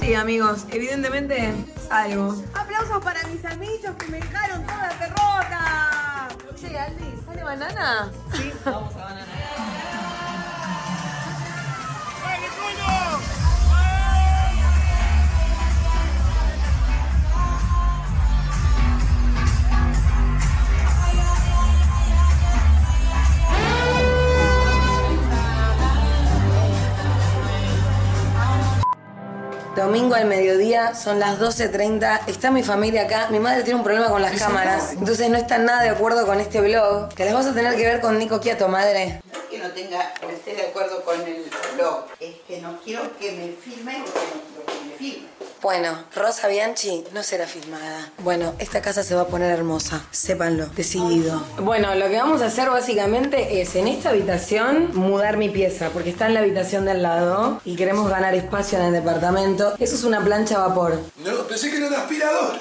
S3: Sí, amigos, evidentemente algo. Aplausos para mis amigos que me dejaron toda la derrota. Che, Aldi, ¿sale banana? Sí, vamos a banana. Domingo al mediodía, son las 12.30, está mi familia acá, mi madre tiene un problema con las cámaras, entonces no están nada de acuerdo con este vlog, que las vas a tener que ver con Nico Quiato, madre.
S29: que no tenga, no esté de acuerdo con el blog, es que no quiero que me filmen o que no quiero que me filmen.
S3: Bueno, Rosa Bianchi no será filmada. Bueno, esta casa se va a poner hermosa, sépanlo, decidido. Bueno, lo que vamos a hacer básicamente es en esta habitación mudar mi pieza, porque está en la habitación de al lado y queremos ganar espacio en el departamento. Eso es una plancha a vapor.
S21: No, pensé que era un aspirador.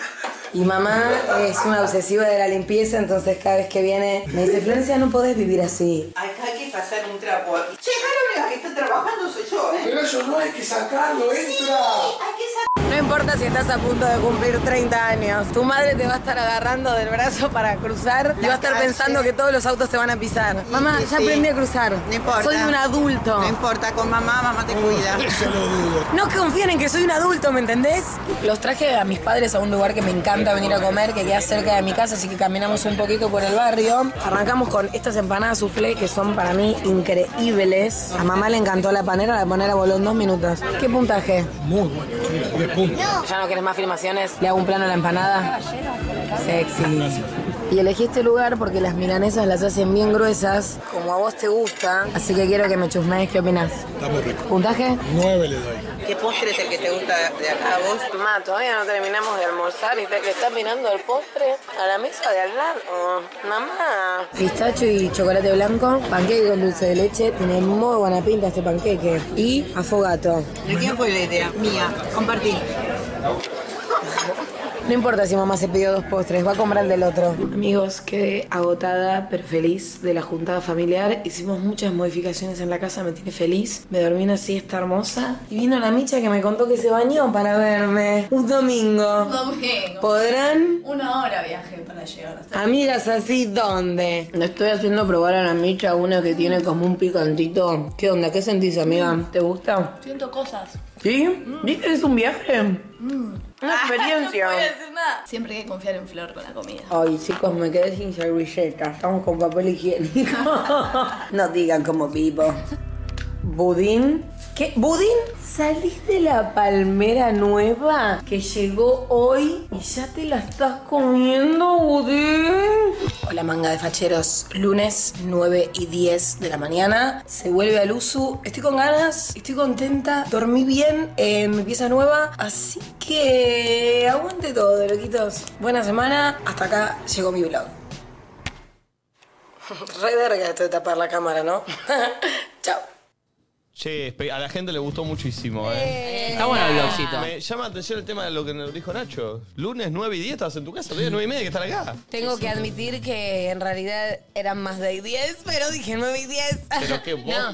S3: Y mamá es una obsesiva de la limpieza, entonces cada vez que viene me dice, Florencia, no podés vivir así.
S29: Acá hay que pasar un trapo aquí. Che, acá la única que está trabajando soy yo, ¿eh?
S21: Pero eso no hay que sacarlo,
S29: Sí,
S21: entra.
S29: hay que sacarlo.
S3: importa si estás a punto de cumplir 30 años. Tu madre te va a estar agarrando del brazo para cruzar y
S13: La
S3: va a estar
S13: calle.
S3: pensando que todos los autos te van a pisar.
S13: Y
S3: Mamá,
S13: que
S3: ya
S13: sí.
S3: aprendí a cruzar.
S13: No importa.
S3: Soy un adulto.
S13: No importa, con mamá, mamá te cuida.
S3: No confíen en que soy un adulto, ¿me entendés? Los traje a mis padres a un lugar que me encanta venir a comer, que queda cerca de mi casa, así que caminamos un poquito por el barrio. Arrancamos con estas empanadas soufflé que son para mí increíbles. A mamá le encantó la panera, la panera voló en dos minutos. ¿Qué puntaje?
S26: Muy bueno. De punta.
S3: ¿Ya no querés más filmaciones? ¿Le hago un plano a la empanada? Sexy. Y elegí este lugar porque las milanesas las hacen bien gruesas, como a vos te gusta. Así que quiero que me chusmees, ¿qué opinás?
S13: Está muy rico.
S3: ¿Puntaje?
S13: Nueve le doy. ¿Qué postre es el que te gusta de acá a vos?
S3: Ma, todavía no terminamos de almorzar y te, le estás mirando el postre a la mesa de al lado. Mamá. Pistacho y chocolate blanco, panqueque con dulce de leche. Tiene muy buena pinta este panqueque. Y afogato.
S13: ¿De quién fue la idea? Mía. Compartí.
S3: No importa si mamá se pidió dos postres, va a comprar el del otro. Amigos, quedé agotada pero feliz de la juntada familiar. Hicimos muchas modificaciones en la casa, me tiene feliz. Me dormí una siesta hermosa. Y vino la micha que me contó que se bañó para verme. Un domingo.
S11: Domingo.
S3: ¿Podrán?
S11: Una hora viaje para llegar hasta
S3: Amigas así, ¿dónde? Le estoy haciendo probar a la micha una que tiene como un picantito. ¿Qué onda? ¿Qué sentís, amiga? ¿Te gusta?
S11: Siento cosas.
S3: ¿Sí? ¿Viste? Es un viaje.
S22: Mm,
S3: Una
S11: No voy a
S3: experiencia.
S11: decir nada. Siempre hay que confiar en Flor con la comida.
S3: Ay, chicos, me quedé sin servilleta. Estamos con papel higiénico. no digan como vivo. ¿Budín? ¿Qué? ¿Budín? ¿Salís de la palmera nueva que llegó hoy y ya te la estás comiendo, Budín? Hola, manga de facheros. Lunes 9 y 10 de la mañana. Se vuelve al uso. Estoy con ganas, estoy contenta. Dormí bien en mi pieza nueva. Así que aguante todo, loquitos. Buena semana. Hasta acá llegó mi vlog. Re verga esto de tapar la cámara, ¿no? Chao.
S5: Che, espe- a la gente le gustó muchísimo, ¿eh?
S4: Está bueno el blogcito.
S5: Me llama la atención el tema de lo que nos dijo Nacho. Lunes 9 y 10 estabas en tu casa, todavía 9 y media que estar acá.
S3: Tengo que admitir que en realidad eran más de 10, pero dije 9 y 10.
S5: Pero qué vos. Ah,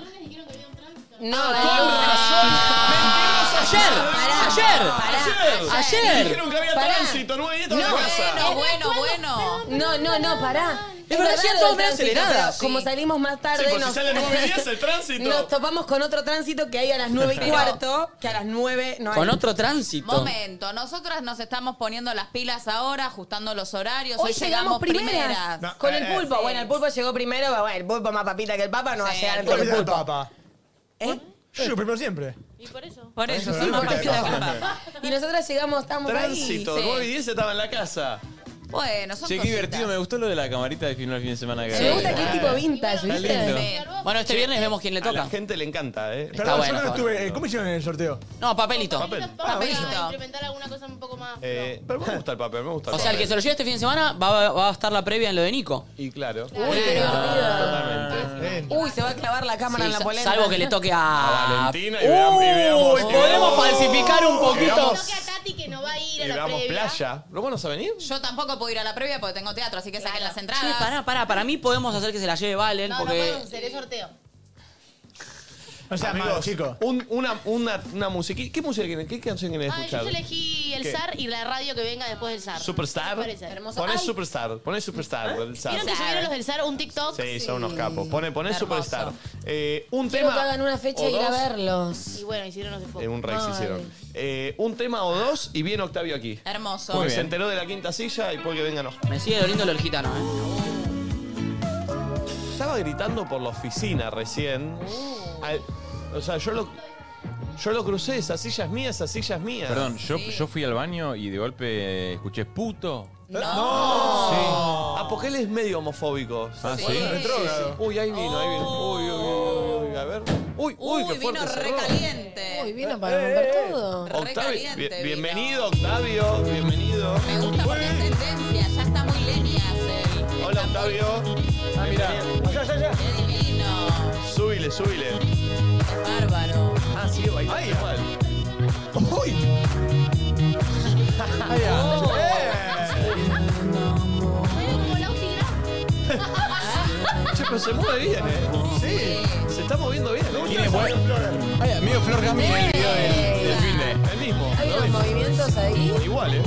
S3: No. No,
S4: Ayer, ayer, ayer.
S5: Dijeron que había
S3: Pará.
S5: tránsito, 9 y 10 estaba
S3: No,
S5: en la casa.
S3: bueno,
S7: Bueno, bueno.
S3: No, no, no, pará.
S7: Es verdad,
S3: verdad
S7: llegan
S3: lo
S7: todos muy
S3: del tránsito,
S7: aceleradas,
S3: pero
S7: sí.
S3: Como salimos más tarde.
S5: Sí, pues si sale 9 y 10 el tránsito.
S3: Nos topamos con otro tránsito que hay a las 9 y
S4: Pero-
S3: cuarto, que a las 9 no hay.
S4: Con otro tránsito.
S7: Momento, nosotras nos estamos poniendo las pilas ahora, ajustando los horarios.
S3: Hoy llegamos primeras.
S7: primeras.
S5: eh,
S3: Con el pulpo.
S7: Sí.
S3: Bueno, el pulpo llegó primero, pero bueno, el pulpo más papita que el papa no va a
S7: Sí,
S3: llegar
S7: el
S3: antes que el
S26: Papita de
S3: pulpo.
S26: papa.
S3: ¿Eh?
S26: Yo llego primero siempre.
S7: Por eso,
S26: Eso,
S7: somos
S26: no,
S7: papita
S26: papita
S7: de
S26: de
S7: papa.
S3: Y nosotras llegamos, estamos
S5: Tránsito,
S3: ahí.
S5: 9 y 10 estaba en la casa.
S7: Bueno, son
S2: Che, qué
S7: cositas.
S2: divertido, me gustó lo de la camarita de final fin de semana. que
S3: Sí.
S2: hay.
S3: Me gusta que es tipo vintage,
S2: Está
S3: ¿viste?
S2: lindo.
S4: Bueno, este
S5: Che,
S4: viernes vemos quién le
S5: A la
S4: toca.
S5: gente le encanta, ¿eh?
S26: Perdón,
S4: bueno,
S26: yo no
S4: está
S26: estuve. eh, ¿Cómo hicieron el sorteo?
S4: No, papelito.
S5: Papel. Ah,
S10: Para
S7: Papelito.
S10: implementar alguna cosa un poco más.
S5: Eh, pero me gusta el papel, me gusta el
S4: O sea, el
S5: papel.
S4: que se lo lleve este fin de semana va, va a estar la previa en lo de Nico. Ah,
S5: Y claro.
S3: Uy, qué divertido.
S5: Totalmente.
S3: Uy, se va a clavar la cámara
S4: Sí,
S3: en la
S4: sa-
S3: polenta.
S4: salvo que le toque a.
S5: A Valentina y
S4: Uy,
S5: veamos- y veamos- y
S4: podemos
S5: veamos-
S4: falsificar un
S5: y
S4: poquito.
S5: veamos-
S10: Toque a Tati que no va a ir
S5: Y
S10: a la
S5: veamos
S10: previa.
S5: playa. ¿Lo van a venir?
S7: Yo tampoco puedo ir a la previa porque tengo teatro, así que saquen las
S4: Che,
S7: entradas.
S4: pará, pará, para mí podemos hacer que se la lleve Valen,
S10: No, no
S4: porque.
S10: podemos hacer, es sorteo.
S26: O sea,
S5: Amigos,
S26: malo, chico.
S5: un- una, una, una musiquita. ¿Qué música quieren? ¿Qué canción quieren
S10: Ah, yo
S5: escuchar?
S10: ya elegí el
S5: ¿Qué?
S10: SAR y la radio que venga después del SAR.
S5: Superstar.
S10: Me parece hermoso.
S5: Poné
S10: Ay, ¿Ah?
S5: Superstar. Poné Superstar. del Zar.
S10: ¿Vieron que subieron los del SAR un TikTok?
S5: Sí, son unos capos. Poné, poné Superstar. Eh, un
S3: Quiero
S5: tema.
S3: que hagan una fecha
S5: o
S3: e ir a
S5: dos.
S3: verlos.
S10: Y bueno, hicieron los de
S5: Eh, un rey se
S3: Ay.
S5: hicieron. Eh, un tema o dos y viene Octavio aquí.
S7: Hermoso.
S5: Porque se enteró de la quinta silla y porque vengan los.
S4: Me sigue doliendo lo del gitano, eh.
S5: Estaba gritando por la oficina recién.
S7: Uh.
S5: Al- o sea, yo lo, yo lo crucé. Esa silla es mía, esa silla es mía.
S2: Perdón, yo, yo fui al baño y de golpe escuché puto.
S5: Ah, porque él es medio homofóbito.
S2: Ah, ¿sí?
S5: Retrógrado. Oh. Uy, ahí vino, ahí vino. Uy, uy, uy, uy, uy, a ver. Uy, uy,
S7: Uy,
S5: qué fuerte
S7: vino
S5: cerró. Eh,
S7: recaliente.
S3: Uy, vino para romper todo.
S5: Octavio,
S7: Recaliente
S5: bien-
S7: vino.
S5: bienvenido, Octavio, bienvenido.
S7: Me gusta porque es tendencia, ya está muy leñas el.
S5: Hola, Octavio. Ah, mira.
S26: Allá, allá, allá.
S7: Qué divino.
S5: Súbile, súbile.
S7: Qué bárbaro.
S5: Ah, sí, bailando
S26: Ay.
S5: igual.
S26: ¡Uy! Ahí va. Eh.
S12: Oh.
S10: Como la última.
S5: Che, pero se mueve bien, eh. Sí. Se está moviendo bien.
S2: Tiene buen- Ay, amigo Flor Gambi en el video del, del fin de.
S5: el mismo.
S12: Hay
S5: lo
S12: unos
S5: mismo.
S12: movimientos ahí.
S5: Igual, ¿eh?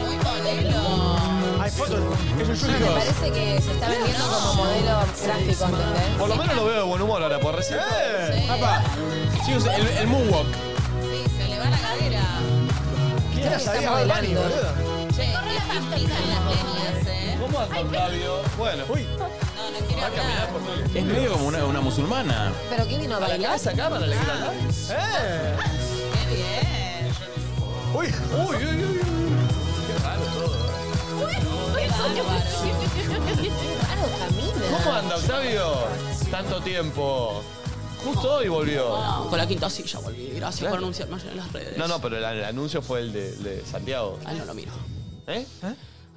S12: Muy modelo.
S5: Hay fotos. Es un
S12: Me parece que se está vendiendo como modelo gráfico, ¿entendés?
S5: Por lo menos lo veo de buen humor ahora, por recién. ¡Eh! ¡Apa! Sí, o sea, el, el moonwalk.
S12: Sí, se le va la cadera.
S6: ¿Quién la
S12: Creo que
S6: sabía
S12: está
S6: Bad Bunny,
S12: modelando.
S6: boludo?
S12: Che, qué pampita en las tenis, ¿eh?
S5: ¿Cómo anda, Octavio? Bueno. Uy.
S12: No, no quiero hablar.
S2: Es medio como una, una musulmana.
S12: ¿Pero qué vino a bailar?
S5: Esa cámara le queda. ¡Eh!
S12: ¡Qué bien!
S5: ¡Uy! ¡Uy, uy, uy!
S12: ¡Qué raro todo! ¡Qué bárbaro! ¡Qué raro camina!
S5: ¿Cómo anda, Octavio? Tanto tiempo. Justo hoy volvió.
S4: Con la quinta silla volví. Gracias
S5: Claro.
S4: por anunciarme ayer en las redes.
S5: No, no, pero el, el anuncio fue el de, de Santiago.
S4: A él no lo miro.
S5: ¿Eh?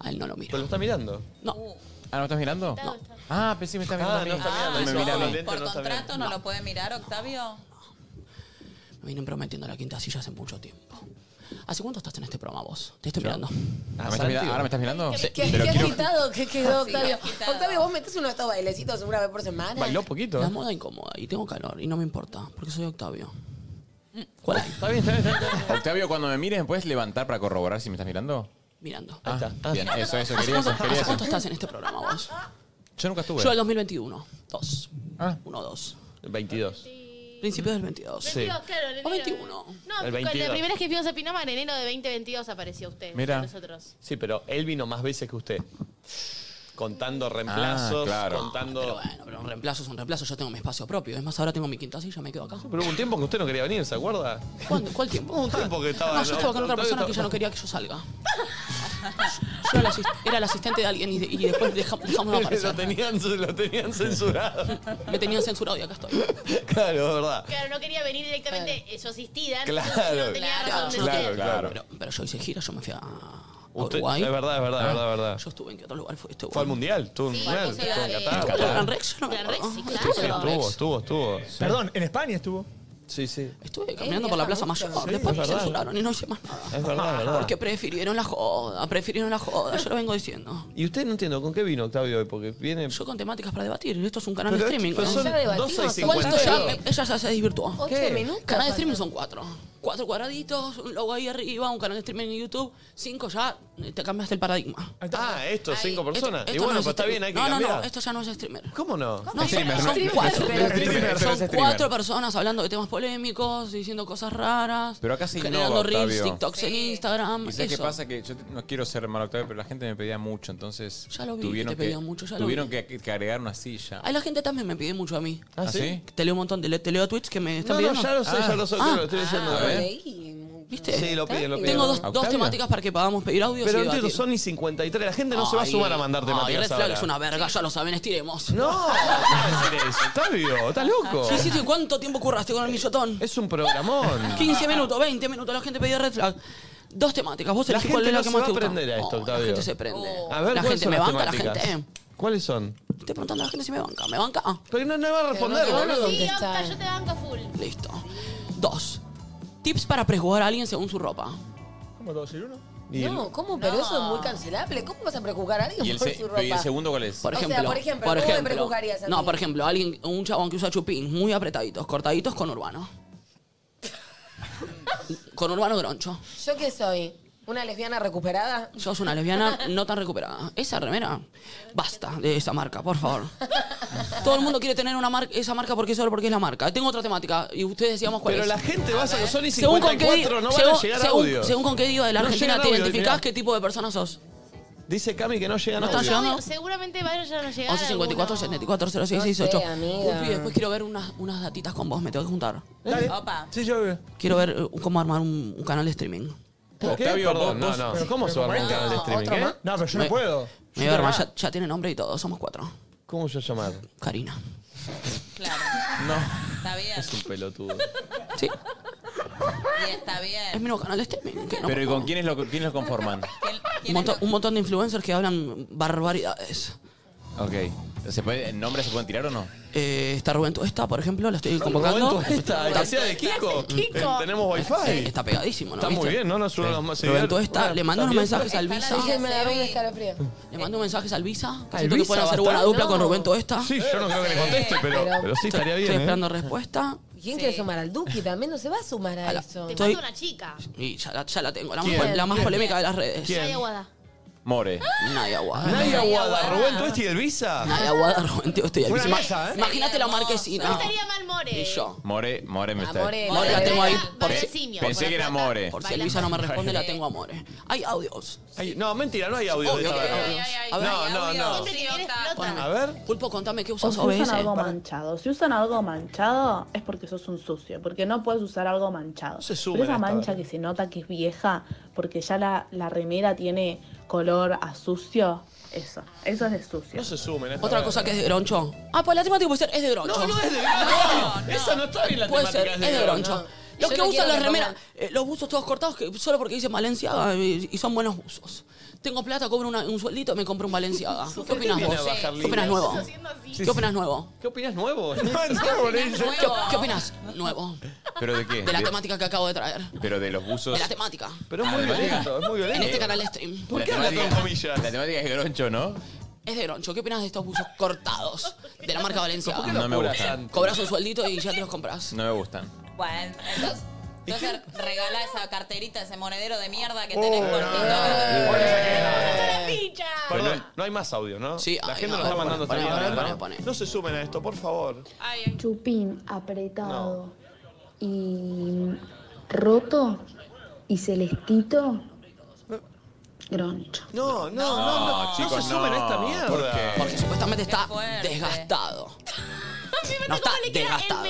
S4: A él no lo miro.
S5: ¿Pero lo está mirando?
S4: No.
S2: ¿Ah, no estás mirando?
S4: No.
S2: Ah, pensé que me estás mirando.
S5: Ah,
S2: a mí.
S5: no está mirando,
S2: Me
S5: eso,
S2: mira a mí.
S5: con lente
S7: ¿Por
S5: no está mirando.
S7: contrato no, lo puede mirar, Octavio?
S4: Me vienen prometiendo la quinta silla hace mucho tiempo. ¿Hace cuánto estás en este programa vos? Te estoy mirando.
S2: Ah, ¿me estás mirando? ¿Ahora me estás mirando?
S4: Sí.
S12: ¿Qué,
S4: Pero
S12: qué
S4: quiero-
S12: agitado que quedó
S4: Sí,
S12: Octavio?
S4: agitado.
S12: Octavio, vos metés uno de estos bailecitos una vez por semana.
S5: ¿eh?
S2: poquito.
S4: La moda incómoda y tengo calor y no me importa porque soy Octavio. ¿Cuál hay?
S5: Está bien, está bien, está
S2: Octavio, cuando me mires, ¿me puedes levantar para corroborar si me estás mirando?
S4: Mirando.
S2: Ah, Bien, eso, eso,
S4: ¿Hace
S2: quería
S4: cuánto,
S2: eso. quería
S4: hace cuánto
S2: eso.
S4: estás en este programa vos?
S2: Yo nunca estuve.
S4: Yo el 2021. Dos.
S2: Ah.
S4: Uno, dos.
S5: 22.
S4: Principios del 22.
S5: Sí.
S10: Dios, claro, en enero.
S4: 21.
S10: No,
S5: El
S10: con
S5: 22.
S10: la primera vez que fuimos a Pinamar, en enero de 2022 apareció usted.
S5: Mira.
S10: Mira. Nosotros.
S5: Sí, pero él vino más veces que usted. Contando reemplazos,
S4: Ah, claro.
S5: contando. Pero
S4: bueno, pero un reemplazo es un reemplazo. Yo tengo mi espacio propio. Es más, ahora tengo mi quinta silla, me quedo acá.
S5: Pero hubo un tiempo que usted no quería venir, ¿se acuerda?
S4: ¿Cuándo? ¿Cuál tiempo?
S5: Un tiempo que estaba.
S4: No, yo estaba con otra
S5: Octavio
S4: persona que
S5: estaba-
S4: ya no quería que yo salga. Yo era el, asist- era el asistente de alguien y, de- y después deja- dejamos de
S5: lo,
S4: aparecer.
S5: tenían, lo tenían censurado.
S4: Me tenían censurado y acá estoy.
S5: claro, es verdad.
S10: Claro, no quería venir directamente, eh, yo asistida.
S5: Claro,
S10: entonces yo no tenía
S5: claro,
S10: razón de
S5: claro,
S10: ser.
S5: claro.
S4: Pero, pero yo hice gira, yo me fui a
S5: Usted-
S4: Uruguay.
S5: es verdad, es verdad, es verdad, es verdad.
S4: Yo estuve en qué otro lugar fue este
S5: Fue al mundial, tuvo un
S4: Sí,
S5: mundial.
S4: al
S5: Estuvo en
S4: Mundial.
S5: Qatar.
S4: Estuvo en el Gran Rex, yo no me
S10: Gran
S4: acuerdo.
S10: Rex, sí,
S4: Estuve
S10: claro.
S4: en el Gran
S5: Estuvo,
S4: Rex.
S5: estuvo, estuvo. Sí.
S6: Perdón, en España estuvo.
S5: Sí, sí.
S4: Estuve caminando por la Plaza Mayor.
S5: Sí,
S4: Después me
S5: es verdad.
S4: censuraron y no hice más nada.
S5: Es verdad, es verdad.
S4: Porque prefirieron la joda, prefirieron la joda. Yo lo vengo diciendo.
S5: Y usted no entiendo con qué vino Octavio hoy, porque viene.
S4: Yo con temáticas para debatir. Esto es un canal
S5: Pero
S4: de streaming.
S5: esto- pero
S4: ¿no?
S5: son Ya debatimos, 12 y ¿cuánto 52.
S4: Ella, ella ya se desvirtuó.
S12: Ocho ¿Qué? minutos
S4: Canal de
S12: faltan.
S4: streaming son cuatro. Cuatro cuadraditos, un logo ahí arriba, un canal de streaming en YouTube. Cinco ya eh, te cambiaste el paradigma.
S5: Ah, esto, cinco personas.
S4: Esto-
S5: y
S4: esto
S5: bueno,
S4: no es
S5: pero está
S4: streaming.
S5: bien, hay que
S4: no,
S5: cambiar.
S4: No, no, esto ya no es streamer.
S5: ¿Cómo no?
S4: No,
S5: Streamer,
S4: son, son
S5: no.
S4: cuatro.
S5: Streamer,
S4: Son
S5: streamer,
S4: cuatro
S5: streamer.
S4: personas hablando de temas polémicos, diciendo cosas raras.
S2: Pero acá se
S4: generando
S2: innova,
S4: reels,
S2: Octavio.
S4: TikToks en Instagram.
S2: ¿Y sabes qué
S4: eso.
S2: pasa? Que yo no quiero ser mal Octavio, pero la gente me pedía mucho, entonces
S4: Ya lo vi,
S2: tuvieron,
S4: que te pedían mucho, ya lo
S2: tuvieron que, que agregar una silla.
S4: Ay, la gente también me pide mucho a mí.
S2: ¿Ah, sí?
S4: Te leo un montón de te leo tweets que me están
S5: No, no,
S4: pidiendo.
S5: ya lo sé, ya lo sé,
S4: Ah.
S5: lo estoy leyendo.
S4: Ah,
S5: A ver.
S4: ¿Viste?
S5: Sí, lo piden, lo piden.
S4: Tengo dos, dos
S5: ¿Octavia?
S4: temáticas para que podamos pedir audio.
S5: Pero no entiendo, son ni 53. La gente no se va a sumar a mandar
S4: Ay, Red
S5: temáticas
S4: Flag
S5: ahora.
S4: es una verga, ya lo saben, estiremos.
S5: No, ¿Qué decir eso? Octavio, ¿estás loco?
S4: Sí, sí, sí, ¿cuánto tiempo curraste con el millotón?
S5: Es un programón.
S4: 15 minutos, 20 minutos, la gente pedía Red Flag. Dos temáticas, vos
S5: La
S4: elegís cuál
S5: gente
S4: es la
S5: no
S4: que
S5: se
S4: más
S5: va
S4: te
S5: a
S4: gusta.
S5: prender a esto,
S4: Oh, La
S5: Octavio.
S4: gente se prende.
S5: A ver,
S4: la
S5: ¿cuáles
S4: gente
S5: son
S4: me
S5: las
S4: banca, la
S5: temáticas?
S4: gente. eh.
S5: ¿Cuáles son?
S4: Estoy preguntando a la gente si me banca, me banca. Ah,
S5: Pero no, no va a responder,
S4: no te van a
S5: boludo.
S10: Sí, Octa, yo te banco full.
S4: listo. Dos. Tips para prejuzgar a alguien según su ropa.
S6: ¿Cómo todo decir uno?
S12: No, ¿cómo? Pero eso es muy cancelable. ¿Cómo vas a prejuzgar a
S2: ¿Y
S12: alguien
S2: el,
S12: por
S2: se-
S12: su
S2: pero ¿y el
S12: ropa?
S2: segundo cuál es?
S4: Por
S12: O sea,
S4: ejemplo,
S12: por ejemplo,
S4: por
S12: ¿cómo me
S4: ejemplo-
S12: prejuzgarías a mí?
S4: No, por ejemplo, alguien, un chabón que usa chupín, muy apretaditos, cortaditos con urbano. con urbano groncho.
S12: ¿Yo qué soy? ¿Una lesbiana recuperada?
S4: Sos una lesbiana no tan recuperada. Esa remera, basta de esa marca, por favor. Todo el mundo quiere tener una marca, esa marca porque solo porque es la marca. Tengo otra temática y ustedes decíamos cuál
S5: Pero
S4: es.
S5: la gente va a ser Sony
S4: Según con qué
S5: 54, no
S4: di-
S5: van a
S4: según-
S5: llegar
S4: según-
S5: audios.
S4: Según con qué digo de la
S5: No
S4: Argentina
S5: llegan
S4: te
S5: audios,
S4: identificás
S5: mirá.
S4: qué tipo de persona sos.
S5: Dice Cami que no llegan
S4: ¿No están
S5: audios.
S4: llegando?
S10: Seguramente vayan a llegar.
S4: 11 54 74 06
S10: No sé,
S4: 68.
S10: amiga.
S4: Upi, después quiero ver unas, unas datitas con vos, me tengo que juntar.
S6: Dale.
S7: Opa.
S6: Sí, yo veo.
S4: Quiero ver eh, cómo armar un, un canal de streaming.
S5: ¿Por qué?
S2: Octavio,
S5: Perdón,
S2: vos-
S5: no, no.
S2: vos-
S5: ¿Pero cómo se va a armar un canal de streaming, eh?
S6: No, pero yo no
S4: Me-
S6: puedo.
S4: Me voy a armar, ya, ya tiene nombre y todo, somos cuatro.
S5: ¿Cómo se va a llamar?
S4: Karina.
S5: No,
S7: Está bien.
S5: es un pelotudo.
S4: Sí,
S7: Y está bien.
S4: es mi nuevo canal de streaming. que no-
S2: Pero ¿y con quiénes lo, quiénes lo conforman?
S4: un, montón, un montón de influencers que hablan barbaridades.
S2: Ok. ¿Se puede, ¿Nombres se pueden tirar o no?
S4: Eh, está Rubén Tuesta, por ejemplo, la estoy convocando.
S5: ¿Cuánto esta? ¿El que hacía de Kiko?
S4: Kiko.
S5: Tenemos
S4: Sí,
S5: wifi.
S4: está pegadísimo, ¿no?
S5: Está muy
S4: ¿Viste?
S5: bien, ¿no? No es uno de los más
S4: Rubén Tuesta,
S5: Bueno,
S4: le mando
S5: está
S4: unos
S5: bien.
S4: mensajes al Visa.
S12: Dije, me agarró un escalofrío.
S4: Le mando mensajes al Visa. que
S5: ¿el
S4: Siento que
S5: Visa
S4: pueden
S5: va
S4: hacer
S5: a
S4: buena
S5: estar?
S4: dupla con
S5: No.
S4: Rubén Tuesta.
S5: Sí, yo no creo que le conteste, pero, pero sí estaría bien.
S4: Estoy
S5: ¿eh?
S4: esperando respuesta.
S3: ¿Quién quiere sumar al Duki? También no se va a sumar a, eso.
S10: Te
S4: Estoy-
S10: falta una chica.
S4: Y ya la, ya la tengo, la,
S10: ¿Quién?
S4: más, la más
S10: ¿Quién?
S4: polémica de las redes.
S10: Nadia Guada.
S2: More.
S4: Nadia Guada.
S5: Nadia Guada, Rubén Tuesti del Visa.
S4: Nadia Guada, Rubén Tuesti del
S5: Buena
S4: Visa. Ma-
S5: mesa, ¿eh?
S4: Imagínate la marquesina.
S10: No estaría mal More.
S4: Y yo.
S2: More, More me está.
S10: Ah, More,
S4: More la
S10: More,
S4: tengo ahí.
S10: baila-
S4: Por
S10: baila
S4: si-
S10: simio.
S2: Pensé que era More.
S4: Por si Luisa no me responde, la tengo a More. Hay audios.
S5: no, mentira, no hay audios de
S4: Obvio
S5: esta
S4: que hay
S5: vez.
S4: audios.
S5: Ay, ay,
S4: A ver,
S5: no,
S4: hay
S5: no,
S4: audios.
S5: no.
S10: Siempre que quieres, flota.
S5: A ver.
S4: Pulpo, contame qué
S22: O
S4: usas
S22: si usan
S4: OBS.
S22: algo manchado. Si usan algo manchado es porque sos un sucio, porque no puedes usar algo manchado.
S5: suben
S22: Pero esa
S5: hasta
S22: mancha
S5: ahora.
S22: que se nota que es vieja, porque ya la, la remera tiene color a sucio, eso, eso es de sucio.
S5: No se sumen. esta
S4: Otra
S5: vez.
S4: cosa que es de Groncho. Ah, pues la temática puede ser es de Groncho.
S5: No, no es de
S4: No, no.
S5: Esa no está bien la
S4: Puede
S5: temática.
S4: ser, es de Groncho. Los
S3: Ah, Yo
S4: que
S3: no
S4: usan
S3: quiero
S4: las
S3: que
S4: remeras, eh, los buzos todos cortados que- solo porque dicen Valenciaga eh, y, son buenos buzos. Tengo plata, cobro una- un sueldito, me compro un Valenciaga. ¿Qué opinas
S5: Viene
S4: vos?
S5: a bajar
S4: ¿Qué opinas
S5: líneas.
S4: nuevo?
S5: Sí,
S4: ¿Qué opinas nuevo?
S5: ¿Qué opinas nuevo?
S4: ¿Qué, qué opinas nuevo?
S2: ¿Pero de qué?
S4: De la temática que acabo de traer.
S2: Pero de los buzos.
S4: De la temática.
S5: Pero es muy violento, es muy
S4: En
S5: violento.
S4: este canal de stream.
S2: La temática- La temática es groncho, ¿no?
S4: Es de Groncho. ¿Qué opinas de estos buzos cortados de la marca Valenciaga?
S2: No me gustan.
S4: Cobras un sueldito y ya te los compras.
S2: No me gustan.
S7: Bueno, entonces, entonces regala esa carterita, ese monedero de mierda que
S5: Oh.
S7: tenés cortito.
S5: Pero no, no hay más audio, ¿no? Sí, la gente
S4: no,
S5: nos está
S4: pone,
S5: mandando
S4: pone,
S5: esta
S4: pone,
S5: mierda,
S4: pone,
S5: ¿no?
S4: pone.
S5: No se sumen a esto, por favor.
S23: Chupín apretado y roto y celestito. Groncho.
S5: No, no, no, no, no
S2: chicos,
S5: se sumen a esta mierda.
S2: ¿Por qué?
S4: Porque supuestamente está desgastado. No está desgastado.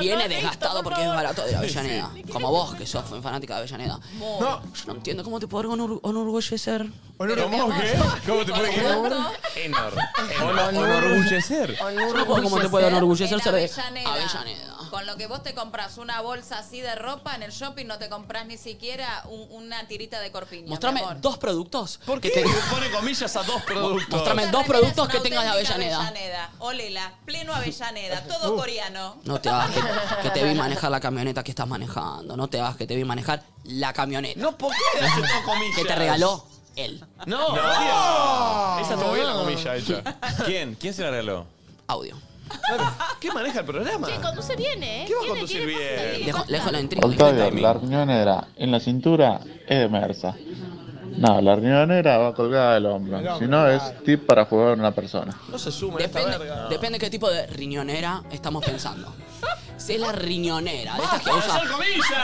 S4: Viene desgastado porque es barato de Avellaneda. Como vos, que sos fanática de Avellaneda. No. Yo no entiendo cómo te puedo honor- enorgullecer.
S2: ¿Cómo qué? ¿Cómo te puede quedar? Enor. Enor- Enorgullecer.
S4: ¿Cómo te puede enorgullecer
S7: En
S4: ser de
S7: Avellaneda. Con lo que vos te compras una bolsa así de ropa en el shopping, no te compras ni siquiera un- una tirita de corpiño.
S4: Mostrame dos productos. ¿Por
S5: qué? Pone comillas a dos productos.
S4: Mostrame dos productos que tengas de Avellaneda.
S7: Olela, pleno Avellaneda, todo coreano.
S4: No te hagas que, que te vi manejar la camioneta que estás manejando. No te hagas que te vi manejar la camioneta. No,
S5: ¿por qué hace todo comillas?
S4: Que te regaló él.
S2: No.
S5: No, no. Esa todavía la
S2: No.
S5: comilla hecha.
S2: ¿Quién? ¿Quién se la regaló?
S4: Audio.
S5: ¿Qué maneja el programa?
S10: Che, conduce bien, ¿eh?
S5: ¿Qué va a
S10: Tiene-
S5: conducir
S10: tiene pasta,
S5: bien?
S10: tiene pasta.
S24: Octavio, la riñonera en la cintura es de Mersa. No, la riñonera va colgada del
S4: Del
S24: hombro.
S4: hombro,
S24: Si no, es tip para jugar a una persona.
S5: No se sumen a esta
S4: Depende,
S5: verga.
S4: depende qué tipo de riñonera estamos pensando. Si es la riñonera, de estas que
S5: ¡Basta de
S4: usa.
S5: ¡Ah, hacer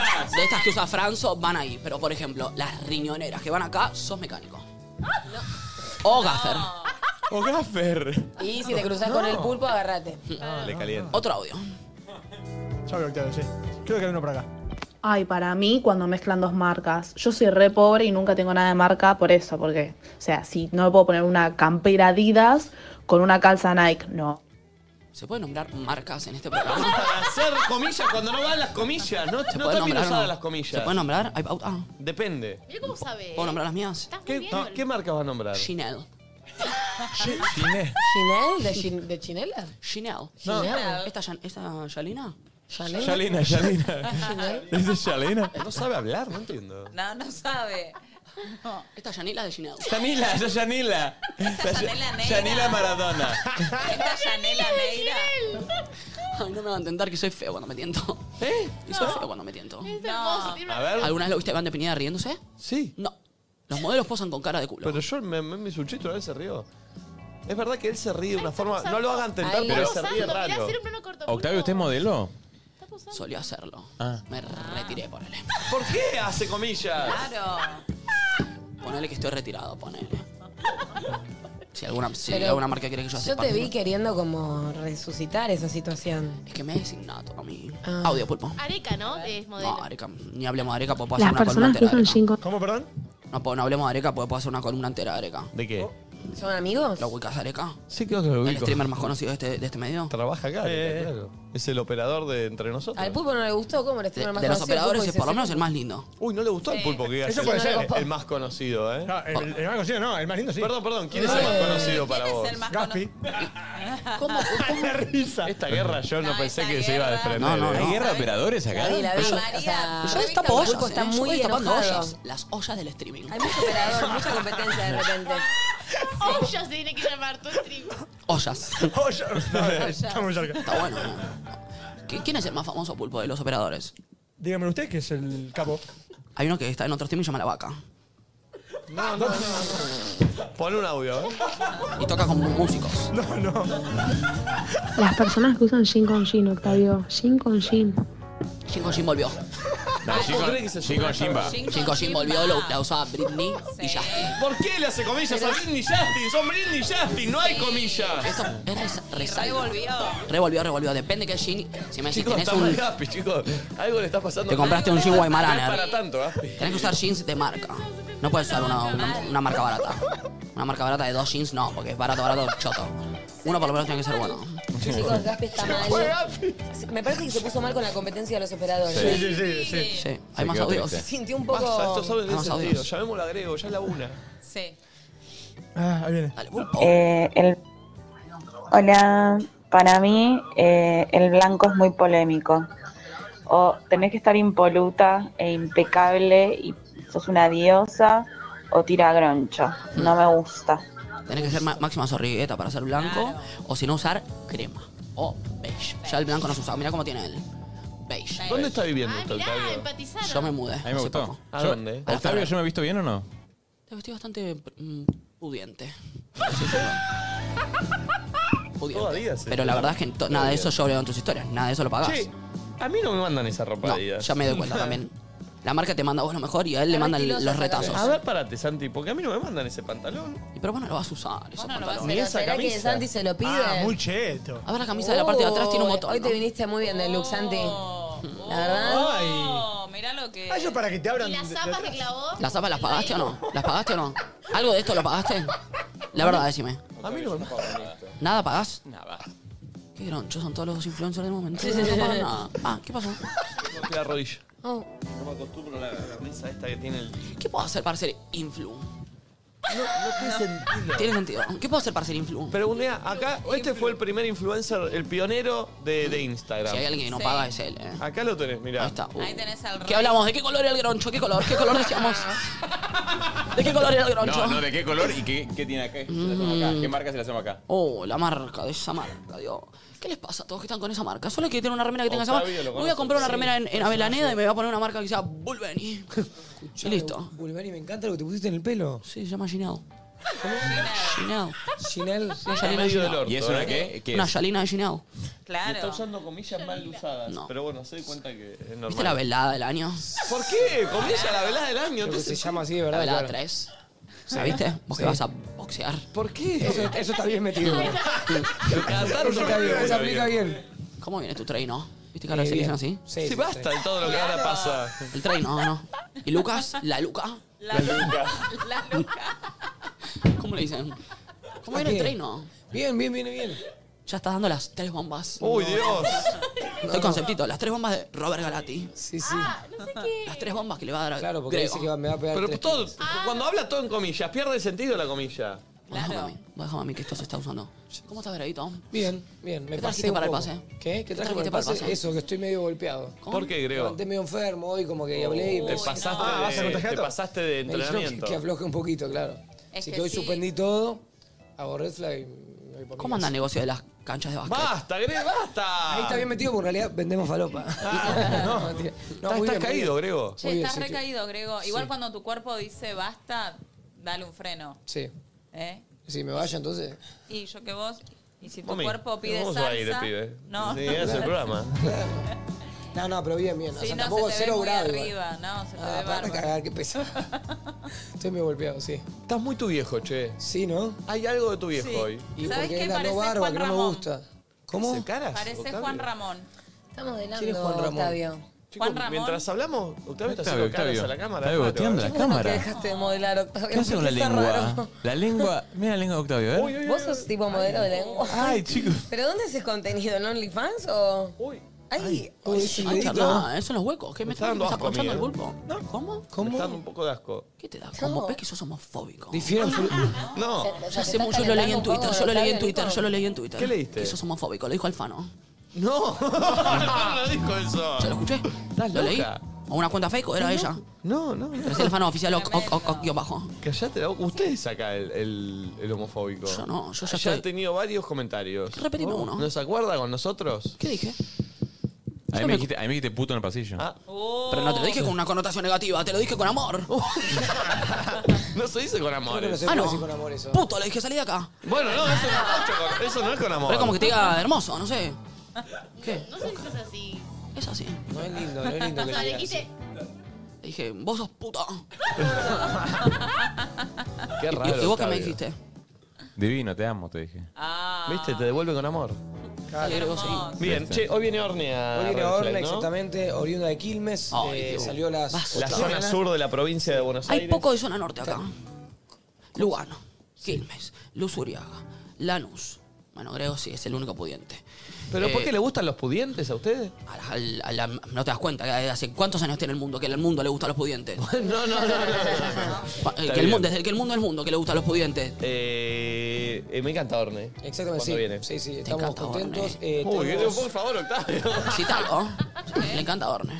S5: comillas!
S4: De estas que usa Franzo, van ahí. Pero por ejemplo, las riñoneras que van acá, sos mecánico. O gaffer.
S2: O gaffer.
S3: Y si te cruzas con el pulpo, agarrate.
S2: Le calienta.
S4: Ah. Otro audio.
S6: Chau, Octavio, sí. Creo que hay uno por acá.
S22: Ay, para mí cuando mezclan dos marcas, yo soy re pobre y nunca tengo nada de marca por eso, porque, o sea, si no me puedo poner una campera Adidas con una calza Nike, no.
S4: ¿Se puede nombrar marcas en este programa?
S5: Basta de hacer comillas cuando no van las comillas. No, no
S4: puede
S5: están bien
S4: nombrar,
S5: usadas
S4: no?
S5: las comillas.
S4: ¿Se puede nombrar? Hay pauta.
S5: Depende.
S10: Mirá cómo sabe.
S4: ¿Puedo nombrar las mías?
S5: ¿Qué, no, ¿qué marcas va a nombrar?
S4: Chanel.
S5: Ginés.
S3: ¿Chinel? ¿De, chin- de chinela?
S4: Chanel.
S3: No.
S4: ¿Esta, Yan- ¿Esta Yalina?
S3: ¿Chanel?
S2: Yalina, Yalina. ¿Ese es Yalena?
S5: No sabe hablar, no entiendo.
S7: No, no sabe.
S4: Esta Yanila de Chanel.
S2: Yanila, esa es Yanila.
S7: Yanela Neira.
S2: Yanila Maradona.
S7: Esta Yanela Neira.
S4: Ay, no me va a intentar que soy feo cuando me tiento.
S5: ¿Eh?
S4: Y soy feo cuando me tiento.
S10: Es hermoso. tiene una-
S4: ¿Alguna vez lo viste a Iván de Pineda riéndose?
S5: Sí.
S4: No. Los modelos posan con cara de culo.
S5: Pero yo me, me, mi suchito, él se rió. Es verdad que él se ríe de una forma. No lo hagan tentar,
S10: Ahí
S5: pero él
S10: está
S5: se ríe
S10: posando, mirá,
S5: raro.
S10: hacer un plano corto.
S2: Octavio, ¿usted es modelo?
S4: Solía hacerlo.
S2: Ah.
S4: Me retiré, ponele.
S5: ¿Por qué hace comillas?
S7: Claro.
S4: Ponele que estoy retirado, ponele. Si alguna, si
S3: Pero
S4: alguna marca quiere que yo haga
S3: Yo te
S4: parte-
S3: vi queriendo como resucitar esa situación.
S4: Es que me es innato a mí.
S12: Ah.
S4: Audio, pulpo.
S10: Areca, ¿no? Es modelo.
S4: No, Areca. Ni hablemos de Areca, puedo hacer
S22: Las
S4: una columna
S22: personas que
S4: entera. de
S22: usan
S4: Areca.
S22: cinco
S6: ¿Cómo, perdón?
S4: No, puedo- no hablemos de Areca, puedo hacer una columna entera de Areca.
S5: ¿De qué?
S3: ¿Son amigos?
S4: ¿Lo ubicas, Areca?
S5: Sí, creo que lo
S4: El streamer más conocido de este, de este medio.
S5: Trabaja acá, claro. Es el operador de entre nosotros.
S3: Al pulpo no le gustó como le
S4: De,
S3: más
S4: de los
S3: conocido,
S4: operadores
S3: Pulpo
S4: es por lo
S3: dice,
S4: menos el más lindo.
S5: Uy, no le gustó
S4: Eh,
S5: al pulpo que
S6: Eso
S5: es
S6: puede
S5: el,
S6: ser.
S5: el más conocido, ¿eh?
S6: No, el, el más conocido no, el más lindo sí.
S5: Perdón, perdón, ¿quién es el más conocido para
S7: ¿Quién
S5: vos?
S7: es el más
S6: Gaspi.
S4: ¿Cómo?
S6: La risa.
S5: Esta guerra yo no, pensé que se iba a desprender.
S2: No, no,
S5: ¿eh?
S2: ¿Hay guerra de operadores acá?
S3: Sí, la vi.
S4: Yo-
S3: o sea,
S4: Yo destapo
S3: el
S4: ollas,
S3: pulpo está
S4: eh. Yo voy
S3: muy
S4: destapando
S3: enojado.
S4: ollas. Las ollas del streaming.
S3: Hay mucho operador, mucha competencia de repente.
S10: Oh, ya se tiene que llamar tu stream.
S4: Ollas.
S6: Oye, no, estamos cerca.
S4: Está bueno. ¿no? ¿Qui- ¿Quién es el más famoso pulpo de los operadores?
S6: Dígame usted que es el capo.
S4: Hay uno que está en otros tiempos y se llama la vaca.
S6: No, no, no.
S5: Pon un audio, ¿eh?
S4: Y toca con músicos.
S6: No, no.
S27: Las personas que usan Shin con Shin, Octavio. Shin con Shin.
S4: Shin con Shin volvió.
S2: No, Shin con- Shin con Shin va.
S4: Shin con Shin volvió, lo- la usaba Britney y ya.
S5: ¿Por qué le hace comillas a Britney Justin? Son Britney Justin, no hay comillas.
S4: Esto es
S7: Revolvió.
S4: Revolvió, revolvió. Depende que Shin. Si me decís,
S5: Chicos,
S4: tenés
S5: está
S4: un.
S5: mal Gaspi, chicos. Algo le está pasando.
S4: Te compraste un ¿eh? Jean Guaymarana.
S5: No es para tanto, ¿eh? Gaspi.
S4: Tenés que usar jeans de marca. No puedes usar una, una- una marca barata. Una marca barata de dos jeans, no, porque es barato, barato, choto. Uno por lo menos tiene que ser bueno.
S3: Chicos, Gaspi está mal. Me parece que se puso mal con la competencia de los operadores.
S4: Sí, sí, sí. Sí, hay más audios.
S3: Se sintió un poco...
S5: Basta, estos saben de
S4: Vamos,
S5: sentido.
S4: audios.
S5: Llamémoslo agrego, ya es la una.
S7: Sí.
S6: Ah, ahí viene.
S22: Eh, el- Hola, para mí eh, el blanco es muy polémico. O tenés que estar impoluta e impecable y sos una diosa o tira groncho. No me gusta.
S4: Tenés que ser ma- máxima zorrigueta para ser blanco, o si no usar crema o beige. Ya el blanco no se usa. Mira cómo tiene él. Beige.
S5: ¿Dónde está viviendo
S7: Ah,
S5: usted, Octavio?
S4: Yo me mudé.
S2: A mí me
S4: hace
S2: gustó.
S4: poco.
S5: ¿A
S2: Yo-
S5: dónde?
S4: A la
S2: ¿Octavio, yo me he visto bien o no?
S4: Te vestí bastante mm, pudiente. pudiente. Pero la verdad es que to- nada de eso yo veo en tus historias. Nada de eso lo pagás.
S5: Che, a mí no me mandan esa ropa
S4: No,
S5: de Adidas.
S4: ya me doy cuenta también. La marca te manda a vos lo mejor y a él le mandan los retazos.
S5: A ver, párate, Santi, porque a mí no me mandan ese pantalón.
S4: Y Pero vos no lo vas a usar, esos pantalones.
S3: Pero ¿Será que Santi se lo pide?
S4: Ah,
S6: muy cheto.
S4: A ver la camisa de la parte de atrás tiene un Oh.
S3: Uy,
S4: motor.
S3: Oh, Hoy te viniste muy bien de look, Santi. La verdad.
S6: Ay.
S7: Mirá lo que.
S6: Eso para que te abran.
S10: ¿Y las
S6: de-
S10: zapas
S6: de
S10: que
S6: atrás.
S10: clavó?
S4: ¿Las zapas las pagaste o no? ¿Las pagaste o no? ¿Algo de esto lo pagaste? La verdad, decime.
S5: A mí no me mandan.
S4: ¿Nada pagás? Nada. Qué gronchos son todos los influencers del momento.
S5: Sí, sí, sí.
S4: No pagan nada. Ah, ¿qué pasó?
S5: Tengo que la rodilla.
S4: Oh.
S5: No me acostumbro a la, a la mesa esta que tiene el.
S4: ¿Qué puedo hacer para ser influ?
S5: No, no tiene sentido.
S4: Tiene sentido. ¿Qué puedo hacer para ser influ?
S5: Pero un día, acá, este fue el primer influencer, el pionero de, de Instagram.
S4: Si hay alguien que no
S5: Sí.
S4: paga es él, eh.
S5: Acá lo tenés, mirá. Ahí
S4: está. Uh.
S7: Ahí tenés al
S4: ¿Qué hablamos? ¿De qué color era el groncho? ¿Qué color? ¿Qué color decíamos? ¿De qué color era el groncho? Mm.
S2: No, no, ¿de qué color y qué, qué tiene acá? ¿Qué le hacemos acá? ¿Qué marca se le hacemos acá?
S4: Oh, la marca de esa marca, Dios. ¿Qué les pasa a todos que están con esa marca? Solo hay que tener una remera que tenga esa marca.
S2: Octavio lo
S4: Voy a
S2: conoce.
S4: comprar una
S2: Sí,
S4: remera en, en
S2: personaje.
S4: Avellaneda y me voy a poner una marca que sea Bulbeni. Y listo.
S13: Bulbani, me encanta lo que te pusiste en el pelo.
S4: Sí, se llama Ginao. Ginao.
S13: Ginal.
S4: Una Yalina de
S5: medio del
S4: Ginao.
S5: orto, ¿Y es una eh. qué? ¿Qué
S4: Una
S5: es?
S4: Yalina de Ginao.
S5: Claro. Está usando comillas mal usadas. Pero bueno, se doy cuenta que es normal.
S4: ¿Viste la velada del año?
S5: ¿Por qué? Comillas, la velada del año.
S13: Creo que se llama así de
S4: La
S13: verdad.
S4: velada
S13: claro.
S4: 3.
S13: Sí.
S4: ¿La viste? Vos que
S13: Sí.
S4: vas a boxear.
S13: ¿Por qué? Eso, eso está bien metido. Eso está bien, se aplica bien.
S4: ¿Cómo viene tu tray, no? ¿Viste que ahora
S13: Eh,
S4: se le
S13: bien.
S4: dicen así?
S13: Sí, sí,
S5: basta de todo lo que ahora pasa.
S4: El tray, no, no. ¿Y Lucas? ¿La Luca?
S7: La
S5: Luca.
S7: La Luca.
S4: ¿Cómo le dicen? ¿Cómo
S13: ¿A
S4: viene el
S13: qué?
S4: tray, no?
S13: Bien, bien, viene bien.
S4: Ya estás dando las tres bombas.
S5: Uy, Dios.
S4: Estoy conceptito. Las tres bombas de Robert Galati.
S13: Sí, sí.
S4: Las tres bombas que le va a dar a
S13: Claro, porque
S4: Grego.
S13: dice que va- me va a pegar
S5: Pero pues
S13: tres
S5: todo, cuando habla todo en comillas, pierde sentido la comilla.
S4: Vos Déjame a mí. vos Déjame a mí que esto se está usando. ¿Cómo estás, Greguito?
S13: Bien, bien. Me
S4: ¿Qué
S13: pasé
S4: trajiste
S13: un
S4: para el
S13: poco.
S4: pase?
S13: ¿Qué? ¿Qué traje para
S4: trajiste
S13: el pase? Eso, que estoy medio golpeado.
S5: ¿Por qué, Grego?
S13: Levanté medio enfermo hoy, como que hablé
S7: Oh,
S13: y... "Ah,
S5: Te pasaste de- te pasaste de
S13: Me dijeron que-
S5: entrenamiento.
S13: Que, afloje un poquito, claro.
S7: Es
S13: Así
S7: que
S13: que hoy
S7: sí.
S13: suspendí todo, hago red flag y me voy pa' mi
S4: ¿Cómo anda
S13: casa.
S4: el negocio de las canchas de básquet?
S5: ¡Basta, Grego, basta!
S13: Ahí está bien metido porque en realidad vendemos falopa. Ah, no, mentira. No,
S5: Estás-
S13: muy
S5: estás
S13: bien, muy
S5: caído,
S13: bien.
S5: Grego.
S13: Muy
S7: Che,
S13: bien,
S7: estás
S13: sí, estoy-
S7: recaído, Grego. Igual
S13: Sí.
S7: cuando tu cuerpo dice basta, dale un freno.
S13: Sí.
S7: ¿Eh?
S13: Si me vaya entonces.
S7: Y yo que vos. Y si tu
S13: Mami,
S7: cuerpo pide
S13: vamos
S7: salsa.
S13: a ir, pibe.
S7: No.
S13: Sí, es el programa. No, no, pero bien, bien. O
S7: Sí,
S13: sea,
S7: no,
S13: tampoco
S7: se te
S13: cero
S7: ve muy
S13: grado. igual.
S7: arriba, no, se te
S13: Ah,
S7: ve
S13: para
S7: bárbaro.
S13: cagar, qué pesado. Estoy medio golpeado, sí.
S5: Estás muy tu viejo, che.
S13: Sí, ¿no?
S5: Hay algo de tu viejo
S7: Sí.
S5: hoy.
S13: Y
S7: ¿Sabés
S13: porque
S7: qué?
S13: es la no
S7: Pareces
S13: barba
S7: Juan
S13: que no me
S7: Ramón.
S13: gusta. ¿Cómo?
S5: ¿Hace caras?
S7: Pareces
S5: Octavio?
S7: Juan Ramón.
S3: Estamos
S13: ¿Quién es
S3: delando,
S13: Juan Ramón?
S3: Octavio.
S5: Chicos,
S7: Juan Ramón.
S5: Mientras hablamos, Octavio está
S2: Octavio,
S5: haciendo caras
S2: Octavio.
S5: a la cámara.
S2: Está boteando la
S3: Qué bueno que
S2: cámara.
S3: dejaste de modelar, Octavio.
S2: ¿Qué hace con la
S3: porque está
S2: lengua?
S3: raro.
S2: La lengua. Mira la lengua de Octavio, ¿eh?
S3: Vos sos tipo modelo de lengua.
S2: Ay, chicos.
S3: ¿Pero dónde haces contenido? ¿En OnlyFans o...?
S5: Uy.
S3: Ay,
S13: Uy, es
S4: Ay, charla, esos son los huecos. ¿Qué me,
S5: está
S4: está, me
S5: dando
S4: está
S5: asco a mí,
S4: ponchando el
S5: eh.
S4: bulbo? ¿Cómo?
S5: Me está dando un poco de asco.
S4: ¿Qué te da? ¿Cómo ves que sos homofóbico?
S7: Ah,
S13: Difieren.
S5: No.
S4: Yo hace mucho lo leí en Twitter, yo lo leí en Twitter, yo lo leí en Twitter.
S5: ¿Qué leíste?
S4: Que sos homofóbico, lo dijo Alfano.
S5: No. no lo dijo eso.
S4: ¿Ya lo escuché? ¿Lo leí?
S5: loca?
S4: ¿O una cuenta fake o era ella?
S5: No, no, no.
S4: Pero es el Alfano oficial, ok, ok, ok, ok, guión bajo.
S5: Callate la boca. Usted es acá el, el- el homofóbico.
S4: Yo no, yo ya
S5: Ya ha
S4: estoy-
S5: tenido varios comentarios.
S4: Repetime uno.
S5: ¿No se acuerda con nosotros?
S4: ¿Qué dije?
S2: A mí, me dijiste, a mí me dijiste puto en el pasillo.
S4: Pero no te lo dije con una connotación negativa, te lo dije con amor.
S13: Oh.
S5: No se dice con amores.
S4: Ah, no.
S13: con amor eso.
S4: Puto, le dije salí de acá.
S5: Bueno, no, eso no, es con- eso no es con amor.
S4: Pero es como que te diga hermoso, no sé.
S10: No sé si es así.
S4: Es así.
S13: No es lindo, no es lindo
S10: O
S13: que
S10: sea,
S13: le
S10: le
S13: digas.
S10: quise.
S4: Le dije, vos sos puta.
S5: Qué
S4: Y-
S5: raro.
S4: ¿Y, vos qué
S5: Octavio.
S4: me dijiste?
S2: Divino, te amo, te dije. Ah.
S5: ¿Viste? Te devuelve con amor. Bien,
S2: Sí.
S5: che, hoy viene Ornea.
S13: Hoy viene
S5: Red
S13: Orna,
S5: Flag, ¿no?
S13: exactamente, oriunda de Quilmes. eh, salió a las. ocho
S5: La
S13: de
S5: zona
S13: mañana.
S5: sur de la provincia de Buenos
S4: Hay
S5: Aires.
S4: poco de zona norte acá. Lugano, Quilmes, Luz Uriaga, Lanús. Bueno, Grego sí, es el único pudiente.
S5: ¿Pero por
S4: Eh,
S5: qué le gustan los pudientes a ustedes?
S4: a la- a la- no te das cuenta, que hace cuántos años tiene el mundo que al mundo le gustan los pudientes.
S5: no, no, no.
S4: Pa- eh,
S5: Está
S4: que el
S5: bien.
S4: mundo, desde que el mundo es el mundo que le gustan los pudientes.
S5: Eh, eh, me encanta Orne.
S13: Exactamente, sí.
S5: ¿Cuándo viene?
S13: Sí, sí, estamos
S4: encanta
S13: contentos.
S4: Orne.
S13: Eh,
S5: Uy,
S13: tenemos-
S5: por favor, Octavio.
S4: Citalo. Le encanta Orne.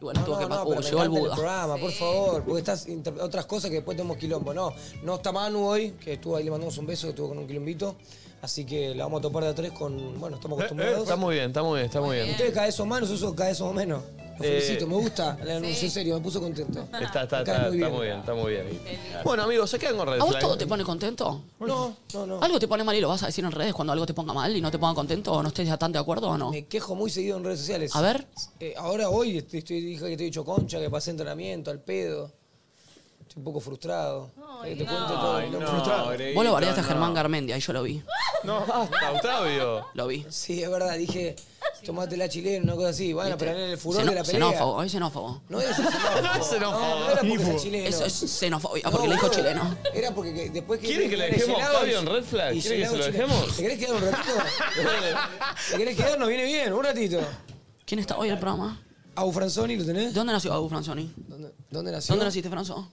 S4: Y bueno, tuvo
S13: No,
S4: que
S13: no,
S4: pa-
S13: pero
S4: uh,
S13: me
S4: llegó el
S13: encanta
S4: Buda.
S13: programa, por favor, porque estás inter- otras cosas que después tenemos quilombo. No, no está Manu hoy, que estuvo ahí, le mandamos un beso, que estuvo con un quilombito. Así que la vamos a topar de a tres con. Bueno,
S5: Eh,
S13: estamos acostumbrados.
S5: Está muy bien, está muy bien, está muy bien.
S13: Ustedes cada vez son más, nosotros cada vez somos menos. Los
S5: Eh,
S13: felicito, me gusta el anuncio, en serio, me puso contento.
S5: Está, está,
S13: Me cae
S5: está,
S13: muy
S5: está
S13: bien.
S5: muy bien, está muy bien. Bueno, amigos, se quedan con Red
S4: ¿A vos
S5: Flag.
S4: todo te pone contento?
S13: No, no, no.
S4: ¿Algo te pone mal y lo vas a decir en redes cuando algo te ponga mal y no te ponga contento o no estés ya tan de acuerdo o no?
S13: Me quejo muy seguido en redes sociales.
S4: A ver.
S13: Eh, ahora hoy estoy, estoy- dije que estoy hecho concha, que pasé entrenamiento, al pedo. Estoy un poco frustrado. Eh, te cuento todo.
S5: Ay,
S13: lo
S5: no,
S13: frustrado.
S5: Greguito,
S4: Vos lo bardeaste a
S5: no.
S4: Germán Garmendia y yo lo vi.
S5: No, basta, Octavio.
S4: Lo vi.
S13: Sí, es verdad, dije, tomate la chilena, una cosa así. Bueno,
S4: ¿Viste?
S13: pero en el furor
S4: Xeno-
S13: de la pelea.
S4: Xenófobo, es xenófobo.
S13: No es xenófobo.
S5: No es xenófobo.
S13: No, no era porque sea chileno.
S4: Eso es xenofobia,
S13: No,
S4: Ah, porque le dijo
S13: boludo.
S4: chileno.
S13: Era porque que- después que.
S5: ¿Quieren que le
S13: viene
S5: dejemos a
S13: Gelado
S5: Octavio
S13: y-
S5: en Red Flag?
S13: y
S5: ¿Quieren que se lo
S13: Gelado chileno.
S5: dejemos?
S13: ¿Te querés quedar un ratito? ¿Te querés quedar? Nos viene bien, un ratito.
S4: ¿Quién está hoy en el programa?
S13: Abu Franzoni, ¿lo tenés?
S4: ¿Dónde nació Abu Franzoni?
S13: ¿Dónde, dónde nació?
S4: ¿Dónde naciste, Franzo?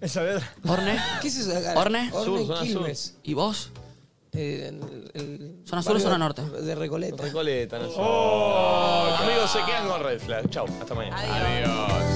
S6: En Saavedra.
S4: ¿Orne?
S13: ¿Qué es eso? de acá?
S4: ¿Orne?
S13: Orne Quilmes.
S4: ¿Y vos?
S13: Eh, en el-
S4: ¿Zona sur o
S13: barrio
S4: zona norte?
S13: De Recoleta.
S5: Oh, Recoleta, no sé. Amigos, se quedan con Red Flag. Chau, hasta mañana.
S2: Adiós.